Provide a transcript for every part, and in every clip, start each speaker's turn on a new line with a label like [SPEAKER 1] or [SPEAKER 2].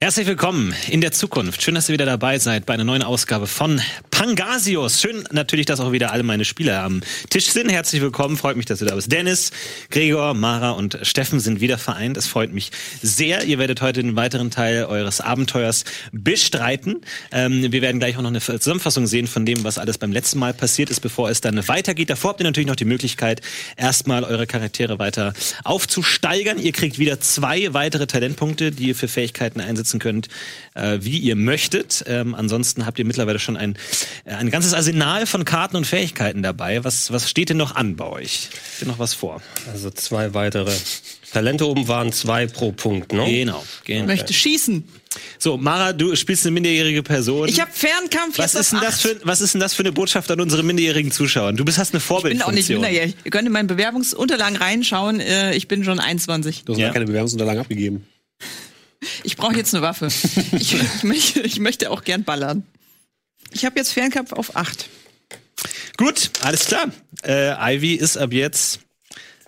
[SPEAKER 1] Herzlich willkommen in der Zukunft. Schön, dass ihr wieder dabei seid bei einer neuen Ausgabe von Pangasius. Schön natürlich, dass auch wieder alle meine Spieler am Tisch sind. Herzlich willkommen. Freut mich, dass ihr da bist. Dennis, Gregor, Mara und Steffen sind wieder vereint. Es freut mich sehr. Ihr werdet heute den weiteren Teil eures Abenteuers bestreiten. Ähm, wir werden gleich auch noch eine Zusammenfassung sehen von dem, was alles beim letzten Mal passiert ist, bevor es dann weitergeht. Davor habt ihr natürlich noch die Möglichkeit, erstmal eure Charaktere weiter aufzusteigern. Ihr kriegt wieder zwei weitere Talentpunkte, die ihr für Fähigkeiten einsetzt einsetzen könnt, äh, wie ihr möchtet. Ähm, ansonsten habt ihr mittlerweile schon ein, äh, ein ganzes Arsenal von Karten und Fähigkeiten dabei. Was, was steht denn noch an bei euch? Steht noch was vor?
[SPEAKER 2] Also zwei weitere. Talente oben waren zwei pro Punkt,
[SPEAKER 3] Oh.
[SPEAKER 2] ne?
[SPEAKER 1] Genau. genau.
[SPEAKER 3] möchte schießen.
[SPEAKER 1] So, Mara, du spielst eine minderjährige Person.
[SPEAKER 3] Ich habe Fernkampf
[SPEAKER 1] was
[SPEAKER 3] jetzt
[SPEAKER 1] ist, denn
[SPEAKER 3] auf
[SPEAKER 1] das
[SPEAKER 3] acht.
[SPEAKER 1] für, was ist denn das für eine Botschaft an unsere minderjährigen Zuschauer? Du bist, hast eine
[SPEAKER 3] bin auch
[SPEAKER 1] Vorbildfunktion.
[SPEAKER 3] nicht minderjährig. Ihr könnt in meine Bewerbungsunterlagen reinschauen. Äh, Ich bin schon 21.
[SPEAKER 4] Du hast
[SPEAKER 1] Ja.
[SPEAKER 4] ja. keine Bewerbungsunterlagen abgegeben.
[SPEAKER 3] Ich brauche jetzt eine Waffe. ich, ich, möchte, ich möchte auch gern ballern. Ich habe jetzt Fernkampf auf 8.
[SPEAKER 1] Gut, alles klar. Äh, Ivy ist ab jetzt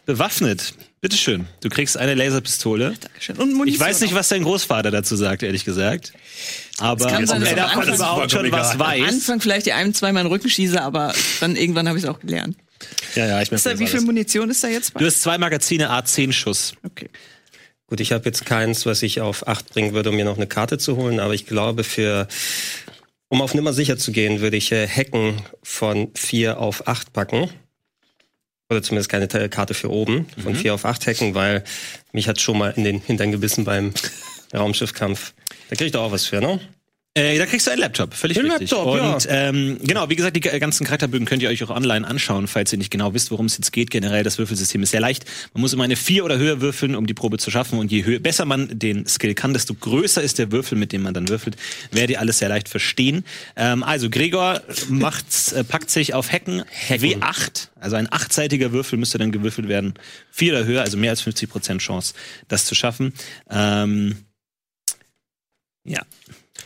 [SPEAKER 1] bewaffnet. Bitteschön. Du kriegst eine Laserpistole.
[SPEAKER 3] Dankeschön. Und Munition
[SPEAKER 1] Ich weiß nicht, was dein Großvater dazu sagt, ehrlich gesagt. Aber
[SPEAKER 3] kann sein, dass
[SPEAKER 1] er
[SPEAKER 3] am
[SPEAKER 1] davon
[SPEAKER 3] Anfang-
[SPEAKER 1] überhaupt schon was
[SPEAKER 3] Am
[SPEAKER 1] weiß.
[SPEAKER 3] Anfang vielleicht die einem, zweimal in den Rücken schieße, aber dann irgendwann habe ich es auch gelernt.
[SPEAKER 4] Ja, ja, ich merke
[SPEAKER 3] Ist da, wie viel Munition ist da jetzt
[SPEAKER 1] Du
[SPEAKER 3] bei?
[SPEAKER 1] hast zwei Magazine A10 Schuss.
[SPEAKER 3] Okay.
[SPEAKER 2] Gut, ich habe jetzt keins, was ich auf acht bringen würde, um mir noch eine Karte zu holen, aber ich glaube, für um auf Nimmer sicher zu gehen, würde ich äh, Hacken von vier auf acht packen. Oder zumindest keine Te- Karte für oben, von
[SPEAKER 4] Mhm.
[SPEAKER 2] vier auf acht Hacken, weil mich hat schon mal in den Hintern gebissen beim Raumschiffkampf. Da krieg ich doch auch was für, ne?
[SPEAKER 1] Äh, da kriegst du einen Laptop, völlig
[SPEAKER 2] Ein
[SPEAKER 1] richtig.
[SPEAKER 2] Laptop, ja.
[SPEAKER 1] und ähm, genau, wie gesagt, die ga- ganzen Charakterbögen könnt ihr euch auch online anschauen, falls ihr nicht genau wisst, worum es jetzt geht. Generell, das Würfelsystem ist sehr leicht. Man muss immer eine 4 oder höher würfeln, um die Probe zu schaffen. Und je höher, besser man den Skill kann, desto größer ist der Würfel, mit dem man dann würfelt. Werdet ihr alles sehr leicht verstehen. Ähm, also, Gregor macht's, äh, packt sich auf Hacken, W8. Also ein achtseitiger Würfel müsste dann gewürfelt werden. 4 oder höher, also mehr als 50% Chance, das zu schaffen. Ähm, ja.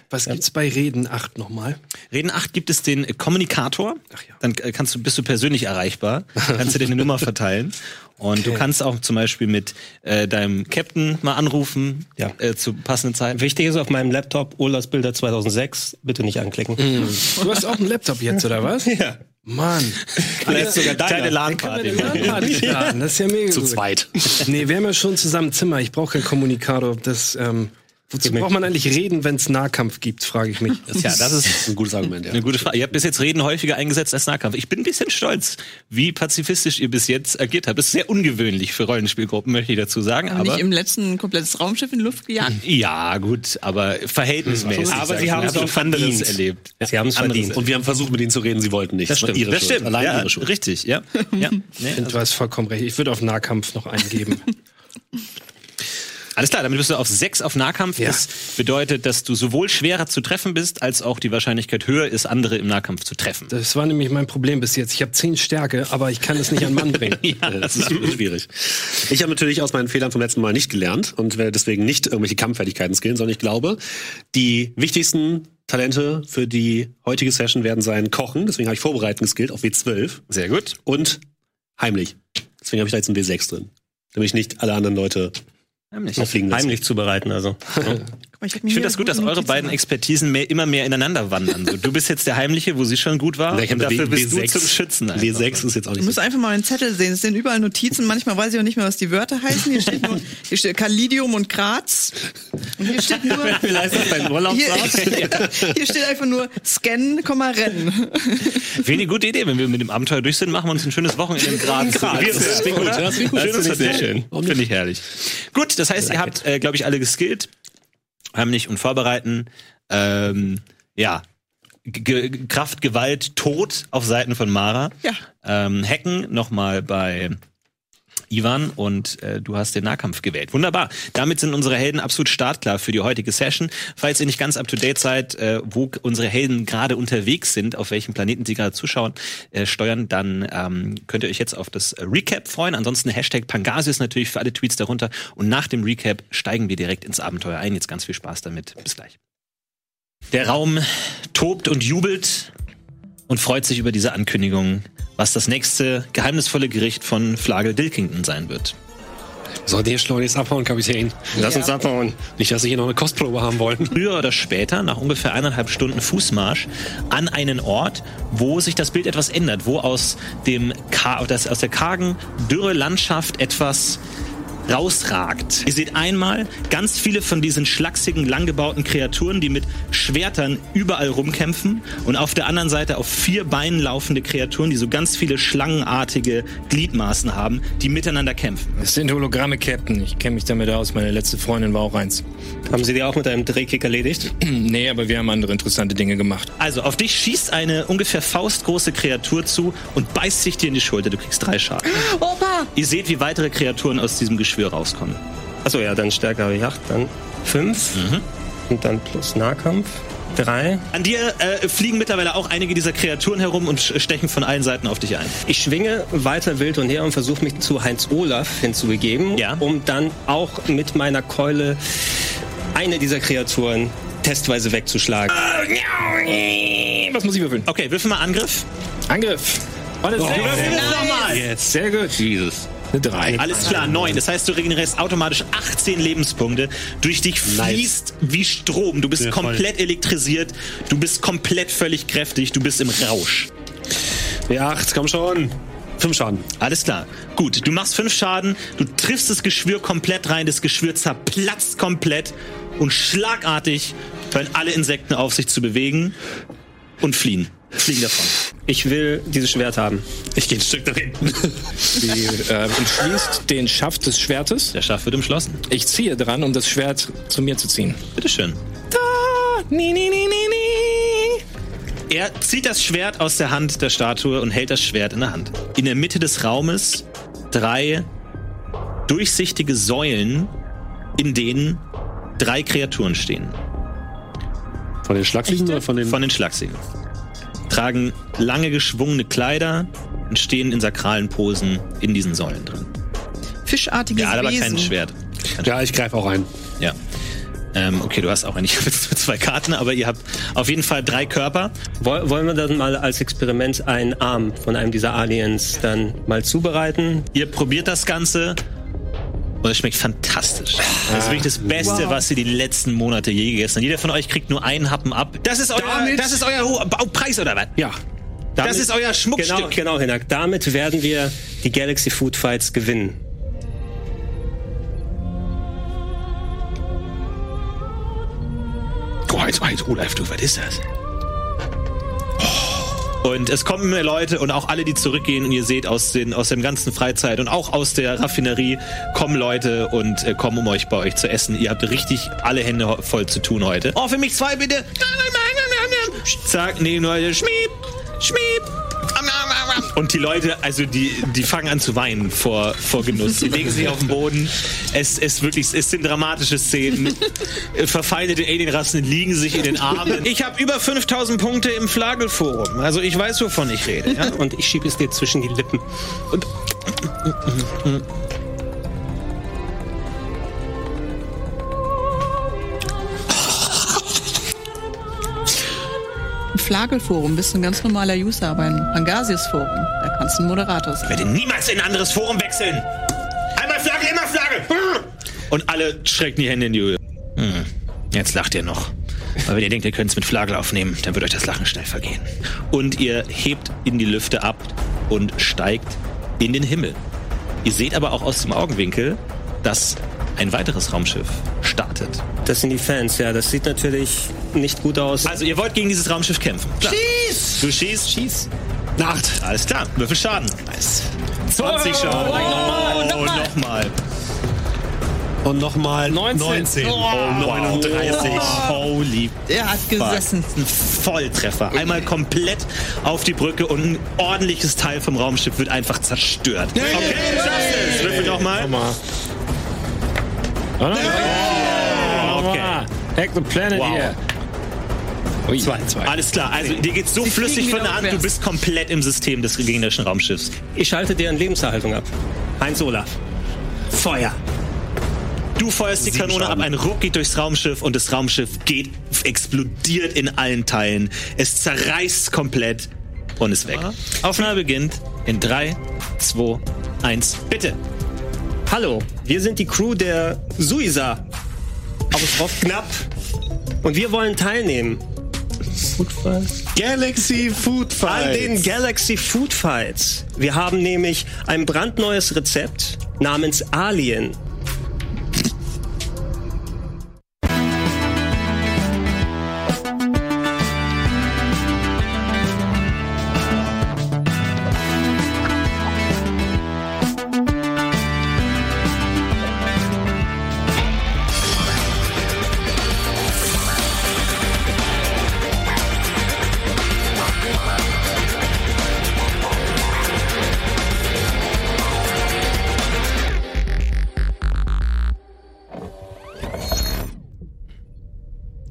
[SPEAKER 4] Was gibt's bei Reden 8 nochmal?
[SPEAKER 1] Reden 8 gibt es den Kommunikator.
[SPEAKER 4] Ach ja.
[SPEAKER 1] Dann äh, kannst du, bist du persönlich erreichbar. Kannst du dir eine Nummer verteilen. Und du kannst auch zum Beispiel mit äh, deinem Captain mal anrufen.
[SPEAKER 2] Ja.
[SPEAKER 1] Äh, zu passenden Zeiten.
[SPEAKER 2] Wichtig ist auf meinem Laptop Urlaubsbilder 2006, bitte nicht anklicken.
[SPEAKER 4] Mhm. Du hast auch einen Laptop jetzt, oder was?
[SPEAKER 2] Ja.
[SPEAKER 4] Mann.
[SPEAKER 1] Vielleicht sogar deiner. Kleine LAN-Party.
[SPEAKER 4] Ja, das ist ja mega.
[SPEAKER 5] Zu
[SPEAKER 4] gut.
[SPEAKER 5] zweit.
[SPEAKER 4] Nee, wir haben ja schon zusammen ein Zimmer. Ich brauche keinen Kommunikator. Das, ähm, wozu braucht man eigentlich reden, wenn es Nahkampf gibt, frage ich mich.
[SPEAKER 1] Ja, das ist
[SPEAKER 5] Das ist ein gutes Argument, ja.
[SPEAKER 1] eine gute Frage. Ihr habt bis jetzt Reden häufiger eingesetzt als Nahkampf. Ich bin ein bisschen stolz, wie pazifistisch ihr bis jetzt agiert habt. Das ist sehr ungewöhnlich für Rollenspielgruppen, möchte ich dazu sagen.
[SPEAKER 3] Aber
[SPEAKER 1] Aber
[SPEAKER 3] nicht im letzten ein komplettes Raumschiff in die Luft gejagt.
[SPEAKER 1] ja, gut, aber verhältnismäßig.
[SPEAKER 2] Aber sie haben es
[SPEAKER 1] auch
[SPEAKER 2] auch
[SPEAKER 1] anderes
[SPEAKER 2] verdient.
[SPEAKER 1] erlebt.
[SPEAKER 2] Sie haben es
[SPEAKER 1] Anderes
[SPEAKER 2] verdient.
[SPEAKER 5] Und wir haben versucht, mit ihnen zu reden, sie wollten nicht.
[SPEAKER 1] Das
[SPEAKER 5] war
[SPEAKER 1] stimmt,
[SPEAKER 5] ihre
[SPEAKER 1] das
[SPEAKER 5] Schuld.
[SPEAKER 1] stimmt.
[SPEAKER 5] Allein
[SPEAKER 1] ja,
[SPEAKER 5] ihre Schuld.
[SPEAKER 1] Richtig, ja. ja. Nee,
[SPEAKER 4] Du hast vollkommen recht. Ich würde auf Nahkampf noch eingeben.
[SPEAKER 1] Alles klar, damit bist du auf 6 auf Nahkampf.
[SPEAKER 4] Ja.
[SPEAKER 1] Das bedeutet, dass du sowohl schwerer zu treffen bist, als auch die Wahrscheinlichkeit höher ist, andere im Nahkampf zu treffen.
[SPEAKER 4] Das war nämlich mein Problem bis jetzt. Ich habe 10 Stärke, aber ich kann es nicht an Mann bringen.
[SPEAKER 5] Ja, das ist schwierig. Ich habe natürlich aus meinen Fehlern vom letzten Mal nicht gelernt und werde deswegen nicht irgendwelche Kampffertigkeiten skillen, sondern ich glaube, die wichtigsten Talente für die heutige Session werden sein Kochen, deswegen habe ich Vorbereiten geskillt auf W12
[SPEAKER 1] Sehr gut.
[SPEAKER 5] und heimlich. Deswegen habe ich da jetzt ein W6 drin. Damit ich nicht alle anderen Leute
[SPEAKER 1] Nämlich.
[SPEAKER 5] noch fliegen lasse.
[SPEAKER 2] Heimlich zubereiten, also.
[SPEAKER 3] Guck mal, hab mir
[SPEAKER 1] Ich
[SPEAKER 3] hier
[SPEAKER 1] finde das gut, dass
[SPEAKER 3] gute
[SPEAKER 1] eure
[SPEAKER 3] Notizen
[SPEAKER 1] beiden
[SPEAKER 3] gemacht.
[SPEAKER 1] Expertisen mehr, immer mehr ineinander wandern. So, du bist jetzt der Heimliche, wo sie schon gut war.
[SPEAKER 5] Ja, ich
[SPEAKER 1] und
[SPEAKER 5] habe
[SPEAKER 1] dafür
[SPEAKER 5] W-
[SPEAKER 1] bist
[SPEAKER 5] W6.
[SPEAKER 1] du zum Schützen. einfach.
[SPEAKER 5] W6 ist jetzt auch
[SPEAKER 3] Du
[SPEAKER 5] nicht
[SPEAKER 3] musst
[SPEAKER 5] so.
[SPEAKER 3] einfach mal den Zettel sehen. Es sind überall Notizen. Manchmal weiß ich auch nicht mehr, was die Wörter heißen. Hier steht nur hier steht Kalidium und Graz. Und hier steht nur.
[SPEAKER 5] Vielleicht ist dein Urlaub
[SPEAKER 3] Hier,
[SPEAKER 5] raus.
[SPEAKER 3] hier steht einfach nur Scannen, Komma, Rennen.
[SPEAKER 1] Wäre eine gute Idee, wenn wir mit dem Abenteuer durch sind, machen wir uns ein schönes Wochenende in Graz.
[SPEAKER 5] Graz.
[SPEAKER 1] Das klingt gut, oder?
[SPEAKER 5] Das klingt gut.
[SPEAKER 1] Schönes
[SPEAKER 5] Das finde ich
[SPEAKER 1] Hotel.
[SPEAKER 5] sehr schön.
[SPEAKER 1] Finde ich herrlich. Gut, das heißt, ihr habt, äh, glaube ich, alle geskillt. Heimlich und vorbereiten. Ähm, ja. G G- Kraft, Gewalt, Tod auf Seiten von Mara.
[SPEAKER 3] Ja.
[SPEAKER 1] Ähm, Hacken nochmal bei Ivan und äh, du hast den Nahkampf gewählt. Wunderbar. Damit sind unsere Helden absolut startklar für die heutige Session. Falls ihr nicht ganz up to date seid, äh, wo g- unsere Helden gerade unterwegs sind, auf welchem Planeten sie gerade zuschauen, äh, steuern, dann ähm, könnt ihr euch jetzt auf das Recap freuen. Ansonsten Hashtag Pangasius natürlich für alle Tweets darunter. Und nach dem Recap steigen wir direkt ins Abenteuer ein. Jetzt ganz viel Spaß damit. Bis gleich. Der Raum tobt und jubelt und freut sich über diese Ankündigung, was das nächste geheimnisvolle Gericht von Flagel Dilkington sein wird.
[SPEAKER 5] So, den schleunigst abhauen, Kapitän.
[SPEAKER 2] Lass uns abhauen.
[SPEAKER 5] Nicht, dass Sie hier noch eine Kostprobe haben wollen.
[SPEAKER 1] früher oder später, nach ungefähr eineinhalb Stunden Fußmarsch, an einen Ort, wo sich das Bild etwas ändert, wo aus, dem, Ka- das, aus der kargen, dürre Landschaft etwas rausragt. Ihr seht einmal ganz viele von diesen schlachsigen, langgebauten Kreaturen, die mit Schwertern überall rumkämpfen und auf der anderen Seite auf vier Beinen laufende Kreaturen, die so ganz viele schlangenartige Gliedmaßen haben, die miteinander kämpfen.
[SPEAKER 6] Das sind Hologramme, Captain. Ich kenne mich damit aus. Meine letzte Freundin war auch eins.
[SPEAKER 2] Haben Sie die auch mit einem Drehkick erledigt?
[SPEAKER 6] Nee, aber wir haben andere interessante Dinge gemacht.
[SPEAKER 1] Also, auf dich schießt eine ungefähr faustgroße Kreatur zu und beißt sich dir in die Schulter. Du kriegst drei Schaden.
[SPEAKER 3] Opa!
[SPEAKER 1] Ihr seht, wie weitere Kreaturen aus diesem Geschwür rauskommen.
[SPEAKER 2] Achso, ja, dann Stärke habe ich 8, dann 5 und dann plus Nahkampf 3.
[SPEAKER 1] An dir äh, fliegen mittlerweile auch einige dieser Kreaturen herum und sch- stechen von allen Seiten auf dich ein.
[SPEAKER 2] Ich schwinge weiter wild und her und versuche mich zu Heinz Olaf hinzubegeben,
[SPEAKER 1] Ja.
[SPEAKER 2] um dann auch mit meiner Keule eine dieser Kreaturen testweise wegzuschlagen.
[SPEAKER 6] Was muss ich würfeln?
[SPEAKER 1] Okay, wirf mal Angriff.
[SPEAKER 6] Angriff. Und es
[SPEAKER 1] Würfel
[SPEAKER 6] ist
[SPEAKER 1] es nochmal.
[SPEAKER 6] jetzt. Sehr gut. Jesus. Eine 3.
[SPEAKER 1] Alles klar, neun. Das heißt, du regenerierst automatisch 18 Lebenspunkte. Durch dich fließt wie Strom. Du bist
[SPEAKER 5] Ja, voll.
[SPEAKER 1] komplett elektrisiert. Du bist komplett völlig kräftig. Du bist im Rausch.
[SPEAKER 5] Ja, acht, komm schon. Fünf Schaden.
[SPEAKER 1] Alles klar. Gut, du machst fünf Schaden, du triffst das Geschwür komplett rein, das Geschwür zerplatzt komplett und schlagartig hören alle Insekten auf, sich zu bewegen und fliehen. Fliegen davon.
[SPEAKER 2] Ich will dieses Schwert haben.
[SPEAKER 5] Ich gehe ein Stück nach hinten.
[SPEAKER 6] Die äh, umschließt den Schaft des Schwertes.
[SPEAKER 1] Der Schaf wird umschlossen.
[SPEAKER 6] Ich ziehe dran, um das Schwert zu mir zu ziehen.
[SPEAKER 1] Bitteschön.
[SPEAKER 6] Nee, nee, nee, nee, nee.
[SPEAKER 1] Er zieht das Schwert aus der Hand der Statue und hält das Schwert in der Hand. In der Mitte des Raumes drei durchsichtige Säulen, in denen drei Kreaturen stehen.
[SPEAKER 5] Von den Schlagsichen oder von den...
[SPEAKER 1] von den Schlagsigen. Tragen lange geschwungene Kleider und stehen in sakralen Posen in diesen Säulen drin.
[SPEAKER 3] Fischartiges
[SPEAKER 1] Der hat aber
[SPEAKER 3] Wesen.
[SPEAKER 1] kein Schwert.
[SPEAKER 5] ja, ich greife auch ein.
[SPEAKER 1] Ja. Ähm, okay, du hast auch eigentlich jetzt nur zwei Karten, aber ihr habt auf jeden Fall drei Körper.
[SPEAKER 2] Woll- Wollen wir dann mal als Experiment einen Arm von einem dieser Aliens dann mal zubereiten?
[SPEAKER 1] Ihr probiert das Ganze und es schmeckt fantastisch. Das ist wirklich das Beste, was ihr die letzten Monate je gegessen habt. Jeder von euch kriegt nur einen Happen ab. Das ist euer, das ist euer hoher Baupreis oder was?
[SPEAKER 5] Ja.
[SPEAKER 1] das ist euer Schmuckstück.
[SPEAKER 2] Genau, genau, Hinak. Damit werden wir die Galaxy Food Fights gewinnen.
[SPEAKER 1] Gott, weit, Olaf, oh, du, was ist das? Oh. Und es kommen mehr Leute und auch alle, die zurückgehen und ihr seht aus, den, aus dem ganzen Freizeit und auch aus der Raffinerie kommen Leute und äh, kommen, um euch bei euch zu essen. Ihr habt richtig alle Hände ho- voll zu tun heute. Oh, für mich zwei bitte. Zack, nee, Leute, schmieb, schmieb. Und die Leute, also die, die fangen an zu weinen vor, vor Genuss. Sie legen sich auf den Boden. Es, es, wirklich, es sind dramatische Szenen. Äh, Verfeindete Alienrassen liegen sich in den Armen. Ich habe über 5000 Punkte im Flagelforum. Also ich weiß, wovon ich rede. Ja?
[SPEAKER 2] Und ich schiebe es dir zwischen die Lippen.
[SPEAKER 1] Und
[SPEAKER 3] Im Flagelforum bist du ein ganz normaler User, aber im Pangasius-Forum, da kannst du ein Moderator sein.
[SPEAKER 1] werde niemals in ein anderes Forum wechseln. Einmal Flagge, immer Flagge. Und alle schrecken die Hände in die Höhe. Hm, jetzt lacht ihr noch. Aber wenn ihr denkt, ihr könnt es mit Flagel aufnehmen, dann wird euch das Lachen schnell vergehen. Und ihr hebt in die Lüfte ab und steigt in den Himmel. Ihr seht aber auch aus dem Augenwinkel, dass ein weiteres Raumschiff startet.
[SPEAKER 2] Das sind die Fans, ja. Das sieht natürlich nicht gut aus.
[SPEAKER 1] Also ihr wollt gegen dieses Raumschiff kämpfen. Schieß! Du schießt? Schieß. Nacht. Alles klar, würfel Schaden. Nice. 20 Schaden. Oh, nochmal. Oh, nochmal.
[SPEAKER 5] Und nochmal
[SPEAKER 6] 19.
[SPEAKER 5] 19. Oh, 39.
[SPEAKER 1] Oh. Holy
[SPEAKER 3] Er hat
[SPEAKER 1] fuck.
[SPEAKER 3] gesessen.
[SPEAKER 1] Ein Volltreffer. Einmal komplett auf die Brücke und ein ordentliches Teil vom Raumschiff wird einfach zerstört. Okay, du schaffst es. Würfel nochmal.
[SPEAKER 6] Nochmal.
[SPEAKER 1] Okay.
[SPEAKER 6] Okay. Hack the planet
[SPEAKER 1] Wow.
[SPEAKER 6] here. Ui. Zwei, zwei.
[SPEAKER 1] Alles klar, also dir geht's so flüssig
[SPEAKER 3] fliegen
[SPEAKER 1] von der
[SPEAKER 3] wieder
[SPEAKER 1] Hand, du
[SPEAKER 3] aufwärts.
[SPEAKER 1] bist komplett im System des gegnerischen Raumschiffs.
[SPEAKER 2] Ich schalte deren Lebenserhaltung ab. Heinz Olaf. Feuer.
[SPEAKER 1] Du feuerst die Kanone ab, ein Ruck geht durchs Raumschiff und das Raumschiff geht, explodiert in allen Teilen. Es zerreißt komplett und ist weg. Aufnahme beginnt in 3, 2, 1. Bitte.
[SPEAKER 2] Hallo, wir sind die Crew der Suiza. Apostroph knapp. Und wir wollen teilnehmen
[SPEAKER 5] Galaxy Food
[SPEAKER 2] an den Galaxy Food Fights. Wir haben nämlich ein brandneues Rezept namens Alien.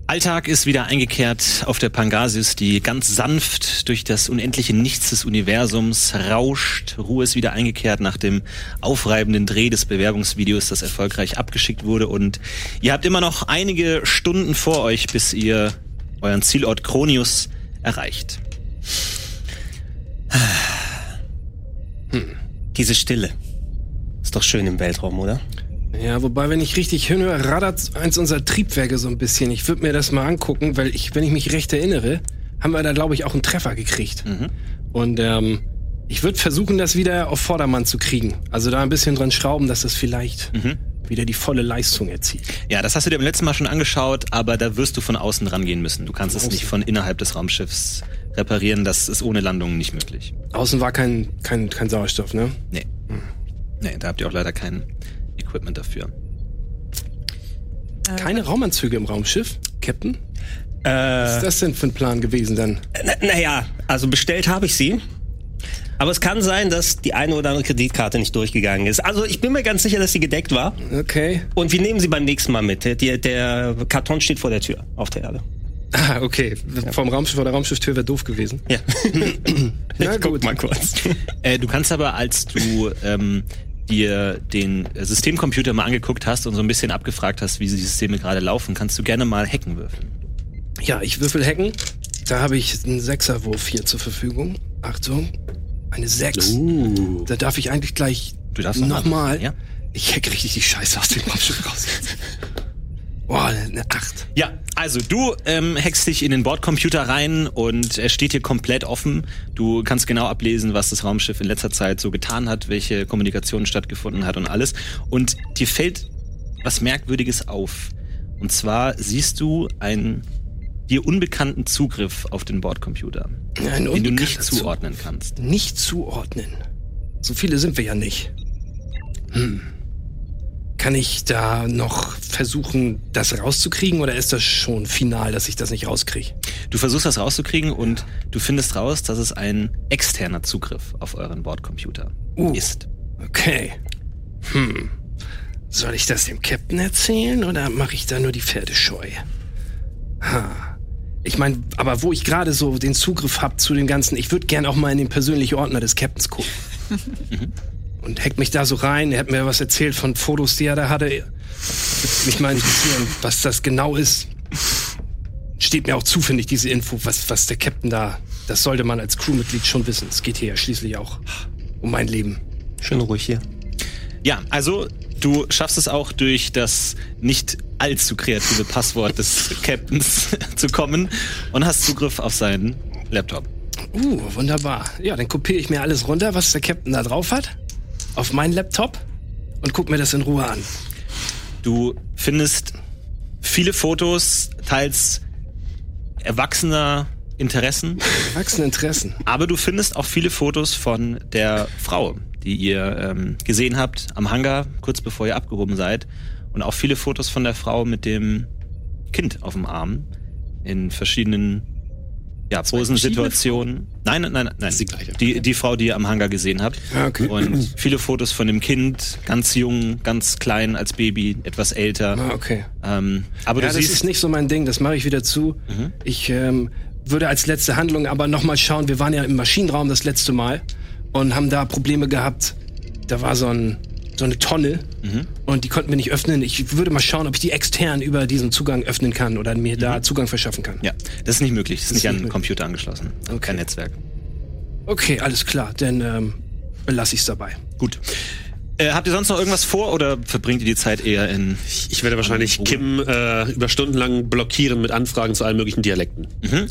[SPEAKER 1] Alltag ist wieder eingekehrt auf der Pangasius, die ganz sanft durch das unendliche Nichts des Universums rauscht. Ruhe ist wieder eingekehrt nach dem aufreibenden Dreh des Bewerbungsvideos, das erfolgreich abgeschickt wurde. Und ihr habt immer noch einige Stunden vor euch, bis ihr euren Zielort Kronius erreicht.
[SPEAKER 2] Diese Stille. Ist doch schön im Weltraum, oder?
[SPEAKER 4] Ja, wobei, wenn ich richtig hinhöre, radert eins unserer Triebwerke so ein bisschen. Ich würde mir das mal angucken, weil ich, wenn ich mich recht erinnere, haben wir da, glaube ich, auch einen Treffer gekriegt. Und ähm, ich würde versuchen, das wieder auf Vordermann zu kriegen. Also da ein bisschen dran schrauben, dass das vielleicht wieder die volle Leistung erzielt.
[SPEAKER 1] Ja, das hast du dir beim letzten Mal schon angeschaut, aber da wirst du von außen rangehen müssen. Du kannst es nicht von innerhalb des Raumschiffs reparieren. Das ist ohne Landung nicht möglich.
[SPEAKER 4] Außen war kein, kein, kein Sauerstoff, ne?
[SPEAKER 1] Nee. Nee, da habt ihr auch leider kein Equipment dafür.
[SPEAKER 4] Keine Raumanzüge im Raumschiff, Captain?
[SPEAKER 1] Äh.
[SPEAKER 4] Was ist das denn für ein Plan gewesen dann?
[SPEAKER 2] N- Naja, also bestellt habe ich sie. Aber es kann sein, dass die eine oder andere Kreditkarte nicht durchgegangen ist. Also ich bin mir ganz sicher, dass sie gedeckt war.
[SPEAKER 4] Okay.
[SPEAKER 2] Und wir nehmen sie beim nächsten Mal mit. Der, der Karton steht vor der Tür auf der Erde.
[SPEAKER 4] Ah, okay. Vom Raumschiff, vor der Raumschifftür wäre doof gewesen.
[SPEAKER 2] Ja.
[SPEAKER 4] Na
[SPEAKER 2] ich guck mal kurz.
[SPEAKER 1] Äh, du kannst aber, als du ähm, dir den äh, Systemcomputer mal angeguckt hast und so ein bisschen abgefragt hast, wie die Systeme gerade laufen, kannst du gerne mal Hacken würfeln.
[SPEAKER 4] Ja, ich würfel hacken. Da habe ich einen Sechserwurf hier zur Verfügung. Achtung, eine Sechs. Da darf ich eigentlich gleich
[SPEAKER 1] Uh. Du darfst noch
[SPEAKER 4] nochmal.
[SPEAKER 1] mal, ja.
[SPEAKER 4] Ich hack richtig die Scheiße aus dem Raumschiff raus jetzt. Boah, eine Acht.
[SPEAKER 1] Ja, also du ähm, hackst dich in den Bordcomputer rein und er steht hier komplett offen. Du kannst genau ablesen, was das Raumschiff in letzter Zeit so getan hat, welche Kommunikation stattgefunden hat und alles. Und dir fällt was Merkwürdiges auf. Und zwar siehst du einen dir unbekannten Zugriff auf den Bordcomputer,
[SPEAKER 4] Ja, ein
[SPEAKER 1] den du nicht
[SPEAKER 4] unbekannter Zugriff.
[SPEAKER 1] zuordnen kannst.
[SPEAKER 4] Nicht zuordnen. So viele sind wir ja nicht. Hm. Kann ich da noch versuchen, das rauszukriegen oder ist das schon final, dass ich das nicht rauskriege?
[SPEAKER 1] Du versuchst das rauszukriegen und du findest raus, dass es ein externer Zugriff auf euren Bordcomputer
[SPEAKER 4] Uh.
[SPEAKER 1] ist.
[SPEAKER 4] Okay. Hm. Soll ich das dem Captain erzählen oder mache ich da nur die Pferdescheu? Ha. Ich meine, aber wo ich gerade so den Zugriff hab zu dem Ganzen, ich würde gern auch mal in den persönlichen Ordner des Captains gucken. Und hackt mich da so rein, er hat mir was erzählt von Fotos, die er da hatte. Würde Mich mal interessieren, was das genau ist. Steht mir auch zu, finde ich, diese Info, was, was der Captain da. Das sollte man als Crewmitglied schon wissen. Es geht hier ja schließlich auch um mein Leben.
[SPEAKER 2] Schön ruhig hier.
[SPEAKER 1] Ja, also du schaffst es auch durch das nicht allzu kreative Passwort des Captains zu kommen und hast Zugriff auf seinen Laptop.
[SPEAKER 4] Uh, wunderbar. Ja, dann kopiere ich mir alles runter, was der Captain da drauf hat, auf meinen Laptop und guck mir das in Ruhe an.
[SPEAKER 1] Du findest viele Fotos, teils erwachsener Interessen,
[SPEAKER 4] Erwachsene Interessen.
[SPEAKER 1] aber du findest auch viele Fotos von der Frau, die ihr ähm, gesehen habt am Hangar, kurz bevor ihr abgehoben seid. Und auch viele Fotos von der Frau mit dem Kind auf dem Arm in verschiedenen ja, Posensituationen. Nein, nein, nein, nein.
[SPEAKER 5] ist die gleiche.
[SPEAKER 1] Die, die Frau, die ihr am Hangar gesehen habt.
[SPEAKER 4] Ah, okay.
[SPEAKER 1] Und viele Fotos von dem Kind, ganz jung, ganz klein als Baby, etwas älter.
[SPEAKER 4] Ah, okay.
[SPEAKER 1] Ähm, aber
[SPEAKER 4] Ja,
[SPEAKER 1] du
[SPEAKER 4] das
[SPEAKER 1] siehst Mhm.
[SPEAKER 4] ist nicht so mein Ding, das mache ich wieder zu. Ich ähm, würde als letzte Handlung aber nochmal schauen, wir waren ja im Maschinenraum das letzte Mal und haben da Probleme gehabt. Da war so, ein, so eine Tonne
[SPEAKER 1] Mhm.
[SPEAKER 4] und die konnten wir nicht öffnen. Ich würde mal schauen, ob ich die extern über diesen Zugang öffnen kann oder mir da Zugang verschaffen kann.
[SPEAKER 1] Mhm. ja, das ist nicht möglich. Das ist nicht
[SPEAKER 4] ist
[SPEAKER 1] an
[SPEAKER 4] nicht
[SPEAKER 1] den
[SPEAKER 4] möglich.
[SPEAKER 1] Computer angeschlossen.
[SPEAKER 4] Okay.
[SPEAKER 1] Kein Netzwerk.
[SPEAKER 4] Okay, alles klar, dann ähm, belasse ich es dabei.
[SPEAKER 1] Gut. Äh, habt ihr sonst noch irgendwas vor oder verbringt ihr die Zeit eher in.
[SPEAKER 5] Ich werde wahrscheinlich Kim äh, über Stunden lang blockieren mit Anfragen zu allen möglichen Dialekten.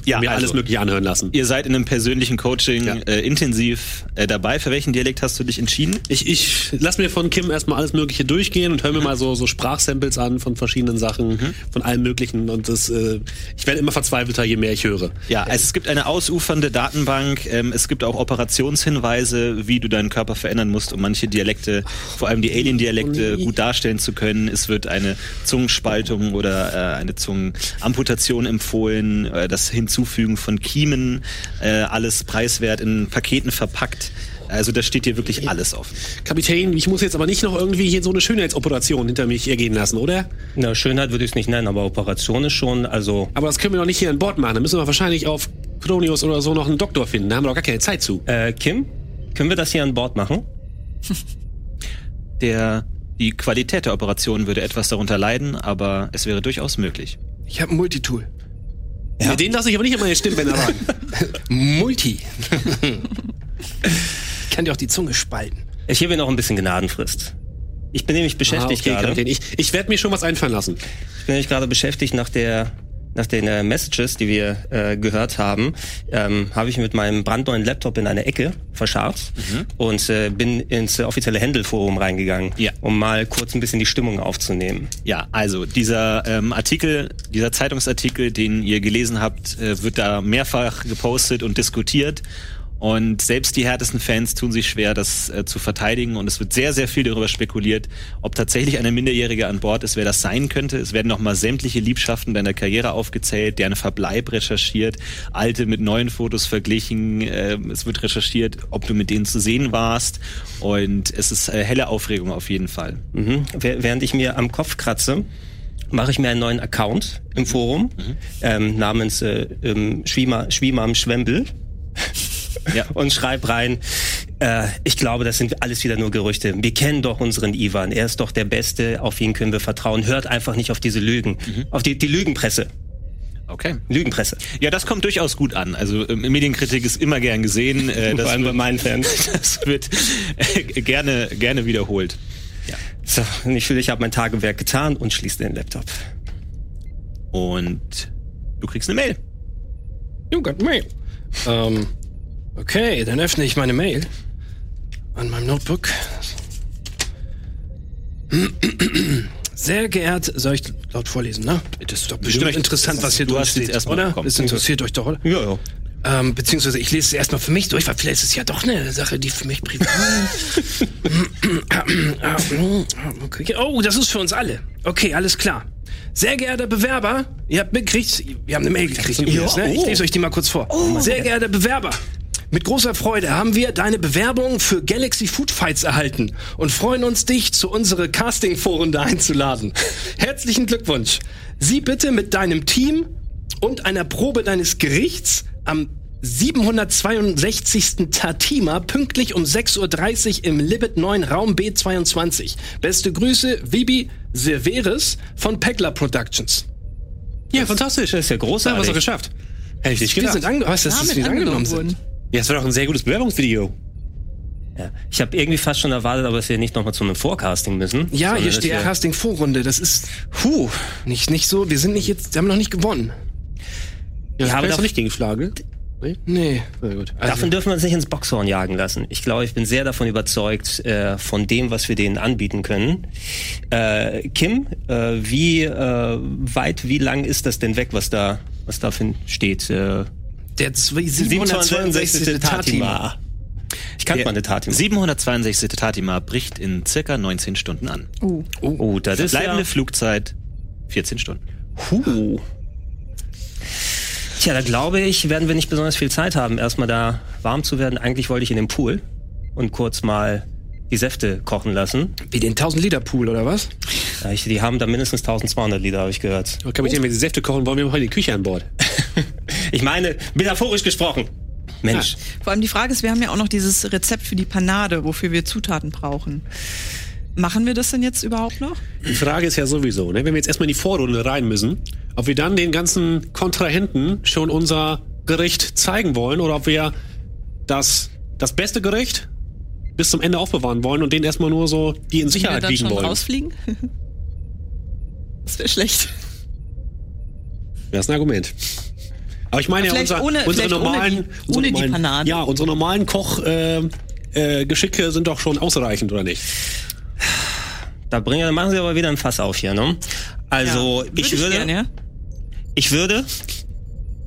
[SPEAKER 1] Ja,
[SPEAKER 5] mir
[SPEAKER 1] also.
[SPEAKER 5] alles Mögliche anhören lassen.
[SPEAKER 1] Ihr seid in einem persönlichen Coaching
[SPEAKER 5] Ja.
[SPEAKER 1] äh, intensiv äh, dabei. Für welchen Dialekt hast du dich entschieden?
[SPEAKER 5] Ich, ich lass mir von Kim erstmal alles Mögliche durchgehen und höre mir mal so, so Sprachsamples an von verschiedenen Sachen, von allem Möglichen. Und das, äh, ich werde immer verzweifelter, je mehr ich höre.
[SPEAKER 1] Ja, also es gibt eine ausufernde Datenbank. Ähm, es gibt auch Operationshinweise, wie du deinen Körper verändern musst, um manche Dialekte, vor allem die Alien-Dialekte, gut darstellen zu können. Es wird eine Zungenspaltung oder äh, eine Zungenamputation empfohlen, äh, das Hinzufügen von Kiemen, äh, alles preiswert in Paketen verpackt. Also da steht dir wirklich alles offen.
[SPEAKER 5] Kapitän, ich muss jetzt aber nicht noch irgendwie hier so eine Schönheitsoperation hinter mich ergehen lassen, oder?
[SPEAKER 2] Na, Schönheit würde ich es nicht nennen, aber Operation ist schon, also
[SPEAKER 5] Aber das können wir doch nicht hier an Bord machen. Da müssen wir wahrscheinlich auf Kronius oder so noch einen Doktor finden. Da haben wir doch gar keine Zeit zu.
[SPEAKER 2] Äh, Kim, können wir das hier an Bord machen?
[SPEAKER 1] Der, die Qualität der Operation würde etwas darunter leiden, aber es wäre durchaus möglich.
[SPEAKER 4] Ich habe ein Multitool.
[SPEAKER 5] Den lasse ich aber nicht an meine Stimmbänder ran.
[SPEAKER 4] Multi. ich kann dir auch die Zunge spalten.
[SPEAKER 2] Ich gebe Ihnen noch ein bisschen Gnadenfrist. Ich bin nämlich beschäftigt
[SPEAKER 5] Ah, okay,
[SPEAKER 2] gerade.
[SPEAKER 5] Kapitän. Ich, ich werde mir schon was einfallen lassen.
[SPEAKER 2] Ich bin nämlich gerade beschäftigt nach der nach den äh, Messages, die wir äh, gehört haben, ähm, habe ich mit meinem brandneuen Laptop in eine Ecke verscharrt und äh, bin ins äh, offizielle Händel-Forum reingegangen,
[SPEAKER 1] Ja.
[SPEAKER 2] um mal kurz ein bisschen die Stimmung aufzunehmen.
[SPEAKER 1] Ja, also dieser ähm, Artikel, dieser Zeitungsartikel, den ihr gelesen habt, äh, wird da mehrfach gepostet und diskutiert. Und selbst die härtesten Fans tun sich schwer, das äh, zu verteidigen. Und es wird sehr, sehr viel darüber spekuliert, ob tatsächlich eine Minderjährige an Bord ist, wer das sein könnte. Es werden nochmal sämtliche Liebschaften deiner Karriere aufgezählt, deren Verbleib recherchiert, alte mit neuen Fotos verglichen. ähm, es wird recherchiert, ob du mit denen zu sehen warst. Und es ist äh, helle Aufregung auf jeden Fall.
[SPEAKER 2] Mhm. Wäh- Während ich mir am Kopf kratze, mache ich mir einen neuen Account im Forum ähm, namens äh, ähm, Schwima, Schwimam Schwembel.
[SPEAKER 1] Ja.
[SPEAKER 2] und schreib rein, äh, ich glaube, das sind alles wieder nur Gerüchte. Wir kennen doch unseren Ivan, er ist doch der Beste, auf ihn können wir vertrauen. Hört einfach nicht auf diese Lügen, auf die, die Lügenpresse.
[SPEAKER 1] Okay.
[SPEAKER 2] Lügenpresse.
[SPEAKER 1] Ja, das kommt durchaus gut an. Also ähm, Medienkritik ist immer gern gesehen. Äh, das,
[SPEAKER 2] bei meinen Fans.
[SPEAKER 1] das wird äh, gerne, gerne wiederholt.
[SPEAKER 2] So, und ich fühle, ich habe mein Tagewerk getan und schließe den Laptop.
[SPEAKER 1] Und du kriegst eine Mail.
[SPEAKER 4] You got mail. Ähm, okay, dann öffne ich meine Mail an meinem Notebook. Sehr geehrt, soll ich laut vorlesen, ne?
[SPEAKER 1] Das ist doch
[SPEAKER 4] Bestimmt interessant, was hier
[SPEAKER 1] du
[SPEAKER 4] drin
[SPEAKER 1] hast jetzt
[SPEAKER 4] steht,
[SPEAKER 1] erstmal
[SPEAKER 4] oder?
[SPEAKER 1] bekommen.
[SPEAKER 4] Es interessiert euch doch, oder?
[SPEAKER 2] Ja, ja.
[SPEAKER 4] Ähm, beziehungsweise ich lese es erstmal für mich durch, weil vielleicht ist es ja doch eine Sache, die für mich privat. Okay. oh, das ist für uns alle. Okay, alles klar. Sehr geehrter Bewerber, ihr habt mitgekriegt, wir haben eine Mail gekriegt. Übrigens, ne? Ich lese euch die mal kurz vor. Sehr geehrter Bewerber. Mit großer Freude haben wir deine Bewerbung für Galaxy Food Fights erhalten und freuen uns, dich zu unsere Casting-Vorrunde einzuladen. Herzlichen Glückwunsch. Sieh bitte mit deinem Team und einer Probe deines Gerichts am 762. Tatima pünktlich um 6.30 Uhr im Libet 9 Raum B22. Beste Grüße, Vibi Severes von Pegler Productions.
[SPEAKER 5] Ja, fantastisch.
[SPEAKER 2] Das ist ja großartig.
[SPEAKER 5] was er geschafft. Hätte ich nicht
[SPEAKER 4] Wir
[SPEAKER 5] gedacht.
[SPEAKER 4] sind ange was, dass
[SPEAKER 3] Namen
[SPEAKER 4] das wir angenommen sind.
[SPEAKER 5] Ja, das war doch ein sehr gutes Bewerbungsvideo.
[SPEAKER 2] ja. Ich habe irgendwie fast schon erwartet, aber dass wir nicht nochmal zu einem Forecasting müssen.
[SPEAKER 4] Ja,
[SPEAKER 2] sondern
[SPEAKER 4] hier
[SPEAKER 2] dass
[SPEAKER 4] steht
[SPEAKER 2] wir-
[SPEAKER 4] Casting Vorrunde. Das ist puh, nicht nicht so. Wir sind nicht jetzt, wir haben noch nicht gewonnen.
[SPEAKER 5] Ja,
[SPEAKER 2] aber
[SPEAKER 5] aber das
[SPEAKER 2] da-
[SPEAKER 5] nicht gegen Flagge.
[SPEAKER 4] Nee, na gut. Also,
[SPEAKER 2] Davon dürfen wir uns nicht ins Boxhorn jagen lassen. Ich glaube, ich bin sehr davon überzeugt, äh, von dem, was wir denen anbieten können. Äh, Kim, äh, wie äh, weit, wie lang ist das denn weg, was da, was da steht? Äh,
[SPEAKER 4] der 762. Tatima.
[SPEAKER 2] Ich kannte mal eine Tatima.
[SPEAKER 1] 762. Tatima bricht in circa 19 Stunden an.
[SPEAKER 2] Oh, das ist
[SPEAKER 1] Bleibende
[SPEAKER 2] ja...
[SPEAKER 1] Flugzeit 14 Stunden.
[SPEAKER 2] Huh. Tja, da glaube ich, werden wir nicht besonders viel Zeit haben, erstmal da warm zu werden. Eigentlich wollte ich in den Pool und kurz mal die Säfte kochen lassen.
[SPEAKER 4] Wie den 1000 Liter Pool oder was?
[SPEAKER 2] Ja, ich- Die haben da mindestens 1200 Liter, habe ich gehört.
[SPEAKER 5] Aber Kapitän, wenn Sie Säfte kochen, wollen wir heute die Küche an Bord.
[SPEAKER 2] Ich meine, metaphorisch gesprochen. Mensch,
[SPEAKER 3] Vor allem die Frage ist, wir haben ja auch noch dieses Rezept für die Panade, wofür wir Zutaten brauchen. Machen wir das denn jetzt überhaupt noch?
[SPEAKER 5] Die Frage ist ja sowieso, ne, wenn wir jetzt erstmal in die Vorrunde rein müssen, ob wir dann den ganzen Kontrahenten schon unser Gericht zeigen wollen oder ob wir das, das beste Gericht bis zum Ende aufbewahren wollen und denen erstmal nur so die in
[SPEAKER 3] wir
[SPEAKER 5] Sicherheit
[SPEAKER 3] dann
[SPEAKER 5] wiegen
[SPEAKER 3] schon
[SPEAKER 5] wollen.
[SPEAKER 3] rausfliegen? Das wäre schlecht.
[SPEAKER 5] Das ist ein Argument. Aber ich meine ja,
[SPEAKER 3] Vielleicht
[SPEAKER 5] unser,
[SPEAKER 3] ohne-
[SPEAKER 5] unsere
[SPEAKER 3] vielleicht ohne
[SPEAKER 5] normalen,
[SPEAKER 3] die-
[SPEAKER 5] unsere
[SPEAKER 3] ohne die
[SPEAKER 5] normalen,
[SPEAKER 3] Panade.
[SPEAKER 5] Ja, unsere normalen Koch äh, äh, Geschicke sind doch schon ausreichend, oder nicht?
[SPEAKER 2] Da bringen, machen sie aber wieder ein Fass auf hier, ne? Also
[SPEAKER 3] Ja,
[SPEAKER 2] ich würde,
[SPEAKER 3] gern, ja?
[SPEAKER 2] ich würde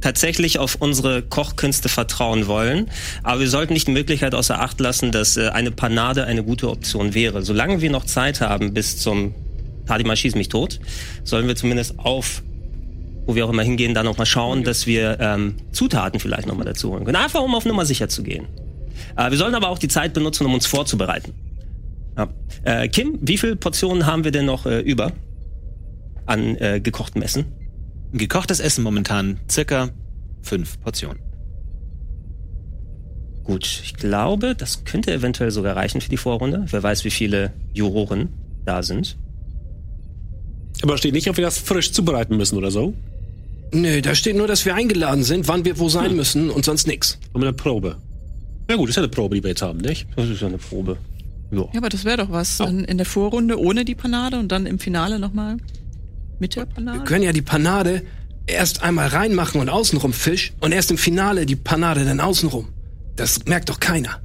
[SPEAKER 2] tatsächlich auf unsere Kochkünste vertrauen wollen, aber wir sollten nicht die Möglichkeit außer Acht lassen, dass äh, eine Panade eine gute Option wäre. Solange wir noch Zeit haben bis zum Tadima schieß mich tot, sollen wir zumindest auf wo wir auch immer hingehen, da nochmal schauen, dass wir ähm, Zutaten vielleicht nochmal dazu holen können. Einfach um auf Nummer sicher zu gehen. Äh, wir sollen aber auch die Zeit benutzen, um uns vorzubereiten. Ja. Äh, Kim, wie viele Portionen haben wir denn noch äh, über an äh, gekochtem Essen?
[SPEAKER 1] Gekochtes Essen momentan circa fünf Portionen.
[SPEAKER 2] Gut, ich glaube, das könnte eventuell sogar reichen für die Vorrunde. Wer weiß, wie viele Juroren da sind.
[SPEAKER 5] Aber steht nicht, ob wir das frisch zubereiten müssen oder so.
[SPEAKER 4] Nö, da steht nur, dass wir eingeladen sind, wann wir wo sein müssen und sonst nix.
[SPEAKER 5] Haben wir eine Probe. Na gut, ist ja eine Probe, die wir jetzt haben, nicht?
[SPEAKER 2] Das ist ja eine Probe.
[SPEAKER 3] ja, aber das wäre doch was. In, in der Vorrunde ohne die Panade und dann im Finale nochmal mit der Panade.
[SPEAKER 4] Wir können ja die Panade erst einmal reinmachen und außenrum Fisch und erst im Finale die Panade dann außenrum. Das merkt doch keiner.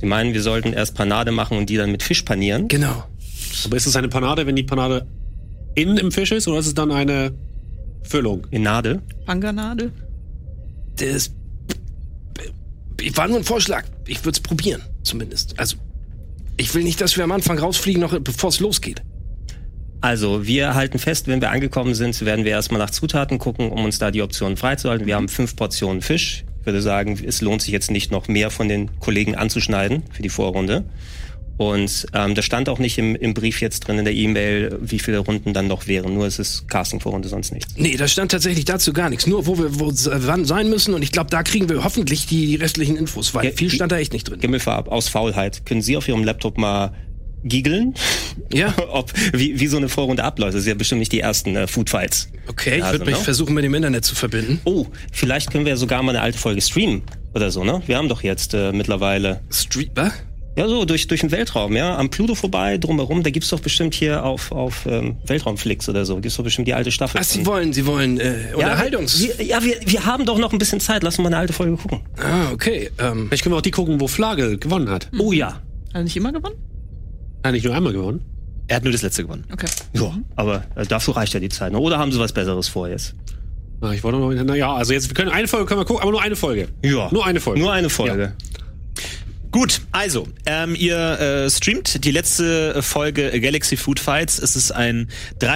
[SPEAKER 2] Sie meinen, wir sollten erst Panade machen und die dann mit Fisch panieren?
[SPEAKER 4] Genau.
[SPEAKER 5] Aber ist es eine Panade, wenn die Panade innen im Fisch ist, oder ist es dann eine Füllung?
[SPEAKER 2] In Nadel?
[SPEAKER 3] Panganade.
[SPEAKER 4] Das ich war nur ein Vorschlag. Ich würde es probieren, zumindest. Also, ich will nicht, dass wir am Anfang rausfliegen, noch bevor es losgeht.
[SPEAKER 2] Also, wir halten fest, wenn wir angekommen sind, werden wir erstmal nach Zutaten gucken, um uns da die Optionen freizuhalten. Wir haben fünf Portionen Fisch. Ich würde sagen, es lohnt sich jetzt nicht, noch mehr von den Kollegen anzuschneiden für die Vorrunde. Und ähm, das stand auch nicht im, im Brief jetzt drin, in der E-Mail, wie viele Runden dann noch wären. Nur es ist Casting-Vorrunde, sonst nichts.
[SPEAKER 4] Nee, da stand tatsächlich dazu gar nichts. Nur, wo wir wo, äh, wann sein müssen. Und ich glaube, da kriegen wir hoffentlich die, die restlichen Infos, weil
[SPEAKER 2] Ja,
[SPEAKER 4] viel
[SPEAKER 2] die-
[SPEAKER 4] stand da echt nicht drin.
[SPEAKER 2] Gimmelfarb, aus Faulheit. Können Sie auf Ihrem Laptop mal giegeln?
[SPEAKER 4] Ja.
[SPEAKER 2] Ob, wie, wie so eine Vorrunde abläuft. Das sind ja bestimmt nicht die ersten äh, Foodfights.
[SPEAKER 4] Okay, ich
[SPEAKER 2] Ja, so,
[SPEAKER 4] würde mich
[SPEAKER 2] ne?
[SPEAKER 4] versuchen, mit dem Internet zu verbinden.
[SPEAKER 2] Oh, vielleicht können wir ja sogar mal eine alte Folge streamen oder so, ne? Wir haben doch jetzt äh, mittlerweile,
[SPEAKER 4] Street, was?
[SPEAKER 2] ja so, durch, durch den Weltraum, ja, am Pluto vorbei, drumherum, da gibt's doch bestimmt hier auf, auf ähm, Weltraumflix oder so, gibt's doch bestimmt die alte Staffel.
[SPEAKER 4] Ach, Sie
[SPEAKER 2] von-
[SPEAKER 4] wollen, Sie wollen äh,
[SPEAKER 2] ja,
[SPEAKER 4] Unterhaltungs...
[SPEAKER 2] wir, ja wir, wir haben doch noch ein bisschen Zeit, lass uns mal eine alte Folge gucken.
[SPEAKER 4] Ah, okay. Ähm,
[SPEAKER 5] Vielleicht können wir auch die gucken, wo Flagel gewonnen hat.
[SPEAKER 4] Mhm.
[SPEAKER 2] Oh ja,
[SPEAKER 3] Hat er nicht immer gewonnen?
[SPEAKER 5] Hat er nicht nur einmal gewonnen.
[SPEAKER 1] Er hat nur das letzte gewonnen.
[SPEAKER 3] Okay.
[SPEAKER 2] ja, aber äh, dafür reicht ja die Zeit, ne? Oder haben sie was Besseres vor jetzt?
[SPEAKER 5] Ah, Ich wollte noch, naja, also jetzt, wir können eine Folge können wir gucken, aber nur eine Folge.
[SPEAKER 2] Ja.
[SPEAKER 5] Nur eine Folge.
[SPEAKER 2] Nur eine Folge.
[SPEAKER 1] Gut, also, ähm, ihr äh, streamt die letzte Folge Galaxy Food Fights. Es ist ein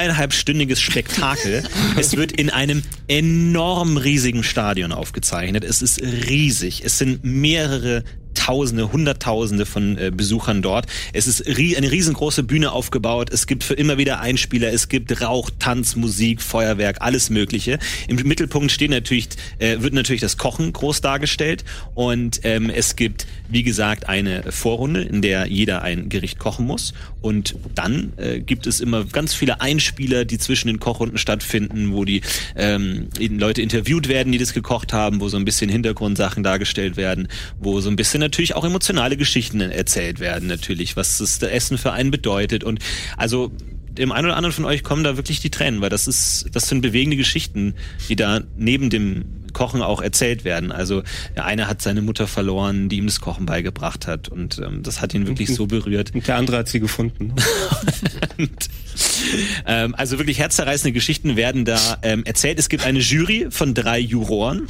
[SPEAKER 1] dreieinhalbstündiges Spektakel. es wird in einem enorm riesigen Stadion aufgezeichnet. Es ist riesig. Es sind mehrere Tausende, Hunderttausende von äh, Besuchern dort. Es ist rie eine riesengroße Bühne aufgebaut. Es gibt für immer wieder Einspieler. Es gibt Rauch, Tanz, Musik, Feuerwerk, alles Mögliche. Im Mittelpunkt steht natürlich, äh, wird natürlich das Kochen groß dargestellt. Und ähm, es gibt, wie gesagt, eine Vorrunde, in der jeder ein Gericht kochen muss. Und dann äh, gibt es immer ganz viele Einspieler, die zwischen den Kochrunden stattfinden, wo die ähm, Leute interviewt werden, die das gekocht haben, wo so ein bisschen Hintergrundsachen dargestellt werden, wo so ein bisschen natürlich auch emotionale Geschichten erzählt werden, natürlich, was das Essen für einen bedeutet. Und also dem einen oder anderen von euch kommen da wirklich die Tränen, weil das ist, das sind bewegende Geschichten, die da neben dem Kochen auch erzählt werden. Also der eine hat seine Mutter verloren, die ihm das Kochen beigebracht hat und ähm, das hat ihn wirklich so berührt.
[SPEAKER 2] Und der andere hat sie gefunden.
[SPEAKER 1] Und, ähm, also wirklich herzzerreißende Geschichten werden da ähm, erzählt. Es gibt eine Jury von drei Juroren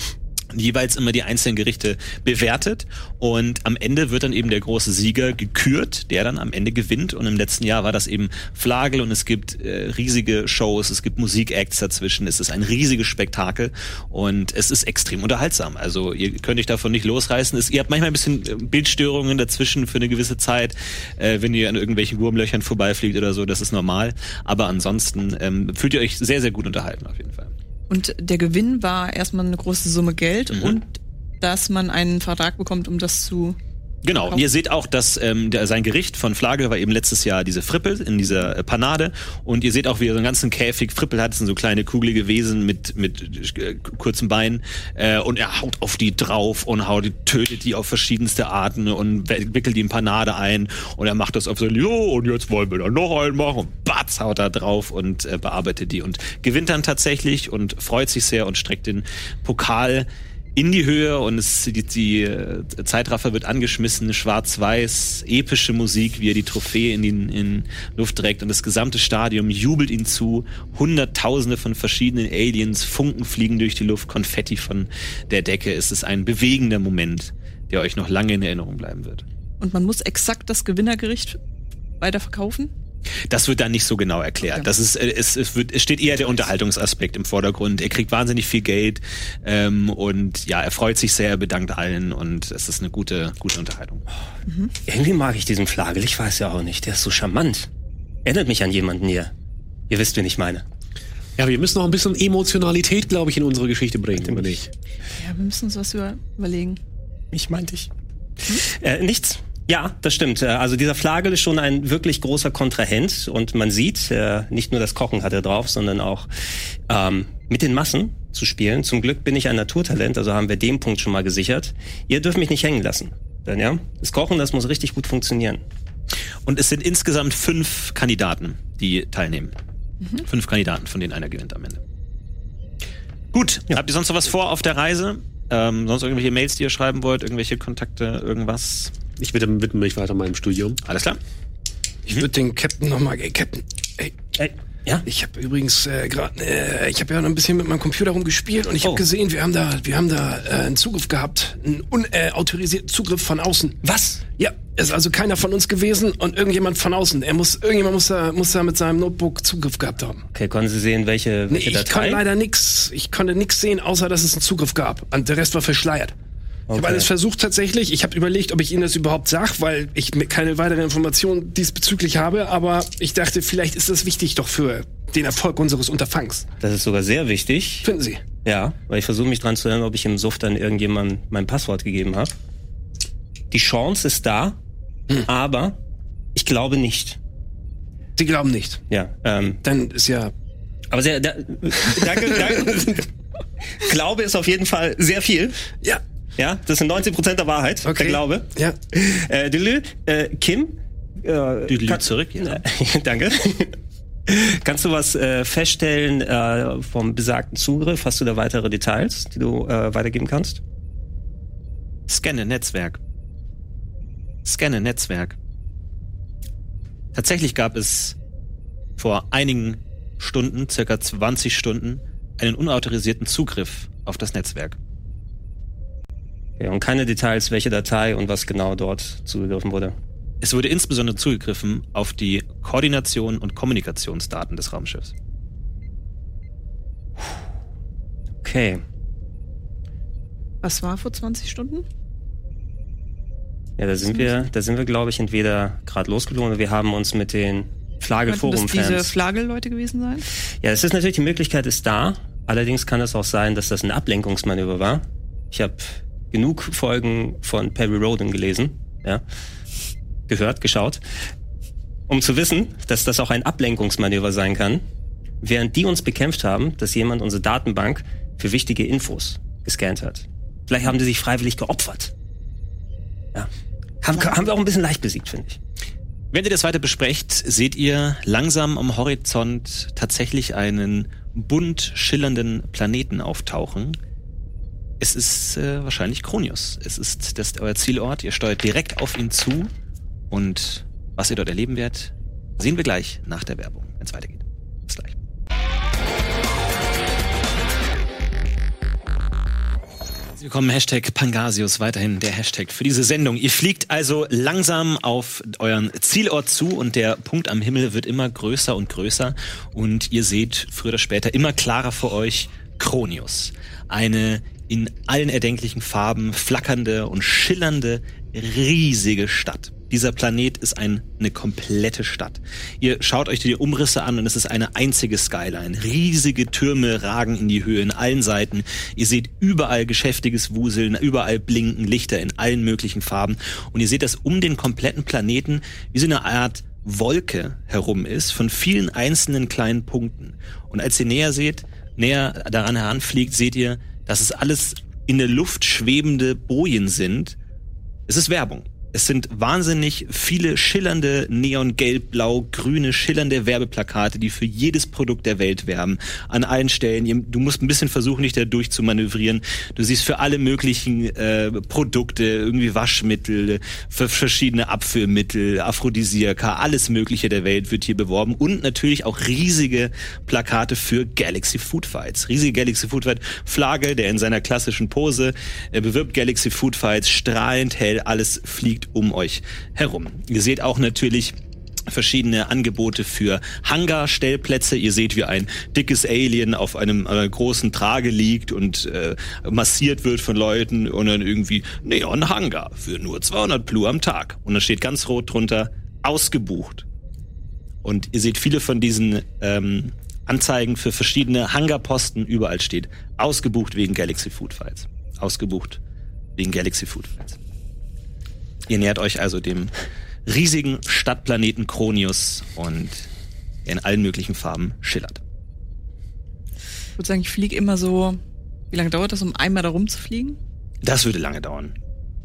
[SPEAKER 1] die jeweils immer die einzelnen Gerichte bewertet und am Ende wird dann eben der große Sieger gekürt, der dann am Ende gewinnt und im letzten Jahr war das eben Flagel und es gibt äh, riesige Shows, es gibt Musikacts dazwischen, es ist ein riesiges Spektakel und es ist extrem unterhaltsam. Also ihr könnt euch davon nicht losreißen. Es, ihr habt manchmal ein bisschen äh, Bildstörungen dazwischen für eine gewisse Zeit, äh, wenn ihr an irgendwelchen Wurmlöchern vorbeifliegt oder so, das ist normal, aber ansonsten ähm, fühlt ihr euch sehr sehr gut unterhalten auf jeden Fall.
[SPEAKER 3] Und der Gewinn
[SPEAKER 2] Mhm.
[SPEAKER 3] war erstmal eine große Summe Geld und dass man einen Vertrag bekommt, um das zu
[SPEAKER 1] Genau, und ihr seht auch, dass ähm, der, sein Gericht von Flage war eben letztes Jahr diese Frippel in dieser äh, Panade. Und ihr seht auch, wie er so einen ganzen Käfig Frippel hat. Das sind so kleine kugelige Wesen mit, mit äh, kurzen Beinen. Äh, und er haut auf die drauf und haut, die- tötet die auf verschiedenste Arten und we- wickelt die in Panade ein. Und er macht das auf so, jo, und jetzt wollen wir da noch einen machen. Und batz, haut da drauf und äh, bearbeitet die. Und gewinnt dann tatsächlich und freut sich sehr und streckt den Pokal in die Höhe und es, die, die äh, Zeitraffer wird angeschmissen, schwarz-weiß, epische Musik, wie er die Trophäe in die in Luft trägt und das gesamte Stadion jubelt ihn zu. Hunderttausende von verschiedenen Aliens, Funken fliegen durch die Luft, Konfetti von der Decke. Es ist ein bewegender Moment, der euch noch lange in Erinnerung bleiben wird.
[SPEAKER 3] Und man muss exakt das Gewinnergericht weiterverkaufen?
[SPEAKER 1] Das wird dann nicht so genau erklärt.
[SPEAKER 3] Okay.
[SPEAKER 1] Das ist, äh, es, es, wird, es steht eher der Unterhaltungsaspekt im Vordergrund. Er kriegt wahnsinnig viel Geld ähm, und ja, er freut sich sehr, bedankt allen und es ist eine gute, gute Unterhaltung.
[SPEAKER 2] Irgendwie mag ich diesen Flagel, ich weiß ja auch nicht. Der ist so charmant. Erinnert mich an jemanden hier. Ihr wisst, wen ich meine.
[SPEAKER 5] Ja, wir müssen noch ein bisschen Emotionalität, glaube ich, in unsere Geschichte bringen, oder nicht?
[SPEAKER 3] Ja, wir müssen uns was über überlegen.
[SPEAKER 2] Ich meinte ich. Äh, nichts. Ja, das stimmt. Äh, Also dieser Flagel ist schon ein wirklich großer Kontrahent und man sieht, äh, nicht nur das Kochen hat er drauf, sondern auch ähm, mit den Massen zu spielen. Zum Glück bin ich ein Naturtalent, also haben wir den Punkt schon mal gesichert. Ihr dürft mich nicht hängen lassen. Denn ja, das Kochen, das muss richtig gut funktionieren.
[SPEAKER 1] Und es sind insgesamt fünf Kandidaten, die teilnehmen. Fünf Kandidaten, von denen einer gewinnt am Ende. Gut, habt ihr sonst noch was vor auf der Reise? Ähm, sonst irgendwelche Mails, die ihr schreiben wollt, irgendwelche Kontakte, irgendwas?
[SPEAKER 5] Ich widme, widme mich weiter meinem Studium.
[SPEAKER 1] Alles klar?
[SPEAKER 4] Ich würde den Captain nochmal. Ey, Captain, ey,
[SPEAKER 2] Ey, ja?
[SPEAKER 4] ich habe übrigens äh, gerade. Äh, ich habe ja noch ein bisschen mit meinem Computer rumgespielt und ich
[SPEAKER 2] Oh.
[SPEAKER 4] habe gesehen, wir haben da, wir haben da äh, einen Zugriff gehabt. Einen unautorisierten äh, autorisierten Zugriff von außen.
[SPEAKER 2] Was?
[SPEAKER 4] Ja, ist also keiner von uns gewesen und irgendjemand von außen. Er muss, irgendjemand muss da, muss da mit seinem Notebook Zugriff gehabt haben.
[SPEAKER 2] Okay, konnten Sie sehen, welche,
[SPEAKER 4] Nee,
[SPEAKER 2] welche
[SPEAKER 4] ich
[SPEAKER 2] Datei?
[SPEAKER 4] konnte leider nichts. Ich konnte nichts sehen, außer dass es einen Zugriff gab. Und der Rest war verschleiert. Ich
[SPEAKER 2] Okay.
[SPEAKER 4] habe alles versucht tatsächlich. Ich habe überlegt, ob ich Ihnen das überhaupt sag, weil ich mir keine weitere Information diesbezüglich habe. Aber ich dachte, vielleicht ist das wichtig doch für den Erfolg unseres Unterfangs.
[SPEAKER 2] das ist sogar sehr wichtig.
[SPEAKER 4] Finden Sie?
[SPEAKER 2] Ja, weil ich versuche mich dran zu erinnern, ob ich im Suff dann irgendjemandem mein Passwort gegeben habe. Die Chance ist da, aber ich glaube nicht.
[SPEAKER 4] Sie glauben nicht.
[SPEAKER 2] Ja, ähm,
[SPEAKER 4] Dann ist ja
[SPEAKER 2] aber sehr, da, danke, danke. glaube ist auf jeden Fall sehr viel.
[SPEAKER 4] ja
[SPEAKER 2] Ja, das sind 90 Prozent der Wahrheit,
[SPEAKER 4] okay.
[SPEAKER 2] der Glaube.
[SPEAKER 4] Ja.
[SPEAKER 2] Äh, Dülü, äh, Kim, äh,
[SPEAKER 1] Düdelü
[SPEAKER 2] kann-
[SPEAKER 1] zurück, ja.
[SPEAKER 2] Danke. Kannst du was äh, feststellen äh, vom besagten Zugriff? Hast du da weitere Details, die du äh, weitergeben kannst?
[SPEAKER 1] Scanne Netzwerk. Scanne Netzwerk. Tatsächlich gab es vor einigen Stunden, circa 20 Stunden, einen unautorisierten Zugriff auf das Netzwerk.
[SPEAKER 2] Ja, und keine Details, welche Datei und was genau dort zugegriffen wurde.
[SPEAKER 1] Es wurde insbesondere zugegriffen auf die Koordination und Kommunikationsdaten des Raumschiffs.
[SPEAKER 2] Okay.
[SPEAKER 3] Was war vor 20 Stunden?
[SPEAKER 2] Ja, da sind wir, da sind wir, glaube ich, entweder gerade losgeflogen oder wir haben uns mit den
[SPEAKER 3] Könnten das diese
[SPEAKER 2] Flagge-Forum-Fans.
[SPEAKER 3] Flagel-Leute gewesen sein?
[SPEAKER 2] Ja, es ist natürlich, die Möglichkeit ist da. Allerdings kann es auch sein, dass das ein Ablenkungsmanöver war. Ich habe genug Folgen von Perry Roden gelesen, ja. Gehört, geschaut. Um zu wissen, dass das auch ein Ablenkungsmanöver sein kann, während die uns bekämpft haben, dass jemand unsere Datenbank für wichtige Infos gescannt hat. Vielleicht haben die sich freiwillig geopfert. Ja. Haben, haben wir auch ein bisschen leicht besiegt, finde ich.
[SPEAKER 1] Wenn ihr das weiter besprecht, seht ihr langsam am Horizont tatsächlich einen bunt schillernden Planeten auftauchen. Es ist äh, wahrscheinlich Kronius. Es ist das ist euer Zielort. Ihr steuert direkt auf ihn zu. Und was ihr dort erleben werdet, sehen wir gleich nach der Werbung, wenn es weitergeht. Bis gleich. Herzlich Willkommen, Hashtag Pangasius, weiterhin der Hashtag für diese Sendung. Ihr fliegt also langsam auf euren Zielort zu und der Punkt am Himmel wird immer größer und größer und ihr seht früher oder später immer klarer vor euch Kronius. Eine in allen erdenklichen Farben flackernde und schillernde riesige Stadt. Dieser Planet ist ein, eine komplette Stadt. Ihr schaut euch die Umrisse an und es ist eine einzige Skyline. Riesige Türme ragen in die Höhe in allen Seiten. Ihr seht überall geschäftiges Wuseln, überall blinken Lichter in allen möglichen Farben. Und ihr seht, dass um den kompletten Planeten wie so eine Art Wolke herum ist von vielen einzelnen kleinen Punkten. Und als ihr näher seht, näher daran heranfliegt, seht ihr, dass es alles in der Luft schwebende Bojen sind. Es ist Werbung. Es sind wahnsinnig viele schillernde neongelb, blau, grüne, schillernde Werbeplakate, die für jedes Produkt der Welt werben. An allen Stellen. Ihr- Du musst ein bisschen versuchen, dich da durchzumanövrieren. Du siehst für alle möglichen äh, Produkte, irgendwie Waschmittel, für verschiedene Abführmittel, Aphrodisiaka, alles Mögliche der Welt wird hier beworben. Und natürlich auch riesige Plakate für Galaxy Food Fights. Riesige Galaxy Food Fight. Flagel, der in seiner klassischen Pose äh, bewirbt Galaxy Food Fights, strahlend hell, alles fliegt um euch herum. Ihr seht auch natürlich verschiedene Angebote für Hangarstellplätze. Ihr seht, wie ein dickes Alien auf einem äh, großen Trage liegt und äh, massiert wird von Leuten und dann irgendwie Neon Hangar für nur 200 Plu am Tag. Und da steht ganz rot drunter ausgebucht. Und ihr seht viele von diesen ähm, Anzeigen für verschiedene Hangarposten. Überall steht ausgebucht wegen Galaxy Food Fights. Ausgebucht wegen Galaxy Food Fights. Ihr nähert euch also dem riesigen Stadtplaneten Kronius und der in allen möglichen Farben schillert.
[SPEAKER 3] Ich würde sagen, ich fliege immer so. Wie lange dauert das, um einmal da rumzufliegen?
[SPEAKER 1] Das würde lange dauern.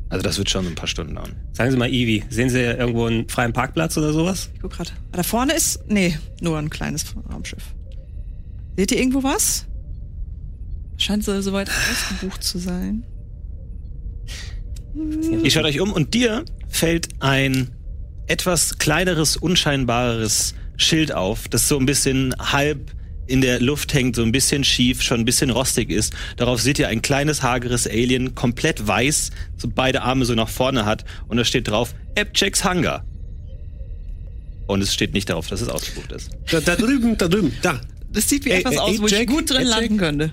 [SPEAKER 1] Also das wird schon so ein paar Stunden dauern.
[SPEAKER 2] Sagen Sie mal, Ivi, sehen Sie irgendwo einen freien Parkplatz oder sowas?
[SPEAKER 3] Ich guck gerade. Da vorne ist. Nee, nur ein kleines Raumschiff. Seht ihr irgendwo was? Scheint so soweit ausgebucht zu sein.
[SPEAKER 1] Ihr schaut euch um und dir fällt ein etwas kleineres, unscheinbareres Schild auf, das so ein bisschen halb in der Luft hängt, so ein bisschen schief, schon ein bisschen rostig ist. Darauf seht ihr ein kleines, hageres Alien, komplett weiß, so beide Arme so nach vorne hat und da steht drauf, Appchecks Hunger. Und es steht nicht darauf, dass es ausgebucht ist.
[SPEAKER 5] Da, da drüben, da drüben, da.
[SPEAKER 3] Das sieht wie
[SPEAKER 5] Ey,
[SPEAKER 3] etwas
[SPEAKER 5] ey,
[SPEAKER 3] aus, wo ich
[SPEAKER 5] Jack,
[SPEAKER 3] gut drin
[SPEAKER 5] Jack.
[SPEAKER 3] landen könnte.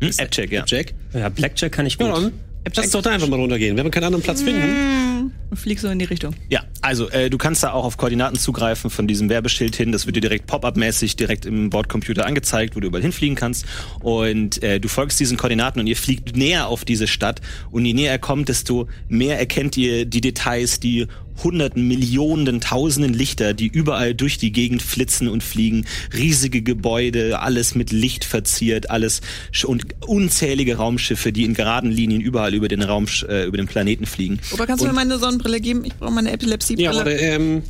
[SPEAKER 1] Hm? Appcheck, ja.
[SPEAKER 5] Jack.
[SPEAKER 2] Ja, Blackjack kann ich gut.
[SPEAKER 5] Ja, dann. Lass uns doch da einfach mal runtergehen. Wenn wir keinen anderen Platz finden.
[SPEAKER 3] Und flieg so in die Richtung.
[SPEAKER 1] Ja, also äh, du kannst da auch auf Koordinaten zugreifen von diesem Werbeschild hin. Das wird dir direkt pop-up-mäßig direkt im Bordcomputer angezeigt, wo du überall hinfliegen kannst. Und äh, du folgst diesen Koordinaten und ihr fliegt näher auf diese Stadt. Und je näher ihr kommt, desto mehr erkennt ihr die Details, die hunderten, Millionen, tausenden Lichter, die überall durch die Gegend flitzen und fliegen. Riesige Gebäude, alles mit Licht verziert, alles sch- und unzählige Raumschiffe, die in geraden Linien überall über den Raum, äh, über den Planeten fliegen.
[SPEAKER 3] Opa, kannst du mir meine Sonnenbrille geben? Ich brauche meine
[SPEAKER 5] Ja,
[SPEAKER 3] Epilepsiebrille.
[SPEAKER 5] warte, ähm.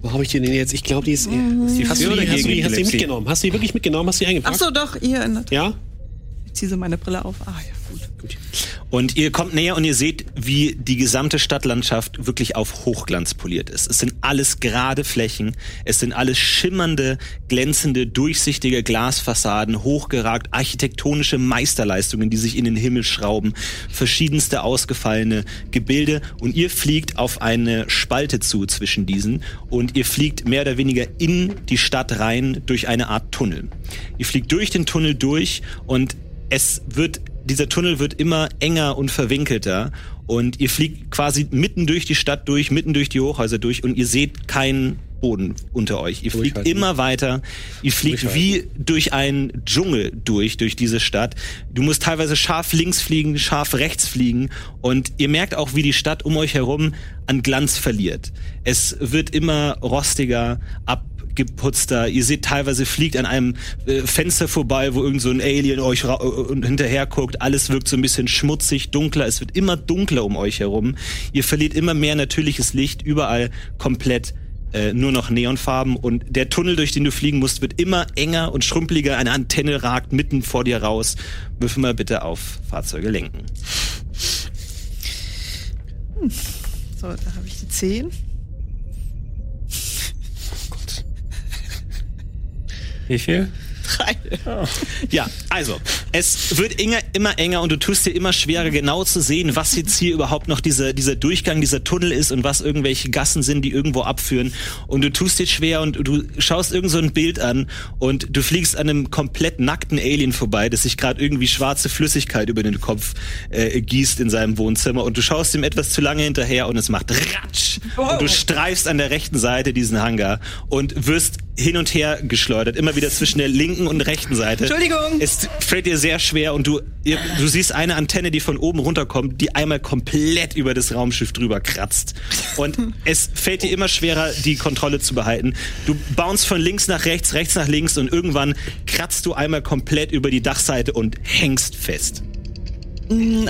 [SPEAKER 5] Wo habe ich die denn jetzt? Ich glaube, die ist. Hast du die, hast, du, die- hast, du, die- hast du die mitgenommen? Hast du die wirklich mitgenommen? Hast du die
[SPEAKER 3] Ach
[SPEAKER 5] eingepackt?
[SPEAKER 3] so, doch, hier. in-
[SPEAKER 5] Ja?
[SPEAKER 3] Ich ziehe so meine Brille auf. Ah, ja, gut.
[SPEAKER 1] Und ihr kommt näher und ihr seht, wie die gesamte Stadtlandschaft wirklich auf Hochglanz poliert ist. Es sind alles gerade Flächen, es sind alles schimmernde, glänzende, durchsichtige Glasfassaden, hochgeragt, architektonische Meisterleistungen, die sich in den Himmel schrauben, verschiedenste ausgefallene Gebilde und ihr fliegt auf eine Spalte zu zwischen diesen und ihr fliegt mehr oder weniger in die Stadt rein durch eine Art Tunnel. Ihr fliegt durch den Tunnel durch und es wird, dieser Tunnel wird immer enger und verwinkelter und ihr fliegt quasi mitten durch die Stadt durch, mitten durch die Hochhäuser durch und ihr seht keinen Boden unter euch. Ihr fliegt immer weiter. Ihr fliegt wie durch einen Dschungel durch, durch diese Stadt. Du musst teilweise scharf links fliegen, scharf rechts fliegen und ihr merkt auch, wie die Stadt um euch herum an Glanz verliert. Es wird immer rostiger, ab geputzter. Ihr seht teilweise fliegt an einem äh, Fenster vorbei, wo irgend so ein Alien euch ra- äh, und hinterher guckt. Alles wirkt so ein bisschen schmutzig, dunkler. Es wird immer dunkler um euch herum. Ihr verliert immer mehr natürliches Licht. Überall komplett äh, nur noch Neonfarben und der Tunnel, durch den du fliegen musst, wird immer enger und schrumpeliger. Eine Antenne ragt mitten vor dir raus. Wirf mal bitte auf Fahrzeuge lenken.
[SPEAKER 3] So, da habe ich die 10.
[SPEAKER 2] Wie viel?
[SPEAKER 3] rein.
[SPEAKER 1] Ja, also, es wird immer, immer enger und du tust dir immer schwerer, genau zu sehen, was jetzt hier überhaupt noch dieser, dieser Durchgang, dieser Tunnel ist und was irgendwelche Gassen sind, die irgendwo abführen. Und du tust dir schwer und du schaust irgend so ein Bild an und du fliegst an einem komplett nackten Alien vorbei, das sich gerade irgendwie schwarze Flüssigkeit über den Kopf äh, gießt in seinem Wohnzimmer und du schaust ihm etwas zu lange hinterher und es macht Ratsch. Und du streifst an der rechten Seite diesen Hangar und wirst hin und her geschleudert, immer wieder zwischen der linken und rechten Seite.
[SPEAKER 3] Entschuldigung.
[SPEAKER 1] Es fällt dir sehr schwer und du, ihr, du siehst eine Antenne, die von oben runterkommt, die einmal komplett über das Raumschiff drüber kratzt. Und es fällt dir immer schwerer, die Kontrolle zu behalten. Du bounce von links nach rechts, rechts nach links und irgendwann kratzt du einmal komplett über die Dachseite und hängst fest.
[SPEAKER 3] Mm.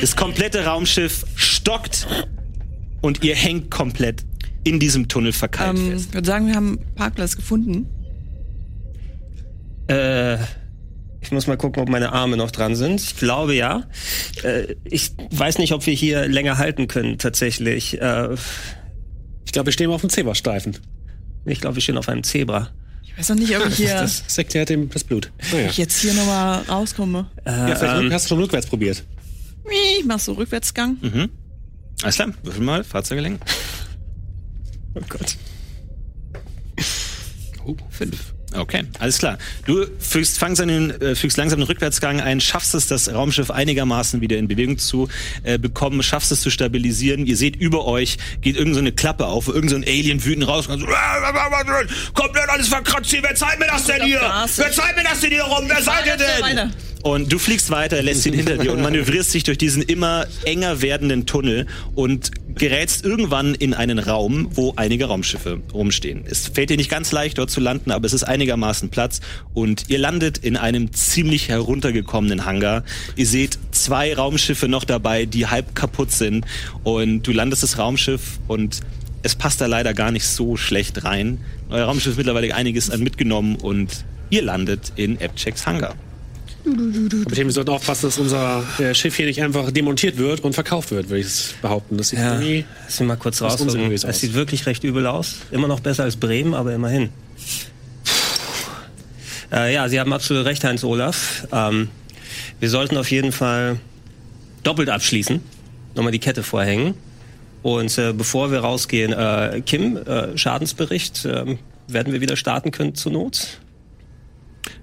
[SPEAKER 1] Das komplette Raumschiff stockt und ihr hängt komplett in diesem Tunnel verkeilt
[SPEAKER 3] Ähm,
[SPEAKER 1] fest.
[SPEAKER 3] ich würde sagen, wir haben einen Parkplatz gefunden.
[SPEAKER 2] Äh, ich muss mal gucken, ob meine Arme noch dran sind. Ich glaube ja. Äh, ich weiß nicht, ob wir hier länger halten können, tatsächlich. Äh,
[SPEAKER 5] Ich glaube, wir stehen auf dem Zebrastreifen.
[SPEAKER 2] ich glaube, wir stehen auf einem Zebra.
[SPEAKER 3] Ich weiß noch nicht, ob ich hier,
[SPEAKER 2] Das-
[SPEAKER 5] Das erklärt ihm das Blut. Naja.
[SPEAKER 3] ob ich jetzt hier nochmal rauskomme.
[SPEAKER 5] ja, vielleicht hast du schon rückwärts probiert.
[SPEAKER 3] Ich mach so Rückwärtsgang.
[SPEAKER 2] Mhm.
[SPEAKER 1] Alles klar, würfel mal, Fahrzeugelenk.
[SPEAKER 2] Oh Gott.
[SPEAKER 1] Oh, Fünf. Okay, alles klar. Du fügst, fangst an den, äh, fügst langsam den Rückwärtsgang ein, schaffst es, das Raumschiff einigermaßen wieder in Bewegung zu äh, bekommen, schaffst es zu stabilisieren. Ihr seht über euch, geht irgend so eine Klappe auf, wo irgend so ein Alien wütend raus und so, komplett alles verkratzt hier, wer zeigt mir das denn hier?
[SPEAKER 3] Gas.
[SPEAKER 1] Wer zeigt mir das denn hier rum? Wer seid ihr
[SPEAKER 3] Weiter, weiter.
[SPEAKER 1] denn? Und du fliegst weiter, lässt ihn hinter dir und manövrierst dich durch diesen immer enger werdenden Tunnel und gerätst irgendwann in einen Raum, wo einige Raumschiffe rumstehen. Es fällt dir nicht ganz leicht, dort zu landen, aber es ist einigermaßen Platz und ihr landet in einem ziemlich heruntergekommenen Hangar. Ihr seht zwei Raumschiffe noch dabei, die halb kaputt sind und du landest das Raumschiff und es passt da leider gar nicht so schlecht rein. Euer Raumschiff hat mittlerweile einiges an mitgenommen und ihr landet in Epchecks Hangar.
[SPEAKER 5] Aber Tim, wir sollten aufpassen, dass unser äh, Schiff hier nicht einfach demontiert wird und verkauft wird, würde ich es behaupten. Das sieht
[SPEAKER 2] Ja,
[SPEAKER 5] irgendwie-
[SPEAKER 2] lass ihn mal kurz
[SPEAKER 5] Das ist
[SPEAKER 2] rausholen.
[SPEAKER 5] unseriös
[SPEAKER 2] Es
[SPEAKER 5] Ah. aus.
[SPEAKER 2] sieht wirklich recht übel aus. Immer noch besser als Bremen, aber immerhin. Äh, ja, Sie haben absolut recht, Heinz Olaf. Ähm, wir sollten auf jeden Fall doppelt abschließen. Nochmal die Kette vorhängen. Und äh, bevor wir rausgehen, äh, Kim, äh, Schadensbericht. ähm, werden wir wieder starten können zur Not?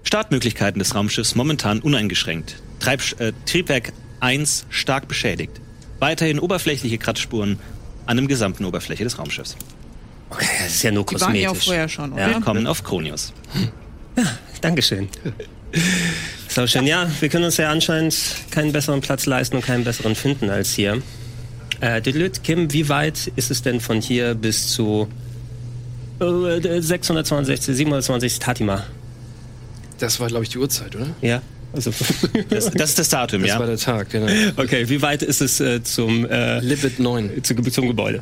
[SPEAKER 1] Startmöglichkeiten des Raumschiffs momentan uneingeschränkt. Treib, äh, Triebwerk 1 stark beschädigt. Weiterhin oberflächliche Kratzspuren an dem gesamten Oberfläche des Raumschiffs.
[SPEAKER 2] Okay, das ist ja nur
[SPEAKER 3] Die
[SPEAKER 2] kosmetisch.
[SPEAKER 3] waren ja auch vorher schon, oder?
[SPEAKER 2] Ja,
[SPEAKER 1] Kommen auf Kronius.
[SPEAKER 2] Dankeschön. So schön. Ja, wir können uns ja anscheinend keinen besseren Platz leisten und keinen besseren finden als hier. Äh, Düdelüt, Kim, wie weit ist es denn von hier bis zu äh, 662, 720 Tatima?
[SPEAKER 4] Das war, glaube ich, die Uhrzeit, oder?
[SPEAKER 2] Ja? Also,
[SPEAKER 1] Das, das ist das Datum,
[SPEAKER 4] Das
[SPEAKER 1] ja?
[SPEAKER 4] war der Tag, genau.
[SPEAKER 2] okay, wie weit ist es äh, zum, äh,
[SPEAKER 4] Libet 9.
[SPEAKER 2] zu, zum Gebäude?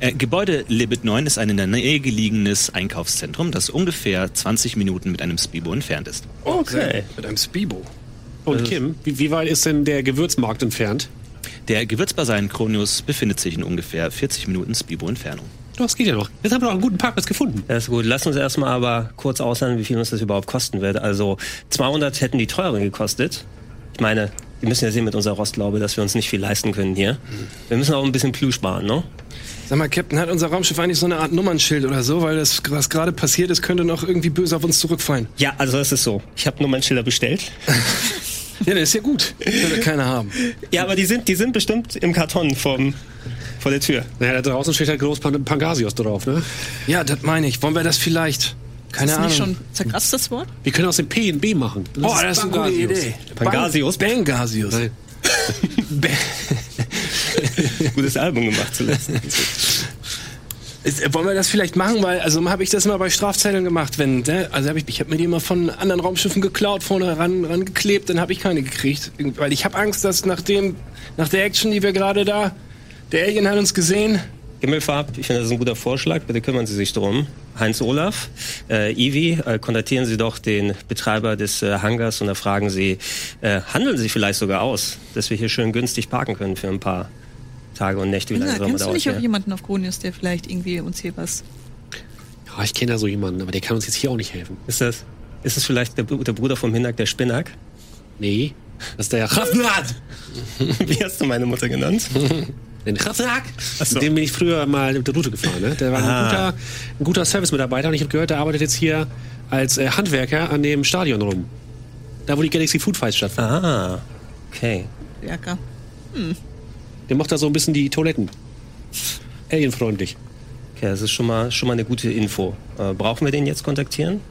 [SPEAKER 1] Äh, Gebäude Libet 9 ist ein in der Nähe gelegenes Einkaufszentrum, das ungefähr 20 Minuten mit einem Speedboot entfernt ist.
[SPEAKER 2] Okay.
[SPEAKER 4] Mit einem Speebo.
[SPEAKER 5] Und Kim, wie, wie weit ist denn der Gewürzmarkt entfernt?
[SPEAKER 1] Der Gewürzbasar Kronius befindet sich in ungefähr 40 Minuten Speedboot Entfernung.
[SPEAKER 5] Doch, es geht ja noch. Jetzt haben wir noch einen guten Parkplatz gefunden.
[SPEAKER 2] Das ist gut. Lass uns erstmal aber kurz aushandeln, wie viel uns das überhaupt kosten wird. Also 200 hätten die teuren gekostet. Ich meine, wir müssen ja sehen mit unserer Rostlaube, dass wir uns nicht viel leisten können hier. Wir müssen auch ein bisschen Plü sparen, ne?
[SPEAKER 4] Sag mal, Captain, hat unser Raumschiff eigentlich so eine Art Nummernschild oder so? Weil das, was gerade passiert ist, könnte noch irgendwie böse auf uns zurückfallen.
[SPEAKER 2] Ja, also es ist so. Ich habe Nummernschilder bestellt.
[SPEAKER 4] Ja, das ist ja gut. Würde keiner haben.
[SPEAKER 2] Ja, aber die sind, die sind bestimmt im Karton vom, vor der Tür.
[SPEAKER 5] Naja, da draußen steht halt groß Pan Pangasius drauf, ne?
[SPEAKER 4] Ja, das meine ich. Wollen wir das vielleicht? Keine
[SPEAKER 3] Ist
[SPEAKER 4] Ahnung.
[SPEAKER 3] nicht schon
[SPEAKER 2] hm.
[SPEAKER 3] zerkratzt das Wort?
[SPEAKER 5] Wir können aus dem P ein B machen.
[SPEAKER 4] Oh, das ist eine gute
[SPEAKER 5] Pangasius.
[SPEAKER 4] Idee.
[SPEAKER 2] Pangasius?
[SPEAKER 4] Bangasius.
[SPEAKER 5] Nein.
[SPEAKER 2] Gutes Album gemacht zuletzt.
[SPEAKER 4] Ist, äh, wollen wir das vielleicht machen? Weil, also habe ich das immer bei Strafzetteln gemacht, wenn, ne? also hab ich, ich habe mir die immer von anderen Raumschiffen geklaut, vorne ran, ran geklebt, dann habe ich keine gekriegt. Irgend- Weil ich habe Angst, dass nach dem, nach der Action, die wir gerade da, der Alien hat uns gesehen.
[SPEAKER 2] Himmelfarb, ich finde, das ist ein guter Vorschlag. Bitte kümmern Sie sich drum. Heinz Olaf, äh, Ivi, äh, kontaktieren Sie doch den Betreiber des äh, Hangars und erfragen Sie, äh, handeln Sie vielleicht sogar aus, dass wir hier schön günstig parken können für ein paar Tage und Nächte, wie lange
[SPEAKER 3] Ja,
[SPEAKER 2] es auch immer
[SPEAKER 3] kennst du
[SPEAKER 2] dauert.
[SPEAKER 3] nicht auch
[SPEAKER 2] ja.
[SPEAKER 3] jemanden auf Kronius, der vielleicht irgendwie uns hier was.
[SPEAKER 5] Ah, Ja, ich kenne da so jemanden, aber der kann uns jetzt hier auch nicht helfen.
[SPEAKER 2] Ist das? Ist es vielleicht der, Br- der Bruder vom Hinak, der Spinnack?
[SPEAKER 5] Nee. Das ist der Rafnat.
[SPEAKER 2] Wie hast du meine Mutter genannt?
[SPEAKER 3] Mhm.
[SPEAKER 5] Den Rafnat. Mit dem bin ich früher mal mit der Route gefahren. Ne? Der war ein guter, ein guter Service-Mitarbeiter und ich habe gehört, der arbeitet jetzt hier als äh, Handwerker an dem Stadion rum. Da, wo die Galaxy Food Fights stattfinden.
[SPEAKER 2] Ah, okay.
[SPEAKER 3] Stärker.
[SPEAKER 5] Der mochte da so ein bisschen die Toiletten. Alienfreundlich.
[SPEAKER 2] Okay, das ist schon mal, schon mal eine gute Info. Äh, brauchen wir den jetzt kontaktieren?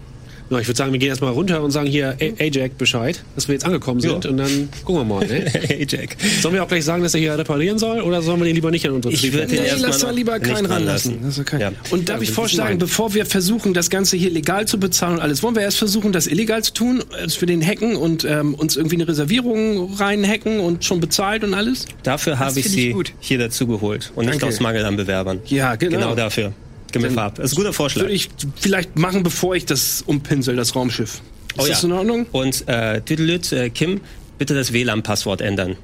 [SPEAKER 5] Na, ich würde sagen, wir gehen erstmal runter und sagen hier A- Ajax Bescheid, dass wir jetzt angekommen sind
[SPEAKER 2] Ja.
[SPEAKER 5] und dann gucken wir mal. Ne?
[SPEAKER 2] Hey, Jack.
[SPEAKER 5] Sollen wir auch gleich sagen, dass er hier reparieren soll oder sollen wir den lieber nicht an unsere
[SPEAKER 2] Ich würde den
[SPEAKER 4] Nee,
[SPEAKER 2] erstmal
[SPEAKER 4] lass da
[SPEAKER 2] noch
[SPEAKER 4] lieber
[SPEAKER 2] nicht
[SPEAKER 4] keinen ranlassen.
[SPEAKER 2] ranlassen.
[SPEAKER 4] Das ist okay.
[SPEAKER 2] Ja. halt.
[SPEAKER 4] Und darf ich
[SPEAKER 5] das ist
[SPEAKER 4] vorschlagen,
[SPEAKER 5] mein-
[SPEAKER 4] bevor wir versuchen, das Ganze hier legal zu bezahlen und alles, wollen wir erst versuchen, das illegal zu tun, dass wir den hacken und ähm, uns irgendwie eine Reservierung reinhacken und schon bezahlt und alles?
[SPEAKER 2] Dafür habe ich
[SPEAKER 3] finde ich
[SPEAKER 2] sie
[SPEAKER 3] gut.
[SPEAKER 2] hier dazu geholt und nicht
[SPEAKER 4] Danke.
[SPEAKER 2] aus Mangel an Bewerbern.
[SPEAKER 4] Ja, genau.
[SPEAKER 2] Genau dafür. Gib mir Farb. Das ist ein guter Vorschlag.
[SPEAKER 4] Würde ich vielleicht machen, bevor ich das umpinsel, das Raumschiff. Ist
[SPEAKER 2] Oh ja.
[SPEAKER 4] das in Ordnung?
[SPEAKER 2] Und äh, Tüdelüt, äh, Kim, bitte das WLAN-Passwort ändern.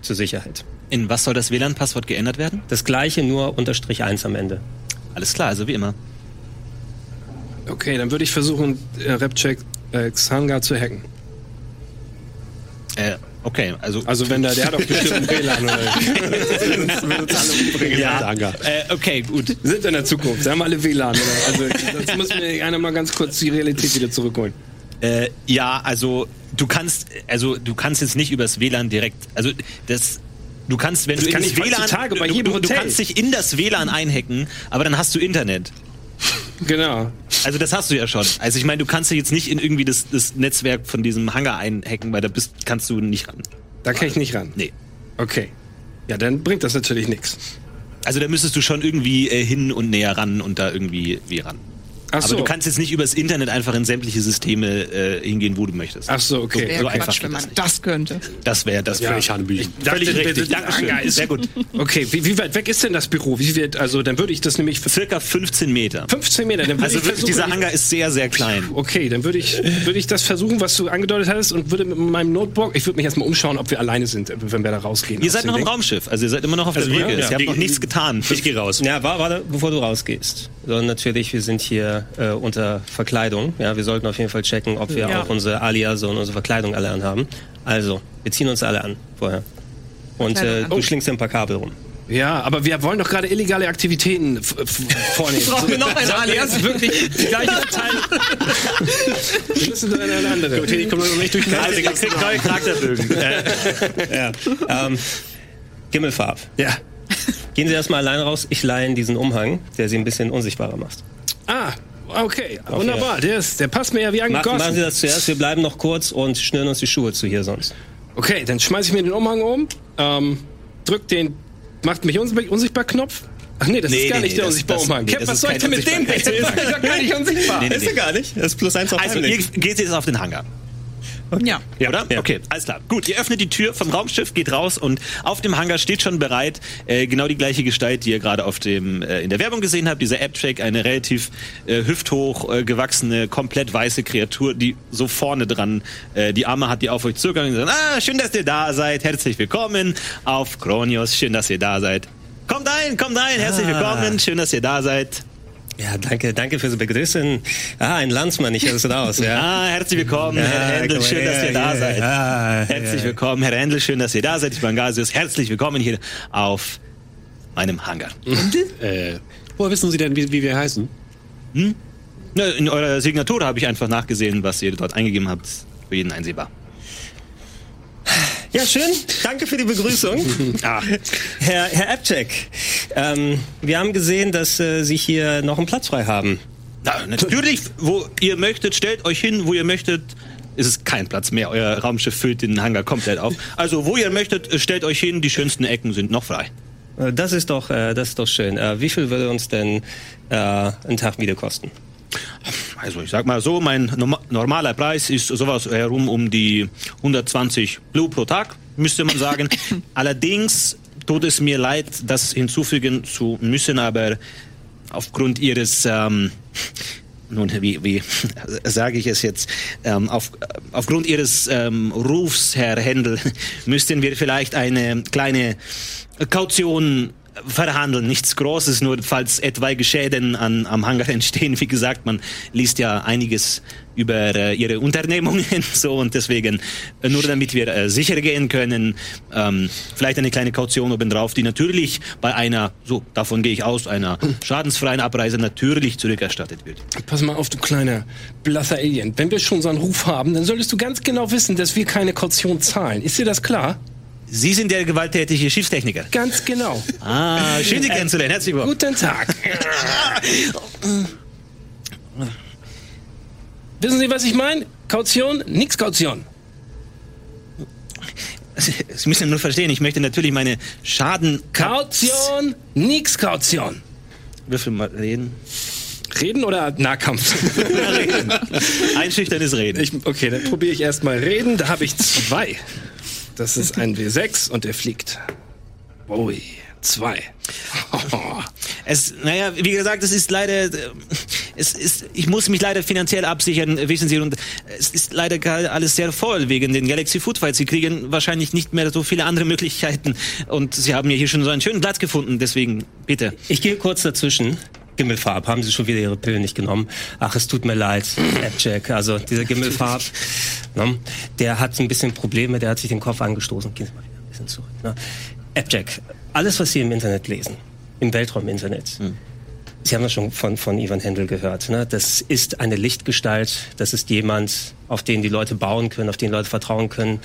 [SPEAKER 2] Zur Sicherheit.
[SPEAKER 1] In was soll das WLAN-Passwort geändert werden?
[SPEAKER 2] Das gleiche, nur unterstrich 1 am Ende.
[SPEAKER 1] Alles klar, also wie immer.
[SPEAKER 4] Okay, dann würde ich versuchen, äh, Repcheck äh, Xanga zu hacken.
[SPEAKER 1] Äh, okay, also.
[SPEAKER 4] Also wenn da, der hat doch bestimmt einen WLAN oder
[SPEAKER 5] ja.
[SPEAKER 1] Äh, okay, gut.
[SPEAKER 4] Wir sind in der Zukunft, da haben alle WLAN. Oder? Also jetzt muss mir einer mal ganz kurz die Realität wieder zurückholen.
[SPEAKER 1] Äh, ja, also du kannst, also du kannst jetzt nicht übers WLAN direkt, also das. Du kannst, wenn du
[SPEAKER 4] kann
[SPEAKER 1] ins
[SPEAKER 4] ich
[SPEAKER 1] WLAN,
[SPEAKER 4] heutzutage bei
[SPEAKER 1] du,
[SPEAKER 4] jedem
[SPEAKER 1] du, du
[SPEAKER 4] Hotel.
[SPEAKER 1] kannst dich in das WLAN einhacken, aber dann hast du Internet.
[SPEAKER 4] Genau.
[SPEAKER 1] Also das hast du ja schon. Also ich meine, du kannst dich jetzt nicht in irgendwie das, das Netzwerk von diesem Hangar einhacken, weil da bist, kannst du nicht ran.
[SPEAKER 4] Da kann ich nicht ran.
[SPEAKER 1] Nee.
[SPEAKER 4] Okay. Ja, dann bringt das natürlich nichts.
[SPEAKER 1] Also da müsstest du schon irgendwie äh, hin und näher ran und da irgendwie wie ran.
[SPEAKER 4] Ach
[SPEAKER 1] Aber du kannst jetzt nicht übers Internet einfach in sämtliche Systeme äh, hingehen, wo du möchtest.
[SPEAKER 4] Ach so, okay.
[SPEAKER 3] Wäre
[SPEAKER 1] so einfach
[SPEAKER 3] Quatsch,
[SPEAKER 1] geht
[SPEAKER 3] wenn
[SPEAKER 1] das
[SPEAKER 3] man das könnte.
[SPEAKER 1] Das wäre das
[SPEAKER 4] Ja.
[SPEAKER 1] wäre
[SPEAKER 5] Ich Hanebüchen.
[SPEAKER 1] völlig
[SPEAKER 4] dachte,
[SPEAKER 1] richtig.
[SPEAKER 4] das- das Hangar
[SPEAKER 1] Dankeschön.
[SPEAKER 4] ist-
[SPEAKER 1] Sehr gut.
[SPEAKER 4] Okay, wie, wie weit weg ist denn das Büro? Wie wird, also dann würde ich das nämlich für
[SPEAKER 1] Circa 15 Meter.
[SPEAKER 4] 15 Meter. Dann würde
[SPEAKER 1] Also
[SPEAKER 4] ich
[SPEAKER 1] wirklich,
[SPEAKER 4] versuchen-
[SPEAKER 1] dieser Hangar ist sehr, sehr klein.
[SPEAKER 4] Okay, dann würde ich, würde ich das versuchen, was du angedeutet hattest, und würde mit meinem Notebook, ich würde mich erstmal umschauen, ob wir alleine sind, äh, wenn wir da rausgehen.
[SPEAKER 1] Ihr
[SPEAKER 4] aus
[SPEAKER 1] seid
[SPEAKER 4] dem
[SPEAKER 1] noch im
[SPEAKER 4] Ding.
[SPEAKER 1] Raumschiff, also ihr seid immer noch auf der
[SPEAKER 2] Also wir-
[SPEAKER 1] Brücke.
[SPEAKER 2] ja.
[SPEAKER 1] Ihr habt noch nichts getan.
[SPEAKER 5] Ich gehe raus.
[SPEAKER 2] Ja, wa- warte, bevor du rausgehst. So, natürlich, wir sind hier äh, unter Verkleidung. Ja, wir sollten auf jeden Fall checken, ob wir
[SPEAKER 3] Ja.
[SPEAKER 2] auch unsere Alias und unsere Verkleidung alle anhaben. Also, wir ziehen uns alle an vorher. Und äh,
[SPEAKER 3] Verkleidung
[SPEAKER 2] du
[SPEAKER 3] an.
[SPEAKER 2] schlingst dir ein paar Kabel rum.
[SPEAKER 4] Ja, aber wir wollen doch gerade illegale Aktivitäten f- f- vornehmen.
[SPEAKER 3] Brauchen wir noch ein Alias?
[SPEAKER 4] wirklich die gleiche Datei. wir müssen dann eine andere.
[SPEAKER 5] Ich komme noch nicht durch den
[SPEAKER 1] Also ihr kriegt neue Charakterbögen. Äh,
[SPEAKER 2] Ähm, Gimmelfarb.
[SPEAKER 4] Ja.
[SPEAKER 2] Gehen Sie erstmal allein raus. Ich leihe Ihnen diesen Umhang, der Sie ein bisschen unsichtbarer macht.
[SPEAKER 4] Ah, okay. Wunderbar. Der, ist, der passt mir ja wie
[SPEAKER 2] Mach, machen Sie
[SPEAKER 4] angegossen.
[SPEAKER 2] das zuerst. Wir bleiben noch kurz und schnüren uns die Schuhe zu hier sonst.
[SPEAKER 4] Okay, dann schmeiß ich mir den Umhang um, ähm, drück den Macht mich unsichtbar, unsichtbar Knopf. Ach nee, das ist
[SPEAKER 1] Nee,
[SPEAKER 4] gar
[SPEAKER 1] nee,
[SPEAKER 4] nicht der
[SPEAKER 1] das-
[SPEAKER 4] unsichtbare
[SPEAKER 1] das-
[SPEAKER 4] Umhang.
[SPEAKER 1] nee,
[SPEAKER 4] Cap,
[SPEAKER 1] das
[SPEAKER 4] was
[SPEAKER 1] ist
[SPEAKER 4] soll ich denn
[SPEAKER 1] keine
[SPEAKER 4] mit dem? Das ist doch gar nicht unsichtbar.
[SPEAKER 1] Nee, nee,
[SPEAKER 2] Ist ja gar nicht. Das ist plus eins auf
[SPEAKER 1] also ihr geht jetzt auf den Hangar,
[SPEAKER 3] Ja.
[SPEAKER 1] oder?
[SPEAKER 2] Ja.
[SPEAKER 1] Okay, alles klar. Gut, ihr öffnet die Tür vom Raumschiff, geht raus und auf dem Hangar steht schon bereit äh, genau die gleiche Gestalt, die ihr gerade auf dem äh, in der Werbung gesehen habt. Dieser App-Check, eine relativ äh, hüfthoch äh, gewachsene, komplett weiße Kreatur, die so vorne dran äh, die Arme hat, die auf euch zugegangen sind. Ah, schön, dass ihr da seid. Herzlich willkommen auf Kronios. Schön, dass ihr da seid. Kommt ein, kommt ein. Herzlich willkommen. Schön, dass ihr da seid.
[SPEAKER 2] Ja, danke, danke fürs Begrüßen. Ah, ein Landsmann, ich höre es raus, ja.
[SPEAKER 1] Ah, herzlich willkommen, Herr Händel, schön, dass ihr da seid. Herzlich willkommen, Herr Händel, schön, dass ihr da seid. Ich bin Gasius, herzlich willkommen hier auf meinem Hangar.
[SPEAKER 5] Äh, woher wissen Sie denn, wie, wie wir heißen?
[SPEAKER 1] Ne, In eurer Signatur habe ich einfach nachgesehen, was ihr dort eingegeben habt. Ist Für jeden einsehbar.
[SPEAKER 2] Ja, schön. Danke für die Begrüßung.
[SPEAKER 1] Ah,
[SPEAKER 2] Herr, Herr Abcheck, ähm, wir haben gesehen, dass äh, Sie hier noch einen Platz frei haben.
[SPEAKER 1] na, natürlich, wo ihr möchtet, stellt euch hin, wo ihr möchtet. Es ist kein Platz mehr. Euer Raumschiff füllt den Hangar komplett auf. Also, wo ihr möchtet, stellt euch hin. Die schönsten Ecken sind noch frei.
[SPEAKER 2] Äh, Das ist doch, äh, das ist doch schön. Äh, wie viel würde uns denn äh, ein Tag Miete kosten?
[SPEAKER 1] Also ich sag mal so, mein norma- normaler Preis ist sowas herum um die 120 Blue pro Tag, müsste man sagen. Allerdings tut es mir leid, das hinzufügen zu müssen, aber aufgrund ihres ähm, nun, wie, wie sage ich es jetzt? Ähm, auf, aufgrund Ihres ähm, Rufs, Herr Händel, müssten wir vielleicht eine kleine Kaution verhandeln, nichts Großes, nur falls etwaige Schäden an, am Hangar entstehen. Wie gesagt, man liest ja einiges über äh, ihre Unternehmungen so und deswegen äh, nur damit wir äh, sicher gehen können, ähm, vielleicht eine kleine Kaution obendrauf, die natürlich bei einer, so davon gehe ich aus, einer schadensfreien Abreise natürlich zurückerstattet wird.
[SPEAKER 4] Pass mal auf, du kleiner blasser Alien. Wenn wir schon so einen Ruf haben, dann solltest du ganz genau wissen, dass wir keine Kaution zahlen. Ist dir das klar?
[SPEAKER 1] Sie sind der gewalttätige Schiffstechniker.
[SPEAKER 4] Ganz genau.
[SPEAKER 1] Ah, schön Sie kennenzulernen. Herzlich willkommen.
[SPEAKER 4] Guten Tag. Wissen Sie, was ich meine? Kaution, nix Kaution.
[SPEAKER 1] Sie müssen nur verstehen, ich möchte natürlich meine Schaden...
[SPEAKER 4] Kaution, nix Kaution.
[SPEAKER 1] Würfel mal reden.
[SPEAKER 4] Reden oder Nahkampf?
[SPEAKER 1] reden. Einschüchterndes Reden.
[SPEAKER 4] Ich, okay, dann probiere ich erstmal reden. Da habe ich zwei. Das ist ein W6 und der fliegt. Ui, zwei.
[SPEAKER 1] Es, naja, wie gesagt, es ist leider, äh, es ist, ich muss mich leider finanziell absichern, äh, wissen Sie, und es ist leider gerade alles sehr voll wegen den Galaxy Food Fights. Sie kriegen wahrscheinlich nicht mehr so viele andere Möglichkeiten und Sie haben ja hier schon so einen schönen Platz gefunden, deswegen bitte.
[SPEAKER 2] Ich gehe kurz dazwischen. Gimmelfarb, haben Sie schon wieder Ihre Pillen nicht genommen? Ach, es tut mir leid, Appjack. Also dieser Gimmelfarb, ne, der hat ein bisschen Probleme, der hat sich den Kopf angestoßen. Gehen Sie mal wieder ein bisschen zurück. Ne? Appjack, alles, was Sie im Internet lesen, im Weltraum-Internet, Sie haben das schon von, von Ivan Händel gehört. Ne? Das ist eine Lichtgestalt, das ist jemand, auf den die Leute bauen können, auf den Leute vertrauen können.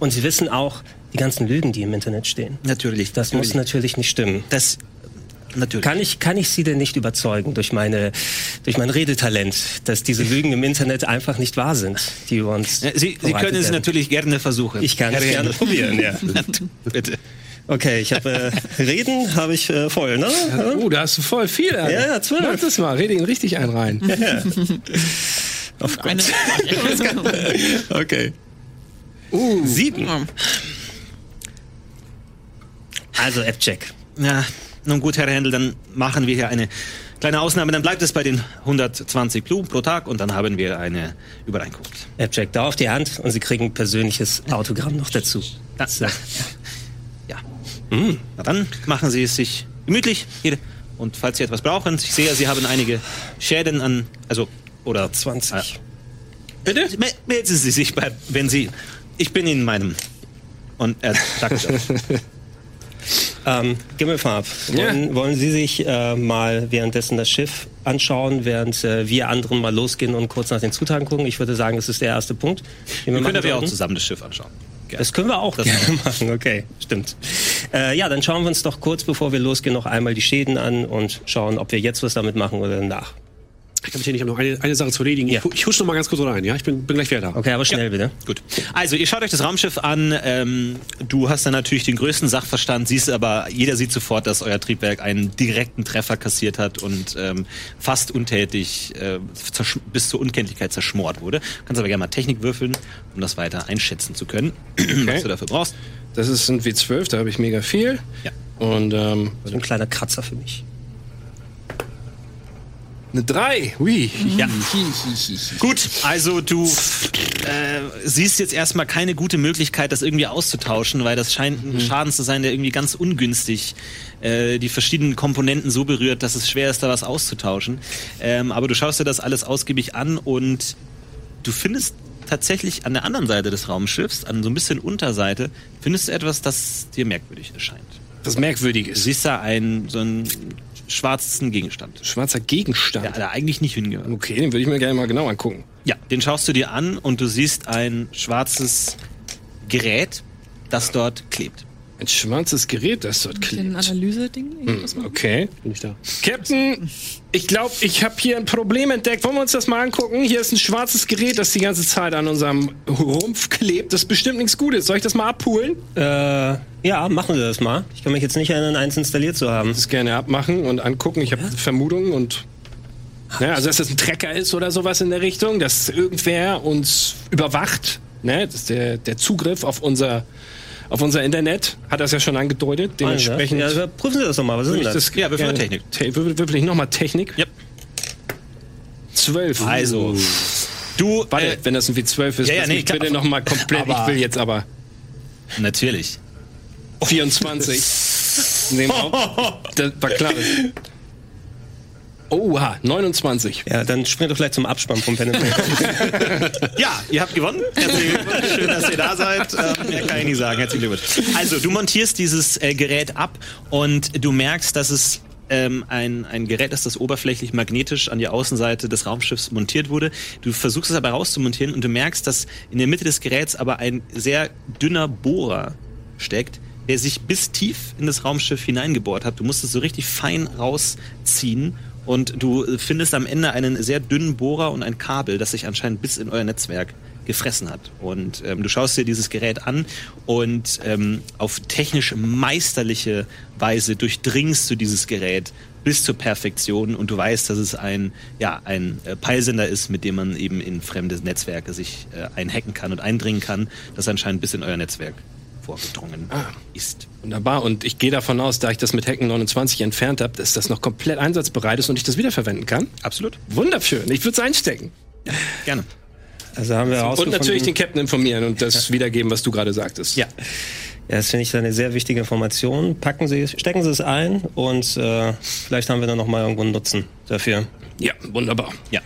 [SPEAKER 2] Und Sie wissen auch, die ganzen Lügen, die im Internet stehen.
[SPEAKER 1] Natürlich,
[SPEAKER 2] Das muss natürlich nicht stimmen.
[SPEAKER 1] das natürlich.
[SPEAKER 2] Kann ich, kann ich Sie denn nicht überzeugen durch, meine, durch mein Redetalent, dass diese Lügen im Internet einfach nicht wahr sind, die über uns.
[SPEAKER 1] Ja, Äh, Sie, Sie können es natürlich gerne versuchen.
[SPEAKER 2] Ich kann es
[SPEAKER 1] Herr
[SPEAKER 2] gerne
[SPEAKER 1] Händel.
[SPEAKER 2] probieren, ja.
[SPEAKER 1] Bitte.
[SPEAKER 2] Okay, ich habe äh, Reden habe ich äh, voll, ne?
[SPEAKER 4] Oh, da hast du voll viel. Alter.
[SPEAKER 2] Ja, ja, zwölf.
[SPEAKER 5] Hm.
[SPEAKER 4] Mach das mal, rede ihn richtig ein rein.
[SPEAKER 2] Auf Gott.
[SPEAKER 3] Eine,
[SPEAKER 2] Okay. Sieben. Also App-Check.
[SPEAKER 1] Ja, nun gut, Herr Händel, dann machen wir hier eine kleine Ausnahme. Dann bleibt es bei den 120 Blumen pro Tag und dann haben wir eine Übereinkunft.
[SPEAKER 2] App-Check, da auf die Hand und Sie kriegen ein persönliches Autogramm noch dazu.
[SPEAKER 1] Das, ja. ja.
[SPEAKER 2] Hm.
[SPEAKER 1] Na dann machen Sie es sich gemütlich hier. Und falls Sie etwas brauchen, ich sehe, Sie haben einige Schäden an, also, oder...
[SPEAKER 2] 20.
[SPEAKER 1] Bitte? Me- Melden Sie sich, bei, wenn Sie... Ich bin in meinem... Und äh, er sagt das.
[SPEAKER 2] Ähm, Gimmelfarb,
[SPEAKER 4] Ja.
[SPEAKER 2] wollen, wollen Sie sich äh, mal währenddessen das Schiff anschauen, während äh, wir anderen mal losgehen und kurz nach den Zutaten gucken? Ich würde sagen, das ist der erste Punkt. Den wir machen
[SPEAKER 1] Können wir auch
[SPEAKER 2] sollten.
[SPEAKER 1] zusammen das Schiff anschauen. Gerne.
[SPEAKER 2] Das können wir auch gerne machen, okay, stimmt. Äh, ja, dann schauen wir uns doch kurz, bevor wir losgehen, noch einmal die Schäden an und schauen, ob wir jetzt was damit machen oder danach.
[SPEAKER 5] Ich kann mich hier nicht, ich habe noch eine, eine Sache zu erledigen.
[SPEAKER 2] Ja.
[SPEAKER 5] Ich, hu- ich husche noch mal ganz kurz rein, ja? Ich bin, bin gleich wieder da.
[SPEAKER 2] Okay, aber schnell bitte.
[SPEAKER 1] Gut. Also, ihr schaut euch das Raumschiff an. Ähm, du hast dann natürlich den größten Sachverstand, siehst aber, jeder sieht sofort, dass euer Triebwerk einen direkten Treffer kassiert hat und ähm, fast untätig äh, zersch- bis zur Unkenntlichkeit zerschmort wurde. Kannst aber gerne mal Technik würfeln, um das weiter einschätzen zu können, was du dafür brauchst.
[SPEAKER 4] Das ist ein W12, da habe ich mega viel.
[SPEAKER 1] Ja.
[SPEAKER 4] Und ähm,
[SPEAKER 2] So ein kleiner Kratzer für mich.
[SPEAKER 4] eine 3. Ui.
[SPEAKER 1] Ja. Gut, also du äh, siehst jetzt erstmal keine gute Möglichkeit, das irgendwie auszutauschen, weil das scheint ein Schaden zu sein, der irgendwie ganz ungünstig äh, die verschiedenen Komponenten so berührt, dass es schwer ist, da was auszutauschen. Ähm, aber du schaust dir das alles ausgiebig an und du findest tatsächlich an der anderen Seite des Raumschiffs, an so ein bisschen Unterseite, findest du etwas, das dir merkwürdig erscheint.
[SPEAKER 4] Was merkwürdig
[SPEAKER 1] Du
[SPEAKER 4] ist.
[SPEAKER 1] siehst da einen, so einen schwarzen Gegenstand,
[SPEAKER 4] Schwarzer Gegenstand.
[SPEAKER 1] der da eigentlich nicht hingehört.
[SPEAKER 4] Okay, den würde ich mir gerne mal genau angucken.
[SPEAKER 1] Ja, den schaust du dir an und du siehst ein schwarzes Gerät, das dort klebt.
[SPEAKER 4] Ein schwarzes Gerät, das dort
[SPEAKER 3] ein
[SPEAKER 4] klebt.
[SPEAKER 3] Analyse-Ding?
[SPEAKER 2] Hm.
[SPEAKER 3] irgendwas machen?
[SPEAKER 4] Okay.
[SPEAKER 5] Bin ich da.
[SPEAKER 4] Captain, ich glaube, ich habe hier ein Problem entdeckt. Wollen wir uns das mal angucken? Hier ist ein schwarzes Gerät, das die ganze Zeit an unserem Rumpf klebt. Das ist bestimmt nichts Gutes. Soll ich das mal abholen?
[SPEAKER 2] Äh, ja, machen Sie das mal. Ich kann mich jetzt nicht erinnern, eins installiert zu haben.
[SPEAKER 4] Das gerne abmachen und angucken. Ich habe Vermutungen und. Ne, also, dass das ein Trecker ist oder sowas in der Richtung, dass irgendwer uns überwacht. Ne, dass der, der Zugriff auf unser, auf unser Internet hat das ja schon angedeutet.
[SPEAKER 1] Ah,
[SPEAKER 4] Dementsprechend.
[SPEAKER 2] Ja, also prüfen Sie das doch mal. Was ist denn
[SPEAKER 4] Würde ich
[SPEAKER 2] das?
[SPEAKER 4] das
[SPEAKER 1] Ja, wir führen
[SPEAKER 4] gerne-
[SPEAKER 1] Technik.
[SPEAKER 4] Te wir- wirklich nochmal Technik?
[SPEAKER 1] Yep.
[SPEAKER 4] 12.
[SPEAKER 1] Also, du.
[SPEAKER 4] Warte,
[SPEAKER 1] Äh,
[SPEAKER 4] wenn das ein W12 ist,
[SPEAKER 1] ja, ja,
[SPEAKER 4] lass
[SPEAKER 1] nee,
[SPEAKER 4] mich
[SPEAKER 1] klar.
[SPEAKER 4] bitte nochmal komplett.
[SPEAKER 1] Aber- Oh.
[SPEAKER 4] ich will jetzt aber
[SPEAKER 1] natürlich.
[SPEAKER 4] 24. in dem Raum. Das war klar. dass- Oha, 29.
[SPEAKER 2] Ja, dann spring doch gleich zum Abspann vom Pen and Paper.
[SPEAKER 1] Ja, ihr habt gewonnen. Herzlichen Glückwunsch. Schön, dass ihr da seid. Ähm, mehr kann ich nicht sagen. Herzlichen Glückwunsch. Also, du montierst dieses äh, Gerät ab und du merkst, dass es ähm, ein, ein Gerät ist, das oberflächlich magnetisch an die Außenseite des Raumschiffs montiert wurde. Du versuchst es aber rauszumontieren und du merkst, dass in der Mitte des Geräts aber ein sehr dünner Bohrer steckt, der sich bis tief in das Raumschiff hineingebohrt hat. Du musst es so richtig fein rausziehen und du findest am Ende einen sehr dünnen Bohrer und ein Kabel, das sich anscheinend bis in euer Netzwerk gefressen hat. Und ähm, du schaust dir dieses Gerät an und ähm, auf technisch meisterliche Weise durchdringst du dieses Gerät bis zur Perfektion und du weißt, dass es ein, ja, ein äh, Peilsender ist, mit dem man eben in fremde Netzwerke sich äh, einhacken kann und eindringen kann, das anscheinend bis in euer Netzwerk vorgedrungen
[SPEAKER 4] Ah.
[SPEAKER 1] ist.
[SPEAKER 4] Wunderbar. Und ich gehe davon aus, da ich das mit Hacken 29 entfernt habe, dass das noch komplett einsatzbereit ist und ich das wiederverwenden kann.
[SPEAKER 1] Absolut.
[SPEAKER 4] Wunderschön. Ich würde es einstecken.
[SPEAKER 1] Gerne.
[SPEAKER 2] Also haben wir
[SPEAKER 4] Und
[SPEAKER 2] herausgefunden.
[SPEAKER 4] natürlich den Captain informieren und das wiedergeben, was du gerade sagtest.
[SPEAKER 1] Ja.
[SPEAKER 2] Ja, das finde ich eine sehr wichtige Information. Packen Sie, stecken Sie es ein und äh, vielleicht haben wir dann noch mal irgendwo einen Nutzen dafür.
[SPEAKER 4] Ja, wunderbar.
[SPEAKER 1] Ja.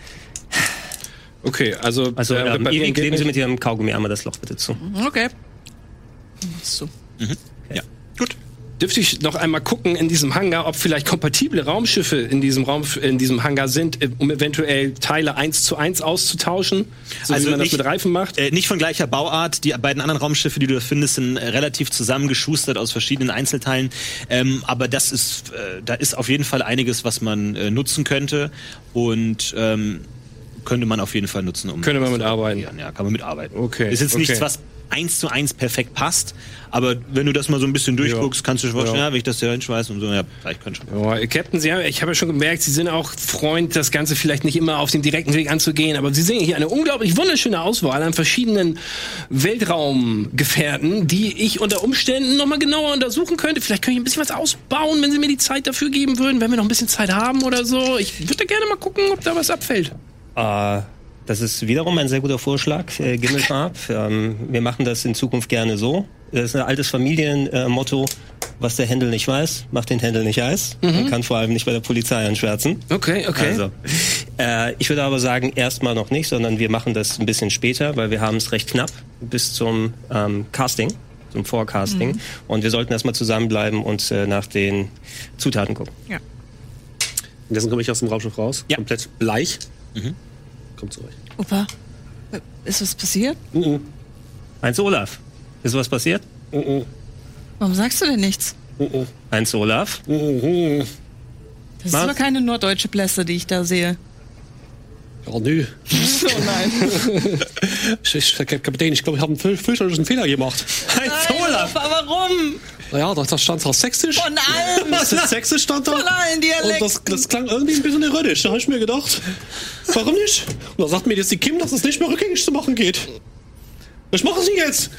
[SPEAKER 4] Okay, also,
[SPEAKER 2] Also
[SPEAKER 4] äh,
[SPEAKER 2] ähm,
[SPEAKER 4] bei mir
[SPEAKER 2] Erik,
[SPEAKER 4] geht
[SPEAKER 2] kleben Sie mit
[SPEAKER 4] nicht-
[SPEAKER 2] Ihrem Kaugummi einmal das Loch bitte zu.
[SPEAKER 3] Okay. So.
[SPEAKER 1] Ja. Gut.
[SPEAKER 4] dürfte ich noch einmal gucken in diesem Hangar, ob vielleicht kompatible Raumschiffe in diesem Raum in diesem Hangar sind, äh, um eventuell Teile eins zu eins auszutauschen, so also wie man das mit Reifen macht.
[SPEAKER 1] Äh, nicht von gleicher Bauart. Die beiden anderen Raumschiffe, die du da findest, sind äh, relativ zusammengeschustert aus verschiedenen Einzelteilen. Ähm, aber das ist, äh, da ist auf jeden Fall einiges, was man äh, nutzen könnte und ähm, könnte man auf jeden Fall nutzen, um
[SPEAKER 4] Könnte man mitarbeiten.
[SPEAKER 1] ja, kann man mitarbeiten.
[SPEAKER 4] Okay,
[SPEAKER 1] Ist jetzt
[SPEAKER 4] okay.
[SPEAKER 1] nichts, was eins zu eins perfekt passt, aber wenn du das mal so ein bisschen durchguckst,
[SPEAKER 4] Ja.
[SPEAKER 1] kannst du schon vorstellen,
[SPEAKER 4] Ja.
[SPEAKER 1] ja. wenn ich das hier hinschmeiße und so, ja, vielleicht kann schon.
[SPEAKER 4] Ja, Captain, Sie haben, ich habe ja schon gemerkt, Sie sind auch Freund, das Ganze vielleicht nicht immer auf dem direkten Weg anzugehen, aber Sie sehen hier eine unglaublich wunderschöne Auswahl an verschiedenen Weltraumgefährten, die ich unter Umständen nochmal genauer untersuchen könnte. Vielleicht könnte ich ein bisschen was ausbauen, wenn Sie mir die Zeit dafür geben würden, wenn wir noch ein bisschen Zeit haben oder so. Ich würde da gerne mal gucken, ob da was abfällt.
[SPEAKER 2] Äh, das ist wiederum ein sehr guter Vorschlag. Äh, gib mir mal ab. Ähm, wir machen das in Zukunft gerne so. Das ist ein altes Familienmotto. Äh, Motto. was der Händel nicht weiß, macht den Händel nicht heiß. Man kann vor allem nicht bei der Polizei anschwärzen.
[SPEAKER 4] Okay, Mhm. okay.
[SPEAKER 2] Also, äh, ich würde aber sagen, erstmal noch nicht, sondern wir machen das ein bisschen später, weil wir haben es recht knapp bis zum ähm, Casting, zum Forecasting.
[SPEAKER 4] Mhm.
[SPEAKER 2] Und wir sollten erstmal zusammenbleiben und äh, nach den Zutaten gucken.
[SPEAKER 3] Ja.
[SPEAKER 5] Dessen komme ich aus dem Raumschiff raus.
[SPEAKER 1] Ja.
[SPEAKER 5] Komplett bleich.
[SPEAKER 4] Mhm.
[SPEAKER 5] Kommt zu euch.
[SPEAKER 3] Opa, äh, ist was passiert?
[SPEAKER 2] Eins Olaf. Ist was passiert?
[SPEAKER 3] Warum sagst du denn nichts?
[SPEAKER 2] Eins Olaf.
[SPEAKER 3] Das ist
[SPEAKER 2] Was?
[SPEAKER 3] aber keine norddeutsche Blässe, die ich da sehe.
[SPEAKER 5] Oh, nö.
[SPEAKER 3] Oh nein.
[SPEAKER 5] Ich, ich, Kapitän, ich glaube, ich habe einen fü- fürchterlichen Fehler gemacht.
[SPEAKER 2] Eins Olaf.
[SPEAKER 3] Opa, warum?
[SPEAKER 5] Naja, da, da stand zwar sächsisch.
[SPEAKER 4] Oh
[SPEAKER 3] Von allem.
[SPEAKER 5] sächsisch stand da.
[SPEAKER 3] Von allen Dialekten.
[SPEAKER 5] Und das, das klang irgendwie ein bisschen ironisch. Da habe ich mir gedacht, warum nicht? Und da sagt mir jetzt die Kim, dass es nicht mehr rückgängig zu machen geht. Ich mache es nicht jetzt.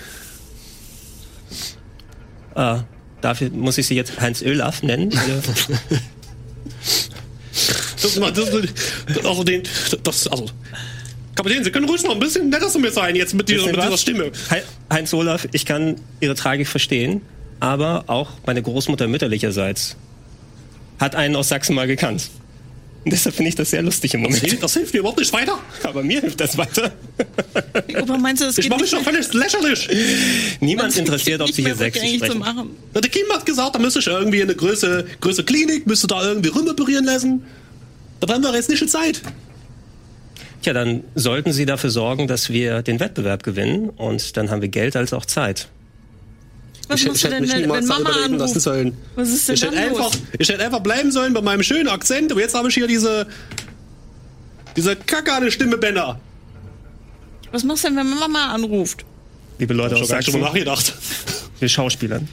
[SPEAKER 2] Äh, dafür muss ich sie jetzt Heinz Olaf nennen. Oder?
[SPEAKER 5] Das, das, das, also den, das, also. Kapitän, Sie können ruhig noch ein bisschen netter zu mir sein jetzt mit dieser, mit
[SPEAKER 2] Wisst ihr
[SPEAKER 5] dieser
[SPEAKER 2] was?
[SPEAKER 5] Stimme.
[SPEAKER 2] Hei- Heinz Olaf, ich kann Ihre Tragik verstehen, aber auch meine Großmutter mütterlicherseits hat einen aus Sachsen mal gekannt. Und deshalb finde ich das sehr lustig im Moment.
[SPEAKER 5] Das hilft mir überhaupt nicht weiter.
[SPEAKER 2] Aber mir hilft das weiter.
[SPEAKER 3] Opa, meinst du, das
[SPEAKER 5] Ich
[SPEAKER 3] geht
[SPEAKER 5] mache mich
[SPEAKER 3] nicht
[SPEAKER 5] doch völlig lächerlich.
[SPEAKER 2] Niemand interessiert, ob
[SPEAKER 3] nicht
[SPEAKER 2] Sie hier
[SPEAKER 3] mehr
[SPEAKER 2] sächsisch
[SPEAKER 3] rückgängig zu
[SPEAKER 2] sprechen.
[SPEAKER 3] machen?
[SPEAKER 5] Na, Der Kim hat gesagt, da müsste ich irgendwie in eine größere, größere Klinik, müsste da irgendwie rumoperieren lassen. Da haben wir jetzt nicht die Zeit.
[SPEAKER 2] Tja, dann sollten Sie dafür sorgen, dass wir den Wettbewerb gewinnen und dann haben wir Geld als auch Zeit.
[SPEAKER 3] Was machst du denn, wenn, wenn Mama anruft?
[SPEAKER 5] sollen.
[SPEAKER 3] Was ist denn
[SPEAKER 5] ich hätte,
[SPEAKER 3] dann los?
[SPEAKER 5] einfach, ich hätte einfach bleiben sollen bei meinem schönen Akzent, aber jetzt habe ich hier diese. Diese Kacke an der Stimme, Bänder.
[SPEAKER 3] Was machst du denn, wenn Mama anruft?
[SPEAKER 2] Liebe Leute aus
[SPEAKER 5] Ich habe schon
[SPEAKER 2] Sachsen,
[SPEAKER 5] mal nachgedacht.
[SPEAKER 2] wir Schauspielern.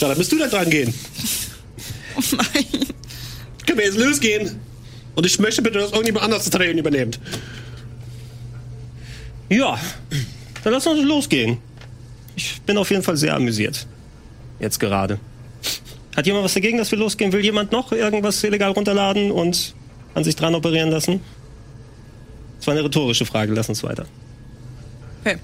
[SPEAKER 5] Ja, da müsst du dann dran gehen.
[SPEAKER 3] Oh nein.
[SPEAKER 5] Können wir jetzt losgehen? Und ich möchte bitte, dass irgendjemand anders das Training übernimmt.
[SPEAKER 2] Ja, dann lass uns losgehen. Ich bin auf jeden Fall sehr amüsiert. Jetzt gerade. Hat jemand was dagegen, dass wir losgehen? Will jemand noch irgendwas illegal runterladen und an sich dran operieren lassen? Das war eine rhetorische Frage, lass uns weiter.
[SPEAKER 3] Okay.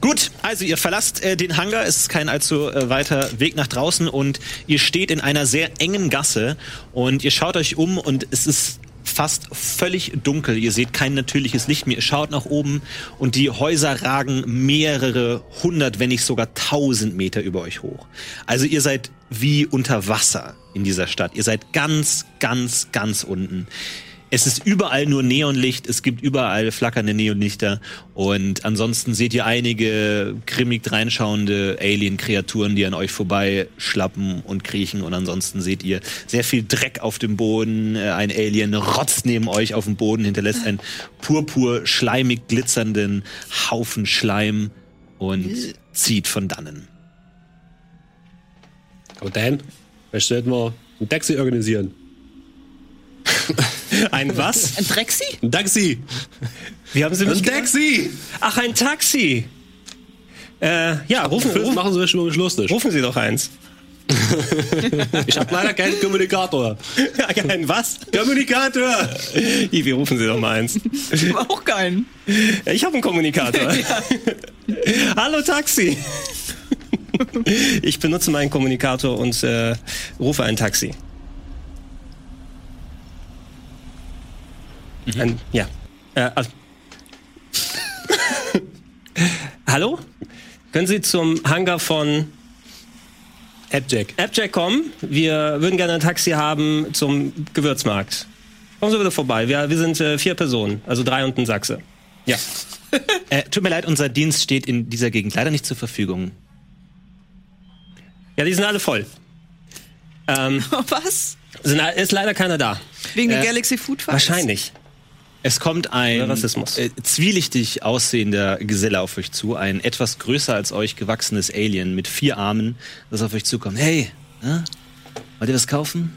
[SPEAKER 1] Gut, Also ihr verlasst äh, den Hangar, es ist kein allzu äh, weiter Weg nach draußen und ihr steht in einer sehr engen Gasse und ihr schaut euch um und es ist fast völlig dunkel. Ihr seht kein natürliches Licht mehr. Ihr schaut nach oben und die Häuser ragen mehrere hundert, wenn nicht sogar tausend Meter über euch hoch. Also ihr seid wie unter Wasser in dieser Stadt. Ihr seid ganz, ganz, ganz unten. Es ist überall nur Neonlicht, es gibt überall flackernde Neonlichter und ansonsten seht ihr einige grimmig reinschauende Alien-Kreaturen, die an euch vorbei schlappen und kriechen und ansonsten seht ihr sehr viel Dreck auf dem Boden, Äh, ein Alien rotzt neben euch auf dem Boden, hinterlässt einen purpur schleimig glitzernden Haufen Schleim und zieht von dannen.
[SPEAKER 5] Aber Dan, vielleicht sollten wir ein Taxi organisieren.
[SPEAKER 1] Ein was?
[SPEAKER 3] Ein Drexi?
[SPEAKER 5] Ein Taxi!
[SPEAKER 6] Wie haben Sie mich
[SPEAKER 5] Ein
[SPEAKER 6] genannt?
[SPEAKER 5] Taxi!
[SPEAKER 6] Ach, ein Taxi. Äh, ja, rufen,
[SPEAKER 5] Fünf
[SPEAKER 6] rufen,
[SPEAKER 5] machen sie schon mal Schluss nicht.
[SPEAKER 6] rufen Sie doch eins.
[SPEAKER 5] Ich habe leider keinen Kommunikator.
[SPEAKER 6] Ja, ein was?
[SPEAKER 5] Kommunikator!
[SPEAKER 6] Ivi, rufen Sie doch mal eins.
[SPEAKER 3] Ich hab auch keinen.
[SPEAKER 6] Ich habe einen Kommunikator. Hallo Taxi.
[SPEAKER 2] Ich benutze meinen Kommunikator und äh, rufe ein Taxi. Ein, ja. Äh, also. Hallo? Können Sie zum Hangar von
[SPEAKER 5] Appjack.
[SPEAKER 2] Appjack kommen? Wir würden gerne ein Taxi haben zum Gewürzmarkt. Kommen Sie bitte vorbei. Wir, wir sind äh, vier Personen, also drei und ein Sachse.
[SPEAKER 1] Ja. äh, tut mir leid, unser Dienst steht in dieser Gegend leider nicht zur Verfügung.
[SPEAKER 2] Ja, die sind alle voll. Ähm,
[SPEAKER 3] Was?
[SPEAKER 2] sind, ist leider keiner da.
[SPEAKER 3] Wegen der
[SPEAKER 1] Äh,
[SPEAKER 3] Galaxy Food Fight?
[SPEAKER 2] Wahrscheinlich.
[SPEAKER 1] Es kommt ein
[SPEAKER 2] Oder Rassismus.
[SPEAKER 1] Äh, zwielichtig aussehender Geselle auf euch zu, ein etwas größer als euch gewachsenes Alien mit vier Armen, das auf euch zukommt. Hey, na? wollt ihr was kaufen?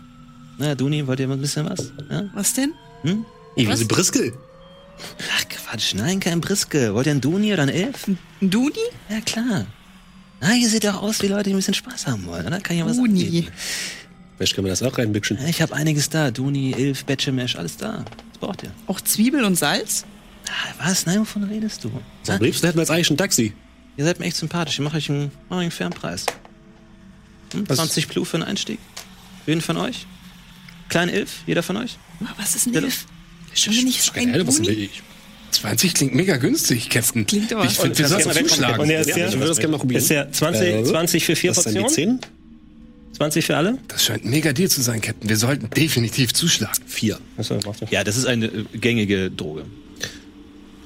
[SPEAKER 1] Na, Duni, wollt ihr mal ein bisschen was? Ja?
[SPEAKER 3] Was denn?
[SPEAKER 5] Diese Briskel.
[SPEAKER 1] Ach Quatsch, nein, kein Briske. Wollt ihr einen Duni oder einen Elf?
[SPEAKER 3] Ein Duni?
[SPEAKER 1] Ja klar. Na, ihr seht doch aus wie Leute, die ein bisschen Spaß haben wollen, oder? Kann ich ja was
[SPEAKER 3] Duni.
[SPEAKER 1] anbieten.
[SPEAKER 5] Vielleicht können wir das auch reinbitschen.
[SPEAKER 1] Ja, Ich habe einiges da. Duni, Elf, Batchemesh, alles da. Was braucht ihr?
[SPEAKER 3] Auch Zwiebel und Salz?
[SPEAKER 1] Ah, was? Nein, wovon redest du? Na,
[SPEAKER 5] Am liebsten hätten wir jetzt eigentlich ein Taxi.
[SPEAKER 1] Ihr seid mir echt sympathisch. Ich mache euch einen, mach euch einen fairen Preis. Hm? 20 Plu für den Einstieg. Für jeden von euch. Klein Ilf, jeder von euch.
[SPEAKER 3] Ah, Was ist ein Elf? Schon bin ich ein
[SPEAKER 5] Keine Ahnung, was denn
[SPEAKER 3] Duni?
[SPEAKER 5] ich?
[SPEAKER 7] 20 klingt mega günstig, Captain.
[SPEAKER 3] Klingt aber-
[SPEAKER 7] Ich finde, wir sollten zuschlagen.
[SPEAKER 2] Und er ist
[SPEAKER 5] Ja, ich
[SPEAKER 2] hier.
[SPEAKER 5] würde das gerne mal probieren.
[SPEAKER 2] Ist ja 20 20 für vier
[SPEAKER 5] Äh, was ist denn die
[SPEAKER 2] Portionen?
[SPEAKER 5] 10?
[SPEAKER 2] 20 für alle?
[SPEAKER 7] Das scheint ein mega Deal zu sein, Captain. Wir sollten definitiv zuschlagen.
[SPEAKER 5] 4.
[SPEAKER 2] Achso, braucht ihr.
[SPEAKER 1] Ja, das ist eine äh, gängige Droge. Äh,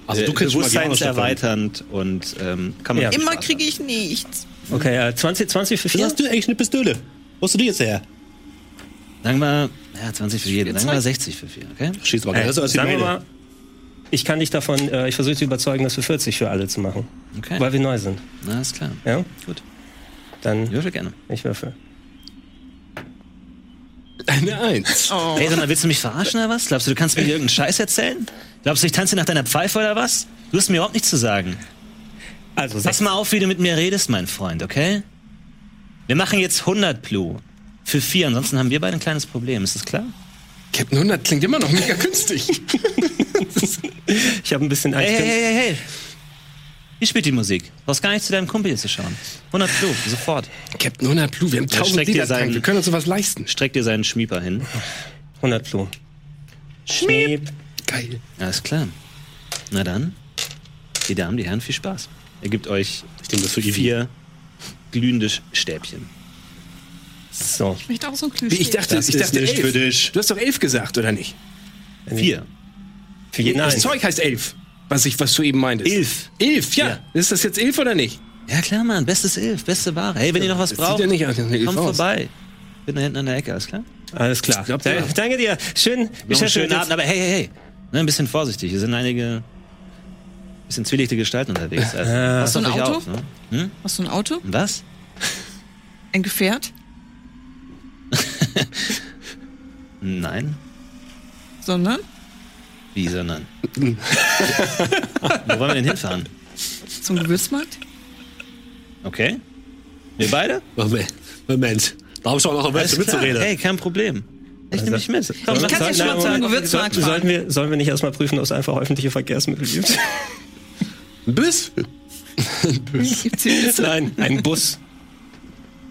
[SPEAKER 5] Also du kennst schon mal die andere Stadt.
[SPEAKER 1] Bewusstseinserweiternd und ähm, kann man.
[SPEAKER 2] Ja.
[SPEAKER 3] Immer kriege ich nichts.
[SPEAKER 2] Okay, äh, 20, 20 für
[SPEAKER 5] Was
[SPEAKER 2] vier?
[SPEAKER 5] hast du eigentlich eine Pistole? Wo hast du die jetzt her?
[SPEAKER 1] Sagen wir, ja, 20 für jeden. Sagen wir
[SPEAKER 3] Zeug.
[SPEAKER 1] 60 für vier, okay?
[SPEAKER 5] Schieß mal.
[SPEAKER 2] Äh,
[SPEAKER 5] Das ist
[SPEAKER 2] sagen wir mal, ich kann dich davon, äh, ich versuche zu überzeugen, dass wir 40 für alle zu machen.
[SPEAKER 1] Okay.
[SPEAKER 2] Weil wir neu sind.
[SPEAKER 1] Na, ist klar.
[SPEAKER 2] Ja?
[SPEAKER 1] Gut.
[SPEAKER 2] Dann,
[SPEAKER 1] Würfel gerne.
[SPEAKER 2] ich würfel.
[SPEAKER 7] Eine Eins.
[SPEAKER 3] Oh.
[SPEAKER 1] Ey, sondern willst du mich verarschen oder was? Glaubst du, du kannst mir hier irgendeinen Scheiß erzählen? Glaubst du, ich tanze nach deiner Pfeife oder was? Du hast mir überhaupt nichts zu sagen.
[SPEAKER 2] Also,
[SPEAKER 1] Pass mal auf, wie du mit mir redest, mein Freund, okay? Wir machen jetzt 100 Blue. Für vier, ansonsten haben wir beide ein kleines Problem, ist das klar?
[SPEAKER 7] Captain 100 klingt immer noch mega günstig.
[SPEAKER 2] ich habe ein bisschen Angst.
[SPEAKER 1] Hey, hey, hey, hey, hey. Hier spielt die Musik. Du brauchst gar nicht zu deinem Kumpel jetzt zu schauen. 100 Blue, sofort.
[SPEAKER 7] Captain 100 Blue, wir haben 1000
[SPEAKER 1] steckt dir
[SPEAKER 7] Liter
[SPEAKER 1] sein-
[SPEAKER 7] Tank. Wir können uns sowas leisten.
[SPEAKER 1] Streck dir seinen Schmieper hin.
[SPEAKER 2] 100 Blumen. Schmieb.
[SPEAKER 7] Geil.
[SPEAKER 1] Alles klar. Na dann, die Damen, die Herren, viel Spaß. Er gibt euch
[SPEAKER 5] Ich nehme das für Ivy.
[SPEAKER 1] vier glühende Stäbchen.
[SPEAKER 2] So.
[SPEAKER 3] Ich möchte auch so ein
[SPEAKER 7] Wie, ich
[SPEAKER 3] Klischee.
[SPEAKER 7] dachte,
[SPEAKER 5] Das
[SPEAKER 7] ich
[SPEAKER 5] ist
[SPEAKER 7] dachte
[SPEAKER 5] nicht
[SPEAKER 7] elf.
[SPEAKER 5] für dich.
[SPEAKER 7] Du hast doch elf gesagt, oder nicht?
[SPEAKER 1] Vier.
[SPEAKER 2] Für jeden
[SPEAKER 7] Das
[SPEAKER 2] einen.
[SPEAKER 7] Zeug heißt elf. Was, ich, was du eben meintest.
[SPEAKER 1] Elf.
[SPEAKER 7] Elf, ja.
[SPEAKER 1] Ja.
[SPEAKER 7] Ist das jetzt elf oder nicht?
[SPEAKER 1] Ja klar, Mann, bestes Ilf, beste Ware. Hey, wenn ihr noch was
[SPEAKER 7] Das
[SPEAKER 1] braucht,
[SPEAKER 7] sieht ja nicht aus nach einer Elf
[SPEAKER 1] kommt
[SPEAKER 7] aus.
[SPEAKER 1] vorbei. Bin da hinten an der Ecke, alles klar?
[SPEAKER 2] Alles klar.
[SPEAKER 7] glaub,
[SPEAKER 2] Da-
[SPEAKER 7] ja.
[SPEAKER 2] Danke dir. Schön.
[SPEAKER 1] Noch einen schönen
[SPEAKER 2] mit dir
[SPEAKER 1] Abend, aber hey, hey, hey. Ne, ein bisschen vorsichtig. Hier sind einige bisschen zwielichtige Gestalten unterwegs. Also, passt
[SPEAKER 3] Äh, Hast du
[SPEAKER 1] auf
[SPEAKER 3] ein
[SPEAKER 1] euch
[SPEAKER 3] Auto?
[SPEAKER 1] auf. Ne?
[SPEAKER 3] Hast du ein Auto?
[SPEAKER 1] Und was?
[SPEAKER 3] Ein Gefährt?
[SPEAKER 1] Nein.
[SPEAKER 3] Sondern?
[SPEAKER 1] Wie, sondern? Wo wollen wir denn hinfahren?
[SPEAKER 3] Zum Gewürzmarkt?
[SPEAKER 1] Okay. Wir beide?
[SPEAKER 5] Moment. Moment. Da habe ich auch noch ein bisschen
[SPEAKER 1] klar.
[SPEAKER 5] mitzureden.
[SPEAKER 1] Hey, kein Problem. Ich nehme dich mit. Komm,
[SPEAKER 3] Also,
[SPEAKER 1] lass
[SPEAKER 3] Ich kann
[SPEAKER 1] uns-
[SPEAKER 3] dich schon mal
[SPEAKER 1] Nein,
[SPEAKER 3] zum
[SPEAKER 1] Moment.
[SPEAKER 3] Gewürzmarkt fahren.
[SPEAKER 2] Sollten wir, sollen wir nicht erstmal prüfen, ob es einfach öffentliche Verkehrsmittel gibt?
[SPEAKER 5] Bis?
[SPEAKER 3] Gibt's hier jetzt?
[SPEAKER 2] Nein, ein Bus.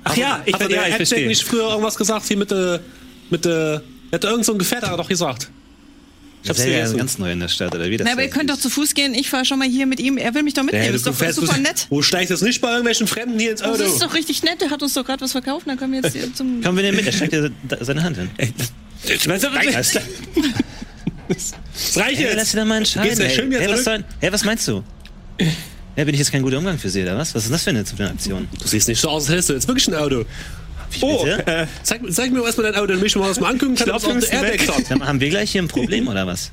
[SPEAKER 5] Ach ja, ich,
[SPEAKER 1] hat er
[SPEAKER 5] ja,
[SPEAKER 1] ja, ich
[SPEAKER 5] ich
[SPEAKER 1] verstehe.
[SPEAKER 5] nicht früher irgendwas gesagt, hier mit, äh, mit, äh, hätte irgend so ein Gefährder doch gesagt. Ich hab's
[SPEAKER 1] Das ist ja
[SPEAKER 5] vergessen.
[SPEAKER 1] ganz neu in der Stadt, oder wie das
[SPEAKER 3] Na, aber ihr
[SPEAKER 1] heißt.
[SPEAKER 3] könnt doch zu Fuß gehen. Ich fahr schon mal hier mit ihm. Er will mich doch mitnehmen.
[SPEAKER 5] Äh,
[SPEAKER 3] ist doch
[SPEAKER 5] fährst- Oh,
[SPEAKER 3] super nett.
[SPEAKER 5] Du steigst jetzt nicht bei irgendwelchen Fremden hier ins
[SPEAKER 3] Das
[SPEAKER 5] Auto.
[SPEAKER 3] ist doch richtig nett. Der hat uns doch gerade was verkauft. Dann können wir jetzt hier zum.
[SPEAKER 1] Kommen wir denn mit? Er streckt dir se- seine Hand hin.
[SPEAKER 5] Das reicht
[SPEAKER 1] Hey, lass
[SPEAKER 5] jetzt.
[SPEAKER 1] dich doch mal entscheiden.
[SPEAKER 5] Geht's dir
[SPEAKER 1] Hey,
[SPEAKER 5] schön wieder
[SPEAKER 1] hey, was
[SPEAKER 5] zurück?
[SPEAKER 1] soll, hey, was meinst du? Ja, bin ich jetzt kein guter Umgang für sie, oder was? Was ist denn das für eine, für eine Aktion?
[SPEAKER 5] Du siehst nicht so aus, als hättest du jetzt wirklich ein Auto. Oh,
[SPEAKER 1] bitte?
[SPEAKER 5] äh, zeig, zeig mir erstmal dein Auto, damit ich mir das mal angucken kann, ob es auch der Airbag hat.
[SPEAKER 1] Sag mal, haben wir gleich hier ein Problem, oder was?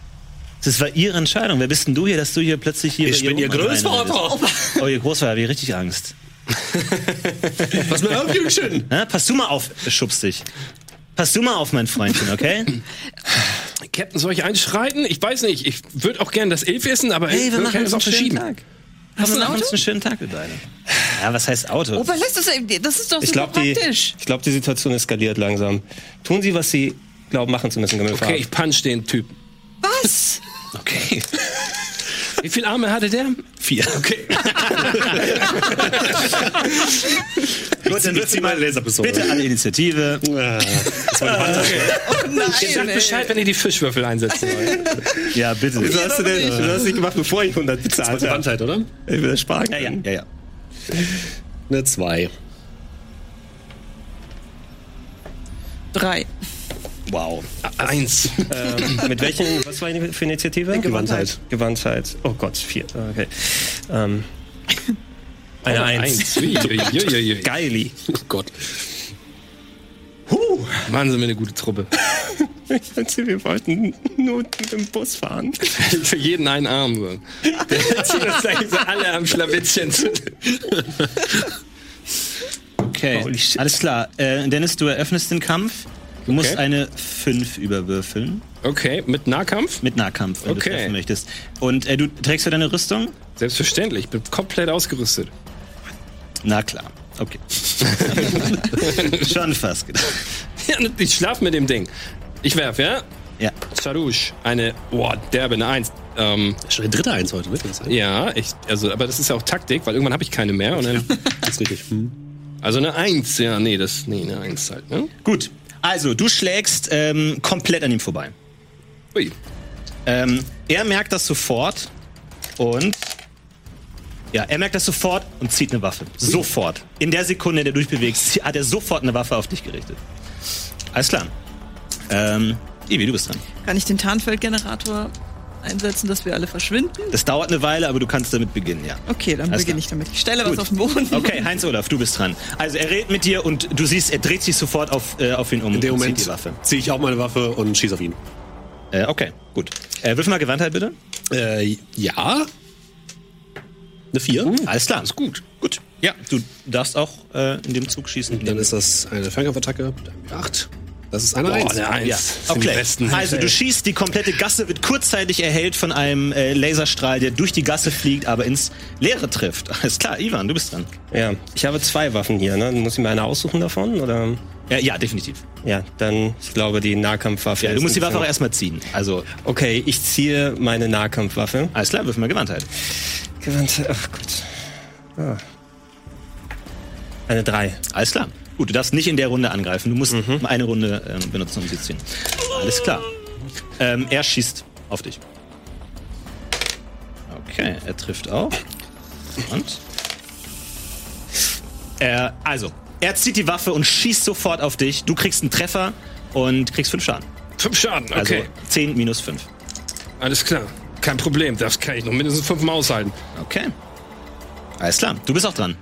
[SPEAKER 1] Das war ihre Entscheidung. Wer bist denn du hier, dass du hier plötzlich hier...
[SPEAKER 5] Ich
[SPEAKER 1] hier
[SPEAKER 5] bin ihr
[SPEAKER 1] rumrennen
[SPEAKER 5] Großvater.
[SPEAKER 1] willst? Oh, ihr Großvater, hab ich richtig Angst.
[SPEAKER 5] Was mit eurem Jüngchen?
[SPEAKER 1] Na, pass du mal auf, schubst dich. Pass du mal auf, mein Freundchen, okay?
[SPEAKER 4] Captain, soll ich einschreiten? Ich weiß nicht. Ich würde auch gerne das Elf essen, aber
[SPEAKER 1] Hey,
[SPEAKER 4] ich
[SPEAKER 1] wir
[SPEAKER 4] wir
[SPEAKER 1] machen uns
[SPEAKER 4] können es
[SPEAKER 1] einen
[SPEAKER 4] auch
[SPEAKER 1] schönen
[SPEAKER 4] verschieben.
[SPEAKER 1] Tag.
[SPEAKER 3] Hast du
[SPEAKER 1] wir
[SPEAKER 3] ein
[SPEAKER 1] machen
[SPEAKER 3] Auto?
[SPEAKER 1] uns einen schönen Tag, wir beide. Ja, was heißt Auto?
[SPEAKER 3] Opa, lass das. Das ist doch
[SPEAKER 2] Ich
[SPEAKER 3] super
[SPEAKER 2] glaube, die,
[SPEAKER 3] praktisch.
[SPEAKER 2] ich glaub, die Situation eskaliert langsam. Tun Sie, was Sie glauben, machen zu müssen, Gimmelfarb.
[SPEAKER 4] Okay, ich punch den Typen.
[SPEAKER 3] Was?
[SPEAKER 5] Okay.
[SPEAKER 4] Wie viele Arme hatte der?
[SPEAKER 5] Vier. Okay. Gut, dann wird sie meine Laserpistole.
[SPEAKER 1] Bitte alle Initiative.
[SPEAKER 5] Das war ein Hand.
[SPEAKER 3] Oh nein,
[SPEAKER 4] Sag
[SPEAKER 3] ey.
[SPEAKER 4] Bescheid, wenn ihr die Fischwürfel einsetzt.
[SPEAKER 1] Ja, bitte.
[SPEAKER 2] hast du denn, wieso hast du nicht gemacht, bevor ich 100 bezahlt
[SPEAKER 5] Gewandtheit, oder?
[SPEAKER 2] Ich will das sparen.
[SPEAKER 1] Ja, ja, ja, ja.
[SPEAKER 5] Eine zwei.
[SPEAKER 3] Drei.
[SPEAKER 1] Wow.
[SPEAKER 4] Eins.
[SPEAKER 2] Mit welchen, was war die für Initiative?
[SPEAKER 5] Gewandtheit.
[SPEAKER 2] Gewandtheit. Oh Gott, vier. Okay. Ähm, eine Eins.
[SPEAKER 4] Uiuiuiui.
[SPEAKER 2] Geili.
[SPEAKER 5] Oh Gott.
[SPEAKER 4] Mann, sind wir eine gute Truppe.
[SPEAKER 2] Ich erzähl, wir wollten nur mit dem Bus fahren.
[SPEAKER 4] Für jeden einen Arm. So. Der zieht uns gleich so alle am Schlawittchen zu.
[SPEAKER 1] Okay,
[SPEAKER 2] Holy shit.
[SPEAKER 1] alles klar. Äh, Dennis, du eröffnest den Kampf. Du musst
[SPEAKER 4] Okay.
[SPEAKER 1] eine 5 überwürfeln
[SPEAKER 4] Okay, mit Nahkampf?
[SPEAKER 1] mit Nahkampf, wenn
[SPEAKER 4] Okay.
[SPEAKER 1] du treffen möchtest. Und äh, du trägst du deine Rüstung?
[SPEAKER 4] Selbstverständlich. Ich bin komplett ausgerüstet.
[SPEAKER 1] Na klar. Okay. Schon fast gedacht.
[SPEAKER 4] Ja, ich schlaf mit dem Ding. Ich werf, ja?
[SPEAKER 1] Ja.
[SPEAKER 4] Charouche. Eine, boah, derbe, eine Eins. Ähm,
[SPEAKER 5] Schon der dritte Eins heute, wirklich. Das
[SPEAKER 4] ja, ich, also, aber das ist ja auch Taktik, weil irgendwann habe ich keine mehr. Und dann,
[SPEAKER 5] ist richtig. Hm.
[SPEAKER 4] also eine Eins, ja, nee, das, nee, eine Eins halt, ne?
[SPEAKER 1] Gut. Also, du schlägst ähm, komplett an ihm vorbei.
[SPEAKER 4] Ui.
[SPEAKER 1] Ähm, er merkt das sofort und. Ja, er merkt das sofort und zieht eine Waffe. Sofort. In der Sekunde, in der du dich bewegst, hat er sofort eine Waffe auf dich gerichtet. Alles klar. Ähm, Ivi, du bist dran.
[SPEAKER 3] Kann ich den Tarnfeldgenerator einsetzen, dass wir alle verschwinden?
[SPEAKER 1] Das dauert eine Weile, aber du kannst damit beginnen, ja.
[SPEAKER 3] Okay, dann
[SPEAKER 1] Alles
[SPEAKER 3] beginne ich
[SPEAKER 1] klar.
[SPEAKER 3] damit. Ich stelle
[SPEAKER 1] Gut.
[SPEAKER 3] was auf den Boden.
[SPEAKER 1] Okay, Heinz Olaf, du bist dran. Also er redet mit dir und du siehst, er dreht sich sofort auf, äh, auf ihn um
[SPEAKER 5] In dem
[SPEAKER 1] und
[SPEAKER 5] Moment
[SPEAKER 1] zieht die Waffe.
[SPEAKER 5] ziehe ich auch meine Waffe und schieße auf ihn.
[SPEAKER 1] Äh, okay, gut. Äh, wirf mal Gewandtheit bitte.
[SPEAKER 5] Äh, ja. Eine vier.
[SPEAKER 1] Alles klar. Ist gut. Gut. Ja, du darfst auch äh, in dem Zug schießen.
[SPEAKER 5] Dann ist das eine Fernkampfattacke mit einem 8. Das ist eine Eins.
[SPEAKER 4] eine Eins.
[SPEAKER 1] Ja,
[SPEAKER 4] Das sind die
[SPEAKER 1] okay.
[SPEAKER 4] besten.
[SPEAKER 1] Also du schießt, die komplette Gasse wird kurzzeitig erhellt von einem äh, Laserstrahl, der durch die Gasse fliegt, aber ins Leere trifft. Alles klar, Ivan, du bist dran.
[SPEAKER 2] Ja, ich habe zwei Waffen hier, ne? Muss ich mir eine aussuchen davon? Oder?
[SPEAKER 1] Ja, ja definitiv.
[SPEAKER 2] Ja, dann, ich glaube, die Nahkampfwaffe.
[SPEAKER 1] Ja, du
[SPEAKER 2] ist
[SPEAKER 1] musst die
[SPEAKER 2] ein
[SPEAKER 1] Waffe auch
[SPEAKER 2] bisschen-
[SPEAKER 1] erstmal ziehen. Also,
[SPEAKER 2] Okay, ich ziehe meine Nahkampfwaffe.
[SPEAKER 1] alles klar, wirf mal Gewandtheit.
[SPEAKER 2] Gewandte, ach gut. Ah. Eine drei.
[SPEAKER 1] Alles klar. Gut, du darfst nicht in der Runde angreifen. Du musst
[SPEAKER 4] Mhm.
[SPEAKER 1] eine Runde ähm, benutzen, um sie zu ziehen. Alles klar. Ähm, er schießt auf dich. Okay, er trifft auch. Und? Er, also, er zieht die Waffe und schießt sofort auf dich. Du kriegst einen Treffer und kriegst fünf Schaden.
[SPEAKER 4] Fünf Schaden,
[SPEAKER 1] Also
[SPEAKER 4] okay.
[SPEAKER 1] 10 minus 5.
[SPEAKER 4] Alles klar. Kein Problem, das kann ich noch mindestens fünfmal aushalten.
[SPEAKER 1] Okay. Alles klar, du bist auch dran.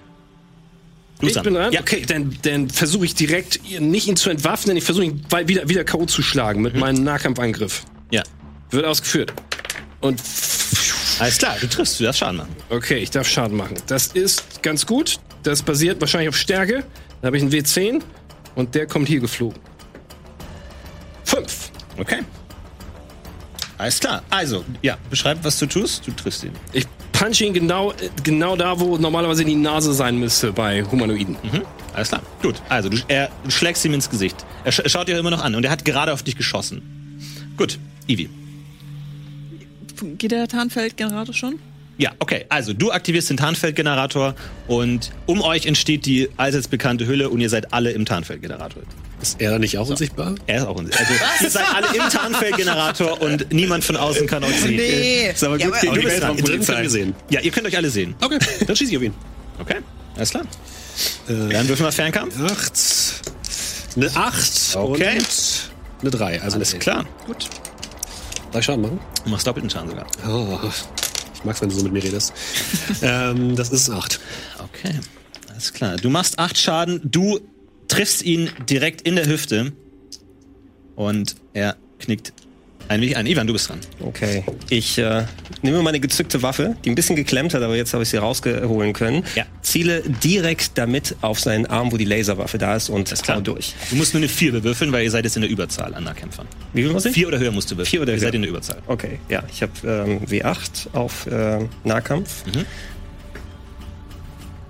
[SPEAKER 1] Du
[SPEAKER 4] Ich bin dran?
[SPEAKER 1] Ja.
[SPEAKER 4] Okay, dann, dann versuche ich direkt, ihn- nicht ihn zu entwaffnen, ich versuche ihn wei- wieder, wieder K.O. zu schlagen
[SPEAKER 1] Mhm.
[SPEAKER 4] mit meinem Nahkampfangriff.
[SPEAKER 1] ja.
[SPEAKER 4] Wird ausgeführt. Und
[SPEAKER 1] Alles klar, du triffst, du darfst Schaden machen.
[SPEAKER 4] okay, ich darf Schaden machen. Das ist ganz gut. Das basiert wahrscheinlich auf Stärke. Dann habe ich einen W10 und der kommt hier geflogen. Fünf.
[SPEAKER 1] Okay. Alles klar. Also, ja, beschreib, was du tust. Du triffst ihn.
[SPEAKER 4] Ich punch ihn genau, genau da, wo normalerweise die Nase sein müsste bei Humanoiden.
[SPEAKER 1] Mhm. Alles klar. Gut. Also, du, er, du schlägst ihm ins Gesicht. Er, sch er schaut dir immer noch an und er hat gerade auf dich geschossen. Gut. Ivi.
[SPEAKER 3] Geht der Tarnfeldgenerator schon?
[SPEAKER 1] Ja, okay. Also, du aktivierst den Tarnfeldgenerator und um euch entsteht die allseits bekannte Hülle und ihr seid alle im Tarnfeldgenerator.
[SPEAKER 5] Ist er da nicht auch unsichtbar?
[SPEAKER 1] Er ist auch unsicher. Also, ihr seid alle im Tarnfeldgenerator und niemand von außen kann euch sehen.
[SPEAKER 5] Äh.
[SPEAKER 3] Nee.
[SPEAKER 1] Ist aber gut,
[SPEAKER 3] Ja, aber-
[SPEAKER 1] du
[SPEAKER 5] Aber die
[SPEAKER 1] bist dran.
[SPEAKER 5] Weltraumpolizei.
[SPEAKER 1] Ihr dürft alle sehen. Ja, ihr könnt euch alle sehen.
[SPEAKER 5] Okay, dann schieße ich auf ihn.
[SPEAKER 1] Okay, alles klar. Dann würfen wir Fernkampf.
[SPEAKER 5] Acht. Eine Acht
[SPEAKER 1] Okay.
[SPEAKER 5] und eine Drei. Also
[SPEAKER 1] Alles
[SPEAKER 5] eine
[SPEAKER 1] klar.
[SPEAKER 5] Gut. Darf ich Schaden machen?
[SPEAKER 1] Du machst doppelten Schaden sogar.
[SPEAKER 5] Oh, ich mag's, wenn du so mit mir redest. ähm, das ist eine Acht.
[SPEAKER 1] Okay, alles klar. Du machst acht Schaden, du triffst ihn direkt in der Hüfte und er knickt ein wenig ein. Ivan, du bist dran.
[SPEAKER 2] Okay. Ich äh, nehme meine gezückte Waffe, die ein bisschen geklemmt hat, aber jetzt habe ich sie rausgeholen können.
[SPEAKER 1] Ja.
[SPEAKER 2] Ziele direkt damit auf seinen Arm, wo die Laserwaffe da ist und hau durch.
[SPEAKER 1] Du musst nur eine 4 bewürfeln, weil ihr seid jetzt in der Überzahl an Nahkämpfern.
[SPEAKER 2] Wie viel muss ich?
[SPEAKER 1] 4 oder höher musst du würfeln.
[SPEAKER 2] Vier oder
[SPEAKER 1] Ihr seid
[SPEAKER 2] höher.
[SPEAKER 1] in der Überzahl.
[SPEAKER 2] Okay, ja. Ich habe ähm, W8 auf ähm, Nahkampf.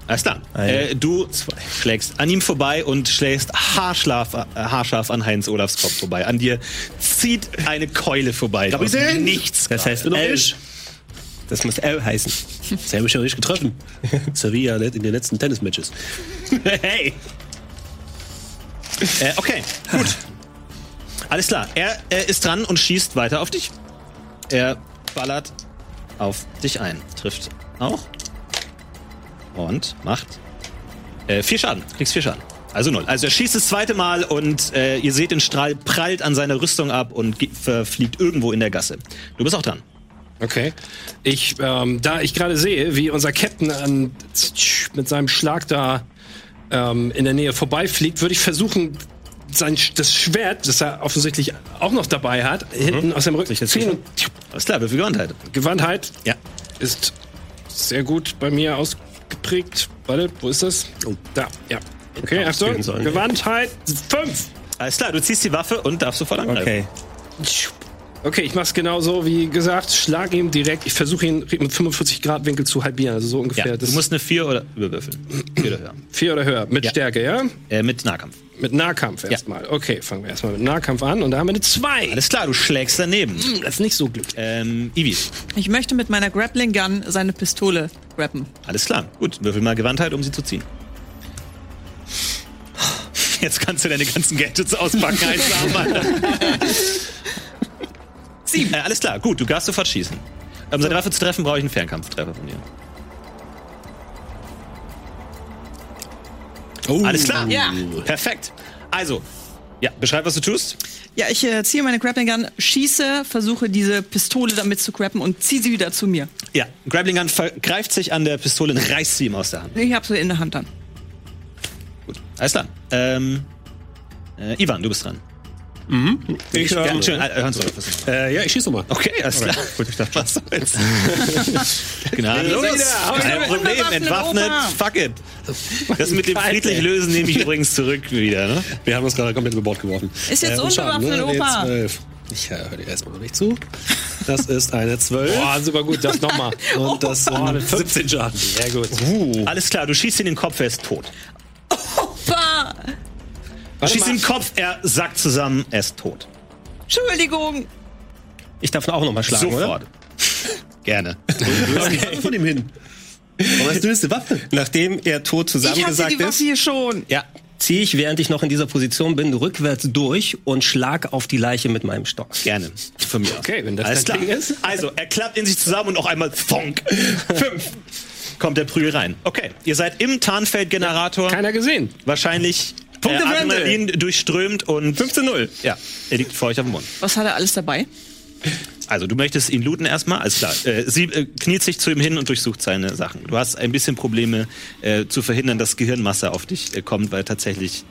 [SPEAKER 1] Alles klar.
[SPEAKER 2] Ein,
[SPEAKER 1] Äh, du schlägst an ihm vorbei und schlägst haarscharf, äh, haarscharf an Heinz Olafs Kopf vorbei. An dir zieht eine Keule vorbei.
[SPEAKER 5] Darf ich
[SPEAKER 1] Draußen
[SPEAKER 5] sehen?
[SPEAKER 1] Nichts.
[SPEAKER 2] Das heißt
[SPEAKER 5] Bin doch
[SPEAKER 2] L.
[SPEAKER 5] ich.
[SPEAKER 2] Das muss L heißen.
[SPEAKER 5] Sie haben mich ja noch nicht getroffen. Sevilla in den letzten Tennismatches.
[SPEAKER 1] Hey! Äh, okay, gut. Alles klar. Er äh, ist dran und schießt weiter auf dich. Er ballert auf dich ein. Trifft auch. Und macht äh, vier Schaden. Kriegst vier Schaden. Also null. Also er schießt das zweite Mal und äh, ihr seht den Strahl prallt an seiner Rüstung ab und ge- verfliegt irgendwo in der Gasse. Du bist auch dran.
[SPEAKER 4] Okay. Ich, ähm, da ich gerade sehe, wie unser Captain an, mit seinem Schlag da ähm, in der Nähe vorbeifliegt, würde ich versuchen, sein, Sch- das Schwert, das er offensichtlich auch noch dabei hat, hinten aus dem Rücken zu ziehen. Und tsch,
[SPEAKER 1] Alles klar, Würfel Gewandtheit.
[SPEAKER 4] Gewandtheit
[SPEAKER 1] Ja.
[SPEAKER 4] ist sehr gut bei mir ausgeprägt. Warte, wo ist das? Oh, da, ja. Okay, Achtung.
[SPEAKER 2] gehen sollen.
[SPEAKER 4] Gewandtheit fünf.
[SPEAKER 1] Alles klar, du ziehst die Waffe und darfst sofort angreifen.
[SPEAKER 2] Okay.
[SPEAKER 4] Okay, ich mach's genauso wie gesagt. Schlag ihm direkt. Ich versuche ihn mit 45 Grad Winkel zu halbieren, also so ungefähr.
[SPEAKER 1] Ja,
[SPEAKER 4] das
[SPEAKER 1] du musst eine 4 oder überwürfeln. Vier oder höher.
[SPEAKER 4] Vier oder höher. Mit
[SPEAKER 1] Ja.
[SPEAKER 4] Stärke, ja?
[SPEAKER 1] Äh, mit Nahkampf.
[SPEAKER 4] Mit Nahkampf erstmal. Okay, fangen wir erstmal mit Nahkampf an. Und da haben wir eine 2.
[SPEAKER 1] Alles klar, du schlägst daneben.
[SPEAKER 4] Das ist nicht so glücklich.
[SPEAKER 1] Ähm, Ivi.
[SPEAKER 3] Ich möchte mit meiner Grappling Gun seine Pistole grappen.
[SPEAKER 1] Alles klar. Gut, würfel mal Gewandtheit, um sie zu ziehen. Jetzt kannst du deine ganzen Gadgets auspacken, einsam. Sieben. Äh, alles klar, gut, du darfst sofort schießen. Um seine Waffe zu treffen, brauche ich einen Fernkampftreffer von dir.
[SPEAKER 5] Oh.
[SPEAKER 1] Alles klar.
[SPEAKER 3] Ja.
[SPEAKER 1] Perfekt. Also, ja, beschreib, was du tust.
[SPEAKER 3] Ja, ich äh, ziehe meine Grappling Gun, schieße, versuche diese Pistole damit zu grappen und ziehe sie wieder zu mir.
[SPEAKER 1] Ja, Grappling Gun vergreift sich an der Pistole und reißt sie ihm aus der Hand.
[SPEAKER 3] Ich habe sie in der Hand dann.
[SPEAKER 1] Gut, alles klar. Ähm, äh, Ivan, du bist dran.
[SPEAKER 2] Ich,
[SPEAKER 1] Ja,
[SPEAKER 2] ähm,
[SPEAKER 1] Entschuldigung, äh, Hans Olaf ist dran.
[SPEAKER 5] Äh, ja, ich schieße nochmal.
[SPEAKER 1] Okay, alles klar. Gut, ich dachte, was soll's. Gnade.
[SPEAKER 3] Los, hau ich
[SPEAKER 1] Kein
[SPEAKER 3] mit
[SPEAKER 1] Problem,
[SPEAKER 3] Wunderwaffen in
[SPEAKER 1] entwaffnet,
[SPEAKER 3] Opa.
[SPEAKER 1] fuck it. Das mit dem friedlich lösen nehme ich übrigens zurück wieder, ne?
[SPEAKER 5] Wir haben uns gerade komplett über Bord geworfen. Äh,
[SPEAKER 3] Ist jetzt
[SPEAKER 5] und
[SPEAKER 3] unbewaffnet,
[SPEAKER 5] Eine
[SPEAKER 3] Opa.
[SPEAKER 5] 12. Ich äh, höre dir erstmal noch nicht zu. Das ist eine 12.
[SPEAKER 4] Boah, Oh, super gut. Das nochmal.
[SPEAKER 5] Und das sind 17 Schaden.
[SPEAKER 4] Sehr gut.
[SPEAKER 1] Alles klar, du schießt ihn in den Kopf, er ist tot.
[SPEAKER 3] Bah!
[SPEAKER 1] Du
[SPEAKER 4] Warte
[SPEAKER 1] schießt
[SPEAKER 4] mal.
[SPEAKER 1] ihn in den Kopf, er sackt zusammen, er ist tot.
[SPEAKER 3] Entschuldigung!
[SPEAKER 2] ich darf auch nochmal schlagen,
[SPEAKER 1] Sofort.
[SPEAKER 2] oder?
[SPEAKER 1] Gerne.
[SPEAKER 5] Du hast die Waffe von ihm hin. Warum hast du jetzt die Waffe?
[SPEAKER 2] Nachdem er tot
[SPEAKER 3] Ich hatte
[SPEAKER 2] zusammengesagt
[SPEAKER 3] die Waffe
[SPEAKER 2] ist,
[SPEAKER 3] hier schon.
[SPEAKER 1] Ja.
[SPEAKER 2] ziehe ich, während ich noch in dieser Position bin, rückwärts durch und schlag auf die Leiche mit meinem Stock.
[SPEAKER 1] Gerne. Von mir. aus.
[SPEAKER 4] Okay, wenn das
[SPEAKER 1] Alles
[SPEAKER 4] dein
[SPEAKER 1] klar.
[SPEAKER 4] Ding ist.
[SPEAKER 1] Also, er klappt in sich zusammen und auch einmal Fonk. Fünf. Kommt der Prügel rein. Okay, ihr seid im Tarnfeldgenerator.
[SPEAKER 4] Keiner gesehen.
[SPEAKER 1] Wahrscheinlich äh,
[SPEAKER 2] Punkte Wendel.
[SPEAKER 1] Adrenalin durchströmt und
[SPEAKER 2] 15-0.
[SPEAKER 1] ja, er liegt vor euch auf dem Mund.
[SPEAKER 3] Was hat er alles dabei?
[SPEAKER 1] Also, du möchtest ihn looten erstmal, alles klar. Äh, sie äh, kniet sich zu ihm hin und durchsucht seine Sachen. Du hast ein bisschen Probleme äh, zu verhindern, dass Gehirnmasse auf dich äh, kommt, weil tatsächlich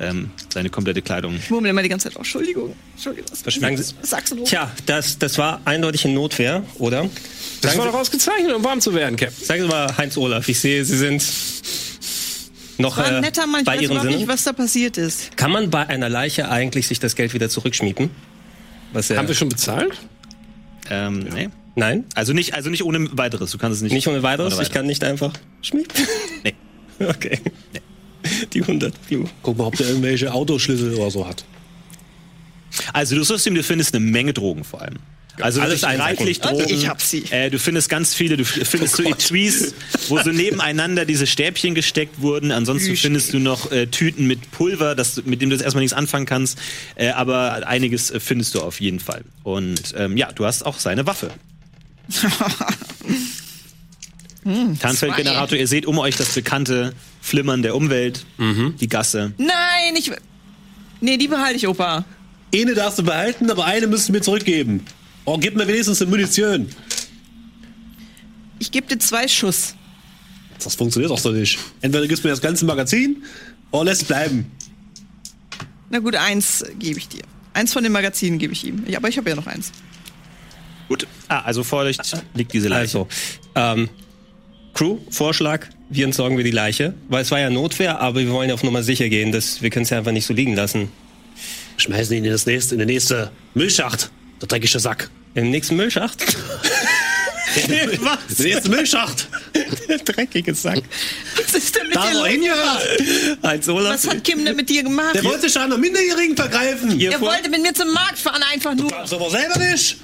[SPEAKER 1] ähm, seine komplette Kleidung.
[SPEAKER 3] Ich murmel immer die ganze Zeit. Oh, Entschuldigung. Entschuldigung. Das
[SPEAKER 2] Sagen Sie-
[SPEAKER 3] Sag's du.
[SPEAKER 2] Tja, das, das war eindeutig in Notwehr, oder?
[SPEAKER 4] Das
[SPEAKER 2] Sagen
[SPEAKER 4] war
[SPEAKER 2] Sie-
[SPEAKER 4] doch ausgezeichnet, um warm zu werden, Captain.
[SPEAKER 2] Sagen Sie mal, Heinz Olaf, ich sehe, Sie sind noch
[SPEAKER 3] War
[SPEAKER 2] äh,
[SPEAKER 3] ein netter Mann. Ich
[SPEAKER 2] bei
[SPEAKER 3] weiß
[SPEAKER 2] Ihren
[SPEAKER 3] überhaupt
[SPEAKER 2] Sinnen.
[SPEAKER 3] nicht, was da passiert ist.
[SPEAKER 2] Kann man bei einer Leiche eigentlich sich das Geld wieder zurückschmiepen? Was ja,
[SPEAKER 4] Haben wir schon bezahlt?
[SPEAKER 1] Ähm, nee.
[SPEAKER 2] Nein,
[SPEAKER 1] Also nicht, also nicht ohne weiteres. Du kannst es nicht.
[SPEAKER 2] nicht ohne weiteres.
[SPEAKER 1] Ohne
[SPEAKER 2] Ich kann nicht einfach schmiepen.
[SPEAKER 1] Nee.
[SPEAKER 2] Okay. Die 100 View.
[SPEAKER 5] Guck mal, ob der irgendwelche Autoschlüssel oder so hat.
[SPEAKER 1] Also du suchst ihm, du findest eine Menge Drogen vor allem. Also
[SPEAKER 5] Alles
[SPEAKER 1] alles
[SPEAKER 5] einfach.
[SPEAKER 1] reichlich
[SPEAKER 3] Okay,
[SPEAKER 1] Drogen.
[SPEAKER 3] ich hab sie.
[SPEAKER 1] Äh, du findest ganz viele, du f- findest so Etuis, wo so nebeneinander diese Stäbchen gesteckt wurden. Ansonsten findest du noch äh, Tüten mit Pulver, das, du- mit dem du jetzt erstmal nichts anfangen kannst. Äh, aber einiges äh, findest du auf jeden Fall. Und ähm, ja, du hast auch seine Waffe. Tarnfeldgenerator, ihr seht um euch das bekannte Flimmern der Umwelt, die Gasse.
[SPEAKER 3] Nein, ich. Nee, die behalte ich, Opa.
[SPEAKER 5] Eine darfst du behalten, aber eine müsst du mir zurückgeben. Oh, gib mir wenigstens eine Munition.
[SPEAKER 3] Ich gebe dir zwei Schuss.
[SPEAKER 5] Das funktioniert auch so nicht. Entweder gibst du mir das ganze Magazin oder lässt es bleiben.
[SPEAKER 3] Na gut, eins gebe ich dir. Eins von den Magazinen gebe ich ihm. Ja, aber ich habe ja noch eins.
[SPEAKER 1] Gut. Ah, also vor euch liegt diese Leiche.
[SPEAKER 2] Also, ähm, Crew, Vorschlag, wie entsorgen wir die Leiche? Weil es war ja Notwehr, aber wir wollen ja auf Nummer sicher gehen. Das, wir können es ja einfach nicht so liegen lassen.
[SPEAKER 5] Schmeißen ihn in, das nächste, in den nächste Müllschacht. Der dreckige Sack.
[SPEAKER 2] Im nächsten Müllschacht?
[SPEAKER 5] Was? Der nächste Müllschacht.
[SPEAKER 2] Dreckiges Sack.
[SPEAKER 3] Was ist denn mit
[SPEAKER 5] Da,
[SPEAKER 3] dir
[SPEAKER 5] wo er
[SPEAKER 3] los?
[SPEAKER 5] hingehört.
[SPEAKER 2] Als Olaf.
[SPEAKER 3] Was hat Kim denn mit dir gemacht?
[SPEAKER 5] Der wollte sich an einer Minderjährigen vergreifen.
[SPEAKER 3] Er wollte mit mir zum Markt fahren, einfach nur.
[SPEAKER 5] Das aber selber nicht.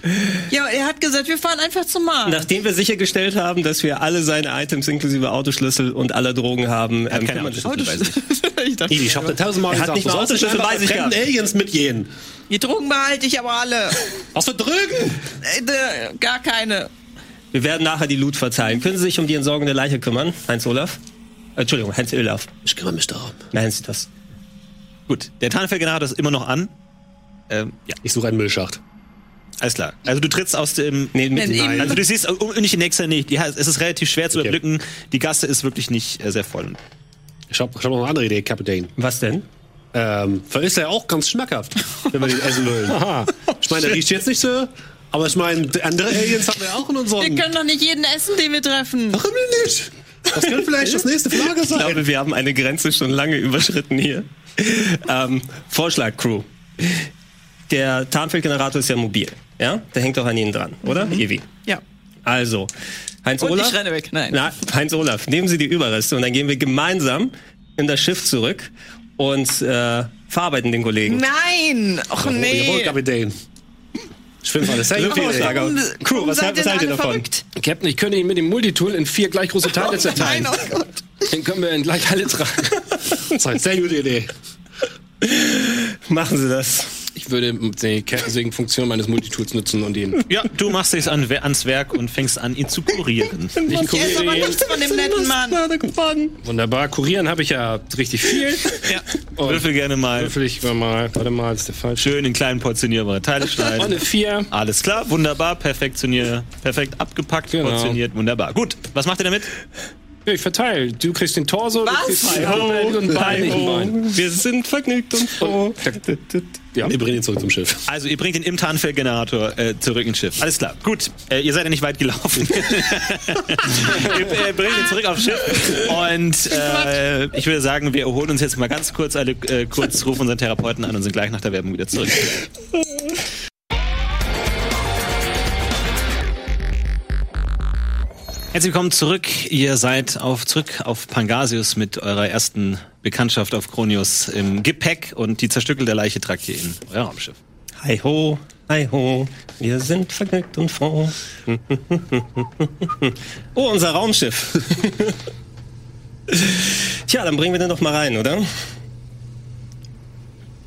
[SPEAKER 3] Ja, er hat gesagt, wir fahren einfach zum Markt.
[SPEAKER 2] Nachdem wir sichergestellt haben, dass wir alle seine Items inklusive Autoschlüssel und aller Drogen haben, ähm,
[SPEAKER 1] keine
[SPEAKER 2] kümmert-
[SPEAKER 1] Autoschlüssel bei sich.
[SPEAKER 3] ich dachte,
[SPEAKER 5] Ich hab dir tausendmal
[SPEAKER 2] Er hat
[SPEAKER 5] gesagt,
[SPEAKER 2] nicht
[SPEAKER 5] du
[SPEAKER 2] mal
[SPEAKER 5] solltest
[SPEAKER 2] Autoschlüssel
[SPEAKER 5] einfach
[SPEAKER 2] bei sich
[SPEAKER 5] fremden
[SPEAKER 2] gehabt.
[SPEAKER 5] Aliens mitgehen.
[SPEAKER 3] die Drogen behalte ich aber alle.
[SPEAKER 5] Was für Drücken?
[SPEAKER 3] Äh, äh, gar keine.
[SPEAKER 2] wir werden nachher die Loot verteilen. Können Sie sich um die Entsorgung der Leiche kümmern, Heinz Olaf? Äh, Entschuldigung, Heinz Olaf.
[SPEAKER 5] Ich kümmere mich darum.
[SPEAKER 2] Nein, Sie das.
[SPEAKER 1] Gut, der Tarnfeldgenerator ist immer noch an. Ähm, ja,
[SPEAKER 5] Ich suche einen Müllschacht.
[SPEAKER 1] alles klar. Also du trittst aus dem
[SPEAKER 2] Nee, mit
[SPEAKER 3] Wenn ihm-
[SPEAKER 2] nein.
[SPEAKER 1] Also du siehst um, nicht in nächster Nähe. Ja, es ist relativ schwer zu überblicken. Die Gasse ist wirklich nicht äh, sehr voll.
[SPEAKER 5] Ich habe hab noch eine andere Idee, Kapitän.
[SPEAKER 2] Was denn?
[SPEAKER 5] Ähm, vielleicht ist er auch ganz schmackhaft, wenn wir den essen wollen. ich meine, der riecht jetzt nicht so, aber ich meine, andere Aliens haben wir auch in
[SPEAKER 3] Wir
[SPEAKER 5] unseren...
[SPEAKER 3] können doch nicht jeden essen, den wir treffen.
[SPEAKER 5] Warum denn nicht? Das könnte vielleicht das nächste Flagge
[SPEAKER 2] Ich
[SPEAKER 5] sein.
[SPEAKER 2] glaube, wir haben eine Grenze schon lange überschritten hier. ähm, Vorschlag, Crew. Der Tarnfeldgenerator ist ja mobil. Ja? Der hängt doch an Ihnen dran, oder? Evi.
[SPEAKER 3] Ja.
[SPEAKER 2] Also, Heinz
[SPEAKER 3] Mhm. Und ich
[SPEAKER 2] Olaf.
[SPEAKER 3] renne weg. Nein.
[SPEAKER 2] Na, Heinz Olaf, nehmen Sie die Überreste und dann gehen wir gemeinsam in das Schiff zurück und äh, verarbeiten den Kollegen.
[SPEAKER 3] Nein! Och
[SPEAKER 5] Jawohl,
[SPEAKER 3] nee.
[SPEAKER 5] Kapitän. Ich finde alles safe.
[SPEAKER 2] Glückwunsch,
[SPEAKER 5] Kapitän.
[SPEAKER 2] Lager. Crew, was,
[SPEAKER 3] seid
[SPEAKER 2] was haltet
[SPEAKER 3] denn
[SPEAKER 2] ihr
[SPEAKER 3] alle
[SPEAKER 2] davon?
[SPEAKER 3] verrückt?
[SPEAKER 4] Captain, ich könnte ihn mit dem Multitool in vier gleich große Teile zerteilen.
[SPEAKER 3] Nein, oh Gott.
[SPEAKER 4] Den können wir in gleich alle tragen.
[SPEAKER 5] Das ist eine sehr gute Idee.
[SPEAKER 2] Machen Sie das.
[SPEAKER 7] Ich würde die Kettensägen-Funktion meines Multitools nutzen und ihn.
[SPEAKER 1] Ja, du machst dich an, ans Werk und fängst an, ihn zu kurieren.
[SPEAKER 4] Ich
[SPEAKER 3] Ich esse aber
[SPEAKER 4] kuriere ihn.
[SPEAKER 3] nichts von dem netten Mann.
[SPEAKER 4] Wunderbar. Kurieren habe ich ja richtig viel.
[SPEAKER 1] Ja. Würfel gerne mal.
[SPEAKER 4] Würfel ich mal. Warte mal, ist der falsche.
[SPEAKER 1] Schön in kleinen portionierbare Teile
[SPEAKER 4] Und
[SPEAKER 1] schneiden.
[SPEAKER 4] eine 4.
[SPEAKER 1] Alles klar, wunderbar, perfektionier, perfekt abgepackt,
[SPEAKER 4] Genau.
[SPEAKER 1] portioniert, wunderbar. Gut, was macht ihr damit?
[SPEAKER 4] Ich verteile. Du kriegst den Torso,
[SPEAKER 3] Was?
[SPEAKER 4] du kriegst die Hand und Bein. und Bein.
[SPEAKER 2] Wir sind vergnügt und froh.
[SPEAKER 4] Ja.
[SPEAKER 5] Wir bringen ihn zurück zum Schiff.
[SPEAKER 1] Also, ihr bringt den im Tarnfeldgenerator äh, zurück ins Schiff. Alles klar, gut. Äh, ihr seid ja nicht weit gelaufen. ihr äh, bringt ihn zurück aufs Schiff. Und äh, ich würde sagen, wir erholen uns jetzt mal ganz kurz alle äh, kurz, rufen unseren Therapeuten an und sind gleich nach der Werbung wieder zurück. Herzlich willkommen zurück. Ihr seid auf, zurück auf Pangasius mit eurer ersten Bekanntschaft auf Kronius im Gepäck und die zerstückelte Leiche tragt ihr in euer Raumschiff.
[SPEAKER 2] Hi ho, hi ho, wir sind vergnügt und froh. Oh, unser Raumschiff. Tja, dann bringen wir den doch mal rein, oder?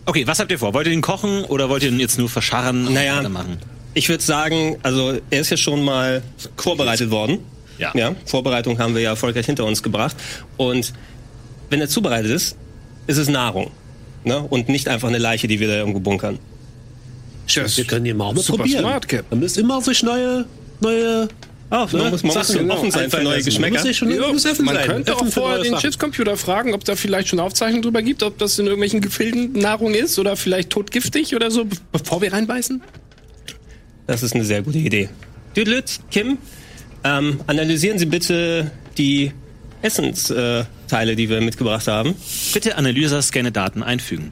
[SPEAKER 1] Okay, was habt ihr vor? Wollt ihr ihn kochen oder wollt ihr ihn jetzt nur verscharren und
[SPEAKER 2] Naja.
[SPEAKER 1] weitermachen?
[SPEAKER 2] Ich würde sagen, also er ist ja schon mal vorbereitet worden.
[SPEAKER 1] Ja.
[SPEAKER 2] ja. Vorbereitung haben wir ja erfolgreich hinter uns gebracht. Und wenn er zubereitet ist, ist es Nahrung. Ne? Und nicht einfach eine Leiche, die wir da irgendwo bunkern.
[SPEAKER 7] Tschüss.
[SPEAKER 5] Wir können ihn mal, auch mal
[SPEAKER 7] Super
[SPEAKER 5] probieren.
[SPEAKER 7] smart, Cap.
[SPEAKER 5] Man muss immer sich neue, neue
[SPEAKER 2] Oh, man
[SPEAKER 5] ne,
[SPEAKER 2] muss, man muss
[SPEAKER 5] Sachen
[SPEAKER 2] offen sein für
[SPEAKER 5] einfallen
[SPEAKER 2] neue
[SPEAKER 5] lassen. Man
[SPEAKER 2] Geschmäcker.
[SPEAKER 5] muss sich schon
[SPEAKER 7] Ja,
[SPEAKER 5] man muss offen
[SPEAKER 7] man
[SPEAKER 5] sein.
[SPEAKER 7] könnte auch
[SPEAKER 5] Offen für
[SPEAKER 7] vorher
[SPEAKER 5] neue
[SPEAKER 7] den
[SPEAKER 5] Sachen.
[SPEAKER 7] Chipscomputer fragen, ob da vielleicht schon Aufzeichnungen drüber gibt, ob das in irgendwelchen Gefilden Nahrung ist oder vielleicht totgiftig oder so, be- bevor wir reinbeißen.
[SPEAKER 2] Das ist eine sehr gute Idee. Düdelüt, Kim, ähm, analysieren Sie bitte die Essensteile, äh, Teile, die wir mitgebracht haben.
[SPEAKER 1] Bitte Analyser, scanne Daten einfügen.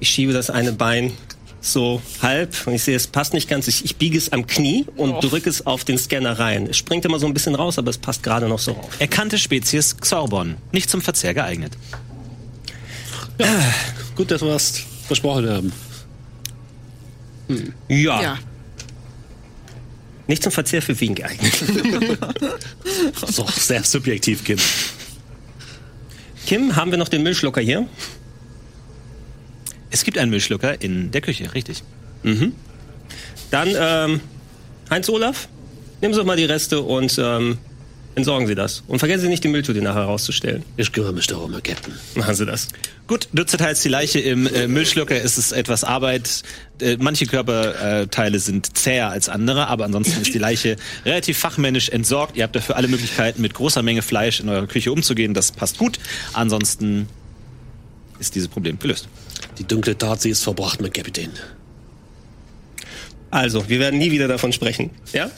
[SPEAKER 2] Ich schiebe das eine Bein so halb und ich sehe, es passt nicht ganz. Ich, ich biege es am Knie und drücke es auf den Scanner rein. Es springt immer so ein bisschen raus, aber es passt gerade noch so auf.
[SPEAKER 1] Erkannte Spezies Xorbon, nicht zum Verzehr geeignet.
[SPEAKER 5] Gut, dass wir es versprochen haben.
[SPEAKER 2] Ja.
[SPEAKER 3] Ja.
[SPEAKER 2] Nicht zum Verzehr für Wien geeignet.
[SPEAKER 5] So, sehr subjektiv, Kim.
[SPEAKER 2] Kim, haben wir noch den Müllschlucker hier?
[SPEAKER 1] Es gibt einen Müllschlucker in der Küche, richtig.
[SPEAKER 2] Dann, ähm, Heinz Olaf, nehmen Sie doch mal die Reste und ähm, entsorgen Sie das. Und vergessen Sie nicht, die Mülltüte nachher rauszustellen.
[SPEAKER 5] Ich kümmere mich darum, Herr Captain.
[SPEAKER 2] Machen Sie das.
[SPEAKER 1] Gut, du zerteilst die Leiche im äh, Müllschlucker, es ist etwas Arbeit. Äh, manche Körperteile sind zäher als andere, aber ansonsten ist die Leiche relativ fachmännisch entsorgt. Ihr habt dafür alle Möglichkeiten, mit großer Menge Fleisch in eurer Küche umzugehen. Das passt gut. Ansonsten ist dieses Problem gelöst.
[SPEAKER 5] Die dunkle Tat, sie ist verbracht, mein Kapitän.
[SPEAKER 2] Also, wir werden nie wieder davon sprechen. Ja?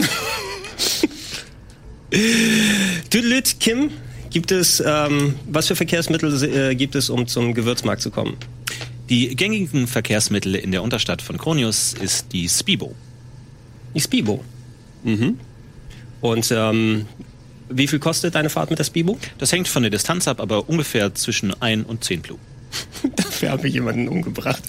[SPEAKER 2] Tüdelüt, Kim, gibt es, ähm, was für Verkehrsmittel äh, gibt es, um zum Gewürzmarkt zu kommen?
[SPEAKER 1] Die gängigen Verkehrsmittel in der Unterstadt von Kronius ist die Spibo.
[SPEAKER 2] Die Spibo. Mhm. Und ähm, wie viel kostet eine Fahrt mit der Spibo?
[SPEAKER 1] Das hängt von der Distanz ab, aber ungefähr zwischen 1 und 10 Blu.
[SPEAKER 2] Dafür habe ich jemanden umgebracht.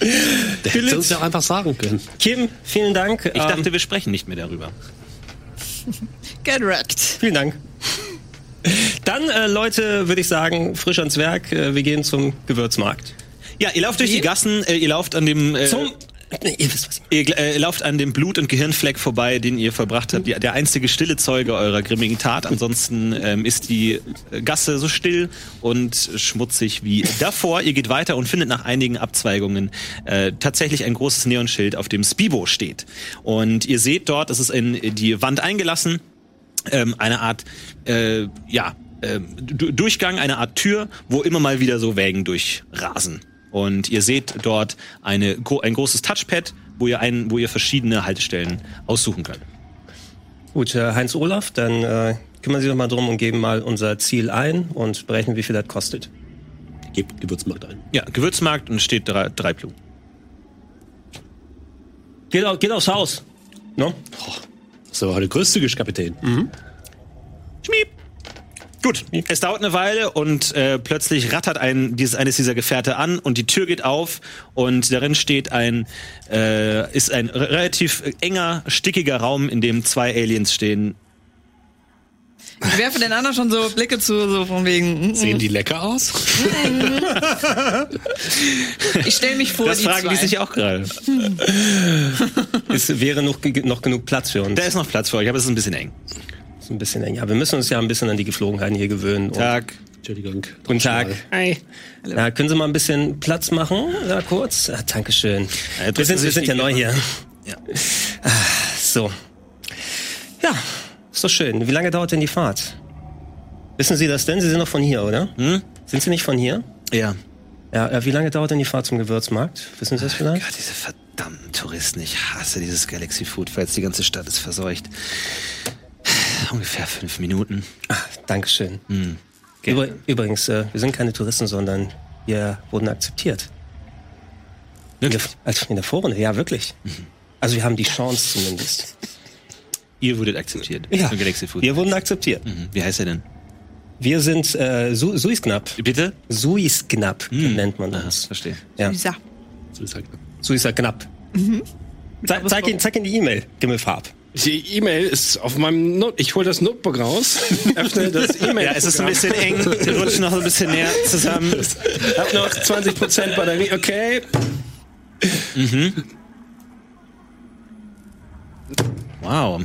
[SPEAKER 5] Der
[SPEAKER 2] Philipp.
[SPEAKER 5] hätte uns ja auch einfach sagen können.
[SPEAKER 2] Kim, vielen Dank. Ähm,
[SPEAKER 1] Ich dachte, wir sprechen nicht mehr darüber.
[SPEAKER 3] Get wrecked.
[SPEAKER 2] Vielen Dank. Dann, äh, Leute, würde ich sagen, frisch ans Werk. Äh, wir gehen zum Gewürzmarkt.
[SPEAKER 1] Ja, ihr lauft durch die Gassen, äh, ihr lauft an dem äh,
[SPEAKER 2] Zum. Nee, ihr wisst, was ich
[SPEAKER 1] Ihr gl- äh, lauft an dem Blut- und Gehirnfleck vorbei, den ihr verbracht habt. Die, der einzige stille Zeuge eurer grimmigen Tat. Ansonsten ähm, ist die äh, Gasse so still und schmutzig wie davor. Ihr geht weiter und findet nach einigen Abzweigungen äh, tatsächlich ein großes Neonschild, auf dem Spibo steht. Und ihr seht dort, es ist in die Wand eingelassen ähm, eine Art, äh, ja, ähm, Du- Durchgang, eine Art Tür, wo immer mal wieder so Wägen durchrasen. Und ihr seht dort eine, gro- ein großes Touchpad, wo ihr, einen, wo ihr verschiedene Haltestellen aussuchen könnt.
[SPEAKER 2] meine. Gut, äh, Heinz Olaf, dann äh, kümmern Sie doch mal drum und geben mal unser Ziel ein und berechnen, wie viel das kostet.
[SPEAKER 5] Gebt Gewürzmarkt ein.
[SPEAKER 1] Ja, Gewürzmarkt und steht drei, drei Blumen.
[SPEAKER 2] Geht, au- geht aufs Haus. No?
[SPEAKER 5] So, heute großzügig, Kapitän.
[SPEAKER 1] Schmieb. Gut, es dauert eine Weile und äh, plötzlich rattert ein, dieses, eines dieser Gefährte an und die Tür geht auf und darin steht ein, äh, ist ein re- relativ enger, stickiger Raum, in dem zwei Aliens stehen,
[SPEAKER 3] Ich werfe den anderen schon so Blicke zu, so von wegen. mm,
[SPEAKER 5] Sehen die lecker aus?
[SPEAKER 3] Ich stelle mich vor,
[SPEAKER 1] Das
[SPEAKER 3] die
[SPEAKER 1] fragen
[SPEAKER 3] zwei.
[SPEAKER 1] die sich auch gerade.
[SPEAKER 2] Es wäre noch, ge- noch genug Platz für uns.
[SPEAKER 1] Da ist noch Platz für euch, aber es ist ein bisschen eng.
[SPEAKER 2] Ist ein bisschen eng. Ja, wir müssen uns ja ein bisschen an die Geflogenheiten hier gewöhnen. Und,
[SPEAKER 1] Tag.
[SPEAKER 5] Entschuldigung.
[SPEAKER 2] guten Tag.
[SPEAKER 7] Ei.
[SPEAKER 2] Na, können Sie mal ein bisschen Platz machen? Ja, kurz. Ah, Dankeschön.
[SPEAKER 1] Ja, drücken
[SPEAKER 2] wir sind,
[SPEAKER 1] Sie
[SPEAKER 2] wir sind
[SPEAKER 1] sich
[SPEAKER 2] ja
[SPEAKER 1] die
[SPEAKER 2] neu hier.
[SPEAKER 1] Ja.
[SPEAKER 2] Ah, So. Ja, ist doch schön. Wie lange dauert denn die Fahrt? Wissen Sie das denn? Sie sind doch von hier, oder? Hm? Sind Sie nicht von hier?
[SPEAKER 1] Ja.
[SPEAKER 2] Ja, äh, wie lange dauert denn die Fahrt zum Gewürzmarkt? Wissen Sie das vielleicht?
[SPEAKER 1] Gott, diese verdammten Touristen. Ich hasse dieses Galaxy Food, weil jetzt die ganze Stadt ist verseucht. Ungefähr fünf Minuten.
[SPEAKER 2] Dankeschön.
[SPEAKER 1] Hm,
[SPEAKER 2] Über, übrigens, äh, wir sind keine Touristen, sondern wir wurden akzeptiert. In der, also in der Vorrunde, ja, wirklich.
[SPEAKER 1] Mhm.
[SPEAKER 2] Also wir haben die Chance zumindest.
[SPEAKER 1] Ihr wurdet akzeptiert. Von Galaxy Food.
[SPEAKER 2] wir wurden akzeptiert.
[SPEAKER 1] Mhm. Wie heißt er denn?
[SPEAKER 2] Wir sind äh, Su Suisknapp.
[SPEAKER 1] Bitte? Mhm.
[SPEAKER 2] Suisknapp nennt man uns.
[SPEAKER 1] Verstehe.
[SPEAKER 2] Ja.
[SPEAKER 3] Lisa.
[SPEAKER 5] So gesagt.
[SPEAKER 2] Suisknapp.
[SPEAKER 7] Mhm.
[SPEAKER 2] Ze zeig, ihn, zeig ihn die E-Mail, Gimmelfarb.
[SPEAKER 7] Die E-Mail ist auf meinem Note. Ich hole das Notebook raus, öffne das E-Mail.
[SPEAKER 1] Ja, es ist ein bisschen eng. Wir rutschen noch so ein bisschen näher zusammen.
[SPEAKER 7] Hab noch 20% Batterie. Okay.
[SPEAKER 1] Wow.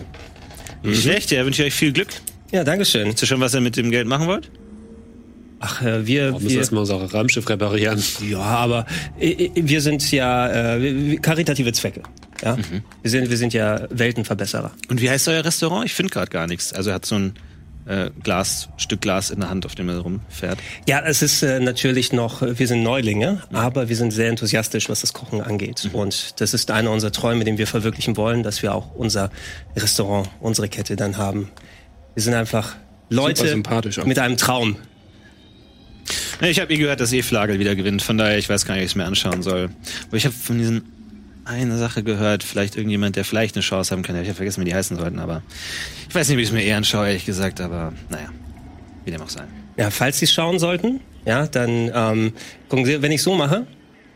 [SPEAKER 1] Nicht schlecht, ja. Wünsche ich euch viel Glück.
[SPEAKER 2] Ja, Dankeschön.
[SPEAKER 1] Wisst ihr schon, was ihr mit dem Geld machen wollt?
[SPEAKER 2] Ach, äh, wir,
[SPEAKER 5] Wir müssen
[SPEAKER 2] wir,
[SPEAKER 5] erstmal unser Raumschiff reparieren.
[SPEAKER 2] ja, aber äh, äh, wir sind ja äh, wir- wir- karitative Zwecke. Ja?
[SPEAKER 7] Mhm.
[SPEAKER 2] Wir, sind, wir sind ja Weltenverbesserer.
[SPEAKER 1] Und wie heißt euer Restaurant? Ich finde gerade gar nichts. Also er hat so ein äh, Glas, Stück Glas in der Hand, auf dem er rumfährt.
[SPEAKER 2] Ja, es ist äh, natürlich noch, äh, wir sind Neulinge,
[SPEAKER 7] Mhm.
[SPEAKER 2] aber wir sind sehr enthusiastisch, was das Kochen angeht. Und das ist einer unserer Träume, den wir verwirklichen wollen, dass wir auch unser Restaurant, unsere Kette dann haben. Wir sind einfach Leute
[SPEAKER 7] sympathisch auch.
[SPEAKER 2] mit einem Traum.
[SPEAKER 1] Ja, Ich habe eh gehört, dass E-Flagel wieder gewinnt. Von daher, ich weiß gar nicht, ob ich es mir anschauen soll. Aber ich habe von diesen eine Sache gehört, vielleicht irgendjemand, der vielleicht eine Chance haben kann. Ich habe vergessen, wie die heißen sollten, aber ich weiß nicht, ob ich es mir eh anschaue, ehrlich gesagt, aber naja, wie dem auch sei.
[SPEAKER 2] Ja, falls Sie schauen sollten, ja, dann ähm, gucken Sie, wenn ich so mache,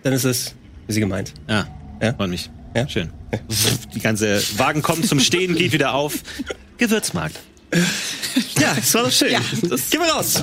[SPEAKER 2] dann ist es, wie Sie gemeint.
[SPEAKER 1] Ja,
[SPEAKER 2] Ja.
[SPEAKER 1] Ah, freut mich.
[SPEAKER 2] Ja.
[SPEAKER 1] Schön. Die ganze Wagen kommt zum Stehen, geht wieder auf. Gewürzmarkt. Ja, das war doch schön.
[SPEAKER 3] Ja,
[SPEAKER 1] das Gehen wir raus.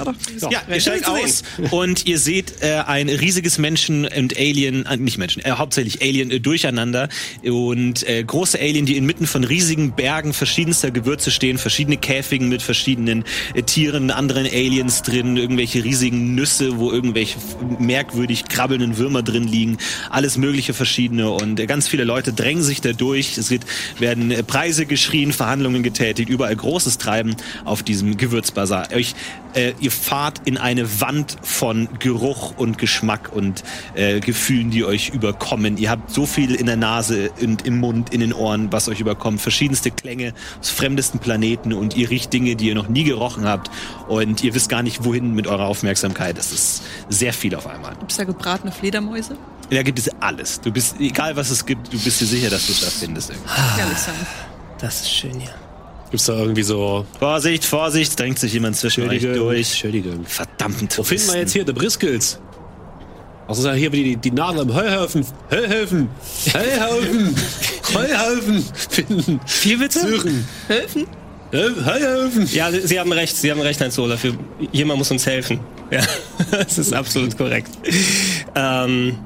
[SPEAKER 1] Ja, ihr steigt
[SPEAKER 3] Schön
[SPEAKER 1] aus und ihr seht äh, ein riesiges Menschen- und Alien, äh, nicht Menschen, äh, hauptsächlich Alien äh, durcheinander und äh, große Alien, die inmitten von riesigen Bergen verschiedenster Gewürze stehen, verschiedene Käfigen mit verschiedenen äh, Tieren, anderen Aliens drin, irgendwelche riesigen Nüsse, wo irgendwelche f- merkwürdig krabbelnden Würmer drin liegen, alles mögliche verschiedene und äh, ganz viele Leute drängen sich da durch. Es wird, werden äh, Preise geschrien, Verhandlungen getätigt, überall großes Treiben auf diesem Gewürzbazar. Euch äh, ihr fahrt in eine Wand von Geruch und Geschmack und äh, Gefühlen, die euch überkommen. Ihr habt so viel in der Nase und im Mund, in den Ohren, was euch überkommt. Verschiedenste Klänge aus fremdesten Planeten und ihr riecht Dinge, die ihr noch nie gerochen habt. Und ihr wisst gar nicht, wohin mit eurer Aufmerksamkeit. Es ist sehr viel auf einmal.
[SPEAKER 3] Gibt's da gebratene Fledermäuse?
[SPEAKER 1] Da gibt es alles. Du bist, egal was es gibt, du bist dir sicher, dass du es da findest.
[SPEAKER 3] Ehrlich sein.
[SPEAKER 2] Das ist schön, ja.
[SPEAKER 5] Gibt's da irgendwie so
[SPEAKER 1] Vorsicht, Vorsicht, drängt sich jemand zwischen euch durch.
[SPEAKER 5] Entschuldigung.
[SPEAKER 1] Verdammten
[SPEAKER 5] Wo finden wir
[SPEAKER 1] Touristen.
[SPEAKER 5] jetzt hier die Briskels? Außer also hier die, die, die Nadel im Heuhaufen. Heuhaufen. Heuhaufen. Heuhaufen finden.
[SPEAKER 2] Wie bitte?
[SPEAKER 5] Suchen. Heuhaufen? Heuhaufen.
[SPEAKER 2] Ja, Sie Sie haben recht, Sie haben recht, Heinz Olaf. Wir- Jemand muss uns helfen. Ja, das ist absolut korrekt. Ähm,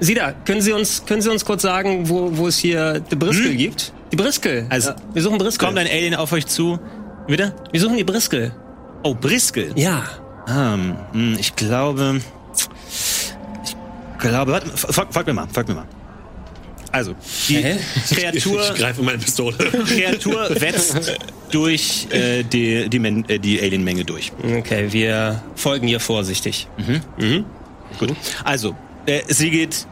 [SPEAKER 2] Sie da, können Sie uns, können Sie uns kurz sagen, wo, wo es hier die Briskel gibt? Die Briskel.
[SPEAKER 1] Hm? Also-
[SPEAKER 2] ja, wir suchen Briskel.
[SPEAKER 1] Kommt ein Alien auf euch zu. Wieder?
[SPEAKER 2] wir suchen die Briskel.
[SPEAKER 1] Oh, Briskel.
[SPEAKER 2] Ja.
[SPEAKER 1] Ähm, mh, ich glaube. Ich glaube. Warte, f- folg, folgt mir mal, folgt mir mal. Also, die
[SPEAKER 2] Hä?
[SPEAKER 1] Kreatur,
[SPEAKER 5] Ich greife meine Pistole.
[SPEAKER 1] Kreatur wetzt durch äh, die, die, Men- äh, die Alien-Menge durch.
[SPEAKER 2] Okay, wir folgen ihr vorsichtig.
[SPEAKER 1] Gut. Also, äh, sie geht,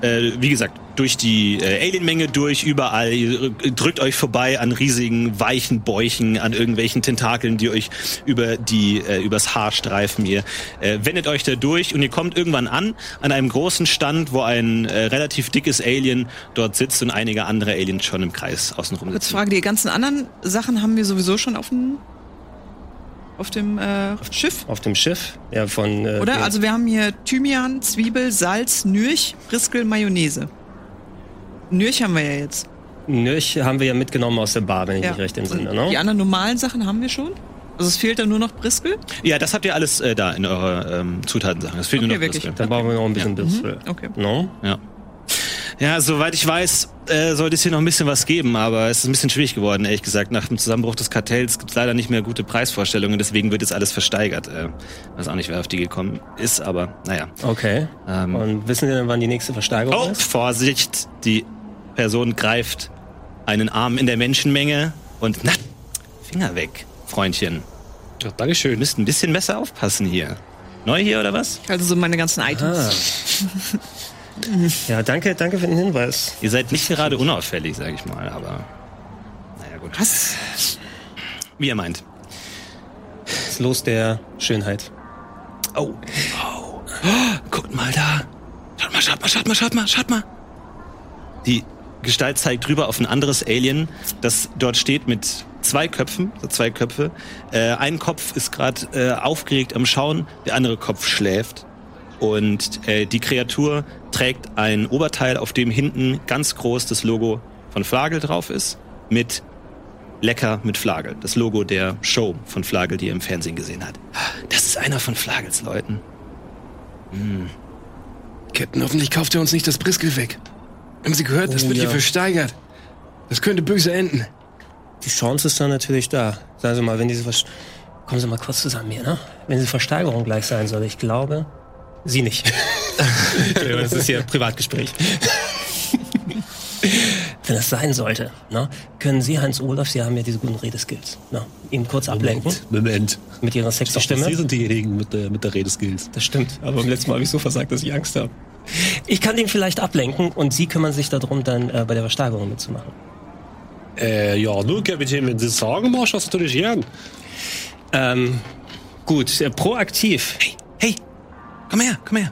[SPEAKER 1] äh, wie gesagt, durch die äh, Alien-Menge durch, überall. Ihr r- drückt euch vorbei an riesigen, weichen Bäuchen, an irgendwelchen Tentakeln, die euch über die, äh, übers Haar streifen. Ihr äh, wendet euch da durch und ihr kommt irgendwann an, an einem großen Stand, wo ein äh, relativ dickes Alien dort sitzt und einige andere Aliens schon im Kreis außenrum
[SPEAKER 3] Kurz
[SPEAKER 1] sitzen.
[SPEAKER 3] Frage, die ganzen anderen Sachen haben wir sowieso schon auf dem, auf dem äh, Schiff,
[SPEAKER 2] Auf dem Schiff. Ja, von. Äh,
[SPEAKER 3] oder?
[SPEAKER 2] dem-
[SPEAKER 3] Also wir haben hier Thymian, Zwiebel, Salz, Nürch, Briskel, Mayonnaise. Nürch haben wir ja jetzt.
[SPEAKER 2] Nürch haben wir ja mitgenommen aus der Bar, wenn ich
[SPEAKER 3] Ja.
[SPEAKER 2] mich recht
[SPEAKER 3] Und
[SPEAKER 2] entsinne,
[SPEAKER 3] Die
[SPEAKER 2] ne?
[SPEAKER 3] anderen normalen Sachen haben wir schon. Also es fehlt dann nur noch Briskel.
[SPEAKER 1] Ja, das habt ihr alles äh, da in eurer ähm, Zutatensachen. Es fehlt
[SPEAKER 3] Okay,
[SPEAKER 1] nur noch
[SPEAKER 3] wirklich.
[SPEAKER 1] Briskel.
[SPEAKER 2] Dann brauchen wir noch ein bisschen Briskel.
[SPEAKER 3] Mhm.
[SPEAKER 2] ne?
[SPEAKER 3] Okay.
[SPEAKER 2] No?
[SPEAKER 1] Ja. Ja, soweit ich weiß, äh, sollte es hier noch ein bisschen was geben, aber es ist ein bisschen schwierig geworden, ehrlich gesagt. Nach dem Zusammenbruch des Kartells gibt es leider nicht mehr gute Preisvorstellungen, deswegen wird jetzt alles versteigert. Äh, weiß auch nicht, wer auf die gekommen ist, aber naja.
[SPEAKER 2] Okay.
[SPEAKER 1] Ähm.
[SPEAKER 2] Und wissen Sie denn, wann die nächste Versteigerung
[SPEAKER 1] Oh,
[SPEAKER 2] ist?
[SPEAKER 1] Vorsicht, die Person greift einen Arm in der Menschenmenge und na, Finger weg, Freundchen.
[SPEAKER 7] Ja, Dankeschön.
[SPEAKER 1] Ihr müsst ein bisschen besser aufpassen hier. Neu hier oder was?
[SPEAKER 3] Also so meine ganzen Items.
[SPEAKER 2] Ja, danke, danke für den Hinweis.
[SPEAKER 1] Ihr seid nicht gerade unauffällig, sag ich mal, aber naja gut.
[SPEAKER 3] Was?
[SPEAKER 1] Wie ihr meint.
[SPEAKER 2] Das Los der Schönheit.
[SPEAKER 1] Oh. oh. Guckt mal da. Schaut mal, schaut mal, schaut mal, schaut mal, schaut mal. Die Gestalt zeigt drüber auf ein anderes Alien, das dort steht mit zwei Köpfen, so zwei Köpfe. Äh, ein Kopf ist gerade äh, aufgeregt am Schauen, der andere Kopf schläft. Und äh, die Kreatur trägt ein Oberteil, auf dem hinten ganz groß das Logo von Flagel drauf ist, mit Lecker mit Flagel. Das Logo der Show von Flagel, die ihr im Fernsehen gesehen hat. Das ist einer von Flagels Leuten.
[SPEAKER 4] Captain, hoffentlich kauft er uns nicht das Briskel weg. Haben Sie gehört, das
[SPEAKER 2] Oh,
[SPEAKER 4] wird
[SPEAKER 2] ja.
[SPEAKER 4] hier versteigert. Das könnte böse enden.
[SPEAKER 2] Die Chance ist dann natürlich da. Sagen Sie mal, wenn diese Verst Kommen Sie mal kurz zusammen hier, ne? Wenn diese Versteigerung gleich sein soll, ich glaube, Sie nicht. Entschuldigung, das ist hier ein Privatgespräch. wenn es sein sollte, ne? Können Sie, Heinz Olaf, Sie haben ja diese guten Redeskills, ne? Ihn kurz ablenken
[SPEAKER 5] Moment.
[SPEAKER 2] mit Ihrer sexy Stimme.
[SPEAKER 5] Sie sind diejenigen mit der, mit der Redeskills.
[SPEAKER 2] Das stimmt, aber beim letzten Mal habe ich so versagt, dass ich Angst habe. Ich kann den vielleicht ablenken und Sie kümmern sich darum, dann äh, bei der Versteigerung mitzumachen.
[SPEAKER 5] Äh, ja, nun, Kapitän, wenn Sie es sagen, machst du das natürlich gern.
[SPEAKER 2] Ähm, gut, äh, proaktiv.
[SPEAKER 1] Hey, komm her, komm her.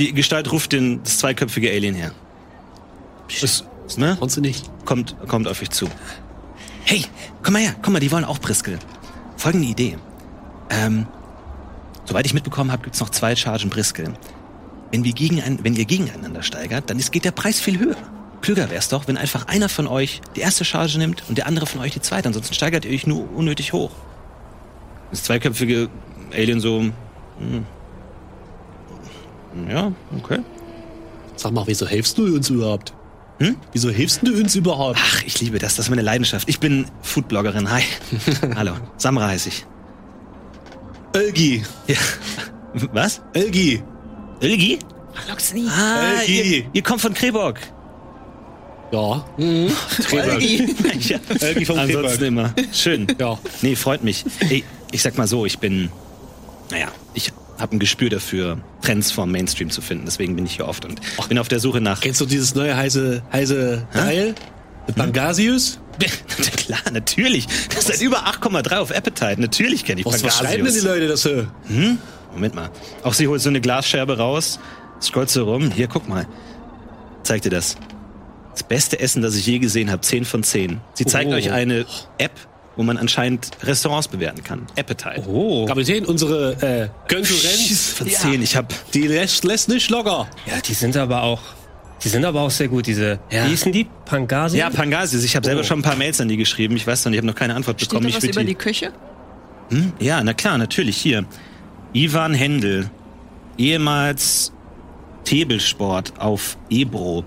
[SPEAKER 1] Die Gestalt ruft den, das zweiköpfige Alien her. Es, ne?
[SPEAKER 5] Kannst du nicht.
[SPEAKER 1] Kommt, kommt auf euch zu. Hey, komm mal her, komm mal, die wollen auch Briskel. Folgende Idee. Ähm, soweit ich mitbekommen habe, gibt's noch zwei Chargen Briskel. Wenn, wir gegen ein, wenn ihr gegeneinander steigert, dann ist, geht der Preis viel höher. Klüger wäre es doch, wenn einfach einer von euch die erste Charge nimmt und der andere von euch die zweite. Ansonsten steigert ihr euch nur unnötig hoch. Das zweiköpfige Alien so. Hm. Ja, okay.
[SPEAKER 5] Sag mal, wieso hilfst du uns überhaupt? Hm? Wieso hilfst du uns überhaupt?
[SPEAKER 1] Ach, ich liebe das. Das ist meine Leidenschaft. Ich bin Foodbloggerin. Hi. Hallo. Samra heiße ich.
[SPEAKER 5] Elgi,
[SPEAKER 1] Ja. Was?
[SPEAKER 5] Elgi,
[SPEAKER 1] Ilgi?
[SPEAKER 3] Lock's nie.
[SPEAKER 1] Ah,
[SPEAKER 5] Elgi.
[SPEAKER 1] ihr, ihr kommt von Kreborg.
[SPEAKER 5] Ja. Treberg.
[SPEAKER 1] ja.
[SPEAKER 5] Elgi vom
[SPEAKER 1] Ansonsten
[SPEAKER 5] Treberg.
[SPEAKER 1] immer. Schön.
[SPEAKER 5] Ja.
[SPEAKER 1] Nee, freut mich. Ich, ich sag mal so, ich bin, naja, ich habe ein Gespür dafür, Trends vom Mainstream zu finden. Deswegen bin ich hier oft und bin auf der Suche nach.
[SPEAKER 5] Kennst du dieses neue heiße, heiße Teil? Mit Pangasius?
[SPEAKER 1] Klar, natürlich. Das ist seit über 8,3 auf Appetite. Natürlich kenne ich
[SPEAKER 5] Was, was schreiben denn die
[SPEAKER 1] Pangasius.
[SPEAKER 5] Leute das hier?
[SPEAKER 1] Moment mal. Auch sie holt so eine Glasscherbe raus, scrollt so rum. Hier, guck mal. Zeig dir das. Das beste Essen, das ich je gesehen habe. 10 von 10. Sie zeigt
[SPEAKER 5] Oh.
[SPEAKER 1] euch eine App, wo man anscheinend Restaurants bewerten kann. Appetite.
[SPEAKER 5] Oh. Kapitän, unsere äh, Konkurrenz,
[SPEAKER 1] Von 10. Ich habe
[SPEAKER 5] die lässt, lässt nicht locker.
[SPEAKER 2] Ja, die sind aber auch, die sind aber auch sehr gut, diese,
[SPEAKER 1] Ja.
[SPEAKER 2] wie hießen die? Pangasi?
[SPEAKER 1] Ja, Pangasius. Ich habe selber schon ein paar Mails an die geschrieben. Ich weiß noch, ich habe noch keine Antwort
[SPEAKER 3] Oh. Steht
[SPEAKER 1] bekommen.
[SPEAKER 3] da
[SPEAKER 1] Ich
[SPEAKER 3] was
[SPEAKER 1] würd
[SPEAKER 3] über
[SPEAKER 1] die-
[SPEAKER 3] die Küche?
[SPEAKER 1] ja, na klar, natürlich. Hier. Ivan Händel. Ehemals Tebelsport auf Ebro.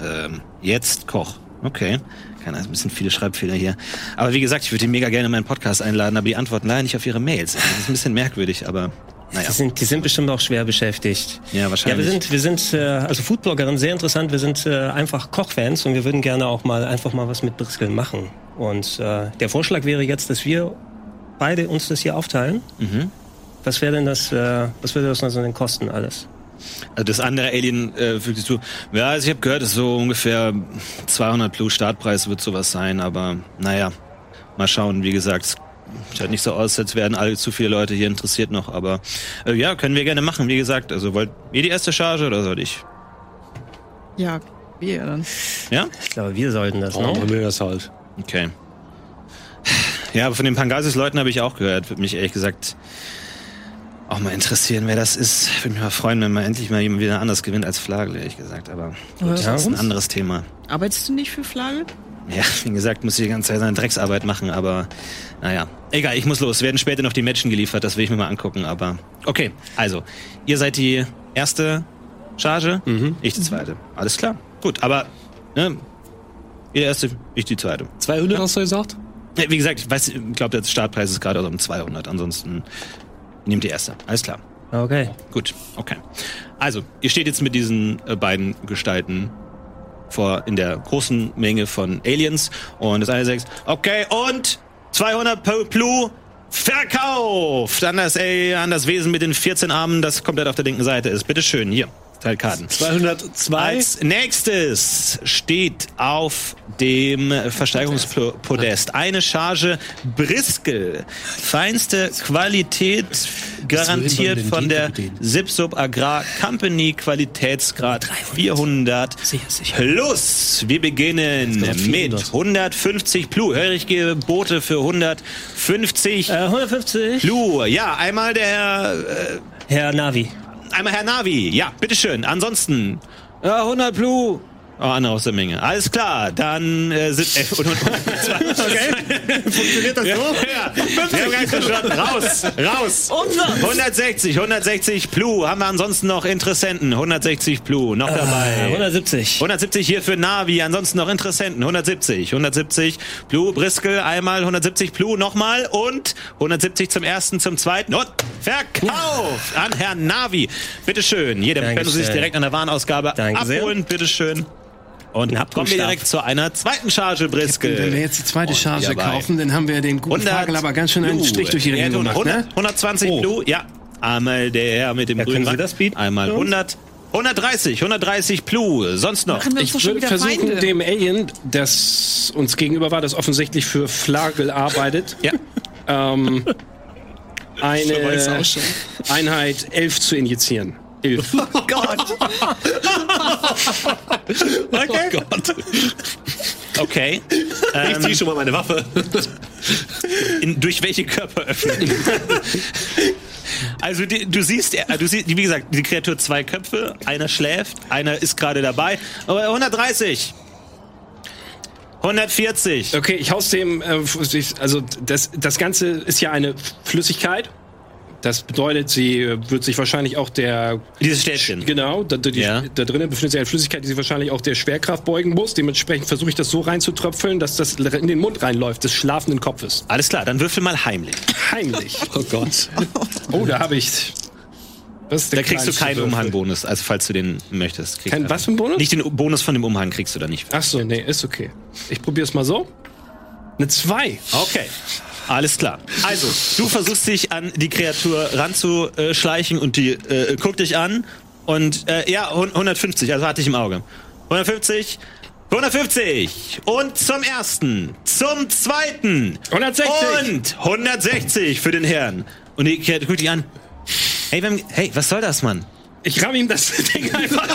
[SPEAKER 1] Ähm, jetzt Koch. Okay. Keine Ahnung, ein bisschen viele Schreibfehler hier. Aber wie gesagt, ich würde ihn mega gerne in meinen Podcast einladen, aber die antworten leider nicht auf ihre Mails. Das ist ein bisschen merkwürdig, aber naja.
[SPEAKER 2] Die sind, die sind bestimmt auch schwer beschäftigt.
[SPEAKER 1] Ja, wahrscheinlich.
[SPEAKER 2] Ja, wir sind, wir sind, äh, also Foodbloggerin, sehr interessant. Wir sind äh, einfach Kochfans und wir würden gerne auch mal einfach mal was mit Briskeln machen. Und äh, der Vorschlag wäre jetzt, dass wir beide uns das hier aufteilen. Was wäre denn das, äh, was würde das denn so denn kosten alles?
[SPEAKER 1] Also das andere Alien äh, fügt sich zu. Ja, also ich habe gehört, es ist so ungefähr 200 plus Startpreis wird sowas sein, aber naja, mal schauen. Wie gesagt, es sieht nicht so aus, als wären alle zu viele Leute hier interessiert noch, aber äh, ja, können wir gerne machen. Wie gesagt, also wollt ihr die erste Charge oder soll ich?
[SPEAKER 3] Ja, wir dann.
[SPEAKER 1] Ja?
[SPEAKER 2] Ich glaube, wir sollten das, ne?
[SPEAKER 5] wir das halt.
[SPEAKER 1] Okay. Ja, aber von den Pangasis-Leuten habe ich auch gehört. Würde mich ehrlich gesagt auch mal interessieren, wer das ist. Würde mich mal freuen, wenn mal endlich mal jemand wieder anders gewinnt als Flagel, ehrlich gesagt. Aber gut,
[SPEAKER 3] Ja,
[SPEAKER 1] das ist ein
[SPEAKER 3] uns?
[SPEAKER 1] anderes Thema.
[SPEAKER 3] Arbeitest du nicht für Flagel?
[SPEAKER 1] Ja, wie gesagt, muss ich die ganze Zeit seine Drecksarbeit machen, aber naja. Egal, ich muss los. Werden später noch die Matchen geliefert, das will ich mir mal angucken, aber. Okay, also, ihr seid die erste Charge, ich die zweite. Alles klar. Gut, aber ne, ihr erste, ich die zweite.
[SPEAKER 5] 200 hast du gesagt?
[SPEAKER 1] Ja, Wie gesagt, ich weiß, ich glaube, der Startpreis ist gerade um 200, ansonsten nehmt die erste. Alles klar.
[SPEAKER 2] Oh. Okay.
[SPEAKER 1] Gut, okay. Also, ihr steht jetzt mit diesen äh, beiden Gestalten vor in der großen Menge von Aliens und das eine sagt, okay, und 200 Pl- Plu verkauft an das, Al- an das Wesen mit den 14 Armen, das komplett auf der linken Seite ist. Bitteschön, hier, Teilkarten.
[SPEAKER 5] 202?
[SPEAKER 1] Als nächstes steht auf dem Versteigerungspodest eine Charge Briskel. Feinste Qualität garantiert
[SPEAKER 5] denn
[SPEAKER 1] von
[SPEAKER 5] die
[SPEAKER 1] der
[SPEAKER 5] Ideen?
[SPEAKER 1] Sipsub Agrar Company Qualitätsgrad 400 plus. Wir beginnen mit 150 Plu. Hörig Gebote für 150
[SPEAKER 2] Äh, 150.
[SPEAKER 1] Plu. Ja, einmal der Herr
[SPEAKER 2] Herr Navi.
[SPEAKER 1] Einmal Herr Navi, ja, bitteschön. Ansonsten, ja, 100 Blue. Oh, andere aus der Menge. Alles klar, dann äh, sind... Äh, und, und, und, okay. Funktioniert das so? Ja, wir haben gar nicht verstanden. Raus, raus. 160, 160 Blue. Haben wir ansonsten noch Interessenten? 160 Blue, noch
[SPEAKER 2] Äh,
[SPEAKER 1] dabei.
[SPEAKER 2] 170.
[SPEAKER 1] 170 hier für Navi, ansonsten noch Interessenten. 170, 170 Blue, Briskel einmal, 170 Blue nochmal und 170 zum ersten, zum zweiten und verkauft an Herrn Navi. Bitteschön, jeder können Sie sich
[SPEAKER 2] Dankeschön.
[SPEAKER 1] direkt an der Warenausgabe
[SPEAKER 2] Danke sehr.
[SPEAKER 1] abholen, bitteschön. Und kommen wir
[SPEAKER 2] Stab.
[SPEAKER 1] direkt zu einer zweiten Charge Briskel.
[SPEAKER 4] Wenn wir jetzt die zweite
[SPEAKER 7] Oh,
[SPEAKER 1] Und
[SPEAKER 4] Charge
[SPEAKER 1] hierbei
[SPEAKER 4] kaufen, dann haben wir den guten
[SPEAKER 1] 100
[SPEAKER 4] Fagel aber ganz schön einen
[SPEAKER 1] Blue.
[SPEAKER 4] Strich durch die
[SPEAKER 1] Er hat
[SPEAKER 4] Rechnung gemacht,
[SPEAKER 1] 100,
[SPEAKER 4] ne?
[SPEAKER 1] 120 Blue, ja. Einmal der Herr mit dem
[SPEAKER 2] Ja,
[SPEAKER 1] grünen
[SPEAKER 2] können Sie
[SPEAKER 1] Rand.
[SPEAKER 2] das bieten?
[SPEAKER 1] Einmal 100, 130, 130 Blue, sonst noch.
[SPEAKER 3] Machen wir uns
[SPEAKER 7] Ich
[SPEAKER 3] doch schon
[SPEAKER 7] würde
[SPEAKER 3] wieder
[SPEAKER 7] versuchen,
[SPEAKER 3] Feinde.
[SPEAKER 7] dem Alien, das uns gegenüber war, das offensichtlich für Flagel arbeitet,
[SPEAKER 1] Ja.
[SPEAKER 7] ähm,
[SPEAKER 5] weiß
[SPEAKER 7] eine
[SPEAKER 5] auch schon.
[SPEAKER 7] Einheit 11 zu injizieren. Hilf.
[SPEAKER 5] Oh Gott.
[SPEAKER 1] Okay. Oh
[SPEAKER 5] Ich zieh schon mal meine Waffe.
[SPEAKER 1] Ähm, In, durch welche Körperöffnung? also die, du siehst, äh, du siehst, wie gesagt, die Kreatur hat zwei Köpfe, einer schläft, einer ist gerade dabei. Aber 130, 140.
[SPEAKER 4] Okay, ich haus dem, äh, also das, das Ganze ist ja eine Flüssigkeit. Das bedeutet, sie äh, wird sich wahrscheinlich auch der
[SPEAKER 1] Dieses Stäbchen.
[SPEAKER 4] Genau, da, da, die,
[SPEAKER 1] Ja.
[SPEAKER 4] da drinnen befindet sich eine Flüssigkeit, die sie wahrscheinlich auch der Schwerkraft beugen muss. Dementsprechend versuche ich das so reinzutröpfeln, dass das in den Mund reinläuft, des schlafenden Kopfes.
[SPEAKER 1] Alles klar, dann würfel mal heimlich.
[SPEAKER 4] Heimlich.
[SPEAKER 5] Oh Gott.
[SPEAKER 4] Oh, da habe ich. Das ist
[SPEAKER 1] Da
[SPEAKER 4] der
[SPEAKER 1] kriegst du
[SPEAKER 4] kleinste
[SPEAKER 1] keinen
[SPEAKER 4] Würfel.
[SPEAKER 1] Umhangbonus, also falls du den möchtest. Kriegst
[SPEAKER 4] Kein
[SPEAKER 1] du einfach.
[SPEAKER 4] was für ein Bonus?
[SPEAKER 1] Nicht den Bonus von dem Umhang kriegst du da nicht.
[SPEAKER 4] Ach so, nee, ist okay. Ich probiere es mal so. Eine 2.
[SPEAKER 1] Okay. Alles klar. Also, du versuchst dich an die Kreatur ranzuschleichen und die äh, guckt dich an und äh, ja, hun- 150, also hatte ich im Auge. 150, 150 und zum ersten, zum zweiten
[SPEAKER 4] 160.
[SPEAKER 1] und 160 für den Herrn. Und die Kreatur guckt dich an. Hey, wir haben, hey, was soll das, Mann?
[SPEAKER 4] Ich ramm ihm das Ding einfach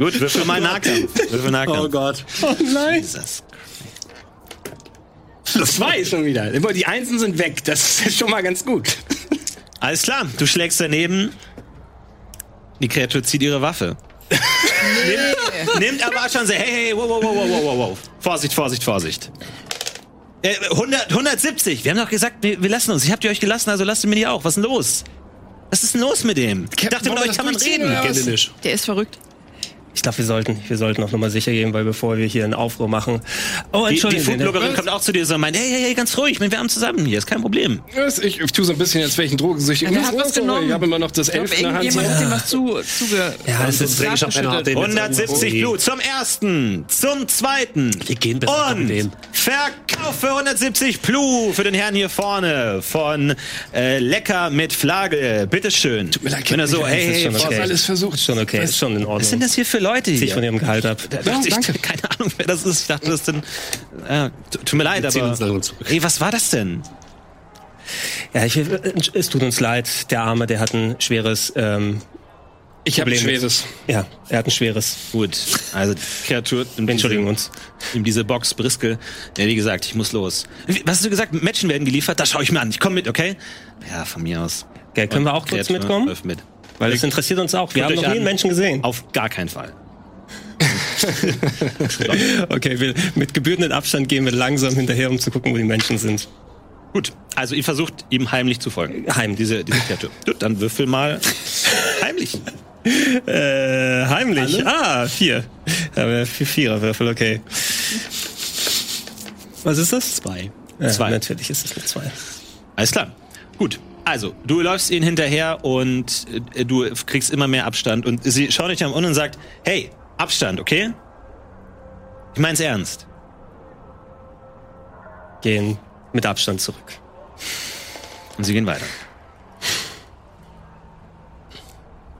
[SPEAKER 1] Oh Gut, würfel mal Nahkampf. Würfel Nahkampf.
[SPEAKER 5] Oh Gott.
[SPEAKER 4] Oh nein.
[SPEAKER 1] Jesus.
[SPEAKER 4] Zwei schon wieder. Immer Die Einsen sind weg. Das ist schon mal ganz gut.
[SPEAKER 1] Alles klar, du schlägst daneben. Die Kreatur zieht ihre Waffe. nimmt, nimmt aber schon sehr, hey, hey, wow, wow, wow, wow, wow, wow. Vorsicht, Vorsicht, Vorsicht. Äh, 100, 170, wir haben doch gesagt, wir, wir lassen uns. Ich habt ihr euch gelassen, also lasst ihr mir die auch. Was ist denn los? Was ist denn los mit dem? Ich dachte, mit
[SPEAKER 4] wollen wir
[SPEAKER 1] euch
[SPEAKER 4] das
[SPEAKER 1] kann man
[SPEAKER 4] durchziehen,
[SPEAKER 1] reden.
[SPEAKER 4] oder was?
[SPEAKER 5] Gändenisch.
[SPEAKER 3] Der ist verrückt.
[SPEAKER 2] Ich glaube, wir sollten, wir sollten auch nochmal sicher gehen, weil bevor wir hier einen Aufruhr machen. Oh,
[SPEAKER 1] Die, die
[SPEAKER 2] entschuldigen Sie, ne?
[SPEAKER 1] Foodbloggerin kommt auch zu dir und meint, hey, hey, hey, ganz ruhig, wir haben zusammen hier, ist kein Problem.
[SPEAKER 4] Ich, ich tue so ein bisschen, als wäre ich ein Drogensüchtiger. Oh,
[SPEAKER 3] Ja, der hat was genommen.
[SPEAKER 4] Ich habe immer noch das
[SPEAKER 3] Ich glaube,
[SPEAKER 4] Elf in der Hand.
[SPEAKER 3] irgendjemand hat ihm was zu, zuge. also
[SPEAKER 5] Ja, das ist dringend auf einer Art, den jetzt
[SPEAKER 1] 170
[SPEAKER 5] irgendwo-
[SPEAKER 1] Blut zum ersten, zum zweiten.
[SPEAKER 5] Wir gehen besser ab
[SPEAKER 1] Und
[SPEAKER 5] mit denen.
[SPEAKER 1] Verkauf für 170 Plu für den Herrn hier vorne von äh, Lecker mit Flagge. Bitteschön. Tut mir
[SPEAKER 4] leid,
[SPEAKER 1] Wenn er so, hey,
[SPEAKER 2] Das ist
[SPEAKER 1] hey,
[SPEAKER 2] schon
[SPEAKER 1] was
[SPEAKER 2] okay.
[SPEAKER 4] alles versucht.
[SPEAKER 2] Ist schon okay, ist schon in Ordnung. Was
[SPEAKER 1] sind das hier für Leute
[SPEAKER 2] Ziehe ich von
[SPEAKER 1] hier?
[SPEAKER 2] ihrem Gehalt ab.
[SPEAKER 1] Da dachte
[SPEAKER 4] Ja,
[SPEAKER 1] ich,
[SPEAKER 4] danke.
[SPEAKER 1] keine Ahnung, wer das ist. Ich dachte, das ist denn. Äh, tut tut mir leid,
[SPEAKER 5] ziehen uns
[SPEAKER 1] aber.
[SPEAKER 5] langsam zurück.
[SPEAKER 1] Ey, was war das denn?
[SPEAKER 2] Ja, ich, es tut uns leid. Der Arme, der hat ein schweres, ähm,
[SPEAKER 4] Ich habe ein
[SPEAKER 2] Problem.
[SPEAKER 4] schweres.
[SPEAKER 2] ja, er hat ein schweres.
[SPEAKER 1] Gut, also die Kreatur nimmt
[SPEAKER 2] Entschuldigen
[SPEAKER 1] diese,
[SPEAKER 2] uns.
[SPEAKER 1] nimmt diese Box Briske. Ja, wie gesagt, ich muss los. Wie- Was hast du gesagt? Matchen werden geliefert? Das schaue ich mir an. Ich komme mit, okay? Ja, von mir aus.
[SPEAKER 2] Gell, können wir auch kurz
[SPEAKER 1] Kreatur
[SPEAKER 2] mitkommen?
[SPEAKER 1] läuft Mit.
[SPEAKER 2] Weil es interessiert uns auch. Wir haben
[SPEAKER 1] Guckt
[SPEAKER 2] noch
[SPEAKER 1] Äh, euch
[SPEAKER 2] nie einen
[SPEAKER 1] an.
[SPEAKER 2] Menschen gesehen.
[SPEAKER 1] Auf gar keinen Fall.
[SPEAKER 2] Okay, wir, mit gebührendem Abstand gehen wir langsam hinterher, um zu gucken, wo die Menschen sind.
[SPEAKER 1] Gut, also ihr versucht ihm heimlich zu folgen.
[SPEAKER 2] Heim,
[SPEAKER 1] Diese, diese Kreatur. Gut, dann würfel mal heimlich.
[SPEAKER 2] Äh, heimlich. Ah, vier. Ja, vier Viererwürfel, okay. Was ist das? Zwei.
[SPEAKER 4] Äh,
[SPEAKER 2] Ja,
[SPEAKER 1] Zwei.
[SPEAKER 2] zwei. Natürlich ist es eine zwei.
[SPEAKER 1] Alles klar. Gut. Also, du läufst ihnen hinterher und äh, du kriegst immer mehr Abstand und sie schaut dich an und sagt, hey, Abstand, okay? Ich mein's ernst.
[SPEAKER 2] Gehen mit Abstand zurück.
[SPEAKER 1] Und sie gehen weiter.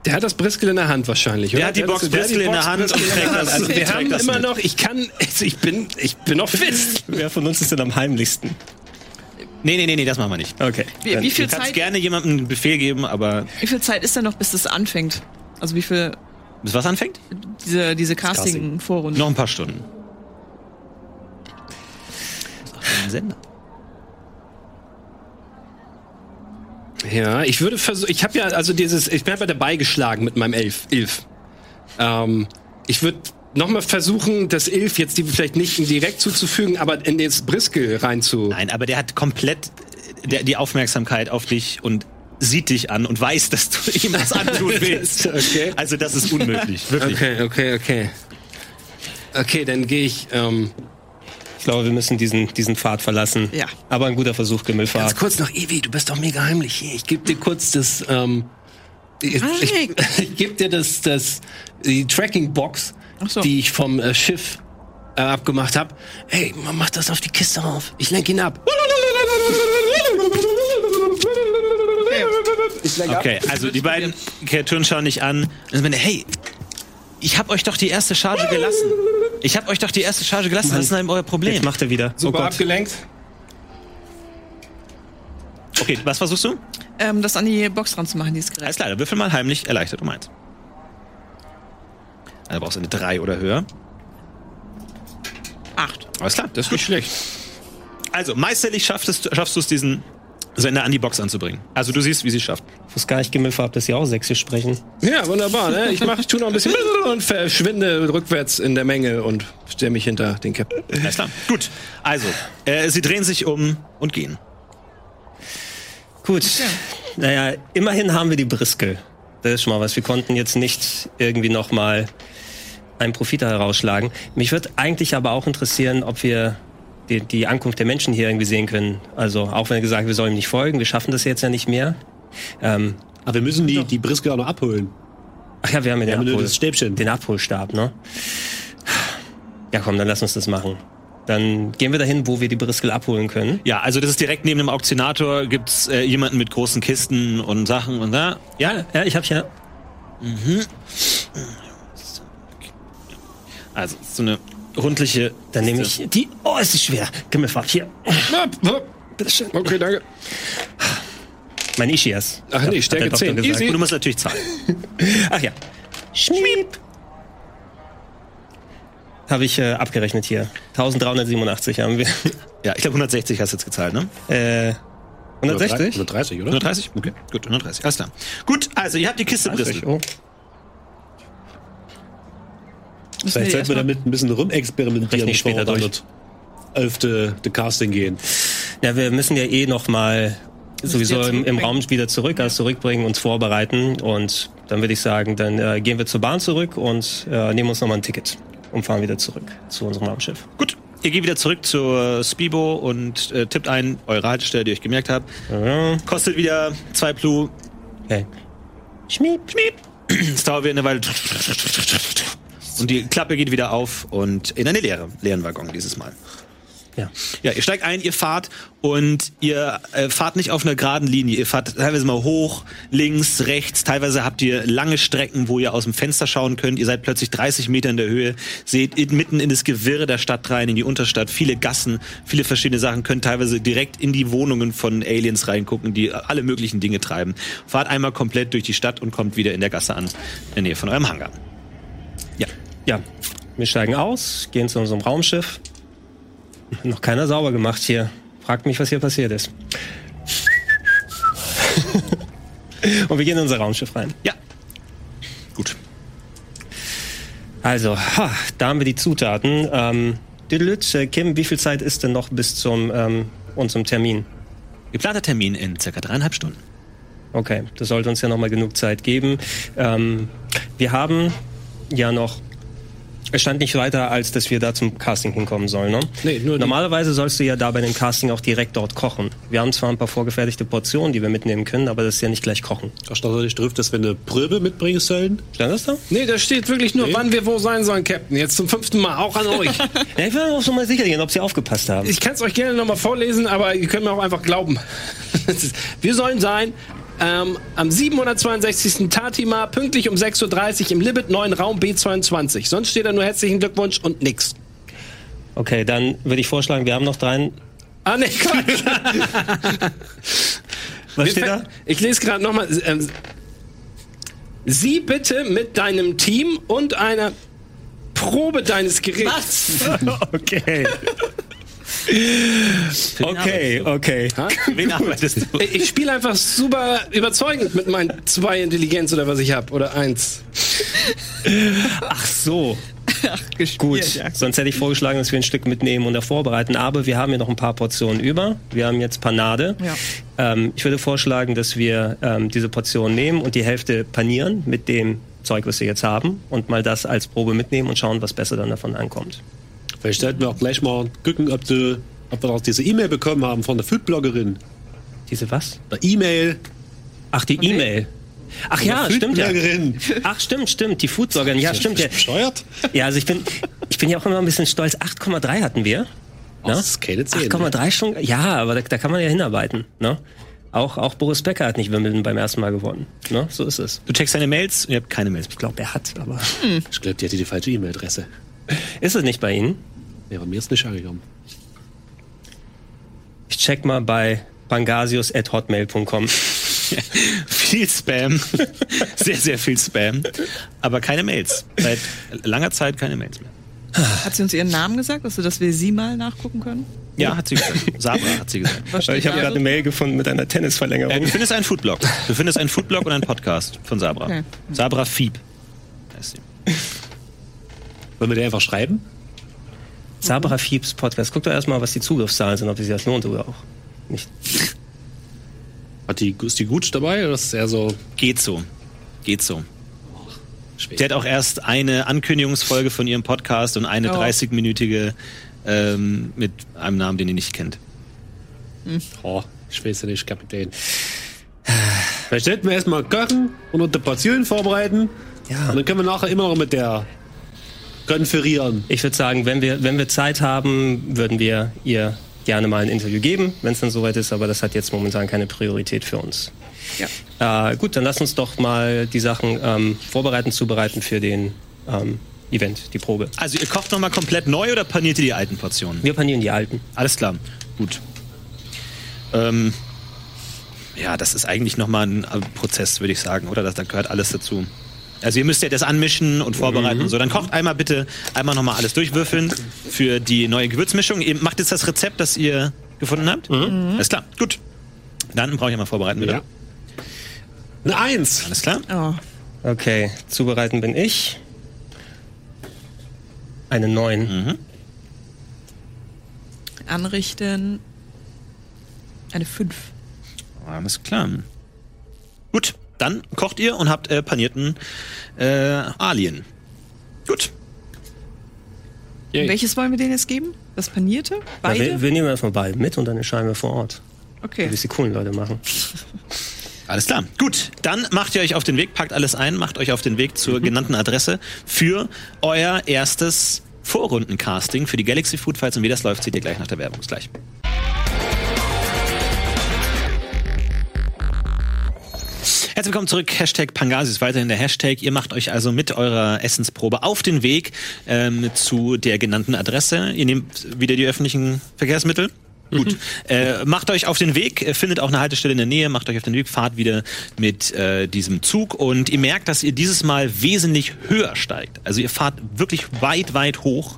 [SPEAKER 4] Der hat das Briskel in der Hand wahrscheinlich, oder?
[SPEAKER 1] Der hat die Box
[SPEAKER 4] das- der hat die
[SPEAKER 1] Briskel in der
[SPEAKER 4] Box
[SPEAKER 1] Hand und
[SPEAKER 4] Briskel in der
[SPEAKER 1] trägt
[SPEAKER 4] Hand.
[SPEAKER 1] das-
[SPEAKER 4] Also wir
[SPEAKER 1] trägt
[SPEAKER 4] haben
[SPEAKER 1] das
[SPEAKER 4] immer
[SPEAKER 1] mit.
[SPEAKER 4] noch, ich kann, also ich bin, ich bin noch fit.
[SPEAKER 2] Wer von uns ist denn am heimlichsten?
[SPEAKER 1] Nee, nee, nee, nee, das machen wir nicht.
[SPEAKER 2] Okay.
[SPEAKER 3] Wie,
[SPEAKER 2] dann-
[SPEAKER 3] wie, viel
[SPEAKER 1] Du kannst
[SPEAKER 3] Zeit,
[SPEAKER 1] gerne jemandem einen Befehl geben, aber
[SPEAKER 3] wie viel Zeit ist denn noch, bis das anfängt? Also wie viel
[SPEAKER 1] bis was anfängt?
[SPEAKER 3] diese, diese Casting-Vorrunde?
[SPEAKER 1] Noch ein paar Stunden. Ist auch ein Sender.
[SPEAKER 4] Ja, ich würde versuchen, ich habe ja, also dieses, ich bin einfach dabei geschlagen mit meinem Elf. Ilf. Ähm, ich würde nochmal versuchen, das Ilf jetzt die vielleicht nicht direkt zuzufügen, aber in das Briskel reinzu.
[SPEAKER 1] Nein, aber der hat komplett äh, der, die Aufmerksamkeit auf dich und sieht dich an und weiß, dass du ihm was antun willst.
[SPEAKER 4] okay.
[SPEAKER 1] Also das ist unmöglich, wirklich.
[SPEAKER 4] Okay, okay, okay. Okay, dann gehe ich, ähm,
[SPEAKER 2] Ich glaube, wir müssen diesen, diesen Pfad verlassen.
[SPEAKER 3] Ja.
[SPEAKER 2] Aber ein guter Versuch,
[SPEAKER 4] Ganz
[SPEAKER 2] Gimmelfahrt.
[SPEAKER 4] kurz noch, Ewi, du bist doch mega heimlich hier. Ich gebe dir kurz das, ähm, ich, ich, ich gebe dir das, das, die Tracking-Box,
[SPEAKER 3] Ach so.
[SPEAKER 4] die ich vom äh, Schiff äh, abgemacht habe. Hey, man macht das auf die Kiste auf. Ich lenk ihn ab. Ich lenk
[SPEAKER 1] Okay, also die beiden Kreaturen schauen dich an und sagen, hey, ich hab euch doch die erste Charge gelassen. Ich hab euch doch die erste Charge gelassen, was ist denn euer
[SPEAKER 2] Jetzt
[SPEAKER 1] Problem?
[SPEAKER 2] macht er wieder.
[SPEAKER 4] Super
[SPEAKER 2] oh Gott.
[SPEAKER 4] abgelenkt.
[SPEAKER 1] Okay, was versuchst du?
[SPEAKER 3] Ähm, das an die Box ranzumachen, die ist
[SPEAKER 1] Alles
[SPEAKER 3] gerecht.
[SPEAKER 1] klar, dann würfel mal heimlich erleichtert um eins. Also brauchst du eine 3 oder höher.
[SPEAKER 3] Acht.
[SPEAKER 1] Alles klar.
[SPEAKER 7] Das ist nicht schlecht.
[SPEAKER 1] Also, meisterlich schaffst du, schaffst du es, diesen Sender an die Box anzubringen. Also, du siehst, wie sie es schafft.
[SPEAKER 2] Ich wusste gar nicht gemeldet, dass sie auch Sächsisch sprechen.
[SPEAKER 7] Ja, wunderbar. Ne? Ich mach, tu noch ein bisschen und verschwinde rückwärts in der Menge und stelle mich hinter den Captain.
[SPEAKER 1] Alles klar. Gut. Also, äh, sie drehen sich um und gehen.
[SPEAKER 2] Gut. Naja, immerhin haben wir die Briskel. Das ist schon mal was. Wir konnten jetzt nicht irgendwie nochmal einen Profit da herausschlagen. Mich würde eigentlich aber auch interessieren, ob wir die, die Ankunft der Menschen hier irgendwie sehen können. Also, auch wenn gesagt, wir sollen ihm nicht folgen, wir schaffen das jetzt ja nicht mehr. Ähm,
[SPEAKER 5] Aber Ah, wir müssen die, die Briske auch noch abholen.
[SPEAKER 2] ach ja, wir haben ja
[SPEAKER 5] Wir
[SPEAKER 2] den,
[SPEAKER 5] haben nur
[SPEAKER 2] Abhol
[SPEAKER 5] das Stäbchen.
[SPEAKER 2] den Abholstab, ne? Ja, komm, dann lass uns das machen. Dann gehen wir dahin, wo wir die Briskel abholen können.
[SPEAKER 1] Ja, also das ist direkt neben dem Auktionator, gibt's äh, jemanden mit großen Kisten und Sachen und da.
[SPEAKER 2] Ja, ja, ich hab's ja.
[SPEAKER 1] Also so eine rundliche.
[SPEAKER 2] Dann nehme ich die. Oh, es ist schwer. Gimmelfarb, hier.
[SPEAKER 7] Okay, danke.
[SPEAKER 2] Mein Ischias.
[SPEAKER 7] Ach nee,
[SPEAKER 2] Hat
[SPEAKER 7] Stärke
[SPEAKER 2] der Doktor
[SPEAKER 7] 10.
[SPEAKER 2] gesagt.
[SPEAKER 1] Und du musst natürlich zahlen.
[SPEAKER 2] Ach ja. Schmiep. Habe ich äh, abgerechnet hier. 1387 haben wir.
[SPEAKER 1] Ja, ich glaube 160 hast du jetzt gezahlt, ne?
[SPEAKER 2] Äh, 160?
[SPEAKER 5] 130, oder?
[SPEAKER 1] 130? Okay, gut, 130. Alles klar. Gut, also ihr habt die Kiste Brüssel.
[SPEAKER 2] Oh.
[SPEAKER 3] Müssen
[SPEAKER 5] Vielleicht
[SPEAKER 3] wir
[SPEAKER 5] sollten wir
[SPEAKER 3] erstmal-
[SPEAKER 5] damit ein bisschen rumexperimentieren,
[SPEAKER 2] Rechne ich später
[SPEAKER 5] dann
[SPEAKER 2] durch.
[SPEAKER 5] das elfte the Casting gehen.
[SPEAKER 2] Ja, wir müssen ja eh noch mal sowieso
[SPEAKER 3] wieder
[SPEAKER 2] im, im
[SPEAKER 3] zurückbringen.
[SPEAKER 2] Raum wieder zurück, also zurückbringen, uns vorbereiten und dann würde ich sagen, dann äh, gehen wir zur Bahn zurück und äh, nehmen uns noch mal ein Ticket und fahren wieder zurück zu unserem Raumschiff.
[SPEAKER 1] Gut, ihr geht wieder zurück zur Spibo und äh, tippt ein eure Haltestelle, die ihr euch gemerkt habt.
[SPEAKER 2] Ja,
[SPEAKER 1] Kostet wieder 2 Plu.
[SPEAKER 2] Okay. Schmiep. Schmiep.
[SPEAKER 1] Es dauert wieder eine Weile. Und die Klappe geht wieder auf und in eine leere, leeren Waggon dieses Mal.
[SPEAKER 2] Ja.
[SPEAKER 1] Ja, ihr steigt ein, ihr fahrt und ihr äh, fahrt nicht auf einer geraden Linie. Ihr fahrt teilweise mal hoch, links, rechts. Teilweise habt ihr lange Strecken, wo ihr aus dem Fenster schauen könnt. Ihr seid plötzlich 30 Meter in der Höhe, seht in- mitten in das Gewirre der Stadt rein, in die Unterstadt, viele Gassen, viele verschiedene Sachen. Könnt teilweise direkt in die Wohnungen von Aliens reingucken, die alle möglichen Dinge treiben. Fahrt einmal komplett durch die Stadt und kommt wieder in der Gasse an, in der Nähe von eurem Hangar. Ja.
[SPEAKER 2] Ja, wir steigen aus, gehen zu unserem Raumschiff. Hat Noch keiner sauber gemacht hier. Fragt mich, was hier passiert ist. Und wir gehen in unser Raumschiff rein.
[SPEAKER 1] Ja. Gut.
[SPEAKER 2] Also, ha, da haben wir die Zutaten. Ähm, Düdelüt, äh, Kim, wie viel Zeit ist denn noch bis zum ähm, unserem Termin?
[SPEAKER 1] Geplanter Termin in circa dreieinhalb Stunden.
[SPEAKER 2] Okay, das sollte uns ja noch mal genug Zeit geben. Ähm, wir haben ja noch. Es stand nicht weiter, als dass wir da zum Casting hinkommen sollen. Ne?
[SPEAKER 7] Nee, nur die-
[SPEAKER 2] Normalerweise sollst du ja da bei dem Casting auch direkt dort kochen. Wir haben zwar ein paar vorgefertigte Portionen, die wir mitnehmen können, aber das ist ja nicht gleich kochen.
[SPEAKER 5] Da stand doch nicht drauf, dass wir eine Probe mitbringen sollen.
[SPEAKER 2] Stand das da?
[SPEAKER 7] Nee, da steht wirklich nur, wann wir wo sein sollen, Captain. Jetzt zum fünften Mal, auch an euch.
[SPEAKER 2] Ja, ich will auch schon mal sicher gehen, ob sie aufgepasst haben.
[SPEAKER 7] Ich kann es euch gerne nochmal vorlesen, aber ihr könnt mir auch einfach glauben. Das ist- Wir sollen sein ähm, am 762. Tatima pünktlich um 6.30 Uhr im Libet 9 Raum B22. Sonst steht da nur herzlichen Glückwunsch und nix.
[SPEAKER 2] Okay, dann würde ich vorschlagen, wir haben noch drei.
[SPEAKER 7] Ah, nee, Quatsch.
[SPEAKER 2] Was
[SPEAKER 7] Wir
[SPEAKER 2] steht da?
[SPEAKER 7] fang- Ich lese gerade nochmal. Ähm, sieh bitte mit deinem Team und einer Probe deines Geräts.
[SPEAKER 2] Okay. okay, okay.
[SPEAKER 1] Wen arbeitest du?
[SPEAKER 7] Ich- Ich spiele einfach super überzeugend mit meinen zwei Intelligenz oder was ich habe. Oder eins.
[SPEAKER 2] Ach so. Gut, sonst hätte ich vorgeschlagen, dass wir ein Stück mitnehmen und da vorbereiten. Aber wir haben ja noch ein paar Portionen über. Wir haben jetzt Panade.
[SPEAKER 3] Ja.
[SPEAKER 2] Ähm, ich würde vorschlagen, dass wir ähm, diese Portion nehmen und die Hälfte panieren mit dem Zeug, was wir jetzt haben. Und mal das als Probe mitnehmen und schauen, was besser dann davon ankommt.
[SPEAKER 5] Vielleicht sollten wir auch gleich mal gucken, ob, du, ob wir auch diese E-Mail bekommen haben von der Foodbloggerin.
[SPEAKER 2] Diese was?
[SPEAKER 5] Eine E-Mail.
[SPEAKER 2] Ach, die E-Mail. Ach ja,
[SPEAKER 5] Eine
[SPEAKER 2] stimmt ja.
[SPEAKER 5] Foodbloggerin.
[SPEAKER 2] Ach, stimmt, stimmt. Die Foodsorgerin. Ja, stimmt ja.
[SPEAKER 5] Bescheuert?
[SPEAKER 2] Ja, also ich bin, ich bin ja auch immer ein bisschen stolz. 8,3 hatten wir. Ne?
[SPEAKER 5] das ist keine zehn,
[SPEAKER 2] 8,3 schon. Ja, aber da, da kann man ja hinarbeiten. Ne? Auch, auch Boris Becker hat nicht Wimbledon beim ersten Mal gewonnen. Ne? So ist es.
[SPEAKER 1] Du checkst deine Mails und ihr habt keine Mails.
[SPEAKER 2] Ich glaube, er hat, aber.
[SPEAKER 5] Ich glaube, die hatte die falsche E-Mail-Adresse.
[SPEAKER 2] Ist es nicht bei Ihnen?
[SPEAKER 5] Ja, aber mir ist nicht angekommen.
[SPEAKER 2] Ich check mal bei pangasius.hotmail.com.
[SPEAKER 1] Viel Spam. sehr, sehr viel Spam. Aber keine Mails. Seit langer Zeit keine Mails mehr.
[SPEAKER 3] Hat sie uns ihren Namen gesagt, also dass wir sie mal nachgucken können?
[SPEAKER 1] Ja, hat sie gesagt. Sabra hat sie gesagt.
[SPEAKER 3] Was
[SPEAKER 2] Weil
[SPEAKER 3] steht
[SPEAKER 2] ich habe
[SPEAKER 3] da
[SPEAKER 2] gerade
[SPEAKER 3] so?
[SPEAKER 2] eine Mail gefunden mit einer
[SPEAKER 1] Äh,
[SPEAKER 2] Tennisverlängerung.
[SPEAKER 1] du findest einen Foodblog. Du findest einen Foodblog und einen Podcast von Sabra.
[SPEAKER 3] Okay.
[SPEAKER 1] Sabra Fieb. heißt sie.
[SPEAKER 5] Wollen wir der einfach schreiben?
[SPEAKER 2] Sabra Fiebs Podcast. Guck doch erstmal, was die Zugriffszahlen sind, ob sich das lohnt oder auch nicht.
[SPEAKER 5] Hat die, ist die gut dabei oder ist es eher so?
[SPEAKER 1] Geht so. Geht so. Die hat auch erst eine Ankündigungsfolge von ihrem Podcast und eine
[SPEAKER 3] Oh.
[SPEAKER 1] 30-minütige ähm, mit einem Namen, den ihr nicht kennt.
[SPEAKER 5] Oh, ich weiß ja nicht, Kapitän. Vielleicht sollten wir erstmal kochen und unsere Portionen vorbereiten.
[SPEAKER 2] Ja.
[SPEAKER 5] Und dann können wir nachher immer noch mit der konferieren.
[SPEAKER 2] Ich würde sagen, wenn wir, wenn wir Zeit haben, würden wir ihr gerne mal ein Interview geben, wenn es dann soweit ist, aber das hat jetzt momentan keine Priorität für uns. Ja. Äh, gut, dann lass uns doch mal die Sachen ähm, vorbereiten, zubereiten für den ähm, Event, die Probe.
[SPEAKER 1] Also ihr kocht nochmal komplett neu oder paniert ihr die alten Portionen?
[SPEAKER 2] Wir panieren die alten.
[SPEAKER 1] Alles klar. Gut. Ähm, ja, das ist eigentlich nochmal ein äh, Prozess, würde ich sagen, oder? Das, da gehört alles dazu. Also ihr müsst ja das anmischen und vorbereiten. und So, dann kocht einmal bitte einmal nochmal alles durchwürfeln für die neue Gewürzmischung. Ihr macht jetzt das Rezept, das ihr gefunden habt? Mhm. Alles klar, gut. Dann brauche ich einmal vorbereiten wieder.
[SPEAKER 5] Ja. Eine Eins.
[SPEAKER 1] Alles klar?
[SPEAKER 3] Oh,
[SPEAKER 2] Okay, zubereiten bin ich. Eine
[SPEAKER 3] Mhm.
[SPEAKER 2] 9.
[SPEAKER 3] anrichten. Eine 5.
[SPEAKER 1] Alles klar. Gut, dann kocht ihr und habt äh, panierten äh, Alien. Gut.
[SPEAKER 5] Yay.
[SPEAKER 3] Welches wollen wir denen jetzt geben? Das panierte?
[SPEAKER 2] Na,
[SPEAKER 3] Beide?
[SPEAKER 2] wir, wir nehmen erstmal beide mit und dann entscheiden wir vor Ort, wie
[SPEAKER 3] okay.
[SPEAKER 2] es die coolen Leute machen.
[SPEAKER 1] Alles klar. Gut, dann macht ihr euch auf den Weg, packt alles ein, macht euch auf den Weg zur genannten Adresse für euer erstes Vorrundencasting für die Galaxy Food Fights und wie das läuft, seht ihr gleich nach der Werbung. Bis gleich. Herzlich willkommen zurück. Hashtag Pangasi ist weiterhin der Hashtag. Ihr macht euch also mit eurer Essensprobe auf den Weg ähm, zu der genannten Adresse. Ihr nehmt wieder die öffentlichen Verkehrsmittel. Gut. Äh, macht euch auf den Weg, äh, findet auch eine Haltestelle in der Nähe, macht euch auf den Weg, fahrt wieder mit äh, diesem Zug und ihr merkt, dass ihr dieses Mal wesentlich höher steigt. Also ihr fahrt wirklich weit, weit hoch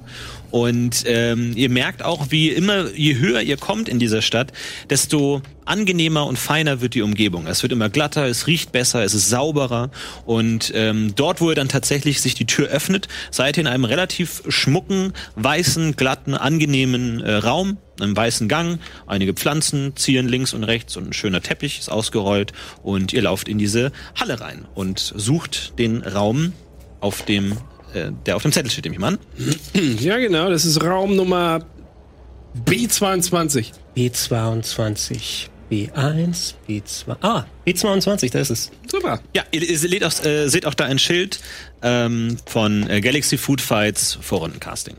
[SPEAKER 1] und ähm, ihr merkt auch, wie immer, je höher ihr kommt in dieser Stadt, desto angenehmer und feiner wird die Umgebung. Es wird immer glatter, es riecht besser, es ist sauberer. Und ähm, dort, wo ihr dann tatsächlich sich die Tür öffnet, seid ihr in einem relativ schmucken, weißen, glatten, angenehmen äh, Raum, einem weißen Gang. Einige Pflanzen ziehen links und rechts und ein schöner Teppich ist ausgerollt. Und ihr lauft in diese Halle rein und sucht den Raum auf dem äh, der auf dem Zettel steht, nehme ich mal an.
[SPEAKER 7] Ja, genau, das ist Raum Nummer B22.
[SPEAKER 2] B22, B1, B2. Ah, B22, da ist es.
[SPEAKER 7] Super.
[SPEAKER 1] Ja, ihr, ihr seht, auch, äh, seht auch da ein Schild ähm, von äh, Galaxy Food Fights Vorrundencasting.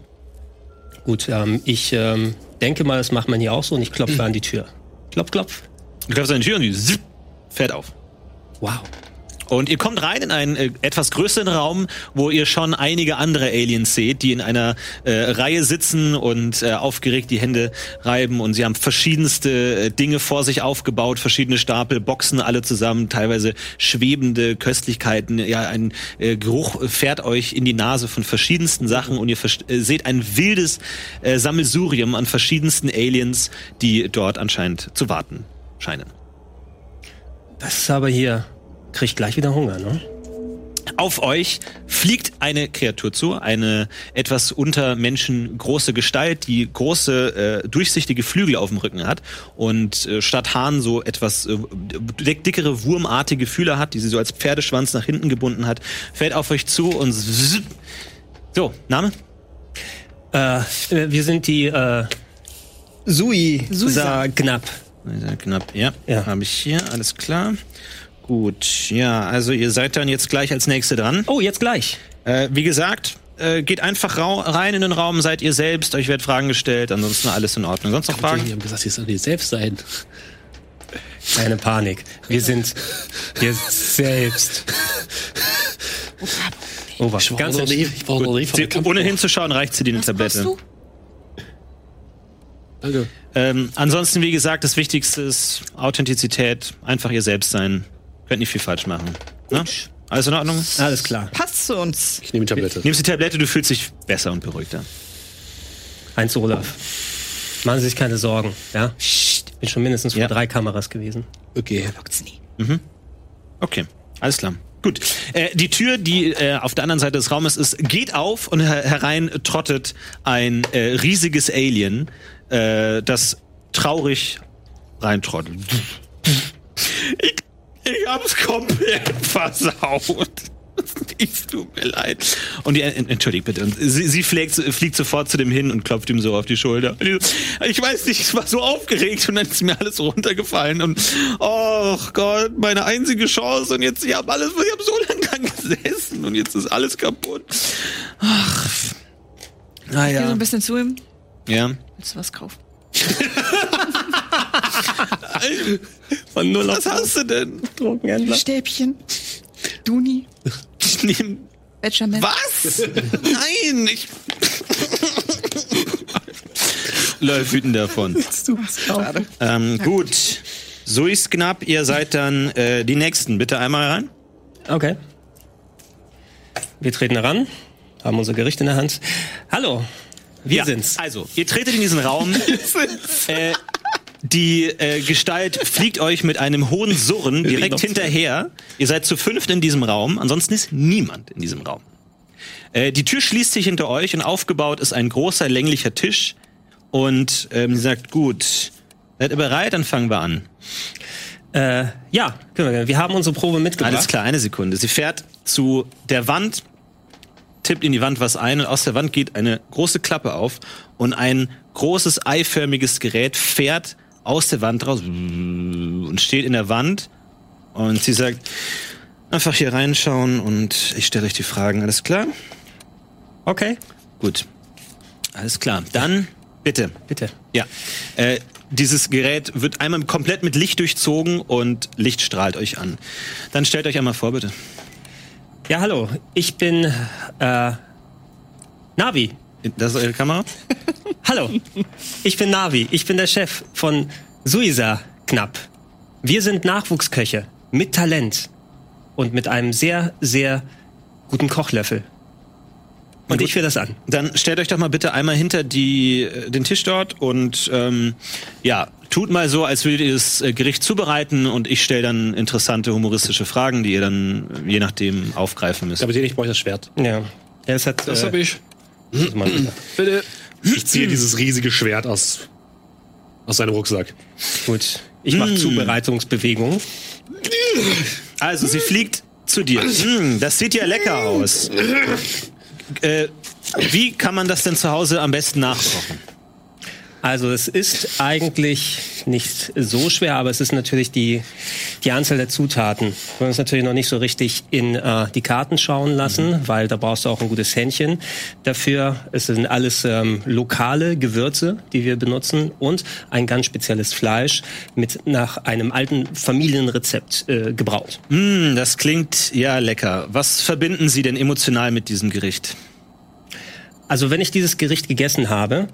[SPEAKER 2] Gut, ähm, ich ähm, denke mal, das macht man hier auch so und ich klopfe an die Tür. Klopf, klopf.
[SPEAKER 1] Du klopfst an die Tür und die zipp, fährt auf.
[SPEAKER 2] Wow.
[SPEAKER 1] Und ihr kommt rein in einen äh, etwas größeren Raum, wo ihr schon einige andere Aliens seht, die in einer äh, Reihe sitzen und äh, aufgeregt die Hände reiben. Und sie haben verschiedenste äh, Dinge vor sich aufgebaut, verschiedene Stapel, Boxen alle zusammen, teilweise schwebende Köstlichkeiten. Ja, ein äh, Geruch fährt euch in die Nase von verschiedensten Sachen und ihr verst- äh, seht ein wildes äh, Sammelsurium an verschiedensten Aliens, die dort anscheinend zu warten scheinen.
[SPEAKER 2] Das ist aber hier. Krieg gleich wieder Hunger, ne?
[SPEAKER 1] Auf euch fliegt eine Kreatur zu, eine etwas unter Menschen große Gestalt, die große äh, durchsichtige Flügel auf dem Rücken hat und äh, statt Haaren so etwas äh, dick- dickere wurmartige Fühler hat, die sie so als Pferdeschwanz nach hinten gebunden hat, fällt auf euch zu und zzzp. so Name
[SPEAKER 2] Äh, äh, wir sind die äh, Sui Sa Knapp.
[SPEAKER 1] Sehr knapp ja,
[SPEAKER 2] Ja.
[SPEAKER 1] habe ich hier alles klar gut ja also ihr seid dann jetzt gleich als nächste dran
[SPEAKER 2] Oh, jetzt gleich.
[SPEAKER 1] Äh, wie gesagt, äh, geht einfach rau rein in den Raum, seid ihr selbst, euch werden Fragen gestellt, ansonsten alles in Ordnung. Sonst noch
[SPEAKER 5] Die
[SPEAKER 1] Fragen?
[SPEAKER 5] haben gesagt, ihr sollt nicht selbst sein.
[SPEAKER 2] Keine Panik. Wir sind wir selbst. Ober.
[SPEAKER 5] Ich war
[SPEAKER 2] Ganz
[SPEAKER 5] noch nie,
[SPEAKER 2] entspannt.
[SPEAKER 5] ich war noch nie von
[SPEAKER 1] Sie,
[SPEAKER 5] der Kampf-
[SPEAKER 1] ohne hinzuschauen, reicht sie dir eine
[SPEAKER 3] Was machst
[SPEAKER 1] Tablette.
[SPEAKER 3] du?
[SPEAKER 5] Danke.
[SPEAKER 1] Ähm, ansonsten, wie gesagt, das Wichtigste ist Authentizität, einfach ihr selbst sein. Könnt nicht viel falsch machen. Ne? Alles in Ordnung?
[SPEAKER 6] Alles klar.
[SPEAKER 3] Passt zu uns.
[SPEAKER 5] Ich nehme die Tablette.
[SPEAKER 1] Nimmst die Tablette, du fühlst dich besser und beruhigter.
[SPEAKER 2] Heinz Olaf, machen Sie sich keine Sorgen, ja? Ich bin schon mindestens vor
[SPEAKER 1] Ja.
[SPEAKER 2] drei Kameras gewesen.
[SPEAKER 5] Okay.
[SPEAKER 1] Okay, alles klar. Gut. Äh, die Tür, die äh, auf der anderen Seite des Raumes ist, geht auf und her herein trottet ein äh, riesiges Alien, äh, das traurig reintrottet. Ich, ich hab's komplett versaut. Ich tut mir leid. Und die, entschuldigt bitte. Und sie, sie fliegt, fliegt sofort zu dem hin und klopft ihm so auf die Schulter. Und die so, Ich weiß nicht, ich war so aufgeregt und dann ist mir alles runtergefallen. Und och Gott, meine einzige Chance. Und jetzt, ich habe alles, ich habe so lange dran gesessen und jetzt ist alles kaputt. Ach.
[SPEAKER 3] Ich geh so
[SPEAKER 1] Naja.
[SPEAKER 3] ein bisschen zu ihm.
[SPEAKER 1] Ja.
[SPEAKER 3] Willst du was kaufen?
[SPEAKER 2] Von null
[SPEAKER 1] Was hast du denn?
[SPEAKER 2] Drogenhändler.
[SPEAKER 3] Stäbchen. Duni.
[SPEAKER 1] Ich nehm
[SPEAKER 3] Benjamin.
[SPEAKER 1] Was? Nein, ich. Läuft wütend davon. Ähm, gut. Suis knapp, ihr seid dann äh, die Nächsten. Bitte einmal rein.
[SPEAKER 2] Okay. Wir treten heran, haben unser Gericht in der Hand. Hallo, wir
[SPEAKER 1] Ja,
[SPEAKER 2] sind's.
[SPEAKER 1] Also, ihr tretet in diesen Raum. äh, die äh, Gestalt fliegt euch mit einem hohen Surren direkt hinterher. Ihr seid zu fünft in diesem Raum. Ansonsten ist niemand in diesem Raum. Äh, die Tür schließt sich hinter euch und aufgebaut ist ein großer, länglicher Tisch. Und ähm, sie sagt, gut, seid ihr bereit? Dann fangen wir an.
[SPEAKER 2] Äh, ja, können wir, gerne. wir haben unsere Probe mitgebracht.
[SPEAKER 1] Alles klar, eine Sekunde. Sie fährt zu der Wand, tippt in die Wand was ein und aus der Wand geht eine große Klappe auf und ein großes eiförmiges Gerät fährt aus der Wand raus und steht in der Wand und sie sagt, einfach hier reinschauen und ich stelle euch die Fragen. Alles klar?
[SPEAKER 2] Okay,
[SPEAKER 1] Gut. Alles klar. Dann bitte.
[SPEAKER 2] bitte.
[SPEAKER 1] Ja. Äh, dieses Gerät wird einmal komplett mit Licht durchzogen und Licht strahlt euch an. Dann stellt euch einmal vor, bitte.
[SPEAKER 2] Ja, hallo, ich bin äh, Navi.
[SPEAKER 1] Das ist eure Kamera?
[SPEAKER 2] Hallo, ich bin Navi. Ich bin der Chef von Suiza Knapp. Wir sind Nachwuchsköche mit Talent und mit einem sehr, sehr guten Kochlöffel. Und ich führe das an.
[SPEAKER 1] Dann stellt euch doch mal bitte einmal hinter die, äh, den Tisch dort und ähm, ja, tut mal so, als würdet ihr das äh, Gericht zubereiten und ich stelle dann interessante humoristische Fragen, die ihr dann äh, je nachdem aufgreifen müsst.
[SPEAKER 5] Kapitän, ich brauche das Schwert.
[SPEAKER 2] Ja, es hat.
[SPEAKER 7] Das
[SPEAKER 2] äh,
[SPEAKER 7] habe ich.
[SPEAKER 2] das mal wieder.
[SPEAKER 7] Bitte.
[SPEAKER 5] Ich ziehe dieses riesige Schwert aus, aus seinem Rucksack.
[SPEAKER 2] Gut, ich mache Zubereitungsbewegungen.
[SPEAKER 1] Also, sie fliegt zu dir. Mm, das sieht ja lecker aus. Äh, wie kann man das denn zu Hause am besten nachkochen?
[SPEAKER 2] Also es ist eigentlich nicht so schwer, aber es ist natürlich die, die Anzahl der Zutaten. Wir wollen uns natürlich noch nicht so richtig in äh, die Karten schauen lassen, weil da brauchst du auch ein gutes Händchen dafür. Es sind alles ähm, lokale Gewürze, die wir benutzen und ein ganz spezielles Fleisch mit nach einem alten Familienrezept äh, gebraut.
[SPEAKER 1] Mm, das klingt ja lecker. Was verbinden Sie denn emotional mit diesem Gericht?
[SPEAKER 2] Also wenn ich dieses Gericht gegessen habe,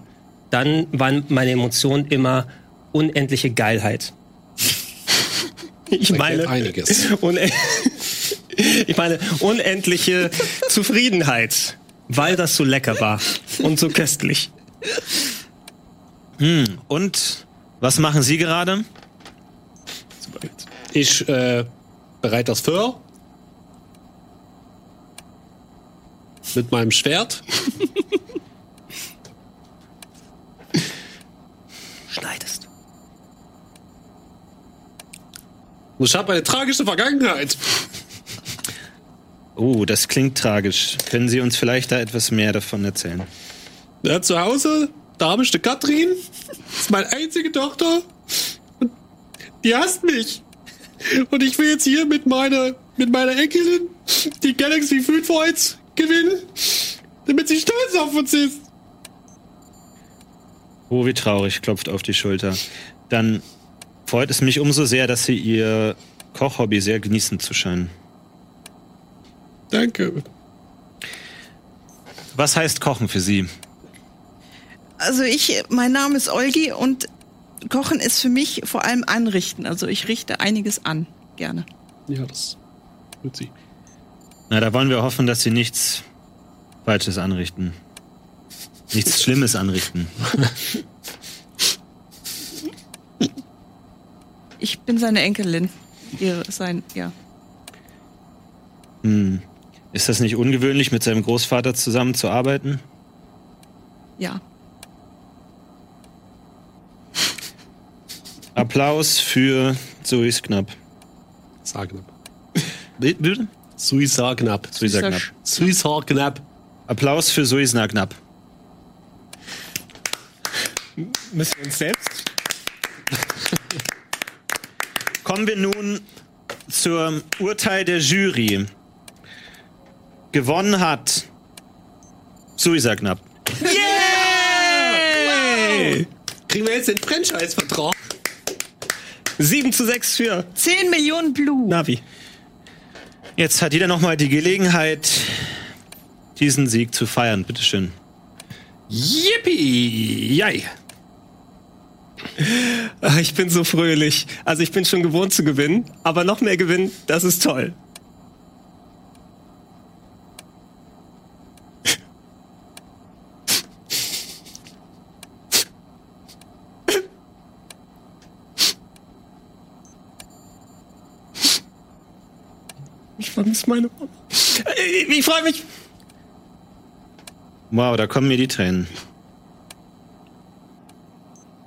[SPEAKER 2] dann waren meine Emotionen immer unendliche Geilheit. Ich meine,
[SPEAKER 5] einiges.
[SPEAKER 2] une- ich meine unendliche Zufriedenheit, weil das so lecker war und so köstlich.
[SPEAKER 1] Und was machen Sie gerade?
[SPEAKER 5] Ich äh, bereite das für. Mit meinem Schwert.
[SPEAKER 2] Schneidest.
[SPEAKER 5] Und ich habe eine tragische Vergangenheit.
[SPEAKER 1] Oh, das klingt tragisch. Können Sie uns vielleicht da etwas mehr davon erzählen?
[SPEAKER 5] Ja, zu Hause, da habe ich die Katrin. ist meine einzige Tochter. Und Die hasst mich. Und ich will jetzt hier mit meiner, mit meiner Enkelin die Galaxy Food Fights gewinnen, damit sie stolz auf uns ist.
[SPEAKER 1] Oh, wie traurig, klopft auf die Schulter. Dann freut es mich umso sehr, dass Sie Ihr Kochhobby sehr genießen zu scheinen.
[SPEAKER 5] Danke.
[SPEAKER 1] Was heißt Kochen für Sie?
[SPEAKER 3] Also ich, mein Name ist Olgi und Kochen ist für mich vor allem anrichten. Also ich richte einiges an. Gerne.
[SPEAKER 5] Ja, das wird sie.
[SPEAKER 1] Na, da wollen wir hoffen, dass sie nichts Falsches anrichten. Nichts Schlimmes anrichten.
[SPEAKER 3] Ich bin seine Enkelin. Ihr, sein, ja.
[SPEAKER 1] Ist das nicht ungewöhnlich, mit seinem Großvater zusammen zu arbeiten?
[SPEAKER 3] Ja.
[SPEAKER 1] Applaus für Zoe's Knapp.
[SPEAKER 5] Sargnap. Bitte? Suisargnap.
[SPEAKER 1] Zoe's Knapp.
[SPEAKER 5] Suisargnap.
[SPEAKER 1] Applaus für Zoe's Knapp.
[SPEAKER 6] Müssen wir uns selbst?
[SPEAKER 1] Kommen wir nun zum Urteil der Jury. Gewonnen hat Suisa Knapp.
[SPEAKER 2] Kriegen wir jetzt den Franchise-Vertrag? 7 zu 6 für
[SPEAKER 3] 10 Millionen Blue.
[SPEAKER 2] Navi.
[SPEAKER 1] Jetzt hat jeder nochmal die Gelegenheit, diesen Sieg zu feiern. Bitteschön.
[SPEAKER 7] Yippie! Jai.
[SPEAKER 2] Ah, Ich bin so fröhlich. Also ich bin schon gewohnt zu gewinnen, aber noch mehr gewinnen, das ist toll. Ich vermisse meine Mama. Äh, Ich freue mich.
[SPEAKER 1] Wow, da kommen mir die Tränen.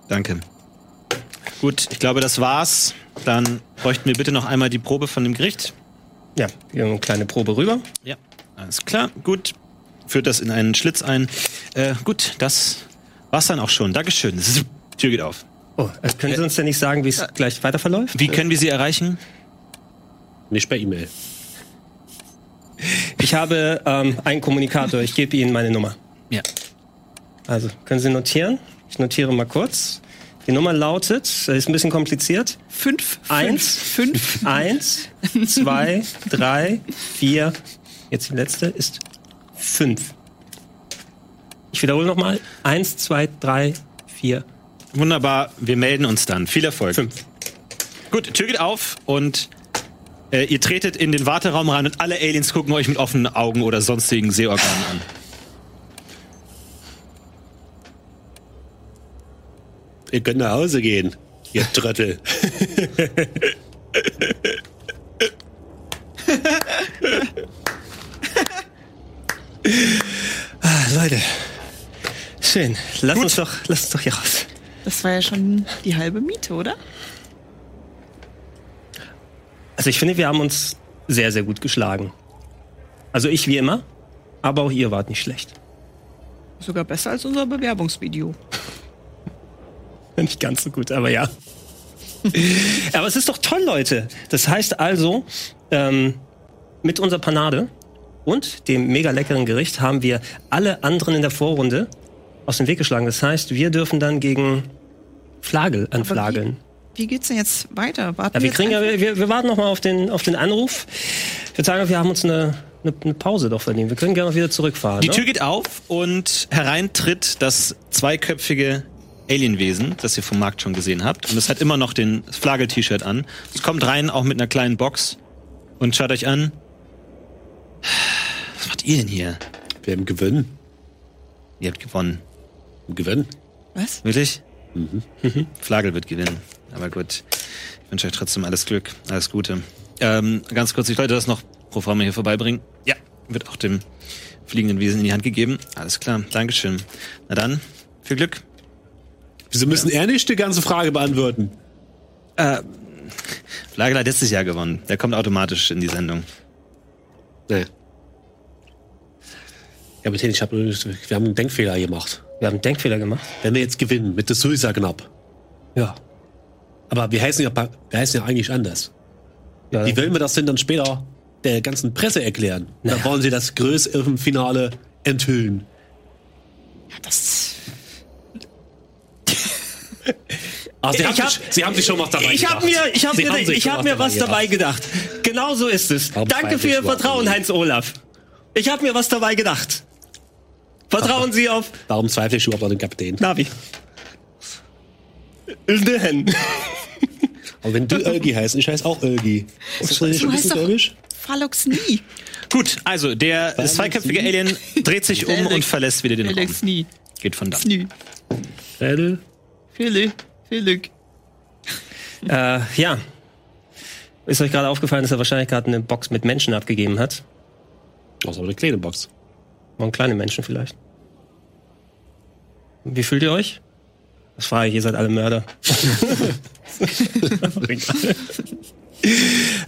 [SPEAKER 1] Danke. Gut, ich glaube, das war's. Dann bräuchten wir bitte noch einmal die Probe von dem Gericht.
[SPEAKER 2] Ja, hier eine kleine Probe rüber.
[SPEAKER 1] Ja, alles klar. Gut. Führt das in einen Schlitz ein. Äh, gut, das war's dann auch schon. Dankeschön. Zip, Tür geht auf.
[SPEAKER 2] Oh, also können Sie uns denn nicht sagen, wie es gleich weiter verläuft?
[SPEAKER 1] Wie können wir Sie erreichen?
[SPEAKER 5] Nicht per E-Mail.
[SPEAKER 2] Ich habe ähm, einen Kommunikator. Ich gebe Ihnen meine Nummer.
[SPEAKER 1] Ja.
[SPEAKER 2] Also, können Sie notieren? Ich notiere mal kurz. Die Nummer lautet, äh, ist ein bisschen kompliziert.
[SPEAKER 3] 5,
[SPEAKER 2] Eins.
[SPEAKER 3] 5.
[SPEAKER 2] Eins, zwei, drei, vier. Jetzt die letzte ist fünf. Ich wiederhole nochmal. Eins, zwei, drei, vier.
[SPEAKER 1] Wunderbar. Wir melden uns dann. Viel Erfolg. Fünf. Gut, Tür geht auf und äh, ihr tretet in den Warteraum rein und alle Aliens gucken euch mit offenen Augen oder sonstigen Sehorganen an.
[SPEAKER 5] Ihr könnt nach Hause gehen, ihr Trottel.
[SPEAKER 2] Ah, Leute. Schön. Lass uns doch, lass uns doch hier raus.
[SPEAKER 3] Das war ja schon die halbe Miete, oder?
[SPEAKER 2] Also ich finde, wir haben uns sehr, sehr gut geschlagen. Also ich wie immer, aber auch ihr wart nicht schlecht.
[SPEAKER 3] Sogar besser als unser Bewerbungsvideo.
[SPEAKER 2] Nicht ganz so gut, aber ja. aber es ist doch toll, Leute. Das heißt also, ähm, mit unserer Panade und dem mega leckeren Gericht haben wir alle anderen in der Vorrunde aus dem Weg geschlagen. Das heißt, wir dürfen dann gegen Flagel anflageln.
[SPEAKER 3] Wie geht's denn jetzt weiter? Warten
[SPEAKER 2] Ja, wir
[SPEAKER 3] jetzt
[SPEAKER 2] kriegen ja,
[SPEAKER 3] einfach-
[SPEAKER 2] wir, wir warten noch mal auf den, auf den Anruf. Ich würde sagen, wir haben uns eine, eine, eine Pause doch verdient. Wir können gerne noch wieder zurückfahren.
[SPEAKER 1] Die
[SPEAKER 2] ne?
[SPEAKER 1] Tür geht auf und hereintritt das zweiköpfige Alienwesen, das ihr vom Markt schon gesehen habt. Und es hat immer noch den Flagel-T-Shirt an. Es kommt rein, auch mit einer kleinen Box. Und schaut euch an. Was macht ihr denn hier?
[SPEAKER 5] Wir haben gewonnen.
[SPEAKER 1] Ihr habt gewonnen.
[SPEAKER 5] Gewinn.
[SPEAKER 3] Was?
[SPEAKER 1] Wirklich? Mhm. Flagel wird gewinnen. Aber gut. Ich wünsche euch trotzdem alles Glück, alles Gute. Ähm, ganz kurz, ich wollte das noch pro forma hier vorbeibringen. Ja, wird auch dem fliegenden Wesen in die Hand gegeben. Alles klar, Dankeschön. Na dann, viel Glück.
[SPEAKER 5] Wieso müssen er nicht die ganze Frage beantworten?
[SPEAKER 1] Flagel hat letztes Jahr gewonnen. Der kommt automatisch in die Sendung.
[SPEAKER 5] Nee. Kapitän, ich hab, wir haben einen Denkfehler gemacht.
[SPEAKER 2] Wir haben einen Denkfehler gemacht.
[SPEAKER 5] Wenn wir jetzt gewinnen mit der Suisa knapp.
[SPEAKER 2] Ja.
[SPEAKER 5] Aber wir heißen ja, pa- wir heißen ja eigentlich anders.
[SPEAKER 2] ja
[SPEAKER 5] Wie wollen wir das denn dann später der ganzen Presse erklären? Dann wollen sie das größere Finale enthüllen.
[SPEAKER 3] Ja, das.
[SPEAKER 5] Ah, sie,
[SPEAKER 2] Ich
[SPEAKER 5] haben
[SPEAKER 2] hab-
[SPEAKER 5] sich, sie haben sich schon was dabei
[SPEAKER 2] Ich habe mir,
[SPEAKER 5] gedacht.
[SPEAKER 2] ich hab
[SPEAKER 5] Sie
[SPEAKER 2] mir,
[SPEAKER 5] haben sich
[SPEAKER 2] ich
[SPEAKER 5] schon
[SPEAKER 2] hab mir was dabei gedacht. Genau so ist es.
[SPEAKER 5] Warum
[SPEAKER 2] Danke
[SPEAKER 5] feiert
[SPEAKER 2] für
[SPEAKER 5] ihr
[SPEAKER 2] Ihr
[SPEAKER 5] überhaupt
[SPEAKER 2] Vertrauen,
[SPEAKER 5] nicht?
[SPEAKER 2] Heinz Olaf. Ich habe mir was dabei gedacht. Vertrauen Sie auf
[SPEAKER 5] gedacht. Warum zweifle ich überhaupt an den Kapitän?
[SPEAKER 2] Navi. Ilden.
[SPEAKER 5] Aber wenn du Ölgi heißt, ich heiße auch Ölgi. Ist das
[SPEAKER 3] Du
[SPEAKER 5] ein
[SPEAKER 3] heißt
[SPEAKER 5] bisschen
[SPEAKER 3] doch
[SPEAKER 5] Irgisch?
[SPEAKER 3] Phallux nie.
[SPEAKER 1] Gut, also der zweiköpfige Alien dreht sich um
[SPEAKER 3] Alex.
[SPEAKER 1] und verlässt wieder den Raum.
[SPEAKER 3] Felix nie.
[SPEAKER 1] Geht von da.
[SPEAKER 3] Nie.
[SPEAKER 5] Battle.
[SPEAKER 3] Felix. Felix.
[SPEAKER 2] Äh, ja. Ist euch gerade aufgefallen, dass er wahrscheinlich gerade eine Box mit Menschen abgegeben hat?
[SPEAKER 5] Außer Oh, eine kleine Box.
[SPEAKER 2] Waren kleine Menschen vielleicht. Wie fühlt ihr euch? Das frage ich, ihr seid alle Mörder.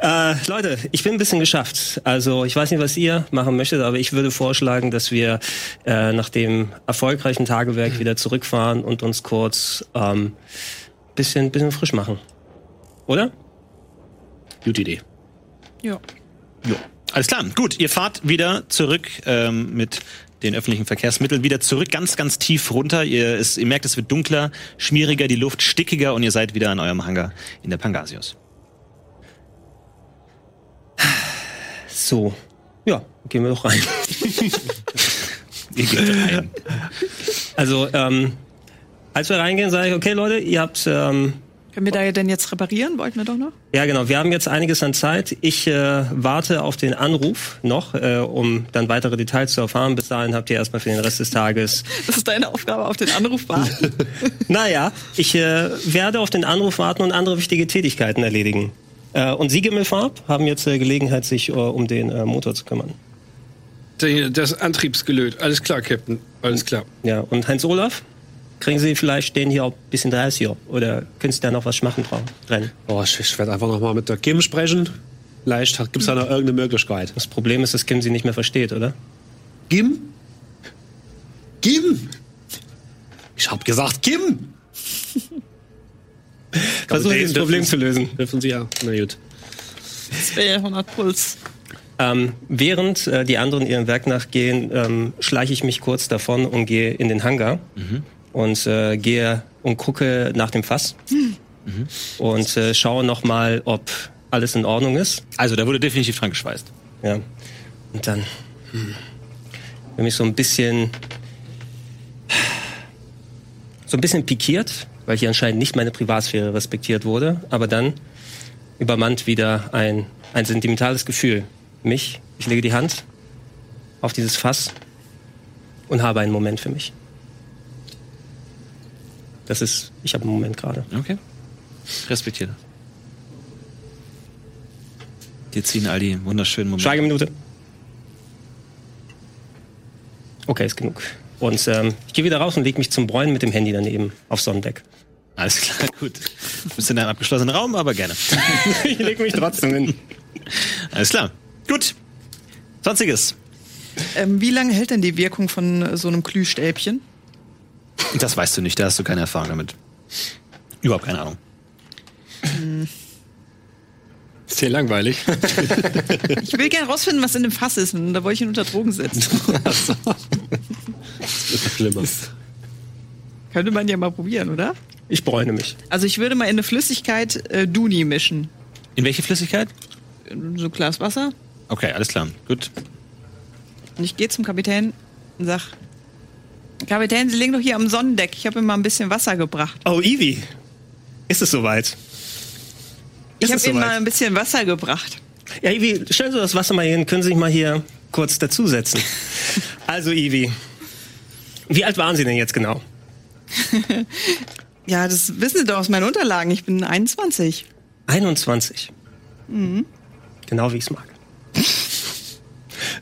[SPEAKER 2] äh, Leute, ich bin ein bisschen geschafft. Also ich weiß nicht, was ihr machen möchtet, aber ich würde vorschlagen, dass wir äh, nach dem erfolgreichen Tagewerk wieder zurückfahren und uns kurz ähm, bisschen, bisschen frisch machen. Oder?
[SPEAKER 5] Gute Idee.
[SPEAKER 3] Ja.
[SPEAKER 1] Alles klar, gut, ihr fahrt wieder zurück ähm, mit den öffentlichen Verkehrsmitteln wieder zurück, ganz, ganz tief runter. Ihr, es, ihr merkt, es wird dunkler, schmieriger, die Luft stickiger und ihr seid wieder an eurem Hangar in der Pangasius.
[SPEAKER 2] So. Ja, gehen wir doch rein.
[SPEAKER 1] Ihr geht rein.
[SPEAKER 2] Also, ähm, als wir reingehen, sage ich, okay, Leute, ihr habt, ähm,
[SPEAKER 3] Können wir da denn jetzt reparieren? Wollten wir doch noch?
[SPEAKER 2] ja genau, wir haben jetzt einiges an Zeit. Ich äh, warte auf den Anruf noch, äh, um dann weitere Details zu erfahren. Bis dahin habt ihr erstmal für den Rest des Tages.
[SPEAKER 3] Das ist deine Aufgabe, auf den Anruf warten.
[SPEAKER 2] naja, ich äh, werde auf den Anruf warten und andere wichtige Tätigkeiten erledigen. Äh, und Sie, Gimmelfarb, haben jetzt äh, Gelegenheit, sich äh, um den äh, Motor zu kümmern.
[SPEAKER 7] Das Antriebsgelöt. Alles klar, Captain. Alles klar.
[SPEAKER 2] Ja, und Heinz Olaf, kriegen Sie vielleicht den hier auch ein bisschen 30 oder können Sie da noch was machen drauf? Rennen?
[SPEAKER 5] Boah, Oh, ich, ich werde einfach nochmal mit der Kim sprechen. Vielleicht gibt es da noch irgendeine Möglichkeit.
[SPEAKER 2] Das Problem ist, dass Kim Sie nicht mehr versteht, oder?
[SPEAKER 5] Kim? Kim? Ich hab gesagt, Kim!
[SPEAKER 2] Versuchen Sie das Problem zu lösen.
[SPEAKER 5] Dürfen Sie ja. Na gut.
[SPEAKER 3] 200 Puls.
[SPEAKER 2] Ähm, während äh, die anderen ihrem Werk nachgehen, ähm, schleiche ich mich kurz davon und gehe in den Hangar und äh, gehe und gucke nach dem Fass und äh, schaue nochmal, ob alles in Ordnung ist.
[SPEAKER 1] Also, da wurde definitiv dran geschweißt.
[SPEAKER 2] Ja. Und dann, hm, bin ich so ein bisschen, so ein bisschen pikiert, weil hier anscheinend nicht meine Privatsphäre respektiert wurde, aber dann übermannt wieder ein, ein sentimentales Gefühl mich. Ich lege die Hand auf dieses Fass und habe einen Moment für mich. Das ist, ich habe einen Moment gerade.
[SPEAKER 1] Okay. Respektiere das. Dir ziehen all die wunderschönen Momente.
[SPEAKER 2] Schweigeminute. Okay, ist genug. Und ähm, ich gehe wieder raus und lege mich zum Bräunen mit dem Handy daneben auf Sonnendeck.
[SPEAKER 1] Alles klar, gut. Du bist in einem abgeschlossenen Raum, aber gerne.
[SPEAKER 2] ich lege mich trotzdem hin.
[SPEAKER 1] Alles klar. Gut. Sonstiges.
[SPEAKER 3] Ähm, wie lange hält denn die Wirkung von äh, so einem Glühstäbchen?
[SPEAKER 1] Das weißt du nicht, da hast du keine Erfahrung damit. Überhaupt keine Ahnung.
[SPEAKER 7] Ist hier langweilig.
[SPEAKER 3] Ich will gerne rausfinden, was in dem Fass ist. Und da wollte ich ihn unter Drogen setzen.
[SPEAKER 5] Schlimmer.
[SPEAKER 3] Könnte man ja mal probieren, oder?
[SPEAKER 2] Ich bräune mich.
[SPEAKER 3] Also ich würde mal in eine Flüssigkeit äh, Duni mischen.
[SPEAKER 1] In welche Flüssigkeit?
[SPEAKER 3] In so ein Glas Wasser.
[SPEAKER 1] Okay, alles klar. Gut.
[SPEAKER 3] Und ich gehe zum Kapitän und sag, Kapitän, Sie liegen doch hier am Sonnendeck. Ich habe ihm mal ein bisschen Wasser gebracht.
[SPEAKER 2] Oh, Ivi. Ist es soweit?
[SPEAKER 3] Ich habe
[SPEAKER 2] es
[SPEAKER 3] ihm
[SPEAKER 2] soweit?
[SPEAKER 3] mal ein bisschen Wasser gebracht.
[SPEAKER 2] Ja, Ivi, stellen Sie das Wasser mal hin. Können Sie sich mal hier kurz dazusetzen? also, Ivi. Wie alt waren Sie denn jetzt genau?
[SPEAKER 3] Ja, das wissen Sie doch aus meinen Unterlagen. Ich bin 21.
[SPEAKER 2] 21. Genau wie ich es mag.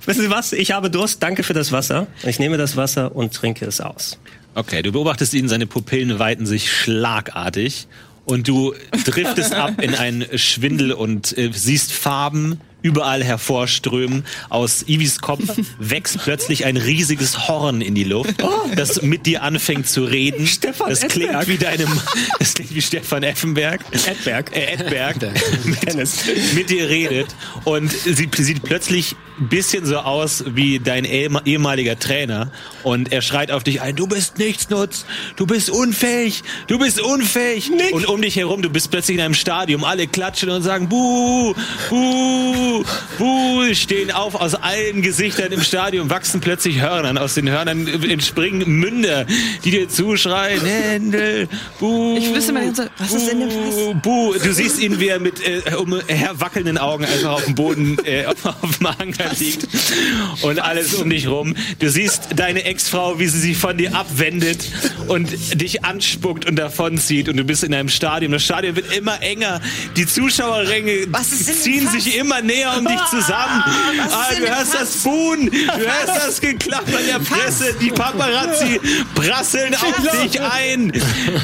[SPEAKER 2] Wissen Sie was? Ich habe Durst. Danke für das Wasser. Ich nehme das Wasser und trinke es aus.
[SPEAKER 1] Okay, du beobachtest ihn, seine Pupillen weiten sich schlagartig und du driftest ab in einen Schwindel und äh, siehst Farben überall hervorströmen. Aus Ivis Kopf wächst plötzlich ein riesiges Horn in die Luft, das mit dir anfängt zu reden.
[SPEAKER 2] Oh. Stefan
[SPEAKER 1] das klingt
[SPEAKER 2] Effenberg.
[SPEAKER 1] wie deinem, das klingt wie Stefan Effenberg.
[SPEAKER 2] Edberg.
[SPEAKER 1] Äh, Edberg mit, mit dir redet und sie pl- sieht plötzlich ein bisschen so aus wie dein ehem- ehemaliger Trainer und er schreit auf dich ein, du bist nichts nutz, du bist unfähig, du bist unfähig und um dich herum, du bist plötzlich in einem Stadium, alle klatschen und sagen buh, buh Buh, buh, stehen auf aus allen Gesichtern im Stadion, wachsen plötzlich Hörnern. Aus den Hörnern entspringen Münder, die dir zuschreien, Händel, buh.
[SPEAKER 3] Ich wüsste mal die ganze Zeit, was ist denn der
[SPEAKER 1] buh, buh. Du siehst ihn, wie er mit äh, umherwackelnden Augen einfach auf dem Boden, äh, auf dem Anker liegt. Und alles um dich rum. Du siehst deine Ex-Frau, wie sie sich von dir abwendet und dich anspuckt und davonzieht. Und du bist in einem Stadion. Das Stadion wird immer enger. Die Zuschauerränge
[SPEAKER 3] Was ist denn
[SPEAKER 1] ziehen
[SPEAKER 3] das?
[SPEAKER 1] sich immer näher um dich zusammen.
[SPEAKER 3] was ist
[SPEAKER 1] Ah,
[SPEAKER 3] denn
[SPEAKER 1] du
[SPEAKER 3] das?
[SPEAKER 1] hörst das Buhn, du hörst das Geklapper der Presse, die Paparazzi prasseln auf dich ein.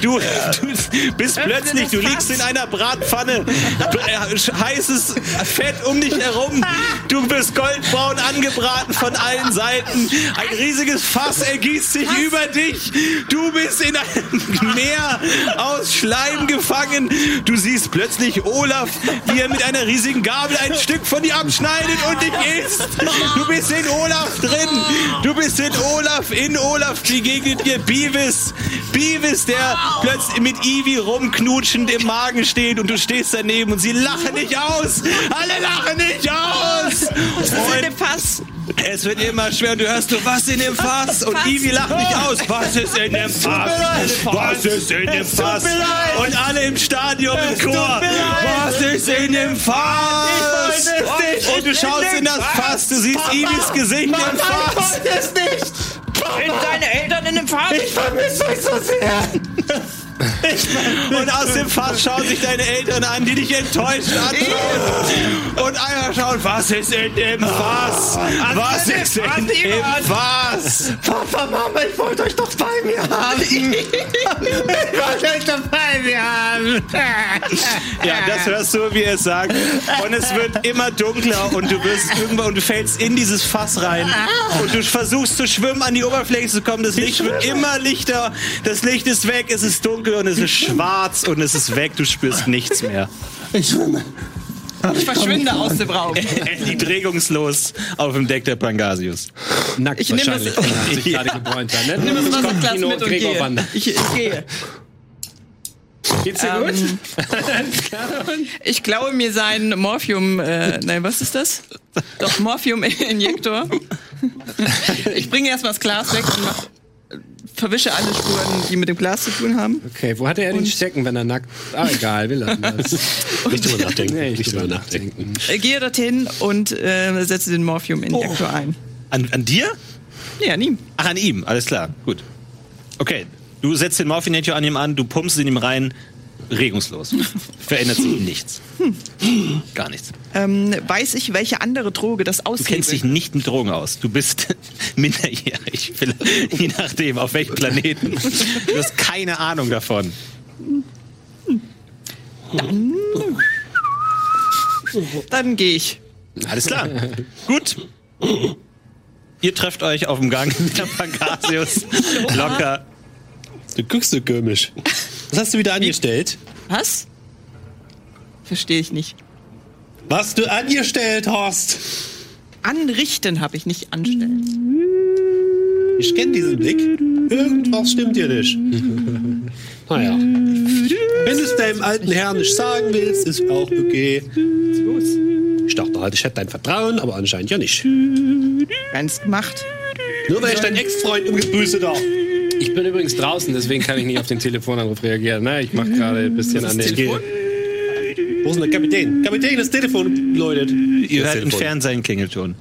[SPEAKER 1] Du, du bist plötzlich, du liegst in einer Bratpfanne, du, äh, heißes Fett um dich herum, du wirst goldbraun angebraten von allen Seiten, ein riesiges Fass ergießt sich über dich, du bist in einem Meer aus Schleim gefangen, du siehst plötzlich Olaf, wie er mit einer riesigen Gabel ein Stück von dir abschneidet und dich isst. Du bist in Olaf drin. Du bist in Olaf. In Olaf begegnet dir Beavis. Beavis, der plötzlich mit Ivy rumknutschend im Magen steht und du stehst daneben und sie lachen nicht aus. Alle lachen nicht aus.
[SPEAKER 3] In
[SPEAKER 1] Und
[SPEAKER 3] dem Pass.
[SPEAKER 1] es wird immer schwer und du hörst nur, was in dem Fass? Und
[SPEAKER 3] Fass.
[SPEAKER 1] Ivi lacht nicht aus. Was ist in dem Fass? Was ist in dem Fass? Und alle im Stadion im Chor. Was ist in dem Fass? Und du schaust in das Fass, du siehst Ivis Gesicht im Fass.
[SPEAKER 3] Deine Eltern in dem Fass.
[SPEAKER 1] Und aus dem Fass schauen sich deine Eltern an, die dich enttäuscht anschauen. Und einmal schauen, was ist in dem Fass? Was ist in dem Fass?
[SPEAKER 8] Papa, Mama, ich wollte euch doch bei mir haben. ich wollte euch doch bei mir haben.
[SPEAKER 1] Ja, das hörst du, wie er es sagt. Und es wird immer dunkler und du wirst irgendwann und du fällst in dieses Fass rein und du versuchst zu schwimmen, an die Oberfläche zu kommen. Das Licht wird immer lichter. Das Licht ist weg, es ist dunkel und es ist schwarz und es ist weg. Du spürst nichts mehr.
[SPEAKER 8] Ich schwimme.
[SPEAKER 3] Ich verschwinde aus dem Raum.
[SPEAKER 1] Er liegt regungslos auf dem Deck der Pangasius.
[SPEAKER 7] Nackt
[SPEAKER 3] Ich nehme
[SPEAKER 7] wahrscheinlich.
[SPEAKER 3] das-
[SPEAKER 7] hat sich gerade gebräunt hat, ne?
[SPEAKER 3] Nimm das
[SPEAKER 7] Kommt
[SPEAKER 3] Wasserglas
[SPEAKER 7] Kino
[SPEAKER 3] mit und
[SPEAKER 7] Gregor
[SPEAKER 3] gehe.
[SPEAKER 7] Wander.
[SPEAKER 3] Ich, ich gehe.
[SPEAKER 7] Geht's dir
[SPEAKER 3] Ähm,
[SPEAKER 7] gut?
[SPEAKER 3] Ich glaube mir sein Morphium, äh, nein, was ist das? Doch, Morphium-Injektor. Ich bringe erstmal das Glas weg und mach, verwische alle Spuren, die mit dem Glas zu tun haben.
[SPEAKER 7] Okay, wo hatte er den Stecken, wenn er nackt. Ah, egal, wir lassen das.
[SPEAKER 5] Nicht drüber nachdenken.
[SPEAKER 7] Nee, ich
[SPEAKER 5] nicht drüber
[SPEAKER 7] drüber
[SPEAKER 5] nachdenken.
[SPEAKER 3] Äh, Gehe dorthin und äh, setze den
[SPEAKER 1] Oh.
[SPEAKER 3] Morphium-Injektor ein.
[SPEAKER 1] An, an dir?
[SPEAKER 3] Ja, nie.
[SPEAKER 1] Ach, an ihm. Alles klar. Gut. Okay. Du setzt den Morphinetio an ihm an, du pumpst ihn ihm rein. Regungslos. Verändert sich nichts. Gar nichts.
[SPEAKER 3] Ähm, weiß ich, welche andere Droge das
[SPEAKER 1] Du
[SPEAKER 3] aussieht?
[SPEAKER 1] kennst dich nicht mit Drogen aus. Du bist minderjährig, vielleicht, je nachdem, auf welchem Planeten. Du hast keine Ahnung davon.
[SPEAKER 3] Dann gehe ich.
[SPEAKER 1] Alles klar. Gut. Ihr trefft euch auf dem Gang mit der Pangasius. Locker.
[SPEAKER 5] Du guckst so komisch. Was hast du wieder angestellt?
[SPEAKER 3] Was? Verstehe ich nicht.
[SPEAKER 5] Was du angestellt hast?
[SPEAKER 3] Anrichten habe ich nicht
[SPEAKER 1] Mhm.
[SPEAKER 3] anstellen.
[SPEAKER 5] Ich kenne diesen Blick. Irgendwas stimmt dir nicht. Naja. Wenn du es deinem alten Herrn nicht sagen willst, ist auch okay. Ich dachte halt, ich hätte dein Vertrauen, aber anscheinend ja nicht.
[SPEAKER 3] Ganz gemacht.
[SPEAKER 5] Nur weil ich deinen Ex-Freund umgegrüße darf.
[SPEAKER 7] Ich bin übrigens draußen, deswegen kann ich nicht auf den Telefonanruf reagieren. Ne? Ich
[SPEAKER 3] Mhm.
[SPEAKER 7] mache gerade ein bisschen an den.
[SPEAKER 5] Telefon? Wo ist denn der Kapitän? Kapitän, das Telefon läutet.
[SPEAKER 1] Ihr
[SPEAKER 5] Das
[SPEAKER 1] hört im
[SPEAKER 5] Telefon.
[SPEAKER 1] Fernsehen einen Klingelton.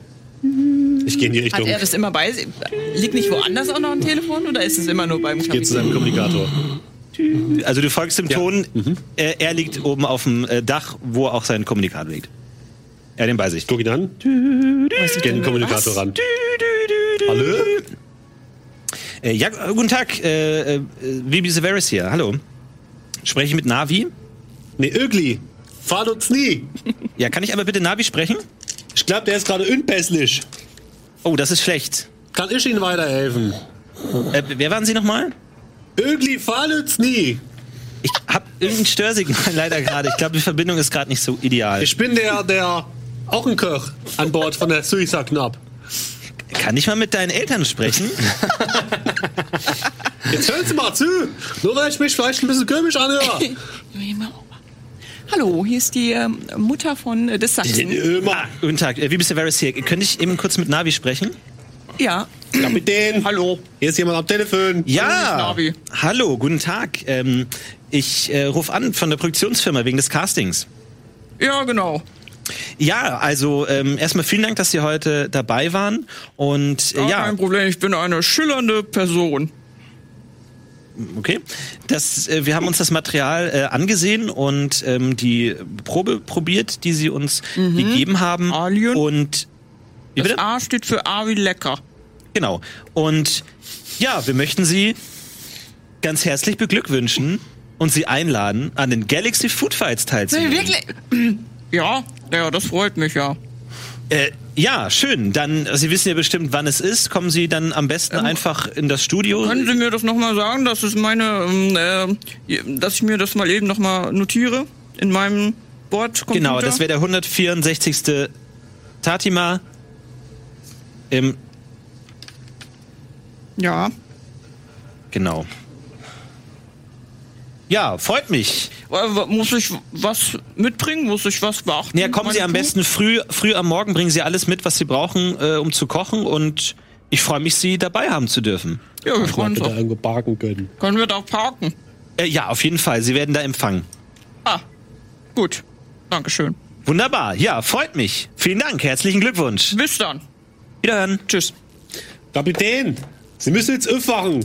[SPEAKER 5] Ich gehe in die
[SPEAKER 3] Hat
[SPEAKER 5] Richtung.
[SPEAKER 3] er das immer bei sich? Liegt nicht woanders auch noch ein Telefon oder ist es immer nur beim
[SPEAKER 5] Geht zu
[SPEAKER 3] Kapitän?
[SPEAKER 5] seinem Kommunikator.
[SPEAKER 1] Also du folgst dem Ton. Äh, er liegt oben auf dem äh, Dach, wo auch sein Kommunikator liegt. Er hat ihn bei sich.
[SPEAKER 5] Guck ihn an. Ich gehe in den Kommunikator ran. Hallo?
[SPEAKER 1] Äh, ja, äh, guten Tag, äh, äh, Vibi Severus hier. Hallo. Spreche ich mit Navi?
[SPEAKER 5] Nee, Ögli. Fahr uns nie.
[SPEAKER 1] Ja, kann ich aber bitte Navi sprechen?
[SPEAKER 5] Ich glaube, der ist gerade unpässlich.
[SPEAKER 1] Oh, das ist schlecht.
[SPEAKER 5] Kann ich Ihnen weiterhelfen?
[SPEAKER 1] Äh, wer waren Sie nochmal?
[SPEAKER 5] Ögli, fahr uns nie.
[SPEAKER 1] Ich hab irgendein Störsignal leider gerade. Ich glaube, die Verbindung ist gerade nicht so ideal.
[SPEAKER 5] Ich bin der, der auch ein Koch an Bord von der Suiza Knapp.
[SPEAKER 1] Kann ich mal mit deinen Eltern sprechen?
[SPEAKER 5] Jetzt hören Sie mal zu. Nur weil ich mich vielleicht ein bisschen komisch anhöre.
[SPEAKER 3] Hallo, hier ist die ähm, Mutter von äh, des Sachsen.
[SPEAKER 1] Ah, guten Tag, Äh, wie bist du, Varys hier? Könnte ich eben kurz mit Navi sprechen?
[SPEAKER 3] Ja,
[SPEAKER 5] Kapitän,
[SPEAKER 3] hallo.
[SPEAKER 5] hier ist jemand am Telefon.
[SPEAKER 1] Ja,
[SPEAKER 3] Navi.
[SPEAKER 1] hallo, guten Tag. Ähm, ich äh, rufe an von der Produktionsfirma wegen des Castings.
[SPEAKER 3] Ja, genau.
[SPEAKER 1] Ja, also ähm, erstmal vielen Dank, dass Sie heute dabei waren. Und äh,
[SPEAKER 3] Gar
[SPEAKER 1] ja,
[SPEAKER 3] Kein Problem, ich bin eine schillernde Person.
[SPEAKER 1] okay. Das, äh, wir haben uns das Material äh, angesehen und ähm, die Probe probiert, die Sie uns gegeben haben.
[SPEAKER 3] Mhm. Alien.
[SPEAKER 1] Und wie
[SPEAKER 3] Das
[SPEAKER 1] bitte?
[SPEAKER 3] A steht für A wie lecker.
[SPEAKER 1] Genau. Und ja, wir möchten Sie ganz herzlich beglückwünschen und Sie einladen, an den Galaxy Food Fights teilzunehmen.
[SPEAKER 3] Ja, ja, das freut mich ja.
[SPEAKER 1] Äh, ja, schön. Dann, also Sie wissen ja bestimmt, wann es ist. Kommen Sie dann am besten einfach in das Studio.
[SPEAKER 3] Ähm, Können Sie mir das nochmal sagen, dass es meine, ähm, äh, dass ich mir das mal eben nochmal notiere in meinem Bordcomputer?
[SPEAKER 1] Genau, das wäre der 164. Tatima im
[SPEAKER 3] ja.
[SPEAKER 1] genau. Ja, freut mich.
[SPEAKER 3] Äh, w- Muss ich was mitbringen? Muss ich was beachten?
[SPEAKER 1] Ja, kommen Sie
[SPEAKER 3] Meine
[SPEAKER 1] am
[SPEAKER 3] Kuh?
[SPEAKER 1] besten früh, früh am Morgen, bringen Sie alles mit, was Sie brauchen, äh, um zu kochen und ich freue mich, Sie dabei haben zu dürfen.
[SPEAKER 3] Ja, wir freuen uns
[SPEAKER 5] Bitte
[SPEAKER 3] auch.
[SPEAKER 5] irgendwo parken können.
[SPEAKER 3] Können wir da parken?
[SPEAKER 1] Äh, ja, auf jeden Fall. Sie werden da empfangen.
[SPEAKER 3] Ah, gut. Dankeschön.
[SPEAKER 1] Wunderbar. Ja, freut mich. Vielen Dank. Herzlichen Glückwunsch.
[SPEAKER 3] Bis dann.
[SPEAKER 1] Wiederhören.
[SPEAKER 3] Tschüss.
[SPEAKER 5] Kapitän, Sie müssen jetzt aufwachen.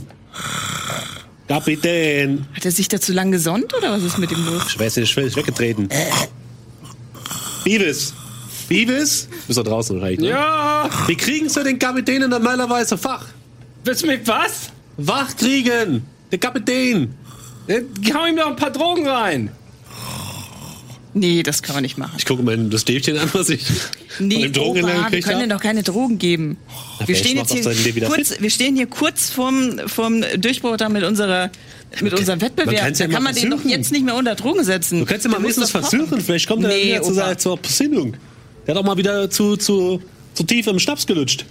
[SPEAKER 5] Kapitän.
[SPEAKER 3] Hat er sich da zu lang gesonnt oder was ist mit ihm los?
[SPEAKER 5] Ich weiß nicht, ich bin weggetreten. Beavis. Beavis? Bist du draußen wahrscheinlich,
[SPEAKER 4] Hm?
[SPEAKER 5] ne?
[SPEAKER 4] Ja!
[SPEAKER 5] Wie kriegen Sie den Kapitän in normaler Weise wach?
[SPEAKER 4] Willst du mit was?
[SPEAKER 5] Wach kriegen! Der Kapitän!
[SPEAKER 4] Äh, Hau ihm doch ein paar Drogen rein.
[SPEAKER 3] Nee, das kann man nicht machen.
[SPEAKER 5] Ich gucke mal das Stäbchen an, was ich von
[SPEAKER 3] Nee,
[SPEAKER 5] dem Drogenhändler
[SPEAKER 3] Opa, wir
[SPEAKER 5] gekriegt
[SPEAKER 3] können
[SPEAKER 5] habe.
[SPEAKER 3] dir doch keine Drogen geben. Wir
[SPEAKER 5] wer
[SPEAKER 3] stehen,
[SPEAKER 5] schmacht
[SPEAKER 3] jetzt
[SPEAKER 5] auf seinen Leben
[SPEAKER 3] hier
[SPEAKER 5] wieder
[SPEAKER 3] kurz, wir stehen hier kurz vorm, vorm Durchbruch da mit, unserer, mit unserem Wettbewerb.
[SPEAKER 5] kann's ja
[SPEAKER 3] da
[SPEAKER 5] mal
[SPEAKER 3] kann man den doch
[SPEAKER 5] versuchen.
[SPEAKER 3] jetzt nicht mehr unter Drogen setzen.
[SPEAKER 5] Du könntest ja mal
[SPEAKER 3] Der muss
[SPEAKER 5] wenigstens
[SPEAKER 3] doch kochen.
[SPEAKER 5] versuchen, vielleicht kommt er
[SPEAKER 3] Nee,
[SPEAKER 5] wieder zu,
[SPEAKER 3] Opa.
[SPEAKER 5] seiner- zur Besinnung. Der hat auch mal wieder zu, zu, zu tief im Schnaps gelutscht.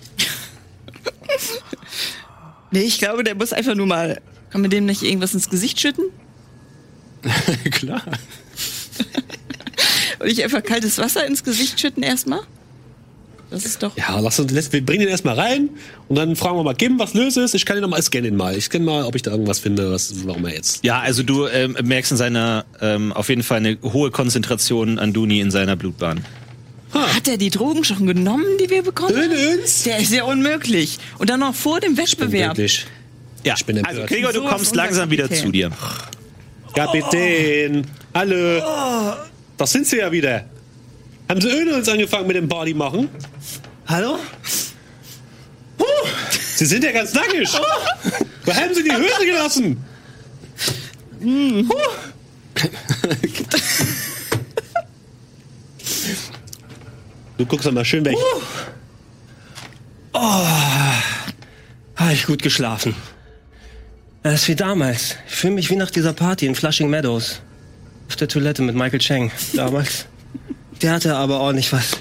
[SPEAKER 3] Nee, ich glaube, der muss einfach nur mal. Kann man dem nicht irgendwas ins Gesicht schütten?
[SPEAKER 4] Klar.
[SPEAKER 3] Und ich einfach kaltes Wasser ins Gesicht schütten erstmal? Das ist doch.
[SPEAKER 5] Ja, lass uns, lass, wir bringen ihn erstmal rein und dann fragen wir mal, geben, was los ist. Ich kann ihn nochmal scannen mal. Ich scanne mal, ob ich da irgendwas finde, was, warum er jetzt.
[SPEAKER 1] Ja, also du ähm, merkst in seiner ähm, auf jeden Fall eine hohe Konzentration an Duni in seiner Blutbahn.
[SPEAKER 3] Hat er die Drogen schon genommen, die wir bekommen haben?
[SPEAKER 5] Dönens?
[SPEAKER 3] Der ist ja unmöglich. Und dann noch vor dem Wettbewerb.
[SPEAKER 5] Wirklich.
[SPEAKER 1] Ja,
[SPEAKER 5] Ich bin empört.
[SPEAKER 1] also Gregor, du
[SPEAKER 3] So was
[SPEAKER 1] kommst langsam wieder
[SPEAKER 3] Kapitän.
[SPEAKER 1] zu dir.
[SPEAKER 5] Kapitän! Hallo! Da sind sie ja wieder. Haben sie ohne uns angefangen mit dem Party machen?
[SPEAKER 2] Hallo?
[SPEAKER 5] Sie sind ja ganz nackig. Wo haben sie die Hose gelassen? Du guckst doch mal schön weg.
[SPEAKER 2] Habe ich gut geschlafen. Das ist wie damals. Ich fühle mich wie nach dieser Party in Flushing Meadows. Auf der Toilette mit Michael Chang. Damals. Der hatte aber ordentlich was.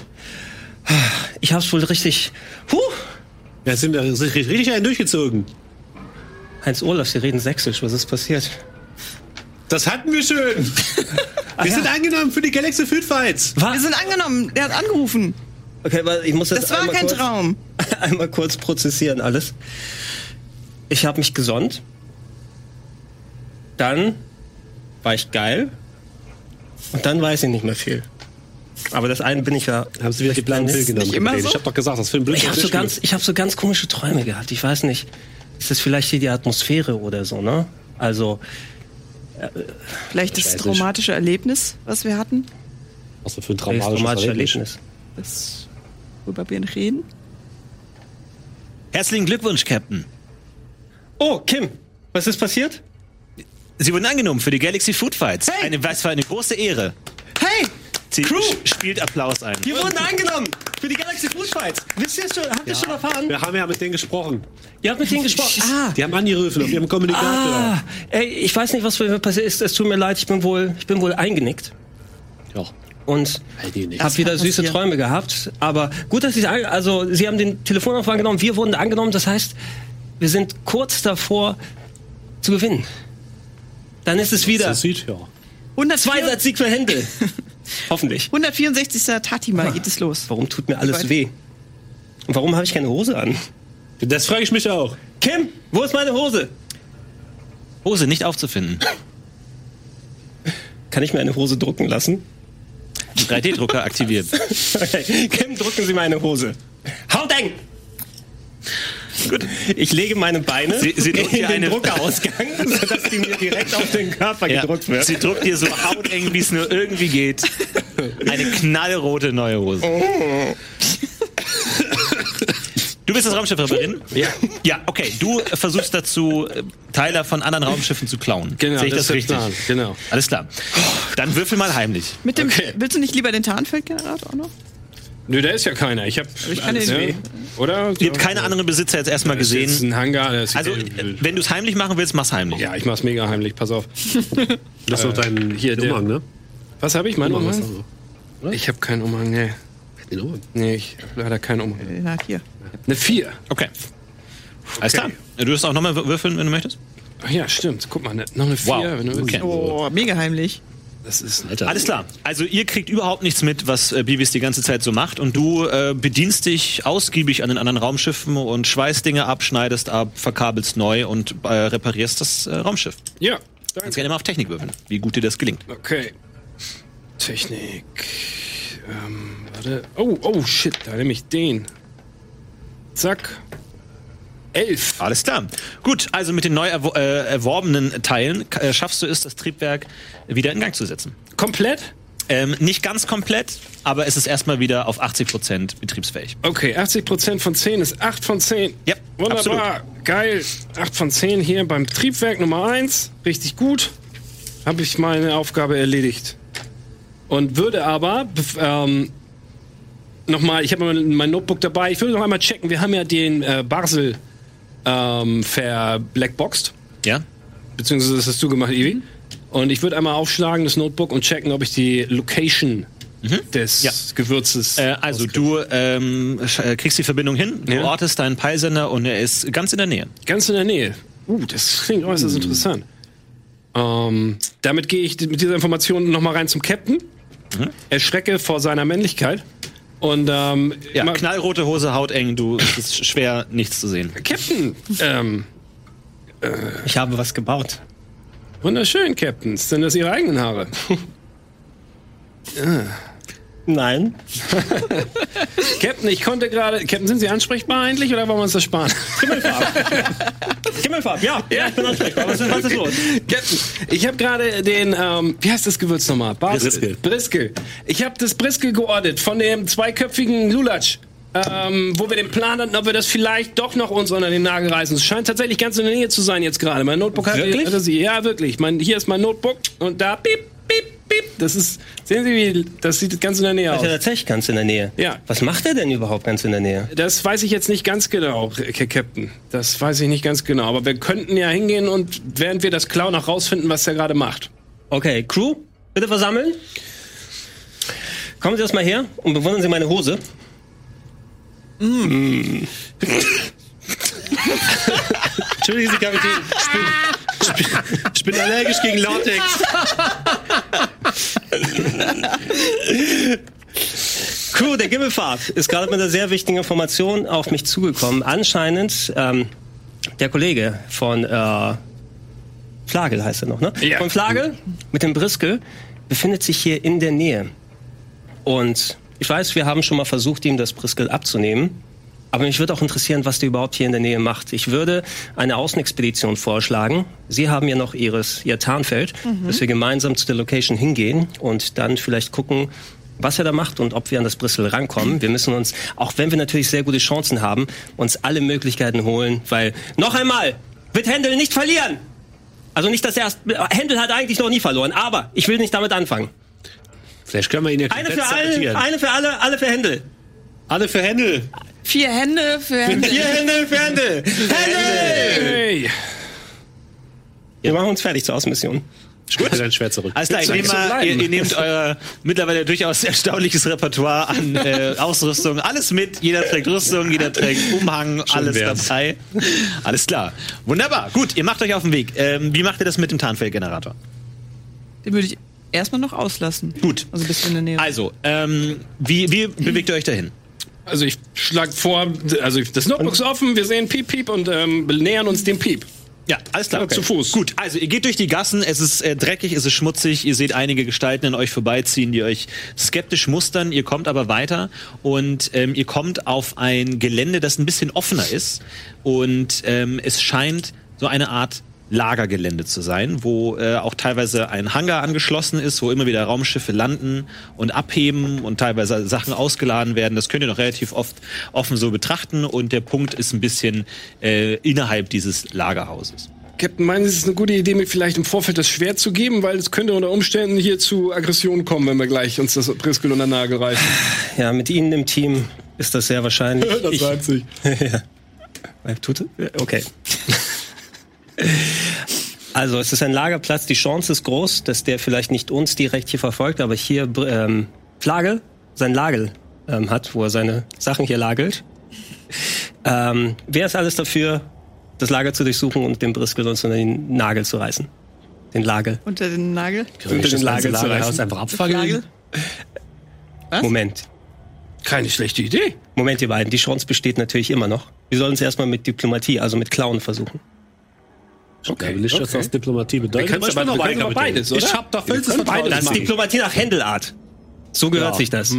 [SPEAKER 2] Ich hab's wohl richtig. Huh!
[SPEAKER 5] Ja, sind da sind richtig richtig einen durchgezogen.
[SPEAKER 2] Heinz Olaf, Sie reden sächsisch. Was ist passiert?
[SPEAKER 5] Das hatten wir schön. Wir sind angenommen für die Galaxy Food Fights.
[SPEAKER 3] Wir sind angenommen. Der hat angerufen.
[SPEAKER 2] Okay, warte, ich muss das
[SPEAKER 3] Das war
[SPEAKER 2] einmal
[SPEAKER 3] kein
[SPEAKER 2] kurz,
[SPEAKER 3] Traum.
[SPEAKER 2] Einmal kurz prozessieren alles. Ich habe mich gesonnt. Dann war ich geil. Und dann weiß ich nicht mehr viel. Aber das eine bin ich ja.
[SPEAKER 5] Haben sie wieder die blauen Pillen genommen?
[SPEAKER 3] nicht immer
[SPEAKER 5] Kapitän?
[SPEAKER 3] so?
[SPEAKER 5] Ich hab doch gesagt, das ist für ein blödes
[SPEAKER 2] Ich habe so
[SPEAKER 5] Spiel.
[SPEAKER 2] ganz, ich habe so ganz komische Träume gehabt. Ich weiß nicht. Ist das vielleicht hier die Atmosphäre oder so, ne? Also
[SPEAKER 3] Vielleicht das
[SPEAKER 5] weiß nicht.
[SPEAKER 3] traumatische Erlebnis, was wir hatten.
[SPEAKER 5] Was für ein
[SPEAKER 2] welches
[SPEAKER 5] traumatisches
[SPEAKER 2] traumatische
[SPEAKER 5] Erlebnis.
[SPEAKER 2] Erlebnis.
[SPEAKER 3] Das, worüber wir nicht reden.
[SPEAKER 1] Herzlichen Glückwunsch, Captain.
[SPEAKER 2] Oh, Kim, was ist passiert?
[SPEAKER 1] Sie wurden angenommen für die Galaxy Food Fights. Eine, was für eine große Ehre.
[SPEAKER 2] Hey,
[SPEAKER 1] Sie
[SPEAKER 2] Crew!
[SPEAKER 1] sch- spielt Applaus ein.
[SPEAKER 2] wir wurden angenommen für die Galaxy Food Fights. Wisst ihr schon? Habt ihr schon erfahren?
[SPEAKER 5] Wir haben ja mit denen gesprochen.
[SPEAKER 2] Ihr habt mit denen gesprochen. Ah,
[SPEAKER 5] Die haben angerufen auf ihrem Kommunikator.
[SPEAKER 2] ah,
[SPEAKER 5] genau.
[SPEAKER 2] ey, ich weiß nicht, was mit mir passiert ist. Es tut mir leid, ich bin wohl, ich bin wohl eingenickt
[SPEAKER 5] Ja.
[SPEAKER 2] und
[SPEAKER 5] Halt die nicht.
[SPEAKER 2] habe wieder süße
[SPEAKER 3] passieren.
[SPEAKER 2] Träume gehabt. Aber gut, dass ich also Sie haben den Telefonanruf angenommen, wir wurden angenommen. Das heißt, wir sind kurz davor zu gewinnen. Dann ist es wieder.
[SPEAKER 5] Das sieht, ja.
[SPEAKER 3] 104
[SPEAKER 9] Zweisatz Sieg für Händel. Hoffentlich.
[SPEAKER 3] 164. Tatima geht es los.
[SPEAKER 9] Warum tut mir alles weh? Und warum habe ich keine Hose an?
[SPEAKER 5] Das frage ich mich auch.
[SPEAKER 9] Kim, wo ist meine Hose?
[SPEAKER 1] Hose nicht aufzufinden.
[SPEAKER 9] Kann ich mir eine Hose drucken lassen?
[SPEAKER 1] 3D-Drucker aktiviert.
[SPEAKER 9] Okay. Kim, drucken Sie meine Hose. Haut eng! Gut. Ich lege meine Beine
[SPEAKER 1] Sie- sie
[SPEAKER 9] in
[SPEAKER 1] druckt hier
[SPEAKER 9] den
[SPEAKER 1] eine-
[SPEAKER 9] Druckerausgang, sodass die mir direkt auf den Körper
[SPEAKER 1] Ja.
[SPEAKER 9] gedruckt wird.
[SPEAKER 1] Sie druckt dir so hauteng, wie es nur irgendwie geht. Eine knallrote neue Hose. Du bist das Raumschiff Reparin? Ja. Ja, okay. Du äh, versuchst dazu, äh, Teile von anderen Raumschiffen zu klauen.
[SPEAKER 4] Genau,
[SPEAKER 1] Sehe ich das,
[SPEAKER 4] ist der
[SPEAKER 1] richtig?
[SPEAKER 4] Plan, Genau.
[SPEAKER 1] Alles klar. Dann würfel mal heimlich.
[SPEAKER 3] Mit dem, Willst du nicht lieber den Tarnfeldgenerator auch noch?
[SPEAKER 4] Nö, da ist ja keiner. Ich habe
[SPEAKER 3] ich kann den-
[SPEAKER 4] Oder?
[SPEAKER 1] Ihr habt keine anderen Besitzer jetzt erstmal
[SPEAKER 4] Das ist jetzt
[SPEAKER 1] gesehen.
[SPEAKER 4] ein Hangar. Das
[SPEAKER 1] Also, äh, wenn du es heimlich machen willst, mach's heimlich.
[SPEAKER 4] ja, ich mach's mega heimlich. Pass auf.
[SPEAKER 5] Das ist doch dein
[SPEAKER 4] hier, der-
[SPEAKER 5] Umhang, ne?
[SPEAKER 4] Was habe ich? Mein
[SPEAKER 5] Umhang,
[SPEAKER 4] Umhang?
[SPEAKER 5] was haben
[SPEAKER 4] Ich habe keinen Umhang. Nee.
[SPEAKER 5] wir? Den Umhang.
[SPEAKER 4] nee, ich habe leider keinen Umhang.
[SPEAKER 3] Na, hier.
[SPEAKER 4] Eine 4.
[SPEAKER 1] Okay. Alles klar. Du wirst auch nochmal würfeln, wenn du möchtest.
[SPEAKER 4] Ach Ja, stimmt. Guck mal, ne- noch eine 4.
[SPEAKER 1] Wow.
[SPEAKER 4] Wenn du willst.
[SPEAKER 1] Okay.
[SPEAKER 3] Oh, mega heimlich.
[SPEAKER 4] Das ist
[SPEAKER 5] Alter.
[SPEAKER 1] Alles klar. Also ihr kriegt überhaupt nichts mit, was äh, Bibis die ganze Zeit so macht und du äh, bedienst dich ausgiebig an den anderen Raumschiffen und schweißt Dinge ab, schneidest ab, verkabelst neu und äh, reparierst das äh, Raumschiff.
[SPEAKER 4] Ja,
[SPEAKER 1] Kannst
[SPEAKER 4] danke.
[SPEAKER 1] gerne mal auf Technik würfeln, wie gut dir das gelingt.
[SPEAKER 4] Okay. Technik. Ähm, warte. Oh, oh, shit. Da nehme ich den. Zack. Elf.
[SPEAKER 1] Alles klar. Gut, also mit den neu erwo äh, erworbenen Teilen k- äh, schaffst du es, das Triebwerk wieder in Gang zu setzen.
[SPEAKER 4] Komplett?
[SPEAKER 1] Ähm, nicht ganz komplett, aber es ist erstmal wieder auf 80% betriebsfähig.
[SPEAKER 4] Okay, 80% von 10 ist 8 von 10.
[SPEAKER 1] Ja,
[SPEAKER 4] Wunderbar. Geil. 8 von 10 hier beim Triebwerk Nummer 1. Richtig gut. Habe ich meine Aufgabe erledigt. Und würde aber bef- ähm, nochmal, ich habe mein, mein Notebook dabei, ich würde noch einmal checken. Wir haben ja den äh, Basel ähm, verblackboxed.
[SPEAKER 1] Ja?
[SPEAKER 4] Beziehungsweise das hast du gemacht, Ivi.
[SPEAKER 1] Mhm.
[SPEAKER 4] Und ich würde einmal aufschlagen, das Notebook, und checken, ob ich die Location des
[SPEAKER 1] Mhm. Ja.
[SPEAKER 4] Gewürzes.
[SPEAKER 1] Äh, also du ähm, sch- äh, kriegst die Verbindung hin, du
[SPEAKER 4] Ja.
[SPEAKER 1] ortest deinen Peilsender und er ist ganz in der Nähe.
[SPEAKER 4] Ganz in der Nähe. Uh, das klingt äußerst interessant. Ähm, damit gehe ich mit dieser Information nochmal rein zum Captain. Erschrecke vor seiner Männlichkeit. Und ähm,
[SPEAKER 1] Ja,
[SPEAKER 4] ma-
[SPEAKER 1] knallrote Hose, hauteng, du, es ist schwer, nichts zu sehen.
[SPEAKER 4] Captain! Ähm,
[SPEAKER 2] Ich habe was gebaut.
[SPEAKER 4] wunderschön, Captain. Sind das Ihre eigenen Haare?
[SPEAKER 2] Nein.
[SPEAKER 4] Captain, ich konnte gerade. Captain, sind Sie ansprechbar eigentlich oder wollen wir uns das sparen?
[SPEAKER 2] Himmelfahrt, ja. ja. Ich bin ansprechbar. Was, was ist los?
[SPEAKER 4] Captain, ich habe gerade den, ähm, wie heißt das Gewürz nochmal? Basel.
[SPEAKER 5] Briskel.
[SPEAKER 4] Briskel. Ich habe das Briskel geordert von dem zweiköpfigen Lulatsch. Ähm, wo wir den Plan hatten, ob wir das vielleicht doch noch uns unter den Nagel reißen. Es scheint tatsächlich ganz in der Nähe zu sein jetzt gerade. Mein Notebook hat
[SPEAKER 2] Wirklich?
[SPEAKER 4] hatte sie. Ja, wirklich. Mein, hier ist mein Notebook und da piep, piep, piep. Das ist, sehen Sie, wie das sieht ganz in der Nähe
[SPEAKER 2] Ist ja
[SPEAKER 4] aus.
[SPEAKER 2] tatsächlich ganz in der Nähe.
[SPEAKER 4] Ja.
[SPEAKER 2] Was macht er denn überhaupt ganz in der Nähe?
[SPEAKER 4] Das weiß ich jetzt nicht ganz genau, K- Captain. Das weiß ich nicht ganz genau. Aber wir könnten ja hingehen und während wir das klauen, auch rausfinden, was er gerade macht.
[SPEAKER 2] Okay, Crew, bitte versammeln. Kommen Sie erstmal her und bewundern Sie meine Hose.
[SPEAKER 5] Entschuldigen Sie, Kapitän. Ich bin, ich bin allergisch gegen Latex.
[SPEAKER 2] Crew der Gimmelfahrt ist gerade mit einer sehr wichtigen Information auf mich zugekommen. Anscheinend ähm, der Kollege von äh, Flagel heißt er noch, ne?
[SPEAKER 4] Ja.
[SPEAKER 2] Von Flagel mit dem Briskel befindet sich hier in der Nähe. Und ich weiß, wir haben schon mal versucht, ihm das Briskel abzunehmen. Aber mich würde auch interessieren, was der überhaupt hier in der Nähe macht. Ich würde eine Außenexpedition vorschlagen. Sie haben ja noch ihres, Ihr Tarnfeld, dass wir gemeinsam zu der Location hingehen und dann vielleicht gucken, was er da macht und ob wir an das Brüssel rankommen. Wir müssen uns, auch wenn wir natürlich sehr gute Chancen haben, uns alle Möglichkeiten holen, weil noch einmal wird Händel nicht verlieren. Also nicht, dass er erst, Händel hat eigentlich noch nie verloren, aber ich will nicht damit anfangen.
[SPEAKER 5] Vielleicht können wir ihn ja
[SPEAKER 2] Eine
[SPEAKER 5] komplett
[SPEAKER 2] für alle,
[SPEAKER 5] sabotieren.
[SPEAKER 2] eine für alle, alle für Händel.
[SPEAKER 5] Alle für Händel.
[SPEAKER 3] Vier Hände für Hände.
[SPEAKER 2] Hier Händel für Händel.
[SPEAKER 4] Hey!
[SPEAKER 2] Wir machen uns fertig zur Außenmission.
[SPEAKER 5] Ich halt gebe dir dein Schwert zurück.
[SPEAKER 1] Alles klar, ich nehme mal, ihr, ihr nehmt euer mittlerweile durchaus erstaunliches Repertoire an äh, Ausrüstung, alles mit. Jeder trägt Rüstung, jeder trägt Umhang, alles
[SPEAKER 5] wär's.
[SPEAKER 1] dabei. Alles klar. Wunderbar. Gut, ihr macht euch auf den Weg. Ähm, wie macht ihr das mit dem Tarnfeldgenerator?
[SPEAKER 3] Den würde ich erstmal noch auslassen.
[SPEAKER 1] Gut.
[SPEAKER 3] Also bis in der Nähe.
[SPEAKER 1] Also, ähm, wie, wie bewegt ihr euch dahin?
[SPEAKER 4] Also ich schlage vor, also ich- das Notebook ist offen, wir sehen Piep Piep und ähm, nähern uns dem Piep.
[SPEAKER 1] Ja, alles klar.
[SPEAKER 4] Zu Fuß.
[SPEAKER 1] Gut, also ihr geht durch die Gassen, es ist äh, dreckig, es ist schmutzig, ihr seht einige Gestalten an euch vorbeiziehen, die euch skeptisch mustern, ihr kommt aber weiter und ähm, ihr kommt auf ein Gelände, das ein bisschen offener ist und ähm, es scheint so eine Art Lagergelände zu sein, wo äh, auch teilweise ein Hangar angeschlossen ist, wo immer wieder Raumschiffe landen und abheben und teilweise Sachen ausgeladen werden. Das könnt ihr noch relativ oft offen so betrachten und der Punkt ist ein bisschen äh, innerhalb dieses Lagerhauses.
[SPEAKER 4] Captain, meinen Sie, es ist eine gute Idee, mir vielleicht im Vorfeld das Schwert zu geben, weil es könnte unter Umständen hier zu Aggressionen kommen, wenn wir gleich uns das Briskel unter den Nagel reißen.
[SPEAKER 2] Ja, mit Ihnen im Team ist das sehr wahrscheinlich. ich,
[SPEAKER 4] sich.
[SPEAKER 2] Tut, äh, okay. Also es ist ein Lagerplatz, die Chance ist groß, dass der vielleicht nicht uns direkt hier verfolgt, aber hier ähm, Plage, sein Lagel ähm, hat, wo er seine Sachen hier lagelt. Ähm, wer ist alles dafür, das Lager zu durchsuchen und den Briskel uns unter den Nagel zu reißen? Den Lagel.
[SPEAKER 3] Unter den Nagel.
[SPEAKER 2] Unter den Lagel
[SPEAKER 4] ganze
[SPEAKER 2] zu
[SPEAKER 4] Lagerhaus
[SPEAKER 2] reißen. Einfach
[SPEAKER 3] Nagel.
[SPEAKER 2] Moment.
[SPEAKER 4] Keine schlechte Idee.
[SPEAKER 2] Moment, ihr beiden. Die Chance besteht natürlich immer noch. Wir sollen es erstmal mit Diplomatie, also mit Klauen versuchen.
[SPEAKER 5] Okay. Ich okay. was Diplomatie bedeutet.
[SPEAKER 4] Wir können
[SPEAKER 5] aber ich
[SPEAKER 4] aber- wir
[SPEAKER 5] bin auch
[SPEAKER 4] können
[SPEAKER 5] Weigler
[SPEAKER 4] aber
[SPEAKER 5] mit
[SPEAKER 4] beides,
[SPEAKER 5] denen.
[SPEAKER 4] oder?
[SPEAKER 5] Ich hab da
[SPEAKER 4] Wir
[SPEAKER 5] vollstes
[SPEAKER 4] können
[SPEAKER 5] Vertrauen.
[SPEAKER 4] beides
[SPEAKER 5] in
[SPEAKER 2] Das ist
[SPEAKER 5] Magie.
[SPEAKER 2] Diplomatie nach Händelart. So gehört sich das.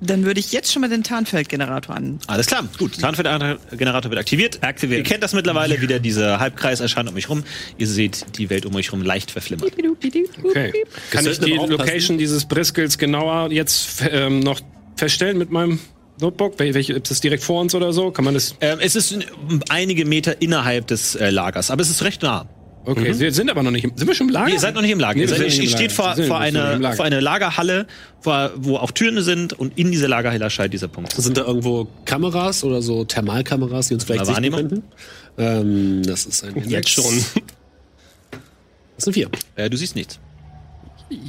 [SPEAKER 3] Dann würde ich jetzt schon mal den Tarnfeldgenerator an.
[SPEAKER 1] Alles klar, gut. Tarnfeldgenerator wird aktiviert.
[SPEAKER 2] Aktiviert.
[SPEAKER 1] Ihr kennt das mittlerweile, wieder dieser Halbkreis erscheint um euch rum. Ihr seht die Welt um euch rum leicht verflimmert.
[SPEAKER 4] Okay. Kann ich
[SPEAKER 5] sollten
[SPEAKER 4] die
[SPEAKER 5] aber aufpassen.
[SPEAKER 4] Location dieses Briskels genauer jetzt ähm, noch feststellen mit meinem Notebook? Wel- Welche, ist das direkt vor uns oder so? Kann man das?
[SPEAKER 1] Ähm, es ist ähm, einige Meter innerhalb des äh, Lagers, aber es ist recht nah.
[SPEAKER 4] Okay, wir sind aber noch nicht. Im, sind wir schon im Lager?
[SPEAKER 1] Mhm. Ihr seid noch Ah, nicht im Lager.
[SPEAKER 4] Nee,
[SPEAKER 1] ihr
[SPEAKER 4] wir
[SPEAKER 1] seid,
[SPEAKER 4] sind nicht
[SPEAKER 1] ihr
[SPEAKER 4] im
[SPEAKER 1] steht
[SPEAKER 4] Lager.
[SPEAKER 1] vor,
[SPEAKER 4] Wir sind
[SPEAKER 1] vor,
[SPEAKER 4] nicht im
[SPEAKER 1] eine,
[SPEAKER 4] Lager.
[SPEAKER 1] vor einer Lagerhalle, vor, wo auch Türen sind und in dieser Lagerhalle scheint dieser Punkt.
[SPEAKER 5] Sind da irgendwo Kameras oder so Thermalkameras, die uns vielleicht
[SPEAKER 1] Aber
[SPEAKER 5] sichten
[SPEAKER 1] Wahrnehmung?
[SPEAKER 5] könnten? Ähm, das ist ein
[SPEAKER 2] Jetzt schon.
[SPEAKER 5] Das sind wir.
[SPEAKER 1] Äh, du siehst nichts.
[SPEAKER 3] Ich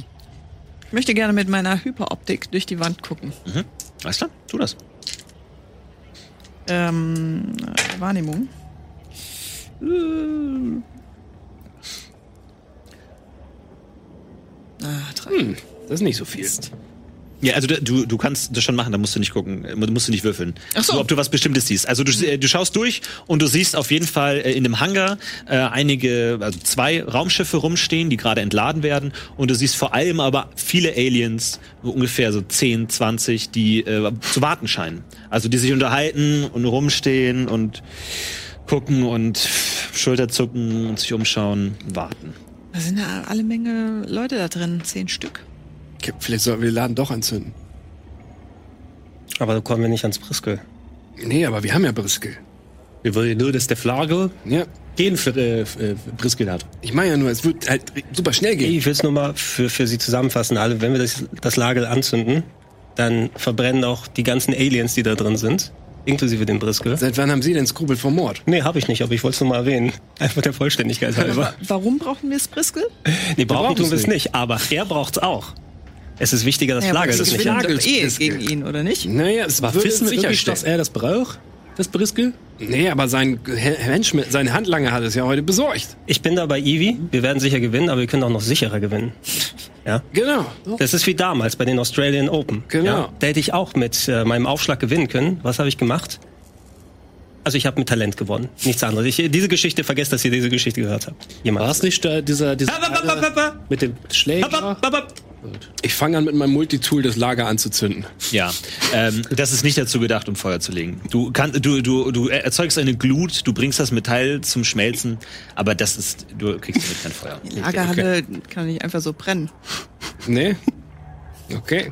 [SPEAKER 3] möchte gerne mit meiner Hyperoptik durch die Wand gucken.
[SPEAKER 1] Alles klar, tu das.
[SPEAKER 3] Ähm, äh, Wahrnehmung. Äh. Ah, drei.
[SPEAKER 4] Das ist nicht so viel.
[SPEAKER 1] Ja, also du- du, du kannst das schon machen, da musst du nicht gucken, äh, musst du nicht würfeln.
[SPEAKER 3] Ach so.
[SPEAKER 1] Ob du was Bestimmtes siehst. Also du, äh, du schaust durch und du siehst auf jeden Fall äh, in dem Hangar äh, einige, also zwei Raumschiffe rumstehen, die gerade entladen werden. Und du siehst vor allem aber viele Aliens, so ungefähr so 10, 20, die äh, zu warten scheinen. Also die sich unterhalten und rumstehen und gucken und Schulterzucken und sich umschauen, warten.
[SPEAKER 3] Da sind ja alle Menge Leute da drin, zehn Stück.
[SPEAKER 10] Captain, vielleicht sollten wir den Laden doch anzünden.
[SPEAKER 2] Aber da kommen wir nicht ans Briskel.
[SPEAKER 10] Nee, aber wir haben ja Briskel.
[SPEAKER 5] Wir wollen ja nur, dass der Flagge
[SPEAKER 10] Ja.
[SPEAKER 5] gehen für äh, äh, Briskel hat.
[SPEAKER 10] Ich meine ja nur, es wird halt super schnell gehen.
[SPEAKER 2] Ich will es nur mal für, für Sie zusammenfassen, alle. Wenn wir das, das Lager anzünden, dann verbrennen auch die ganzen Aliens, die da drin sind, inklusive dem Briskel.
[SPEAKER 10] Seit wann haben Sie denn Skrupel vor Mord?
[SPEAKER 2] Nee, habe ich nicht, aber ich wollte es nur mal erwähnen. Einfach der Vollständigkeit halber.
[SPEAKER 3] Warum brauchen wir Spriskel?
[SPEAKER 2] Nee, brauchen tun wir es
[SPEAKER 4] brauchen's
[SPEAKER 2] nicht, aber er braucht es auch. Es ist wichtiger, das Lager
[SPEAKER 3] das
[SPEAKER 2] das nicht
[SPEAKER 3] doch
[SPEAKER 2] an.
[SPEAKER 3] eh gegen ihn, oder nicht?
[SPEAKER 10] Naja, es
[SPEAKER 5] Aber
[SPEAKER 10] würde
[SPEAKER 5] wissen wir wirklich,
[SPEAKER 10] sicherstellen.
[SPEAKER 5] dass er das braucht? Das Briskel?
[SPEAKER 10] äh, Nee, aber sein He- Henchman, sein Handlanger hat es ja heute besorgt.
[SPEAKER 2] Ich bin da bei Ivi. Wir werden sicher gewinnen, aber wir können auch noch sicherer gewinnen. Ja?
[SPEAKER 10] Genau.
[SPEAKER 2] Das ist wie damals bei den Australian Open.
[SPEAKER 10] Genau.
[SPEAKER 2] da hätte ich auch mit äh, meinem Aufschlag gewinnen können. Was habe ich gemacht? Also ich habe mit Talent gewonnen. Nichts anderes. Ich, diese Geschichte, vergesst, dass ihr diese Geschichte gehört habt. Jemand.
[SPEAKER 5] War es nicht äh, dieser, dieser eine mit dem Schläger?
[SPEAKER 10] Ich fange an, mit meinem Multitool das Lager anzuzünden.
[SPEAKER 1] Ja, ähm, das ist nicht dazu gedacht, um Feuer zu legen. Du, kann, du, du, du erzeugst eine Glut, du bringst das Metall zum Schmelzen, aber das ist, du kriegst damit kein Feuer.
[SPEAKER 3] Die Lagerhalle kann nicht einfach so brennen.
[SPEAKER 10] Nee? Okay.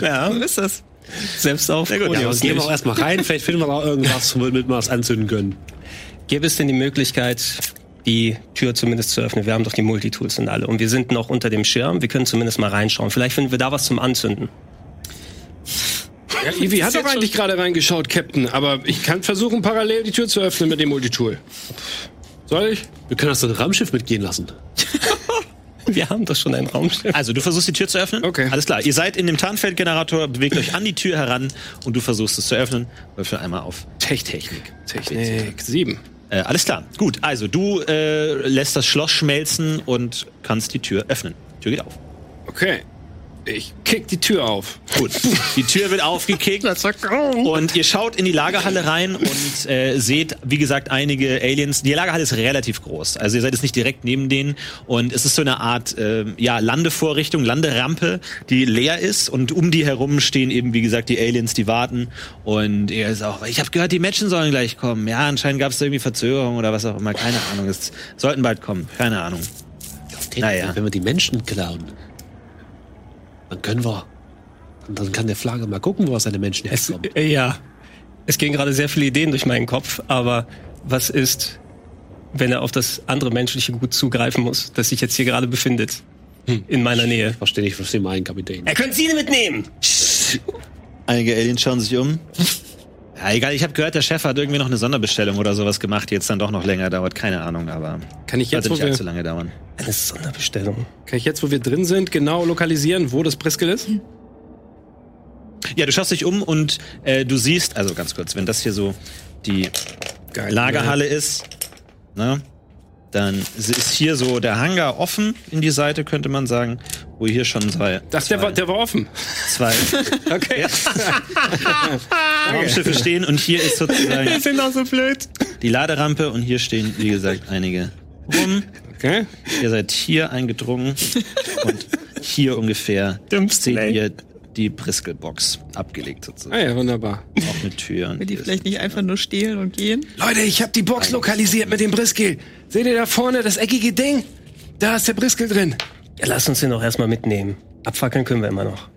[SPEAKER 3] Ja. So ist das.
[SPEAKER 2] Selbst auf
[SPEAKER 5] Ja, aber
[SPEAKER 2] Odious
[SPEAKER 5] gehen wir
[SPEAKER 2] nicht.
[SPEAKER 5] auch erstmal rein. Vielleicht finden wir da irgendwas, womit wir es anzünden können.
[SPEAKER 2] Gäbe es denn die Möglichkeit, die Tür zumindest zu öffnen? Wir haben doch die Multitools und alle. Und wir sind noch unter dem Schirm. Wir können zumindest mal reinschauen. Vielleicht finden wir da was zum Anzünden.
[SPEAKER 4] Ja, Ivi hat
[SPEAKER 3] jetzt
[SPEAKER 4] doch eigentlich gerade reingeschaut, Captain, aber ich kann versuchen, parallel die Tür zu öffnen mit dem Multitool. Soll ich?
[SPEAKER 5] Wir können das so ein Raumschiff mitgehen lassen.
[SPEAKER 2] Wir haben doch schon ein Raumschiff.
[SPEAKER 1] Also, du versuchst die Tür zu öffnen?
[SPEAKER 4] Okay.
[SPEAKER 1] Alles klar. Ihr seid in dem Tarnfeldgenerator, bewegt euch an die Tür heran und du versuchst es zu öffnen. Würfel einmal auf Tech Technik.
[SPEAKER 4] Technik. Sieben.
[SPEAKER 1] Äh, alles klar. Gut, also du äh, lässt das Schloss schmelzen und kannst die Tür öffnen. Die Tür geht auf.
[SPEAKER 4] Okay. Ich kick die Tür auf.
[SPEAKER 1] Gut. Die Tür wird aufgekickt. Und ihr schaut in die Lagerhalle rein und äh, seht, wie gesagt, einige Aliens. Die Lagerhalle ist relativ groß. Also ihr seid jetzt nicht direkt neben denen. Und es ist so eine Art ähm, ja, Landevorrichtung, Landerampe, die leer ist. Und um die herum stehen eben, wie gesagt, die Aliens, die warten. Und er ist auch, ich habe gehört, die Menschen sollen gleich kommen. Ja, anscheinend gab es irgendwie Verzögerung oder was auch immer. Keine Ahnung. Es sollten bald kommen. Keine Ahnung. Naja.
[SPEAKER 5] Wenn wir die Menschen klauen, dann können wir. Und dann kann der Flagge mal gucken, wo er seine Menschen
[SPEAKER 2] Es,
[SPEAKER 5] herkommt.
[SPEAKER 2] äh, ja, es gehen gerade sehr viele Ideen durch meinen Kopf, aber was ist, wenn er auf das andere menschliche Gut zugreifen muss, das sich jetzt hier gerade befindet? In meiner Nähe.
[SPEAKER 5] Ich verstehe nicht, verstehe meinen Kapitän.
[SPEAKER 2] Er könnte sie mitnehmen!
[SPEAKER 1] Einige Aliens schauen sich um. Ja, egal, ich habe gehört, der Chef hat irgendwie noch eine Sonderbestellung oder sowas gemacht, die jetzt dann doch noch länger dauert. Keine Ahnung, aber
[SPEAKER 4] Kann ich jetzt,
[SPEAKER 1] sollte
[SPEAKER 4] wo
[SPEAKER 1] nicht
[SPEAKER 4] wir,
[SPEAKER 1] allzu lange dauern.
[SPEAKER 2] Eine Sonderbestellung.
[SPEAKER 4] kann ich jetzt, wo wir drin sind, genau lokalisieren, wo das Briskel ist?
[SPEAKER 1] Ja, du schaust dich um und äh, du siehst, also ganz kurz, wenn das hier so die
[SPEAKER 4] Geil.
[SPEAKER 1] Lagerhalle ist, ne, dann ist hier so der Hangar offen in die Seite, könnte man sagen, wo hier schon zwei,
[SPEAKER 4] Ach, der war, der war offen.
[SPEAKER 1] zwei
[SPEAKER 4] Okay.
[SPEAKER 1] Raumschiffe stehen und hier ist sozusagen
[SPEAKER 2] sind auch so blöd.
[SPEAKER 1] die Laderampe und hier stehen, wie gesagt, einige rum.
[SPEAKER 4] okay.
[SPEAKER 1] Ihr seid hier eingedrungen und hier ungefähr seht ihr die Briskelbox abgelegt
[SPEAKER 4] Ah
[SPEAKER 1] sozusagen.
[SPEAKER 4] ja, wunderbar.
[SPEAKER 1] Auch mit Türen.
[SPEAKER 3] Will die vielleicht nicht einfach nur stehlen und gehen?
[SPEAKER 4] Leute, ich habe die Box lokalisiert mit dem Briskel. Seht ihr da vorne das eckige Ding? Da ist der Briskel drin.
[SPEAKER 2] Ja, lass uns den doch erstmal mitnehmen. Abfackeln können wir immer noch.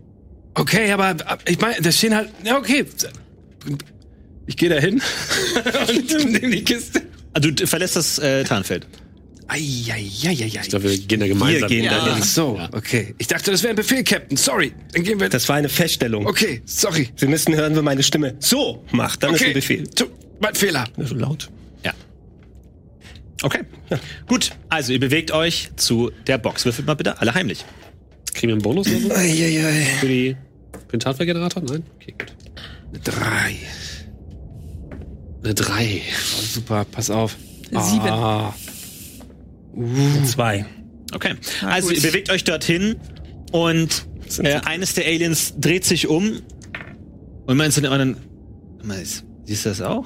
[SPEAKER 4] Okay, aber ab- ich meine, da stehen halt. Ja, okay. Ich gehe da hin und nehme die Kiste.
[SPEAKER 1] Also du verlässt das äh, Tarnfeld.
[SPEAKER 4] Eieieiei.
[SPEAKER 5] Ich glaube, wir gehen da gemeinsam.
[SPEAKER 2] gehen da
[SPEAKER 3] Ja.
[SPEAKER 4] Ach so, okay. Ich dachte, das wäre ein Befehl, Captain. Sorry. Dann gehen wir.
[SPEAKER 2] Das war eine Feststellung.
[SPEAKER 4] okay, sorry.
[SPEAKER 2] Sie müssen hören, wenn meine Stimme so macht. Dann ist
[SPEAKER 4] Okay.
[SPEAKER 2] ein Befehl.
[SPEAKER 4] Tu- Mein Fehler.
[SPEAKER 2] So laut.
[SPEAKER 1] Ja. Okay. Gut, also ihr bewegt euch zu der Box. Würfelt mal bitte alle heimlich.
[SPEAKER 5] Kriegen wir einen Bonus oder so? Für, die, für den Tatvergenerator? Nein? Okay, gut.
[SPEAKER 4] Eine Drei.
[SPEAKER 5] Eine 3.
[SPEAKER 4] Oh, super, pass auf.
[SPEAKER 3] Sieben.
[SPEAKER 4] Ah,
[SPEAKER 2] Zwei.
[SPEAKER 1] Okay.
[SPEAKER 3] Na
[SPEAKER 1] Also
[SPEAKER 3] gut.
[SPEAKER 1] ihr bewegt euch dorthin und äh, eines der Aliens dreht sich um und meint zu dem anderen, "Meinst- siehst du das auch?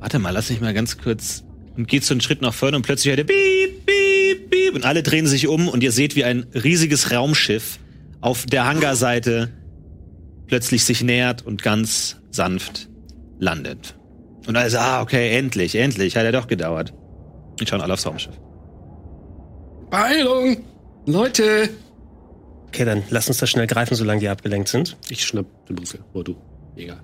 [SPEAKER 1] Warte mal, lass mich mal ganz kurz und geht so einen Schritt nach vorne und plötzlich hört ihr Beep, Beep, Beep und alle drehen sich um und ihr seht, wie ein riesiges Raumschiff auf der Hangarseite plötzlich sich nähert und ganz sanft landet. Und also, ah, okay, endlich, endlich, hat er doch gedauert. Und schauen alle aufs Raumschiff.
[SPEAKER 4] Beeilung. Leute.
[SPEAKER 2] Okay, dann lass uns das schnell greifen, solange die abgelenkt sind.
[SPEAKER 5] Ich schnapp den Briskel. Oder du. Egal.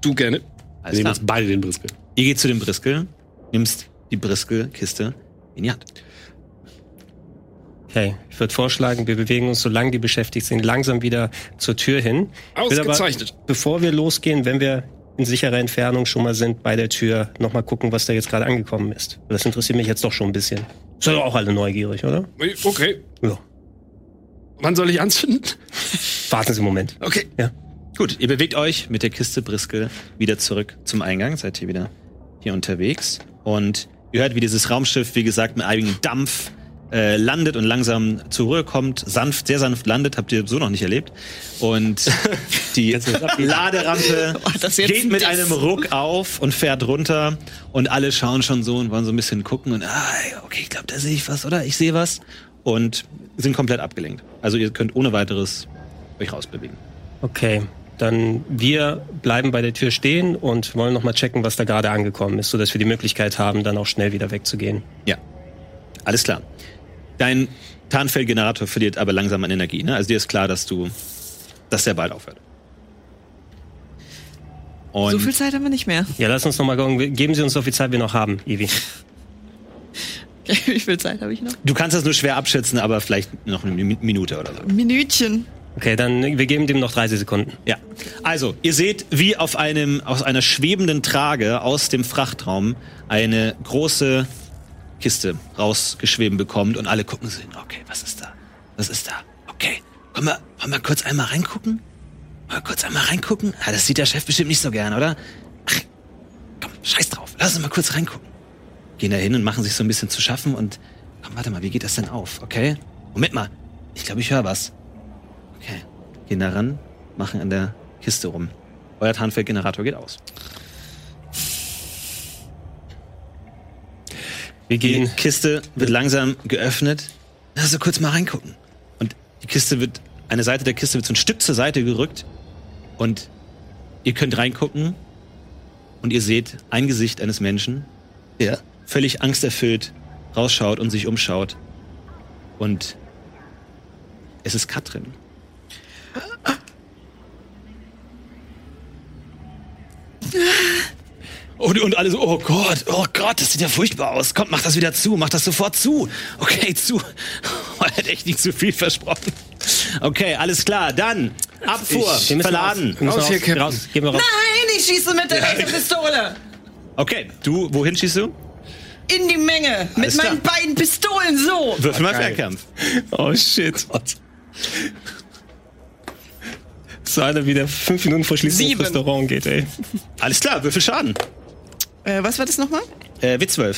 [SPEAKER 4] Du gerne.
[SPEAKER 5] Wir
[SPEAKER 1] Alles
[SPEAKER 5] nehmen
[SPEAKER 1] klar.
[SPEAKER 5] uns beide den Briskel.
[SPEAKER 1] Ihr geht zu dem Briskel, nimmst die Briskelkiste in die Hand.
[SPEAKER 2] Okay, ich würde vorschlagen, wir bewegen uns, solange die beschäftigt sind, langsam wieder zur Tür hin. Ich will aber,
[SPEAKER 4] Ausgezeichnet.
[SPEAKER 2] bevor wir losgehen, wenn wir in sicherer Entfernung schon mal sind bei der Tür, nochmal gucken, was da jetzt gerade angekommen ist. Das interessiert mich jetzt doch schon ein bisschen. Seid doch auch alle neugierig, oder?
[SPEAKER 4] Okay.
[SPEAKER 2] Ja.
[SPEAKER 4] Wann soll ich anzünden?
[SPEAKER 2] Warten Sie einen Moment.
[SPEAKER 4] Okay.
[SPEAKER 1] Gut, ihr bewegt euch mit der Kiste Briskel wieder zurück zum Eingang. Seid ihr wieder hier unterwegs. Und ihr hört, wie dieses Raumschiff, wie gesagt, mit eigenem Dampf äh, landet und langsam zur Ruhe kommt. Sanft, sehr sanft landet. Habt ihr so noch nicht erlebt. Und die Laderampe
[SPEAKER 3] War Oh, das jetzt
[SPEAKER 1] geht mit
[SPEAKER 3] das?
[SPEAKER 1] einem Ruck auf und fährt runter. Und alle schauen schon so und wollen so ein bisschen gucken. Und ah, okay, ich glaube, da sehe ich was, oder? Ich sehe was. Und sind komplett abgelenkt. Also ihr könnt ohne weiteres euch rausbewegen.
[SPEAKER 2] Okay, dann wir bleiben bei der Tür stehen und wollen nochmal checken, was da gerade angekommen ist, sodass wir die Möglichkeit haben, dann auch schnell wieder wegzugehen.
[SPEAKER 1] Ja. Alles klar. Dein Tarnfeldgenerator verliert aber langsam an Energie, ne? Also dir ist klar, dass du, dass der bald aufhört. Und
[SPEAKER 3] so viel Zeit haben wir nicht mehr.
[SPEAKER 2] Ja, lass uns nochmal gucken. Geben Sie uns so viel Zeit, wir noch haben, Ivi.
[SPEAKER 3] Wie viel Zeit habe ich noch?
[SPEAKER 1] du kannst das nur schwer abschätzen, aber vielleicht noch eine Mi- Minute oder so.
[SPEAKER 3] Minütchen.
[SPEAKER 2] Okay, dann wir geben dem noch 30 Sekunden.
[SPEAKER 1] Ja. Also, ihr seht, wie auf einem, aus einer schwebenden Trage aus dem Frachtraum eine große Kiste rausgeschweben bekommt und alle gucken sie hin. Okay, was ist da? Was ist da? Okay. Wollen wir, wollen wir kurz einmal reingucken? Mal kurz einmal reingucken? Ah, das sieht der Chef bestimmt nicht so gern, oder? Ach, Scheiß drauf, lass uns mal kurz reingucken. Gehen da hin und machen sich so ein bisschen zu schaffen und. Komm, warte mal, wie geht das denn auf, okay? Moment mal, ich glaube, ich höre was. Okay. Gehen da ran, machen an der Kiste rum. Euer Tarnfeldgenerator geht aus. Die
[SPEAKER 2] Wir gehen.
[SPEAKER 1] Kiste wird langsam geöffnet. Lass uns kurz mal reingucken. Und die Kiste wird, eine Seite der Kiste wird so ein Stück zur Seite gerückt. Und ihr könnt reingucken. Und ihr seht ein Gesicht eines Menschen, der völlig angsterfüllt rausschaut und sich umschaut. Und es ist Katrin. Und, und alle so, oh Gott, oh Gott, das sieht ja furchtbar aus. Kommt, mach das wieder zu, mach das sofort zu. Okay, zu. Man hat echt nicht zu viel versprochen. Okay, alles klar, dann Abfuhr,
[SPEAKER 2] wir müssen
[SPEAKER 1] verladen.
[SPEAKER 2] Raus, wir müssen
[SPEAKER 4] Raus hier,
[SPEAKER 2] raus,
[SPEAKER 4] Captain.
[SPEAKER 2] raus, gehen wir raus.
[SPEAKER 3] Nein, ich schieße mit der rechten Pistole.
[SPEAKER 1] Okay, du, wohin schießt du?
[SPEAKER 3] In die Menge.
[SPEAKER 1] Alles
[SPEAKER 3] mit meinen
[SPEAKER 1] klar.
[SPEAKER 3] beiden Pistolen so.
[SPEAKER 1] Würfel mal Fernkampf.
[SPEAKER 2] Ah, Oh shit. So einer wieder fünf Minuten vor Schließung
[SPEAKER 3] Sieben.
[SPEAKER 2] ins Restaurant geht, ey.
[SPEAKER 1] Alles klar, Würfel Schaden.
[SPEAKER 3] Äh, was war das nochmal?
[SPEAKER 1] Äh, W12.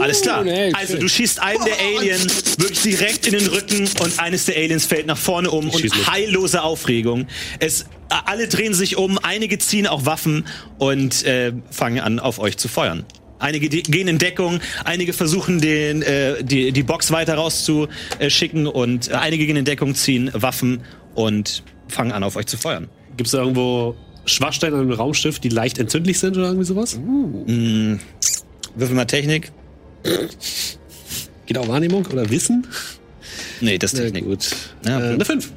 [SPEAKER 1] Alles klar. Also du schießt einen der Aliens wirklich direkt in den Rücken und eines der Aliens fällt nach vorne um und
[SPEAKER 5] schieß los.
[SPEAKER 1] heillose Aufregung. Es äh, alle drehen sich um, einige ziehen auch Waffen und äh, fangen an auf euch zu feuern. Einige die- gehen in Deckung, einige versuchen den äh, die die Box weiter rauszuschicken und äh, einige gehen in Deckung, ziehen Waffen und fangen an auf euch zu feuern.
[SPEAKER 5] Gibt es da irgendwo Schwachstellen an einem Raumschiff, die leicht entzündlich sind oder irgendwie sowas?
[SPEAKER 1] Würfel mal Technik.
[SPEAKER 5] Geht auch Wahrnehmung oder Wissen?
[SPEAKER 1] Nee, das ist
[SPEAKER 5] Sehr
[SPEAKER 1] Technik.
[SPEAKER 5] gut.
[SPEAKER 1] Ja,
[SPEAKER 5] äh,
[SPEAKER 1] okay.
[SPEAKER 5] eine 5.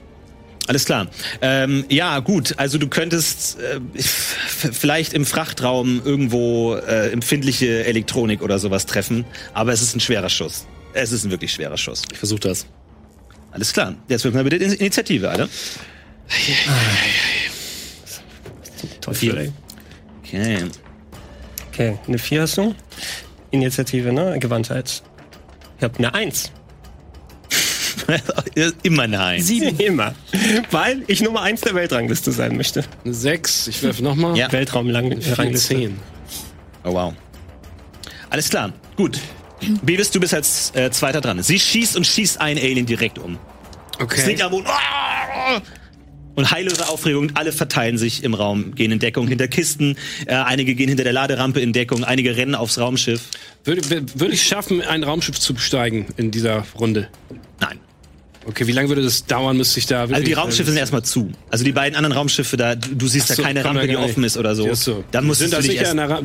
[SPEAKER 1] Alles klar. Ähm, ja, gut. Also du könntest äh, f- vielleicht im Frachtraum irgendwo äh, empfindliche Elektronik oder sowas treffen, aber es ist ein schwerer Schuss. Es ist ein wirklich schwerer Schuss.
[SPEAKER 5] Ich versuche das.
[SPEAKER 1] Alles klar. Jetzt wird mal bitte In Initiative, alle.
[SPEAKER 2] Teufel, ey.
[SPEAKER 1] Okay.
[SPEAKER 2] Okay, eine 4 hast du. Initiative, ne? Gewandtheit. Ich hab eine 1.
[SPEAKER 1] Immer nein.
[SPEAKER 2] Sieben. Immer. Weil ich Nummer 1 der Weltrangliste sein möchte.
[SPEAKER 4] Eine 6, ich werfe nochmal.
[SPEAKER 1] Ja.
[SPEAKER 4] Eine
[SPEAKER 2] Weltraumrangliste.
[SPEAKER 4] 10.
[SPEAKER 1] Oh wow. Alles klar. Gut. Bevis, du bist als äh, Zweiter dran. Sie schießt und schießt einen Alien direkt um. Es liegt
[SPEAKER 4] Okay.
[SPEAKER 1] am Boden. Ah! Und heillose Aufregung, alle verteilen sich im Raum, gehen in Deckung hinter Kisten, äh, einige gehen hinter der Laderampe in Deckung, einige rennen aufs Raumschiff.
[SPEAKER 4] Würde, wür- würde ich schaffen, ein Raumschiff zu besteigen in dieser Runde?
[SPEAKER 1] Nein.
[SPEAKER 4] Okay, wie lange würde das dauern, müsste ich da...
[SPEAKER 1] Also die
[SPEAKER 4] wirklich-
[SPEAKER 1] Raumschiffe sind erstmal zu. Also die beiden anderen Raumschiffe da, du du siehst
[SPEAKER 4] Ach so,
[SPEAKER 1] da keine
[SPEAKER 4] kann
[SPEAKER 1] Rampe,
[SPEAKER 4] man
[SPEAKER 1] die
[SPEAKER 4] gar nicht.
[SPEAKER 1] offen ist oder so.
[SPEAKER 4] Ja, so.
[SPEAKER 1] Dann musst du
[SPEAKER 4] Sind da
[SPEAKER 1] dich
[SPEAKER 4] sicher
[SPEAKER 1] erst.
[SPEAKER 4] in der Ra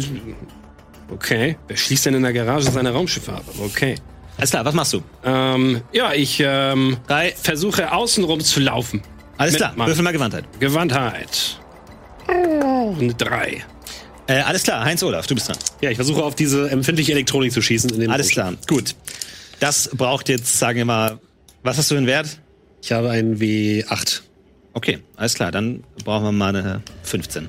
[SPEAKER 4] Okay, wer schließt denn in der Garage seine Raumschiffe ab? Okay.
[SPEAKER 1] Alles klar, was machst du?
[SPEAKER 4] Ähm, ja, ich ähm,
[SPEAKER 1] Drei.
[SPEAKER 4] versuche außenrum zu laufen.
[SPEAKER 1] Alles
[SPEAKER 4] Mit-
[SPEAKER 1] klar,
[SPEAKER 4] Mann.
[SPEAKER 1] würfel mal Gewandtheit.
[SPEAKER 4] Gewandtheit. Oh, eine 3.
[SPEAKER 1] Äh, alles klar, Heinz Olaf, du bist dran.
[SPEAKER 5] Ja, ich versuche auf diese empfindliche Elektronik zu schießen. In dem
[SPEAKER 1] Alles
[SPEAKER 5] Raumschiff.
[SPEAKER 1] klar, gut. Das braucht jetzt, sagen wir mal, was hast du für einen Wert?
[SPEAKER 5] Ich habe einen W8.
[SPEAKER 1] Okay, alles klar, dann brauchen wir mal eine 15.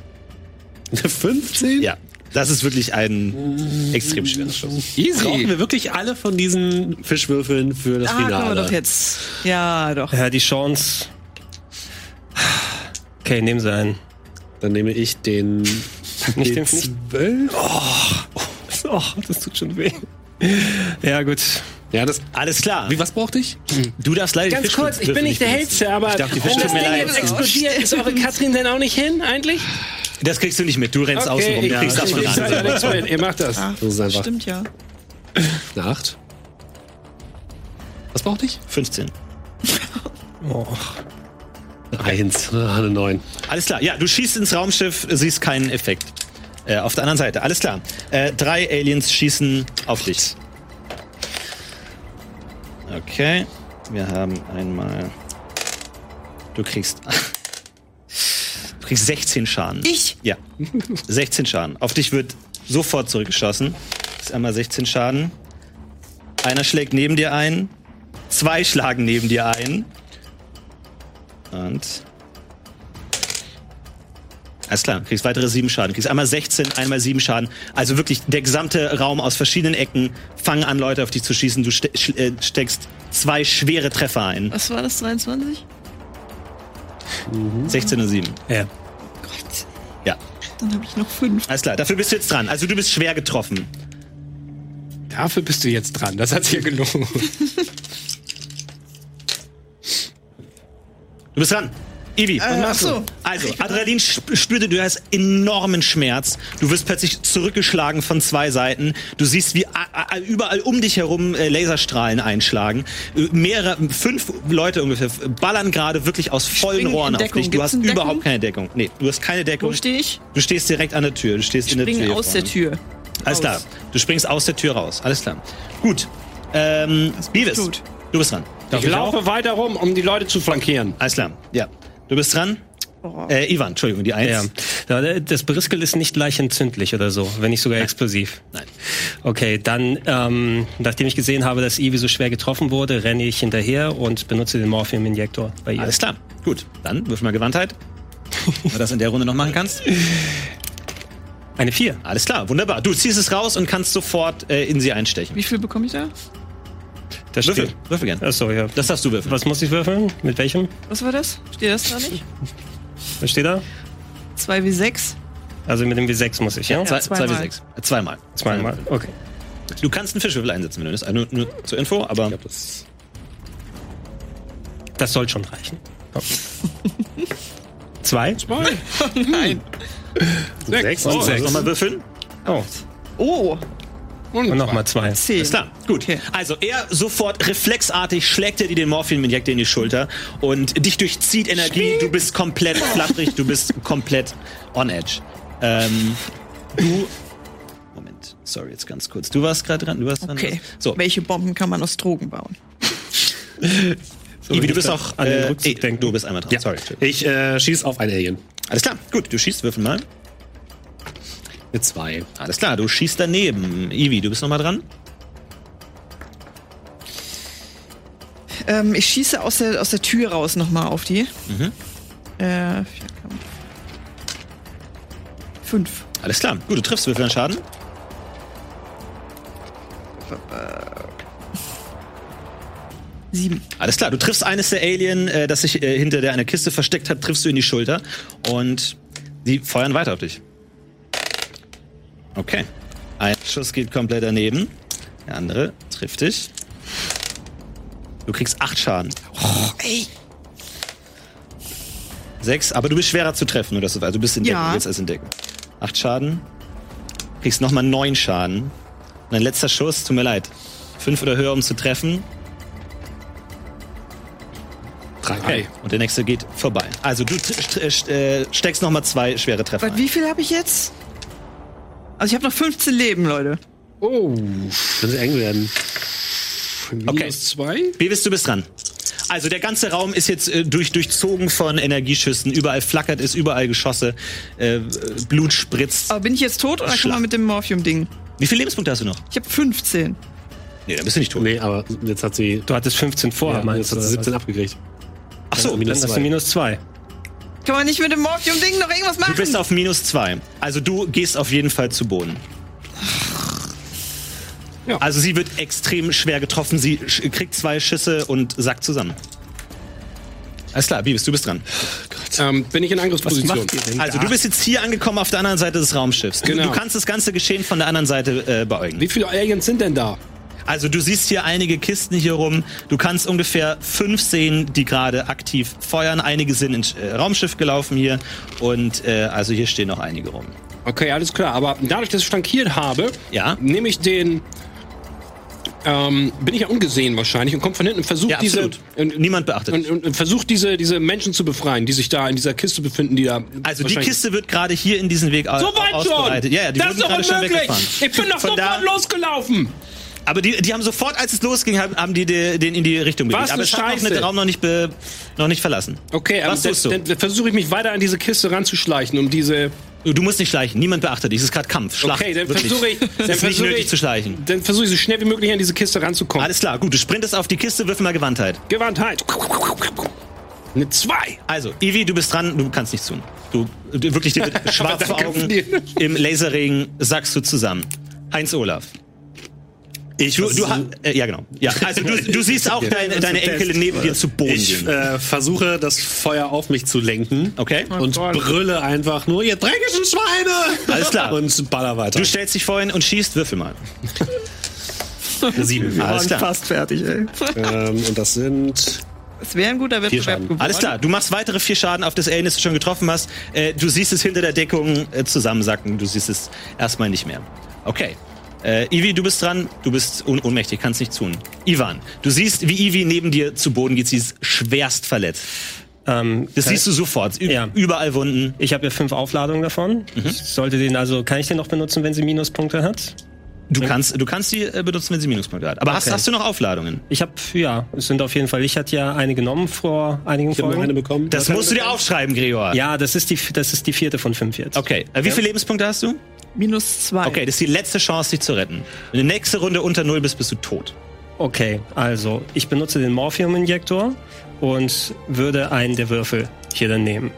[SPEAKER 5] Eine 15?
[SPEAKER 1] Ja, das ist wirklich ein extrem schwerer Schuss.
[SPEAKER 5] Brauchen
[SPEAKER 4] Easy.
[SPEAKER 5] wir wirklich alle von diesen Fischwürfeln für das
[SPEAKER 3] Ah, können wir
[SPEAKER 5] Finale?
[SPEAKER 3] doch jetzt. Ja, doch.
[SPEAKER 2] Ja, die Chance. Okay, nehmen sie einen.
[SPEAKER 5] Dann nehme ich den
[SPEAKER 2] Nicht den nicht.
[SPEAKER 5] W12.
[SPEAKER 2] Oh, das tut schon weh. Ja, gut.
[SPEAKER 5] Ja, das.
[SPEAKER 1] Alles klar.
[SPEAKER 5] Wie, was brauchte ich?
[SPEAKER 1] Du darfst leider die
[SPEAKER 7] Ganz kurz, ich
[SPEAKER 1] Fischwürfel
[SPEAKER 7] bin nicht der Hellste, aber
[SPEAKER 1] Ich dachte, die Fische- Tut mir leid.
[SPEAKER 7] explodiert, ist eure Katrin denn auch nicht hin eigentlich?
[SPEAKER 1] benutzen. Das kriegst du nicht mit. Du rennst außen rum.
[SPEAKER 7] ich Also
[SPEAKER 1] Du kriegst das
[SPEAKER 7] ich,
[SPEAKER 1] von
[SPEAKER 7] ich,
[SPEAKER 1] rein.
[SPEAKER 7] sag ja nichts mehr, ihr macht das.
[SPEAKER 3] Ach,
[SPEAKER 5] Das ist einfach
[SPEAKER 3] stimmt ja.
[SPEAKER 5] eine 8. Was brauchte ich?
[SPEAKER 1] 15.
[SPEAKER 5] Eins. Ah, eine 9.
[SPEAKER 1] Alles klar. Ja, du schießt ins Raumschiff, siehst keinen Effekt. Äh, auf der anderen Seite. Alles klar. Äh, drei Aliens schießen auf dich. Okay. Wir haben einmal. Du kriegst. Du kriegst 16 Schaden.
[SPEAKER 3] Ich?
[SPEAKER 1] Ja. 16 Schaden. Auf dich wird sofort zurückgeschossen. Das ist einmal 16 Schaden. Einer schlägt neben dir ein. Zwei schlagen neben dir ein. Und. Alles klar, kriegst weitere sieben Schaden. Kriegst einmal 16, einmal sieben Schaden. Also wirklich der gesamte Raum aus verschiedenen Ecken. Fangen an, Leute auf dich zu schießen. Du ste sch äh, steckst zwei schwere Treffer ein.
[SPEAKER 3] Was war das, 23?
[SPEAKER 1] 16.07 Uhr.
[SPEAKER 2] Ja.
[SPEAKER 3] Gott,
[SPEAKER 1] Ja.
[SPEAKER 3] dann habe ich noch fünf.
[SPEAKER 1] Alles klar, dafür bist du jetzt dran. Also du bist schwer getroffen.
[SPEAKER 4] Dafür bist du jetzt dran. Das hat's hier gelohnt.
[SPEAKER 1] Du bist dran. Ivi, was machst
[SPEAKER 3] ach
[SPEAKER 1] du?
[SPEAKER 3] so.
[SPEAKER 1] Also, Adrenalin sp- spürte, du hast enormen Schmerz. Du wirst plötzlich zurückgeschlagen von zwei Seiten. Du siehst, wie a- a- überall um dich herum äh, Laserstrahlen einschlagen. Äh, Mehrere, fünf Leute ungefähr f- ballern gerade wirklich aus vollen
[SPEAKER 3] Springen in
[SPEAKER 1] Rohren auf
[SPEAKER 3] Deckung.
[SPEAKER 1] dich. Du
[SPEAKER 3] Gibt's
[SPEAKER 1] hast
[SPEAKER 3] eine Deckung?
[SPEAKER 1] überhaupt keine Deckung. Nee, du hast keine Deckung.
[SPEAKER 3] Wo stehe ich?
[SPEAKER 1] Du stehst direkt an der Tür. Du stehst in der
[SPEAKER 3] Springen
[SPEAKER 1] Tür.
[SPEAKER 3] aus der
[SPEAKER 1] vorne.
[SPEAKER 3] Tür.
[SPEAKER 1] Alles klar.
[SPEAKER 3] Aus.
[SPEAKER 1] Du springst aus der Tür raus. Alles klar. Gut. Ähm, Beavis,
[SPEAKER 3] gut.
[SPEAKER 1] du bist dran.
[SPEAKER 4] Ich laufe weiter rum, um die Leute zu flankieren.
[SPEAKER 1] Alles klar. Ja. Du bist dran.
[SPEAKER 3] Oh.
[SPEAKER 1] Äh, Ivan, Entschuldigung, die Eins.
[SPEAKER 2] Ja. Da- Das Briskel ist nicht leicht entzündlich oder so, wenn nicht sogar explosiv.
[SPEAKER 1] Nein.
[SPEAKER 2] Okay, dann, ähm, nachdem ich gesehen habe, dass Ivy so schwer getroffen wurde, renne ich hinterher und benutze den Morphium-Injektor bei ihr.
[SPEAKER 1] Alles klar. Gut. Dann würfel mal Gewandtheit. Wenn du das in der Runde noch machen kannst.
[SPEAKER 2] Eine vier.
[SPEAKER 1] Alles klar, wunderbar. Du ziehst es raus und kannst sofort äh, in sie einstechen.
[SPEAKER 3] Wie viel bekomme ich da?
[SPEAKER 2] Das
[SPEAKER 1] Würfel,
[SPEAKER 2] steht-
[SPEAKER 1] würfel gern.
[SPEAKER 2] Achso, ja.
[SPEAKER 1] Das darfst du würfeln.
[SPEAKER 2] Was muss ich würfeln? Mit welchem?
[SPEAKER 3] Was war das? Steht das da nicht?
[SPEAKER 2] Was steht da?
[SPEAKER 3] 2 wie 6.
[SPEAKER 2] Also mit dem W6 muss ich, ja?
[SPEAKER 1] Zwei, Zwei
[SPEAKER 3] zweimal.
[SPEAKER 1] bis sechs. Äh, Zweimal.
[SPEAKER 2] Zweimal. Okay.
[SPEAKER 1] Du kannst einen Fischwürfel einsetzen, wenn du willst. Also Nur, nur zur Info, aber das
[SPEAKER 2] Das soll schon reichen. Ja. Zwei?
[SPEAKER 5] Sechs.
[SPEAKER 1] oh, soll ich nochmal würfeln.
[SPEAKER 2] Oh,
[SPEAKER 3] Oh,
[SPEAKER 2] und nochmal zwei.
[SPEAKER 3] 10.
[SPEAKER 1] Ist klar, gut.
[SPEAKER 3] Okay.
[SPEAKER 1] Also er sofort reflexartig schlägt er dir den Morphin-Injektor in die Schulter und dich durchzieht Energie. Du bist komplett flatterig, du bist komplett on edge. Ähm, du. Moment, sorry, jetzt ganz kurz. Du warst gerade dran, du warst dran.
[SPEAKER 3] Okay.
[SPEAKER 1] So,
[SPEAKER 3] Welche Bomben kann man aus Drogen bauen?
[SPEAKER 1] Ivi, du bist auch
[SPEAKER 2] an den
[SPEAKER 1] äh,
[SPEAKER 2] Rückzug
[SPEAKER 1] eh, Du bist einmal dran.
[SPEAKER 5] Ja.
[SPEAKER 1] Sorry.
[SPEAKER 5] Ich äh, schieß auf ein Alien.
[SPEAKER 1] Alles klar, gut, du schießt, würfel mal.
[SPEAKER 5] Eine zwei.
[SPEAKER 1] Alles klar, du schießt daneben. Ivi, du bist nochmal dran.
[SPEAKER 3] Ähm, ich schieße aus der, aus der Tür raus nochmal auf die.
[SPEAKER 1] Mhm.
[SPEAKER 3] Äh, Vierkampf. Fünf.
[SPEAKER 1] Alles klar, gut, du triffst, würfel deinen Schaden.
[SPEAKER 3] Sieben.
[SPEAKER 1] Alles klar, du triffst eines der Alien, äh, das sich äh, hinter der einer Kiste versteckt hat, triffst du in die Schulter und die feuern weiter auf dich. Okay. Ein Schuss geht komplett daneben. Der andere trifft dich. Du kriegst acht Schaden. Oh, ey. Sechs, aber du bist schwerer zu treffen, nur dass du, also du bist in Deckung,
[SPEAKER 3] Ja.
[SPEAKER 1] jetzt als in Deckung. Acht Schaden. Kriegst nochmal neun Schaden. Und dein letzter Schuss, tut mir leid. Fünf oder höher, um zu treffen. Okay. Und der nächste geht vorbei. Also du t- st- äh, st- äh, steckst nochmal zwei schwere Treffer.
[SPEAKER 3] Warte,
[SPEAKER 1] Ein.
[SPEAKER 3] wie viel habe ich jetzt? Also ich habe noch 15 Leben, Leute.
[SPEAKER 5] Wenn sie eng werden.
[SPEAKER 1] Okay.
[SPEAKER 4] zwei?
[SPEAKER 1] Bevis, du bist dran. Also der ganze Raum ist jetzt äh, durch, durchzogen von Energieschüssen. Überall flackert es, überall Geschosse. Äh, äh, Blut spritzt.
[SPEAKER 3] Aber bin ich jetzt tot oder kann
[SPEAKER 1] Schlag.
[SPEAKER 3] man mit dem Morphium-Ding?
[SPEAKER 1] Wie viele Lebenspunkte hast du noch?
[SPEAKER 3] Ich habe 15.
[SPEAKER 1] Nee, da bist du nicht tot.
[SPEAKER 5] Nee, aber jetzt hat sie.
[SPEAKER 2] Du hattest 15 vorher,
[SPEAKER 5] Ja,
[SPEAKER 2] meinst
[SPEAKER 5] jetzt
[SPEAKER 2] du?
[SPEAKER 5] hat sie
[SPEAKER 2] oder
[SPEAKER 5] 17 abgekriegt.
[SPEAKER 1] Ach so,
[SPEAKER 2] was? Dann
[SPEAKER 5] minus
[SPEAKER 2] hast
[SPEAKER 5] zwei.
[SPEAKER 2] du minus zwei.
[SPEAKER 3] Kann man nicht mit dem Morphium-Ding noch irgendwas machen?
[SPEAKER 1] du bist auf minus zwei. Also du gehst auf jeden Fall zu Boden. Also sie wird extrem schwer getroffen. Sie sch- kriegt zwei Schüsse und sackt zusammen. Alles klar, Bevis, du bist dran.
[SPEAKER 4] Ähm, bin ich in Angriffsposition?
[SPEAKER 1] Also du bist jetzt hier angekommen auf der anderen Seite des Raumschiffs. Du,
[SPEAKER 4] Genau.
[SPEAKER 1] du kannst das ganze Geschehen von der anderen Seite äh, beäugen.
[SPEAKER 4] Wie viele Aliens sind denn da?
[SPEAKER 1] Also du siehst hier einige Kisten hier rum. Du kannst ungefähr fünf sehen, die gerade aktiv feuern. Einige sind ins äh, Raumschiff gelaufen hier. Und äh, also hier stehen noch einige rum.
[SPEAKER 4] Okay, alles klar. Aber dadurch, dass ich flankiert habe,
[SPEAKER 1] Ja.
[SPEAKER 4] nehme ich den. Ähm, bin ich ja ungesehen wahrscheinlich und komme von hinten und versuche
[SPEAKER 1] Ja,
[SPEAKER 4] diese.
[SPEAKER 1] absolut.
[SPEAKER 4] Und,
[SPEAKER 1] Niemand beachtet
[SPEAKER 4] Und,
[SPEAKER 1] dich.
[SPEAKER 4] und, und versucht diese, diese Menschen zu befreien, die sich da in dieser Kiste befinden, die da.
[SPEAKER 1] Also die
[SPEAKER 4] wahrscheinlich-
[SPEAKER 1] Kiste wird gerade hier in diesen Weg au-
[SPEAKER 4] So weit
[SPEAKER 1] ausbereitet.
[SPEAKER 4] schon!
[SPEAKER 1] Ja, ja, die
[SPEAKER 4] das
[SPEAKER 1] wurden
[SPEAKER 4] ist doch
[SPEAKER 1] gerade schon
[SPEAKER 4] unmöglich!
[SPEAKER 1] weggefahren.
[SPEAKER 4] Ich bin doch
[SPEAKER 1] Von
[SPEAKER 4] sofort
[SPEAKER 1] da-
[SPEAKER 4] losgelaufen!
[SPEAKER 1] Aber die, die haben sofort, als es losging, haben, haben die de- den in die Richtung bewegt.
[SPEAKER 4] Was
[SPEAKER 1] aber
[SPEAKER 4] eine
[SPEAKER 1] es hat noch
[SPEAKER 4] Scheiße.
[SPEAKER 1] den Raum noch nicht, be, noch nicht verlassen.
[SPEAKER 4] Okay, aber
[SPEAKER 1] Was
[SPEAKER 4] dann,
[SPEAKER 1] tust du?
[SPEAKER 4] dann versuche ich mich weiter an diese Kiste ranzuschleichen, um diese.
[SPEAKER 1] Du musst nicht schleichen. Niemand beachtet dich. Es ist gerade Kampf. Schlacht.
[SPEAKER 4] Okay, dann
[SPEAKER 1] Wirklich.
[SPEAKER 4] versuche ich. Dann
[SPEAKER 1] Es ist nicht
[SPEAKER 4] versuche
[SPEAKER 1] nötig
[SPEAKER 4] ich
[SPEAKER 1] zu schleichen.
[SPEAKER 4] Dann versuche ich so schnell wie möglich an diese Kiste ranzukommen.
[SPEAKER 1] Alles klar, gut, du sprintest auf die Kiste, wirf mal Gewandtheit.
[SPEAKER 4] Gewandtheit. Eine 2.
[SPEAKER 1] Also, Ivi, du bist dran, du kannst nichts tun. Du, du wirklich, dir wird schwarz vor
[SPEAKER 4] Danke
[SPEAKER 1] Augen.
[SPEAKER 4] viel.
[SPEAKER 1] Im Laserregen sackst du zusammen. Heinz Olaf. Ich, du, du, ha- äh, ja, genau. Ja. Also du, du siehst auch deine, deine Enkelin neben dir zu Boden
[SPEAKER 5] Ich
[SPEAKER 1] gehen.
[SPEAKER 5] äh, versuche, das Feuer auf mich zu lenken.
[SPEAKER 1] Okay.
[SPEAKER 5] Und brülle einfach nur, ihr dreckischen Schweine!
[SPEAKER 1] Alles klar.
[SPEAKER 5] Und baller weiter.
[SPEAKER 1] Du stellst dich vorhin und schießt, würfel mal.
[SPEAKER 5] sieben.
[SPEAKER 1] Alles klar.
[SPEAKER 11] Fast fertig, ey.
[SPEAKER 5] ähm, und das sind.
[SPEAKER 3] Es wäre ein guter Wettbewerb
[SPEAKER 5] Schaden.
[SPEAKER 3] geworden.
[SPEAKER 1] Alles klar, du machst weitere vier Schaden auf das Alien, das du schon getroffen hast. Äh, du siehst es hinter der Deckung äh, zusammensacken. Du siehst es erstmal nicht mehr. Okay. Äh, Ivi, du bist dran. Du bist un ohnmächtig, kannst nichts tun. Ivan, du siehst, wie Ivi neben dir zu Boden geht. Sie ist schwerst verletzt.
[SPEAKER 2] Ähm,
[SPEAKER 1] Das
[SPEAKER 2] kann-
[SPEAKER 1] siehst du sofort. Ü
[SPEAKER 2] Ja.
[SPEAKER 1] Überall Wunden.
[SPEAKER 2] Ich habe ja fünf Aufladungen davon. Ich sollte den also, kann ich den noch benutzen, wenn sie Minuspunkte hat?
[SPEAKER 1] Du kannst, du kannst die äh, benutzen, wenn sie Minuspunkte hat. Aber hast,
[SPEAKER 2] Okay.
[SPEAKER 1] hast du noch Aufladungen?
[SPEAKER 2] Ich habe ja, es sind auf jeden Fall. Ich hatte ja eine genommen vor einigen
[SPEAKER 5] Ich habe
[SPEAKER 2] Folgen.
[SPEAKER 5] noch eine bekommen.
[SPEAKER 1] Das musst du dir aufschreiben, Gregor.
[SPEAKER 2] ja, das ist die, das ist die vierte von fünf jetzt.
[SPEAKER 1] Okay. Äh, wie viele Lebenspunkte hast du?
[SPEAKER 3] Minus zwei.
[SPEAKER 1] Okay, das ist die letzte Chance, dich zu retten. Wenn du nächste Runde unter Null bist, bist du tot.
[SPEAKER 2] Okay, also ich benutze den Morphium-Injektor und würde einen der Würfel hier dann nehmen.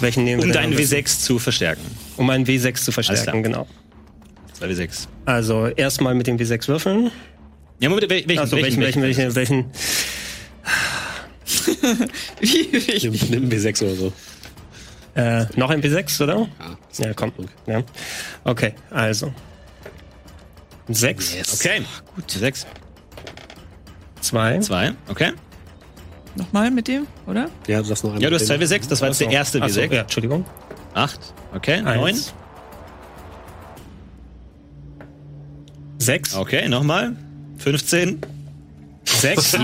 [SPEAKER 2] Welchen nehmen
[SPEAKER 1] Um
[SPEAKER 2] wir denn
[SPEAKER 1] deinen
[SPEAKER 2] am besten?
[SPEAKER 1] W6 zu verstärken.
[SPEAKER 2] Um meinen W6 zu
[SPEAKER 1] klar.
[SPEAKER 2] verstärken, genau.
[SPEAKER 1] 2W6.
[SPEAKER 2] Also erstmal mit dem W6 würfeln.
[SPEAKER 1] Ja, Moment, wel- welchen,
[SPEAKER 2] Also welchen, welchen, welchen, welchen?
[SPEAKER 3] Wie wichtig.
[SPEAKER 5] Nimm B6 oder so.
[SPEAKER 2] Äh, noch ein W6, oder?
[SPEAKER 5] Ja,
[SPEAKER 2] Ja, komm. Ja. Okay, also. 6,
[SPEAKER 1] Okay, gut. 6,
[SPEAKER 2] 2,
[SPEAKER 1] 2, okay.
[SPEAKER 3] Nochmal mit dem, oder?
[SPEAKER 5] Ja, du darfst noch einen.
[SPEAKER 1] Ja, du hast 2W6, das war jetzt der erste
[SPEAKER 2] Achso,
[SPEAKER 1] W6.
[SPEAKER 2] ja, Entschuldigung.
[SPEAKER 1] 8, okay, 9,
[SPEAKER 2] 1. 6,
[SPEAKER 1] okay, nochmal. 15,
[SPEAKER 2] 6,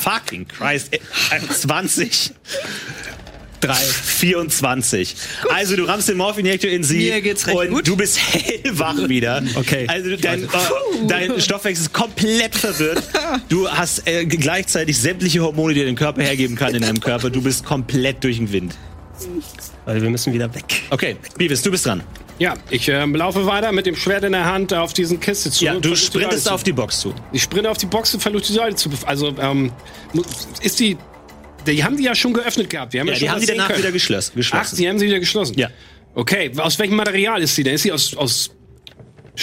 [SPEAKER 1] fucking Christ, äh, 21, 3, 24. Also du rammst den Morphinjektor in sie
[SPEAKER 3] Mir geht's recht
[SPEAKER 1] und
[SPEAKER 3] gut.
[SPEAKER 1] du bist hellwach wieder.
[SPEAKER 2] Okay.
[SPEAKER 1] Also dein, äh, dein Stoffwechsel ist komplett verwirrt. Du hast äh, gleichzeitig sämtliche Hormone, die dein Körper hergeben kann in deinem Körper. Du bist komplett durch den Wind.
[SPEAKER 2] Weil wir müssen wieder weg.
[SPEAKER 1] Okay, Beavis, du bist dran.
[SPEAKER 4] Ja, ich ähm, laufe weiter mit dem Schwert in der Hand auf diesen Kiste zu.
[SPEAKER 1] Ja,
[SPEAKER 4] und
[SPEAKER 1] du
[SPEAKER 4] versuch die Leute
[SPEAKER 1] sprintest
[SPEAKER 4] zu-
[SPEAKER 1] auf die Box zu.
[SPEAKER 4] Ich sprinte auf die Box und versuche die Säule zu. bef- Also, ähm, mu- ist die. Die haben die ja schon geöffnet gehabt. Die haben ja,
[SPEAKER 1] Ja,
[SPEAKER 4] schon
[SPEAKER 1] die haben
[SPEAKER 4] was
[SPEAKER 1] sie
[SPEAKER 4] sehen
[SPEAKER 1] danach
[SPEAKER 4] können.
[SPEAKER 1] wieder geschlossen.
[SPEAKER 4] Ach,
[SPEAKER 1] geschlossen.
[SPEAKER 4] die haben sie wieder geschlossen.
[SPEAKER 1] Ja.
[SPEAKER 4] Okay, aus welchem Material ist sie denn? Ist sie aus. aus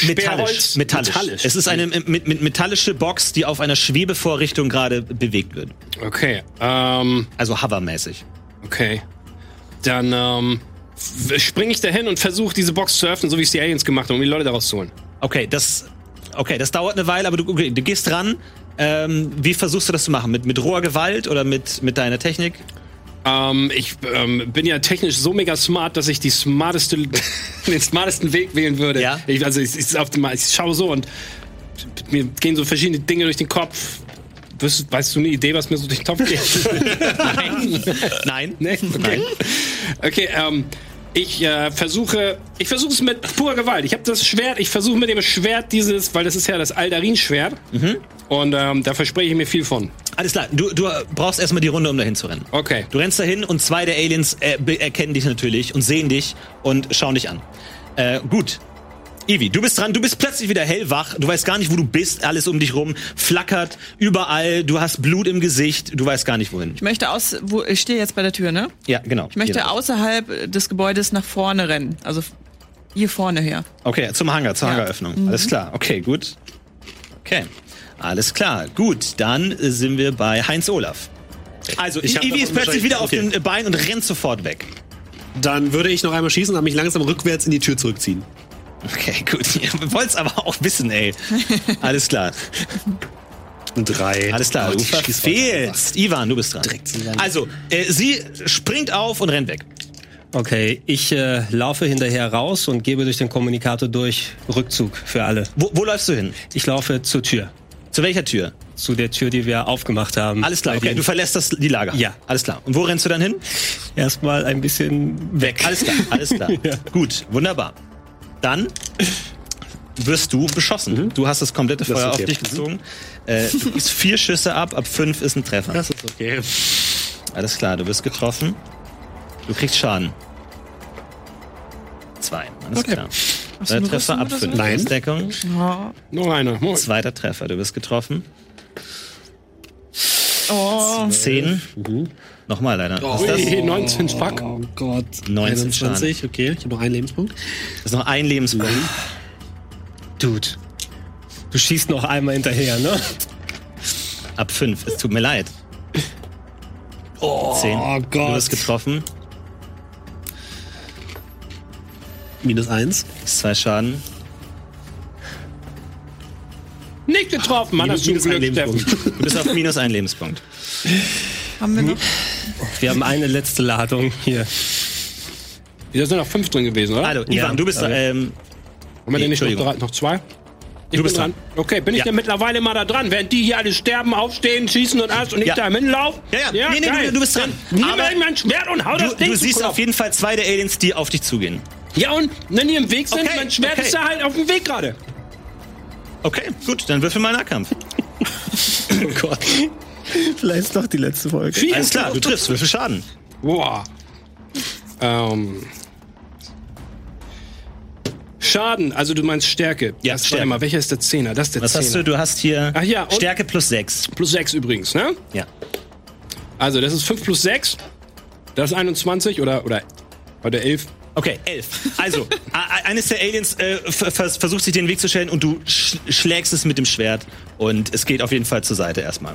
[SPEAKER 1] metallisch,
[SPEAKER 4] Sperrholz?
[SPEAKER 1] metallisch. Es ist eine äh, mit, mit metallische Box, die auf einer Schwebevorrichtung gerade bewegt wird.
[SPEAKER 4] Okay, ähm,
[SPEAKER 1] Also hovermäßig.
[SPEAKER 4] okay. Dann, ähm, springe ich dahin und versuche diese Box zu öffnen, so wie es die Aliens gemacht haben, um die Leute daraus zu holen.
[SPEAKER 1] Okay, das, okay, das dauert eine Weile, aber du, okay, du gehst ran. Ähm, wie versuchst du das zu machen? Mit, mit roher Gewalt oder mit, mit deiner Technik?
[SPEAKER 4] Ähm, ich ähm, bin ja technisch so mega smart, dass ich die smarteste, den smartesten Weg wählen würde.
[SPEAKER 1] Ja.
[SPEAKER 4] Ich, also ich, ich, auf dem- ich schaue so und mir gehen so verschiedene Dinge durch den Kopf. Weißt, weißt du eine Idee, was mir so durch den Kopf geht?
[SPEAKER 1] Nein. Nein.
[SPEAKER 4] nee? Okay, okay ähm, ich äh, versuche, ich versuche es mit purer Gewalt. Ich habe das Schwert, ich versuche mit dem Schwert dieses, weil das ist ja das Aldarin-Schwert.
[SPEAKER 1] Mhm.
[SPEAKER 4] Und ähm, da verspreche ich mir viel von.
[SPEAKER 1] Alles klar, du, du brauchst erstmal die Runde, um dahin zu rennen.
[SPEAKER 4] Okay.
[SPEAKER 1] Du rennst dahin und zwei der Aliens äh, be- erkennen dich natürlich und sehen dich und schauen dich an. Äh, gut. Ivi, du bist dran, du bist plötzlich wieder hellwach, du weißt gar nicht, wo du bist, alles um dich rum flackert überall, du hast Blut im Gesicht, du weißt gar nicht wohin.
[SPEAKER 3] Ich möchte aus, wo, ich stehe jetzt bei der Tür, ne?
[SPEAKER 1] Ja, genau.
[SPEAKER 3] Ich möchte außerhalb des Gebäudes nach vorne rennen. Also hier vorne her.
[SPEAKER 1] Okay, zum Hangar, zur
[SPEAKER 3] Ja. Mhm.
[SPEAKER 1] Hangaröffnung. Alles klar, okay, gut. Okay, alles klar, gut. Dann äh, sind wir bei Heinz Olaf. Also,
[SPEAKER 5] Ich hab
[SPEAKER 1] Ivi
[SPEAKER 5] davon
[SPEAKER 1] ist plötzlich
[SPEAKER 5] wahrscheinlich-
[SPEAKER 1] wieder auf
[SPEAKER 5] okay.
[SPEAKER 1] den äh, Beinen und rennt sofort weg.
[SPEAKER 5] Dann würde ich noch einmal schießen, aber mich langsam rückwärts in die Tür zurückziehen.
[SPEAKER 1] Okay, gut. Ihr wollt's aber auch wissen, ey. Alles klar.
[SPEAKER 5] Drei.
[SPEAKER 1] Alles klar.
[SPEAKER 5] Oh,
[SPEAKER 1] Du
[SPEAKER 5] die schießt
[SPEAKER 1] verfehlst. Ivan, du bist dran.
[SPEAKER 5] zusammen.
[SPEAKER 1] Also, äh, sie springt auf und rennt weg.
[SPEAKER 2] Okay, ich äh, laufe hinterher raus und gebe durch den Kommunikator durch Rückzug für alle.
[SPEAKER 1] Wo, wo läufst du hin?
[SPEAKER 2] Ich laufe zur Tür,
[SPEAKER 1] Zu welcher Tür?
[SPEAKER 2] zu der Tür, die wir aufgemacht haben.
[SPEAKER 1] Alles klar,
[SPEAKER 2] Bei
[SPEAKER 1] okay.
[SPEAKER 2] dem-
[SPEAKER 1] Du verlässt das, die Lager.
[SPEAKER 2] Ja.
[SPEAKER 1] Alles klar. Und wo rennst du dann hin?
[SPEAKER 2] Erstmal ein bisschen weg.
[SPEAKER 1] Alles klar, alles klar. Gut, wunderbar. Dann wirst du beschossen. Du hast das komplette
[SPEAKER 5] Mhm. ist
[SPEAKER 1] Feuer
[SPEAKER 5] okay.
[SPEAKER 1] auf dich gezogen. Äh, du kriegst vier Schüsse ab, ab fünf ist ein Treffer.
[SPEAKER 5] Das ist okay.
[SPEAKER 1] Alles klar, du wirst getroffen. Du kriegst Schaden. Zwei. Alles klar. Dein
[SPEAKER 3] eine
[SPEAKER 1] Treffer
[SPEAKER 3] Rüstung
[SPEAKER 1] ab
[SPEAKER 3] oder
[SPEAKER 1] fünf.
[SPEAKER 3] so?
[SPEAKER 5] Nein.
[SPEAKER 1] Deckung.
[SPEAKER 3] Oh.
[SPEAKER 4] Noch einer. Moin.
[SPEAKER 1] Zweiter Treffer, du wirst getroffen.
[SPEAKER 3] oh.
[SPEAKER 1] Zehn.
[SPEAKER 5] Mhm.
[SPEAKER 1] Nochmal leider. Was
[SPEAKER 4] Ui,
[SPEAKER 1] Ist das?
[SPEAKER 4] 19 Spack.
[SPEAKER 5] Oh Gott.
[SPEAKER 1] 19
[SPEAKER 5] okay. Ich habe noch einen Lebenspunkt.
[SPEAKER 1] das ist noch ein Lebenspunkt.
[SPEAKER 2] Dude, Du schießt noch einmal hinterher, ne?
[SPEAKER 1] Ab 5. Es tut mir leid. Oh Du wirst getroffen.
[SPEAKER 5] Minus eins.
[SPEAKER 1] Ist zwei Schaden.
[SPEAKER 4] Nicht getroffen, Mann,
[SPEAKER 5] Minus-
[SPEAKER 4] hast du
[SPEAKER 5] minus ein
[SPEAKER 4] Glück, Steffen.
[SPEAKER 5] Lebenspunkt.
[SPEAKER 1] Du bist auf minus ein Lebenspunkt.
[SPEAKER 3] Haben wir
[SPEAKER 1] Hm?
[SPEAKER 3] noch?
[SPEAKER 2] Wir haben eine letzte Ladung hier.
[SPEAKER 4] Da sind noch fünf drin gewesen, oder?
[SPEAKER 1] Also, Ivan, du bist da, ähm,
[SPEAKER 4] Haben wir denn nicht noch,
[SPEAKER 1] Entschuldigung.
[SPEAKER 4] drei, noch zwei? Ich
[SPEAKER 1] Du bist
[SPEAKER 4] bin Okay, bin ich
[SPEAKER 1] Ja.
[SPEAKER 4] denn mittlerweile mal da dran? Während die hier alle sterben, aufstehen, schießen und alles und ich
[SPEAKER 1] Ja.
[SPEAKER 4] da hinlaufe?
[SPEAKER 1] Ja, ja. Nee, nee,
[SPEAKER 4] geil.
[SPEAKER 1] du- du bist dran.
[SPEAKER 4] Dann Nimm
[SPEAKER 1] Aber
[SPEAKER 4] mir mein Schwert und hau
[SPEAKER 1] du,
[SPEAKER 4] das Ding
[SPEAKER 1] du
[SPEAKER 4] zu
[SPEAKER 1] siehst
[SPEAKER 4] Kopf.
[SPEAKER 1] auf jeden Fall zwei der Aliens, die auf dich zugehen.
[SPEAKER 4] Ja, und wenn die im Weg sind,
[SPEAKER 1] Okay,
[SPEAKER 4] mein Schwert
[SPEAKER 1] okay.
[SPEAKER 4] ist da halt auf dem Weg gerade.
[SPEAKER 1] Okay, gut, dann würfel mal Nahkampf.
[SPEAKER 2] Oh Gott. Vielleicht doch die letzte Folge.
[SPEAKER 4] Vier.
[SPEAKER 1] Alles klar, du triffst, würfel Schaden.
[SPEAKER 4] Boah. Ähm. Schaden, also du meinst Stärke.
[SPEAKER 1] Ja,
[SPEAKER 4] das,
[SPEAKER 1] Stärke.
[SPEAKER 4] Warte mal, welcher ist der Zehner? Das ist der
[SPEAKER 1] Was hast du?
[SPEAKER 4] Zehner.
[SPEAKER 1] Du hast hier
[SPEAKER 4] Ach ja, und-
[SPEAKER 1] Stärke plus 6.
[SPEAKER 4] Plus 6 übrigens, ne?
[SPEAKER 1] Ja.
[SPEAKER 4] Also das ist 5 plus 6. Das ist 21 oder, oder, oder 11.
[SPEAKER 1] Okay, elf. Also, a- a- eines der Aliens äh, ver- vers- versucht sich den Weg zu stellen und du sch schlägst es mit dem Schwert und es geht auf jeden Fall zur Seite erstmal.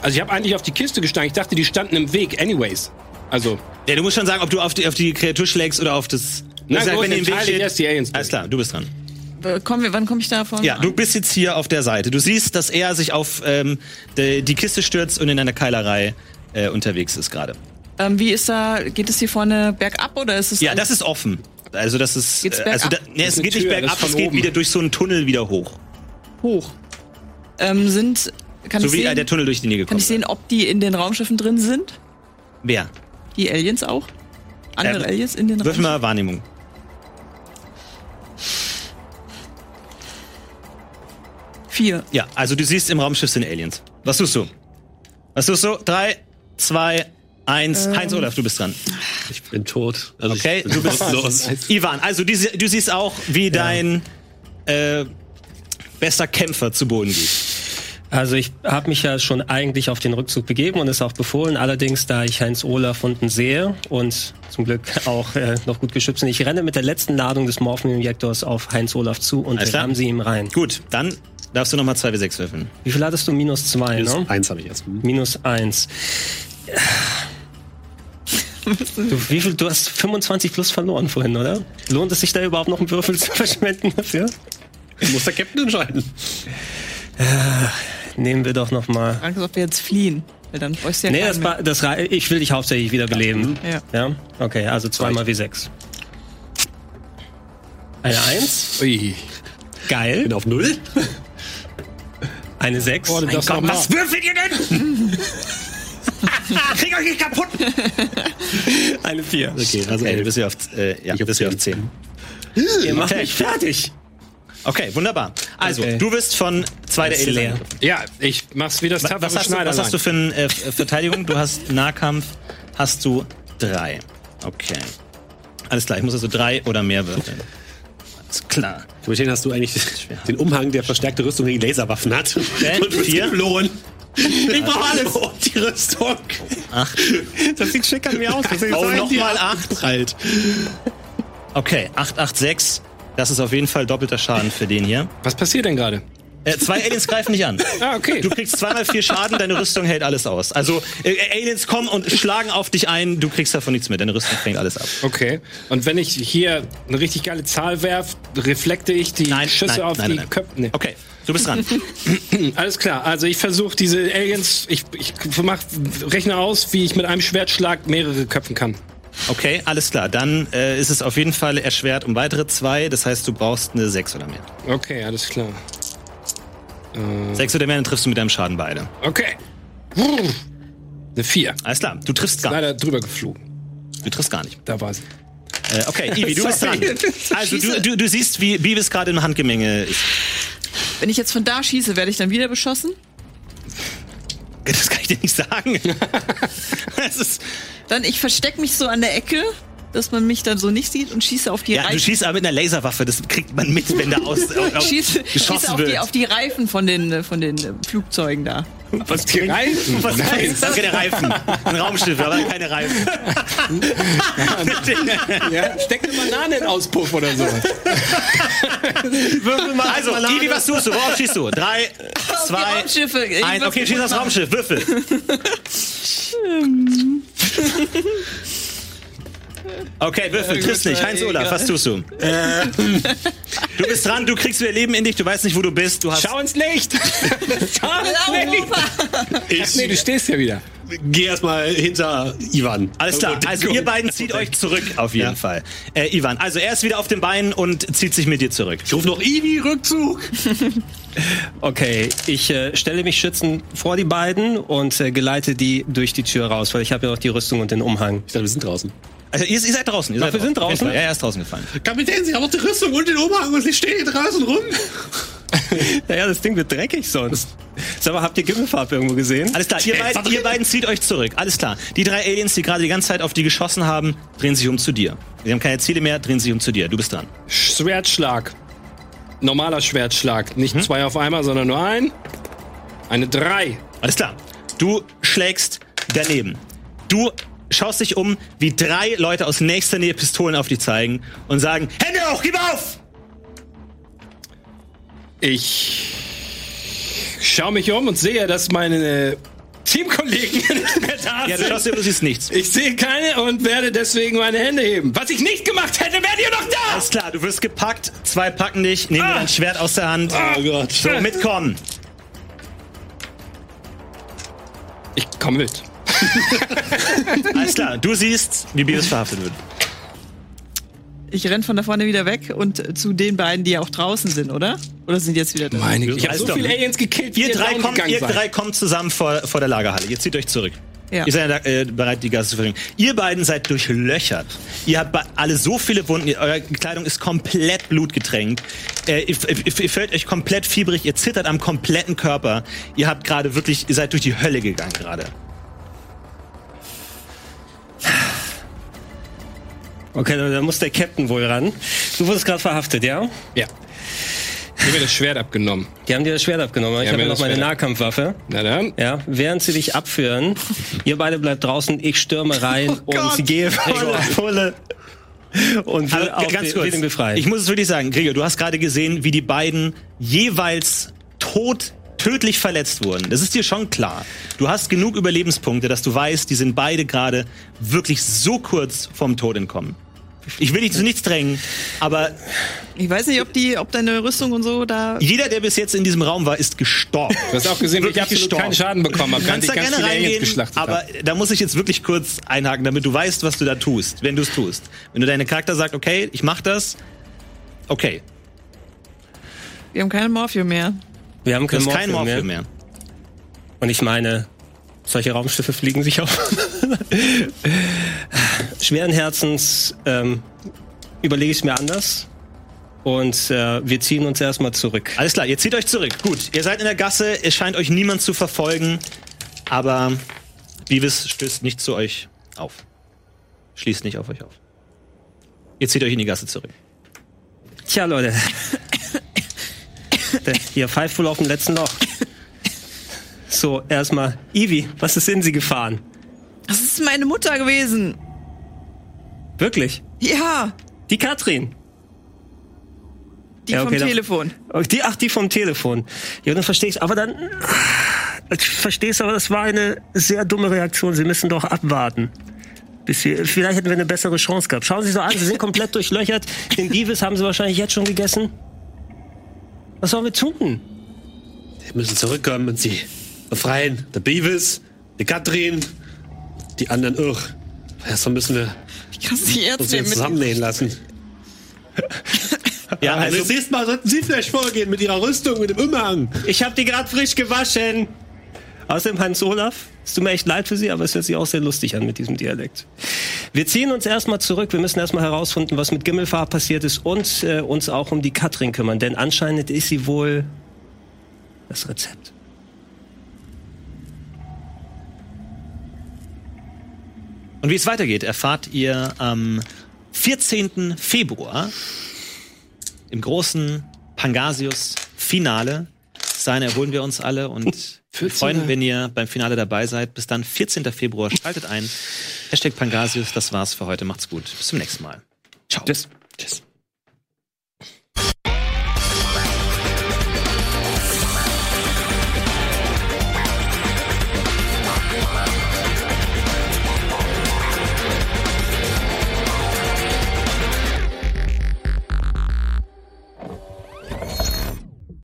[SPEAKER 4] Also ich habe eigentlich auf die Kiste gestanden. Ich dachte, die standen im Weg. Anyways. Also,
[SPEAKER 1] Ja, du musst schon sagen, ob du auf die, auf die Kreatur schlägst oder auf das...
[SPEAKER 4] Na
[SPEAKER 1] Sag,
[SPEAKER 4] gut, dann teile ich erst die Aliens durch.
[SPEAKER 1] Alles klar, du bist dran.
[SPEAKER 3] Äh, Kommen wir, wann komme ich davon?
[SPEAKER 1] Ja, du bist jetzt hier auf der Seite. Du siehst, dass er sich auf ähm, de, die Kiste stürzt und in einer Keilerei äh, unterwegs ist gerade.
[SPEAKER 3] Ähm, wie ist da, geht es hier vorne bergab oder ist es.
[SPEAKER 1] Ja, das ist offen. Also das ist,
[SPEAKER 3] Geht's
[SPEAKER 1] äh, also da,
[SPEAKER 3] bergab?
[SPEAKER 1] nee, es
[SPEAKER 4] eine
[SPEAKER 1] geht nicht
[SPEAKER 4] Tür, das
[SPEAKER 1] bergab,
[SPEAKER 4] ist von
[SPEAKER 1] es geht
[SPEAKER 4] oben.
[SPEAKER 1] wieder durch so einen Tunnel wieder hoch.
[SPEAKER 3] hoch. Ähm, sind. Kann
[SPEAKER 1] So
[SPEAKER 3] ich
[SPEAKER 1] wie äh,
[SPEAKER 3] sehen,
[SPEAKER 1] der Tunnel durch den ihr
[SPEAKER 3] Kann
[SPEAKER 1] gekommen
[SPEAKER 3] ich sehen, ob die in den Raumschiffen drin sind?
[SPEAKER 1] seid. Wer?
[SPEAKER 3] Die Aliens auch? Andere
[SPEAKER 1] Ähm,
[SPEAKER 3] Aliens in den
[SPEAKER 1] Wirf
[SPEAKER 3] Raumschiffen?
[SPEAKER 1] mal Wahrnehmung.
[SPEAKER 3] Vier.
[SPEAKER 1] Ja, also du siehst, im Raumschiff sind Aliens. Was tust du? Was tust du? Drei, zwei, eins.
[SPEAKER 3] Ähm.
[SPEAKER 1] Heinz Olaf, du bist dran.
[SPEAKER 5] Ich bin tot. Also
[SPEAKER 1] Okay,
[SPEAKER 5] ich bin
[SPEAKER 1] du bist
[SPEAKER 5] los.
[SPEAKER 1] Ivan, also du, sie- du siehst auch, wie dein äh, bester Kämpfer zu Boden geht.
[SPEAKER 2] Also ich habe mich ja schon eigentlich auf den Rückzug begeben und es auch befohlen. Allerdings, da ich Heinz Olaf unten sehe und zum Glück auch äh, noch gut geschützt bin, ich renne mit der letzten Ladung des Morphium-Injektors auf Heinz Olaf zu und
[SPEAKER 1] Alles klar.
[SPEAKER 2] ramm sie ihm rein.
[SPEAKER 1] Gut, dann darfst du nochmal 2W6 würfeln.
[SPEAKER 2] Wie viel hattest du? Minus zwei,
[SPEAKER 4] Genau.
[SPEAKER 5] Minus
[SPEAKER 2] ne?
[SPEAKER 5] Eins habe ich jetzt. Hm.
[SPEAKER 2] Minus eins. Du, wie viel, du hast 25 plus verloren vorhin, oder? Lohnt es sich da überhaupt noch einen Würfel zu verschwenden dafür?
[SPEAKER 5] Muss der Captain entscheiden.
[SPEAKER 2] Nehmen wir doch noch mal.
[SPEAKER 3] Frank sagt, wir jetzt fliehen. Weil dann bräuchst du ja
[SPEAKER 2] Nee,
[SPEAKER 3] keinen
[SPEAKER 2] das,
[SPEAKER 3] mehr.
[SPEAKER 2] war- das, rei- ich will dich hauptsächlich wieder beleben.
[SPEAKER 3] Ja.
[SPEAKER 2] Ja? Okay, also zweimal W6. Eine 1.
[SPEAKER 4] Ui.
[SPEAKER 2] Geil.
[SPEAKER 5] Bin auf Null.
[SPEAKER 2] Eine 6.
[SPEAKER 4] Oh, du darfst noch mal.
[SPEAKER 1] würfelt ihr denn? Krieg euch nicht kaputt!
[SPEAKER 2] Eine 4.
[SPEAKER 1] Okay, also ey, du bist ja auf, äh, ja, du bist ja auf 10.
[SPEAKER 2] Ihr macht
[SPEAKER 1] Okay.
[SPEAKER 2] mich fertig.
[SPEAKER 1] Okay, wunderbar. Also,
[SPEAKER 2] Okay.
[SPEAKER 1] du wirst von zwei der
[SPEAKER 2] Ist
[SPEAKER 1] Aliens
[SPEAKER 2] leer.
[SPEAKER 1] angegriffen.
[SPEAKER 4] Ja, ich mach's wie das
[SPEAKER 1] Wa-
[SPEAKER 4] tapfere
[SPEAKER 1] Was hast, du, was hast du für eine äh, Verteidigung? Du hast Nahkampf, hast du drei. Okay. Alles klar, ich muss also drei oder mehr würfeln. Alles klar.
[SPEAKER 5] Kapitän, hast du eigentlich den Umhang, der verstärkte Rüstung gegen Laserwaffen hat?
[SPEAKER 1] Äh,
[SPEAKER 5] Und bist
[SPEAKER 1] vier.
[SPEAKER 5] geflohen. Ich brauche alles. Und die Rüstung.
[SPEAKER 2] Das sieht schick an mir aus.
[SPEAKER 1] Oh,
[SPEAKER 5] Sollen die Halt.
[SPEAKER 1] nochmal acht.
[SPEAKER 5] Prallt.
[SPEAKER 1] Okay, acht, acht, sechs. Das ist auf jeden Fall doppelter Schaden für den hier.
[SPEAKER 4] Was passiert denn gerade?
[SPEAKER 1] Äh, zwei Aliens greifen dich an.
[SPEAKER 4] Ah, okay.
[SPEAKER 1] Du kriegst zweimal vier Schaden, deine Rüstung hält alles aus. Also äh, Aliens kommen und schlagen auf dich ein, du kriegst davon nichts mehr, deine Rüstung fängt alles ab.
[SPEAKER 4] Okay. Und wenn ich hier eine richtig geile Zahl werf, reflekte ich die Schüsse auf die Köpfe. Nee.
[SPEAKER 1] Okay, du bist dran.
[SPEAKER 4] Alles klar. Also ich versuche diese Aliens, ich, ich mach, rechne aus, wie ich mit einem Schwertschlag mehrere köpfen kann.
[SPEAKER 1] Okay, alles klar. Dann äh, ist es auf jeden Fall erschwert um weitere zwei. Das heißt, du brauchst eine sechs oder mehr.
[SPEAKER 4] Okay, alles klar.
[SPEAKER 3] Hm.
[SPEAKER 1] Sechs oder mehr, dann triffst du mit deinem Schaden beide.
[SPEAKER 4] Okay. Brrr. Eine 4.
[SPEAKER 1] Alles klar, du triffst gar nicht.
[SPEAKER 4] Leider drüber geflogen.
[SPEAKER 1] Du triffst gar nicht.
[SPEAKER 4] Da war sie.
[SPEAKER 1] Äh, okay, Ivi, du bist dran. Also du, du, du siehst, wie Beavis gerade im Handgemenge ist.
[SPEAKER 3] Wenn ich jetzt von da schieße, werde ich dann wieder beschossen?
[SPEAKER 1] Das kann ich dir nicht sagen. Das ist,
[SPEAKER 3] Dann ich verstecke mich so an der Ecke, dass man mich dann so nicht sieht und schieße auf die
[SPEAKER 1] ja, du
[SPEAKER 3] Reifen.
[SPEAKER 1] schießt aber mit einer Laserwaffe, das kriegt man mit, wenn da aus, auf, auf,
[SPEAKER 3] schieße,
[SPEAKER 1] geschossen
[SPEAKER 3] schieße auf,
[SPEAKER 1] wird.
[SPEAKER 3] die, auf die Reifen von den, äh, von den äh, Flugzeugen da.
[SPEAKER 1] Was die Reifen? Was Nein, danke der Reifen. Ein Raumschiff, aber keine Reifen.
[SPEAKER 7] Ja, steck eine Banane in den Auspuff oder so.
[SPEAKER 1] Würfel mal also, die, die was suchst du, worauf schießt du? Drei, zwei,
[SPEAKER 3] Raumschiffe. Ich
[SPEAKER 1] eins.
[SPEAKER 3] würfel
[SPEAKER 1] Okay, schieß das Raumschiff, Würfel. Okay, Würfel, triffst nicht. Heinz Olaf, was tust du? Äh. Du bist dran, du kriegst wieder Leben in dich, du weißt nicht, wo du bist, du hast...
[SPEAKER 7] Schau ins Licht! Schau ins Licht!
[SPEAKER 3] Europa.
[SPEAKER 5] Ich
[SPEAKER 7] Nee, du stehst ja wieder.
[SPEAKER 5] gehe erstmal hinter Ivan.
[SPEAKER 1] Alles klar, also ihr beiden zieht euch zurück auf jeden Fall. Äh, Ivan, also er ist wieder auf den Beinen und zieht sich mit dir zurück.
[SPEAKER 5] Ich rufe noch Ivi, Rückzug.
[SPEAKER 2] Okay, ich äh, stelle mich schützend vor die beiden und äh, geleite die durch die Tür raus, weil ich habe ja noch die Rüstung und den Umhang.
[SPEAKER 5] Ich dachte, wir sind draußen.
[SPEAKER 1] Also ihr, ihr seid draußen. Ihr seid
[SPEAKER 2] wir sind draußen?
[SPEAKER 1] Ja, er ist draußen gefallen.
[SPEAKER 5] Kapitän, Sie haben auch die Rüstung und den Umhang und Sie stehen hier draußen rum.
[SPEAKER 2] Naja, das Ding wird dreckig sonst. Sag mal, habt ihr Gimmelfarb irgendwo gesehen?
[SPEAKER 1] Alles klar, ihr, beiden, ihr beiden zieht euch zurück. Alles klar. Die drei Aliens, die gerade die ganze Zeit auf die geschossen haben, drehen sich um zu dir. Sie haben keine Ziele mehr, drehen sich um zu dir. Du bist dran.
[SPEAKER 7] Schwertschlag. Normaler Schwertschlag. Nicht zwei auf einmal, sondern nur ein. Eine drei.
[SPEAKER 1] Alles klar. Du schlägst daneben. Du schaust dich um, wie drei Leute aus nächster Nähe Pistolen auf dich zeigen und sagen, Hände hoch, gib auf!
[SPEAKER 7] Ich schaue mich um und sehe, dass meine Teamkollegen nicht mehr da
[SPEAKER 1] Ja, du
[SPEAKER 7] sind.
[SPEAKER 1] schaust dir, aber du siehst nichts.
[SPEAKER 7] ich sehe keine und werde deswegen meine Hände heben. Was ich nicht gemacht hätte, wärt ihr noch da!
[SPEAKER 1] Alles klar, du wirst gepackt, zwei packen dich, nehmen
[SPEAKER 2] Ah.
[SPEAKER 1] dir dein Schwert aus der Hand.
[SPEAKER 5] Oh Gott.
[SPEAKER 1] So, mitkommen.
[SPEAKER 7] Ich komme mit.
[SPEAKER 1] Alles klar, du siehst, wie Beerus verhaftet wird.
[SPEAKER 3] Ich renn von da vorne wieder weg und äh, zu den beiden, die auch draußen sind, oder? Oder sind jetzt wieder da?
[SPEAKER 7] Meine Güte. Ich habe
[SPEAKER 1] Alles
[SPEAKER 7] so
[SPEAKER 1] klar.
[SPEAKER 7] viele Aliens gekillt, wie
[SPEAKER 1] Ihr, drei
[SPEAKER 7] down
[SPEAKER 1] kommt,
[SPEAKER 7] gegangen
[SPEAKER 1] ihr
[SPEAKER 7] seid.
[SPEAKER 1] drei kommt zusammen vor, vor der Lagerhalle. Ihr zieht euch zurück.
[SPEAKER 3] Ja.
[SPEAKER 1] Ihr seid ja, äh, bereit, die Gase zu verfügen. Ihr beiden seid durchlöchert. Ihr habt bei- alle so viele Wunden. Ihr, eure Kleidung ist komplett blutgetränkt. Äh, ihr, ihr, ihr fällt euch komplett fiebrig. Ihr zittert am kompletten Körper. Ihr habt gerade wirklich, ihr seid durch die Hölle gegangen gerade.
[SPEAKER 2] Okay, dann, dann muss der Captain wohl ran. Du wurdest gerade verhaftet, ja?
[SPEAKER 7] Ja. Ich habe mir das Schwert abgenommen.
[SPEAKER 2] Die haben dir das Schwert abgenommen. aber Ich
[SPEAKER 7] Ja,
[SPEAKER 2] habe
[SPEAKER 7] mir
[SPEAKER 2] ja noch
[SPEAKER 7] das
[SPEAKER 2] meine
[SPEAKER 7] Schwert ab-
[SPEAKER 2] Nahkampfwaffe.
[SPEAKER 7] Na dann.
[SPEAKER 2] Ja, während sie dich abführen, ihr beide bleibt draußen, ich stürme
[SPEAKER 1] Oh
[SPEAKER 2] rein und gehe volle Pulle und will
[SPEAKER 1] Aber
[SPEAKER 2] auch
[SPEAKER 1] Also, ganz
[SPEAKER 2] den,
[SPEAKER 1] kurz,
[SPEAKER 2] will den befreien.
[SPEAKER 1] ich muss es wirklich sagen, Gregor, du hast gerade gesehen, wie die beiden jeweils tot, tödlich verletzt wurden. Das ist dir schon klar. Du hast genug Überlebenspunkte, dass du weißt, die sind beide gerade wirklich so kurz vom Tod entkommen. Ich will dich zu nichts drängen, aber
[SPEAKER 3] Ich weiß nicht, ob die, ob deine Rüstung und so da.
[SPEAKER 1] jeder, der bis jetzt in diesem Raum war, ist gestorben.
[SPEAKER 7] Du hast auch gesehen, wie ich
[SPEAKER 1] Wirklich
[SPEAKER 7] absolut keinen Schaden bekommen habe,
[SPEAKER 1] Du kannst
[SPEAKER 7] während
[SPEAKER 1] da
[SPEAKER 7] ich ganz
[SPEAKER 1] gerne
[SPEAKER 7] viele Aliens
[SPEAKER 1] reingehen,
[SPEAKER 7] geschlachtet
[SPEAKER 1] aber
[SPEAKER 7] habe.
[SPEAKER 1] da muss ich jetzt wirklich kurz einhaken, damit du weißt, was du da tust, wenn du es tust. Wenn du deine Charakter sagt, okay, ich mach das, okay,
[SPEAKER 3] Wir haben keinen Morphium mehr.
[SPEAKER 2] Wir haben
[SPEAKER 1] Du
[SPEAKER 2] kein
[SPEAKER 1] hast
[SPEAKER 2] Morphium,
[SPEAKER 1] kein Morphium mehr.
[SPEAKER 2] Und ich meine, solche Raumschiffe fliegen sich auf. Schweren Herzens ähm, überlege ich es mir anders. Und äh, wir ziehen uns erstmal zurück.
[SPEAKER 1] Alles klar, ihr zieht euch zurück. Gut, ihr seid in der Gasse, es scheint euch niemand zu verfolgen, aber Beavis stößt nicht zu euch auf. Schließt nicht auf euch auf. Ihr zieht euch in die Gasse zurück.
[SPEAKER 2] Tja, Leute. Der- Ihr pfeift wohl auf dem letzten Loch. So, erstmal. Ivi, was ist in Sie gefahren?
[SPEAKER 3] Das ist meine Mutter gewesen.
[SPEAKER 2] Wirklich?
[SPEAKER 3] Ja,
[SPEAKER 2] Die Katrin.
[SPEAKER 3] die
[SPEAKER 2] Ja, okay,
[SPEAKER 3] vom
[SPEAKER 2] dann-
[SPEAKER 3] Telefon.
[SPEAKER 2] Oh, Die, ach, die vom Telefon. Ja, dann verstehe ich Aber dann. Ich verstehe es, aber das war eine sehr dumme Reaktion. Sie müssen doch abwarten. Bis wir, vielleicht hätten wir eine bessere Chance gehabt. Schauen Sie sich doch an, Sie sind komplett durchlöchert. Den Beavis haben Sie wahrscheinlich jetzt schon gegessen. Was sollen wir tun?
[SPEAKER 5] Wir müssen zurückkommen und sie befreien. Der Beavis, die Katrin, die anderen irr. Erstmal müssen wir
[SPEAKER 3] Ich kann es nicht
[SPEAKER 5] uns
[SPEAKER 3] ernst
[SPEAKER 5] jetzt
[SPEAKER 3] nehmen.
[SPEAKER 5] zusammennähen lassen.
[SPEAKER 1] Ja,
[SPEAKER 5] Also,
[SPEAKER 1] also
[SPEAKER 5] das nächste Mal sollten Sie vielleicht vorgehen mit Ihrer Rüstung, mit dem Umhang.
[SPEAKER 2] Ich habe die gerade frisch gewaschen. Außerdem Hans Olaf. Es tut mir echt leid für Sie, aber es hört sich auch sehr lustig an mit diesem Dialekt. Wir ziehen uns erstmal zurück. Wir müssen erstmal herausfinden, was mit Gimmelfahr passiert ist und äh, uns auch um die Katrin kümmern. Denn anscheinend ist sie wohl das Rezept.
[SPEAKER 1] Und wie es weitergeht, erfahrt ihr am 14. Februar im großen Pangasius-Finale. Sein erholen wir uns alle und Wir freuen, wenn ihr beim Finale dabei seid. Bis dann, 14. Februar. Schaltet ein. Hashtag Pangasius, das war's für heute. Macht's gut. Bis zum nächsten Mal. Ciao. Tschüss. Tschüss.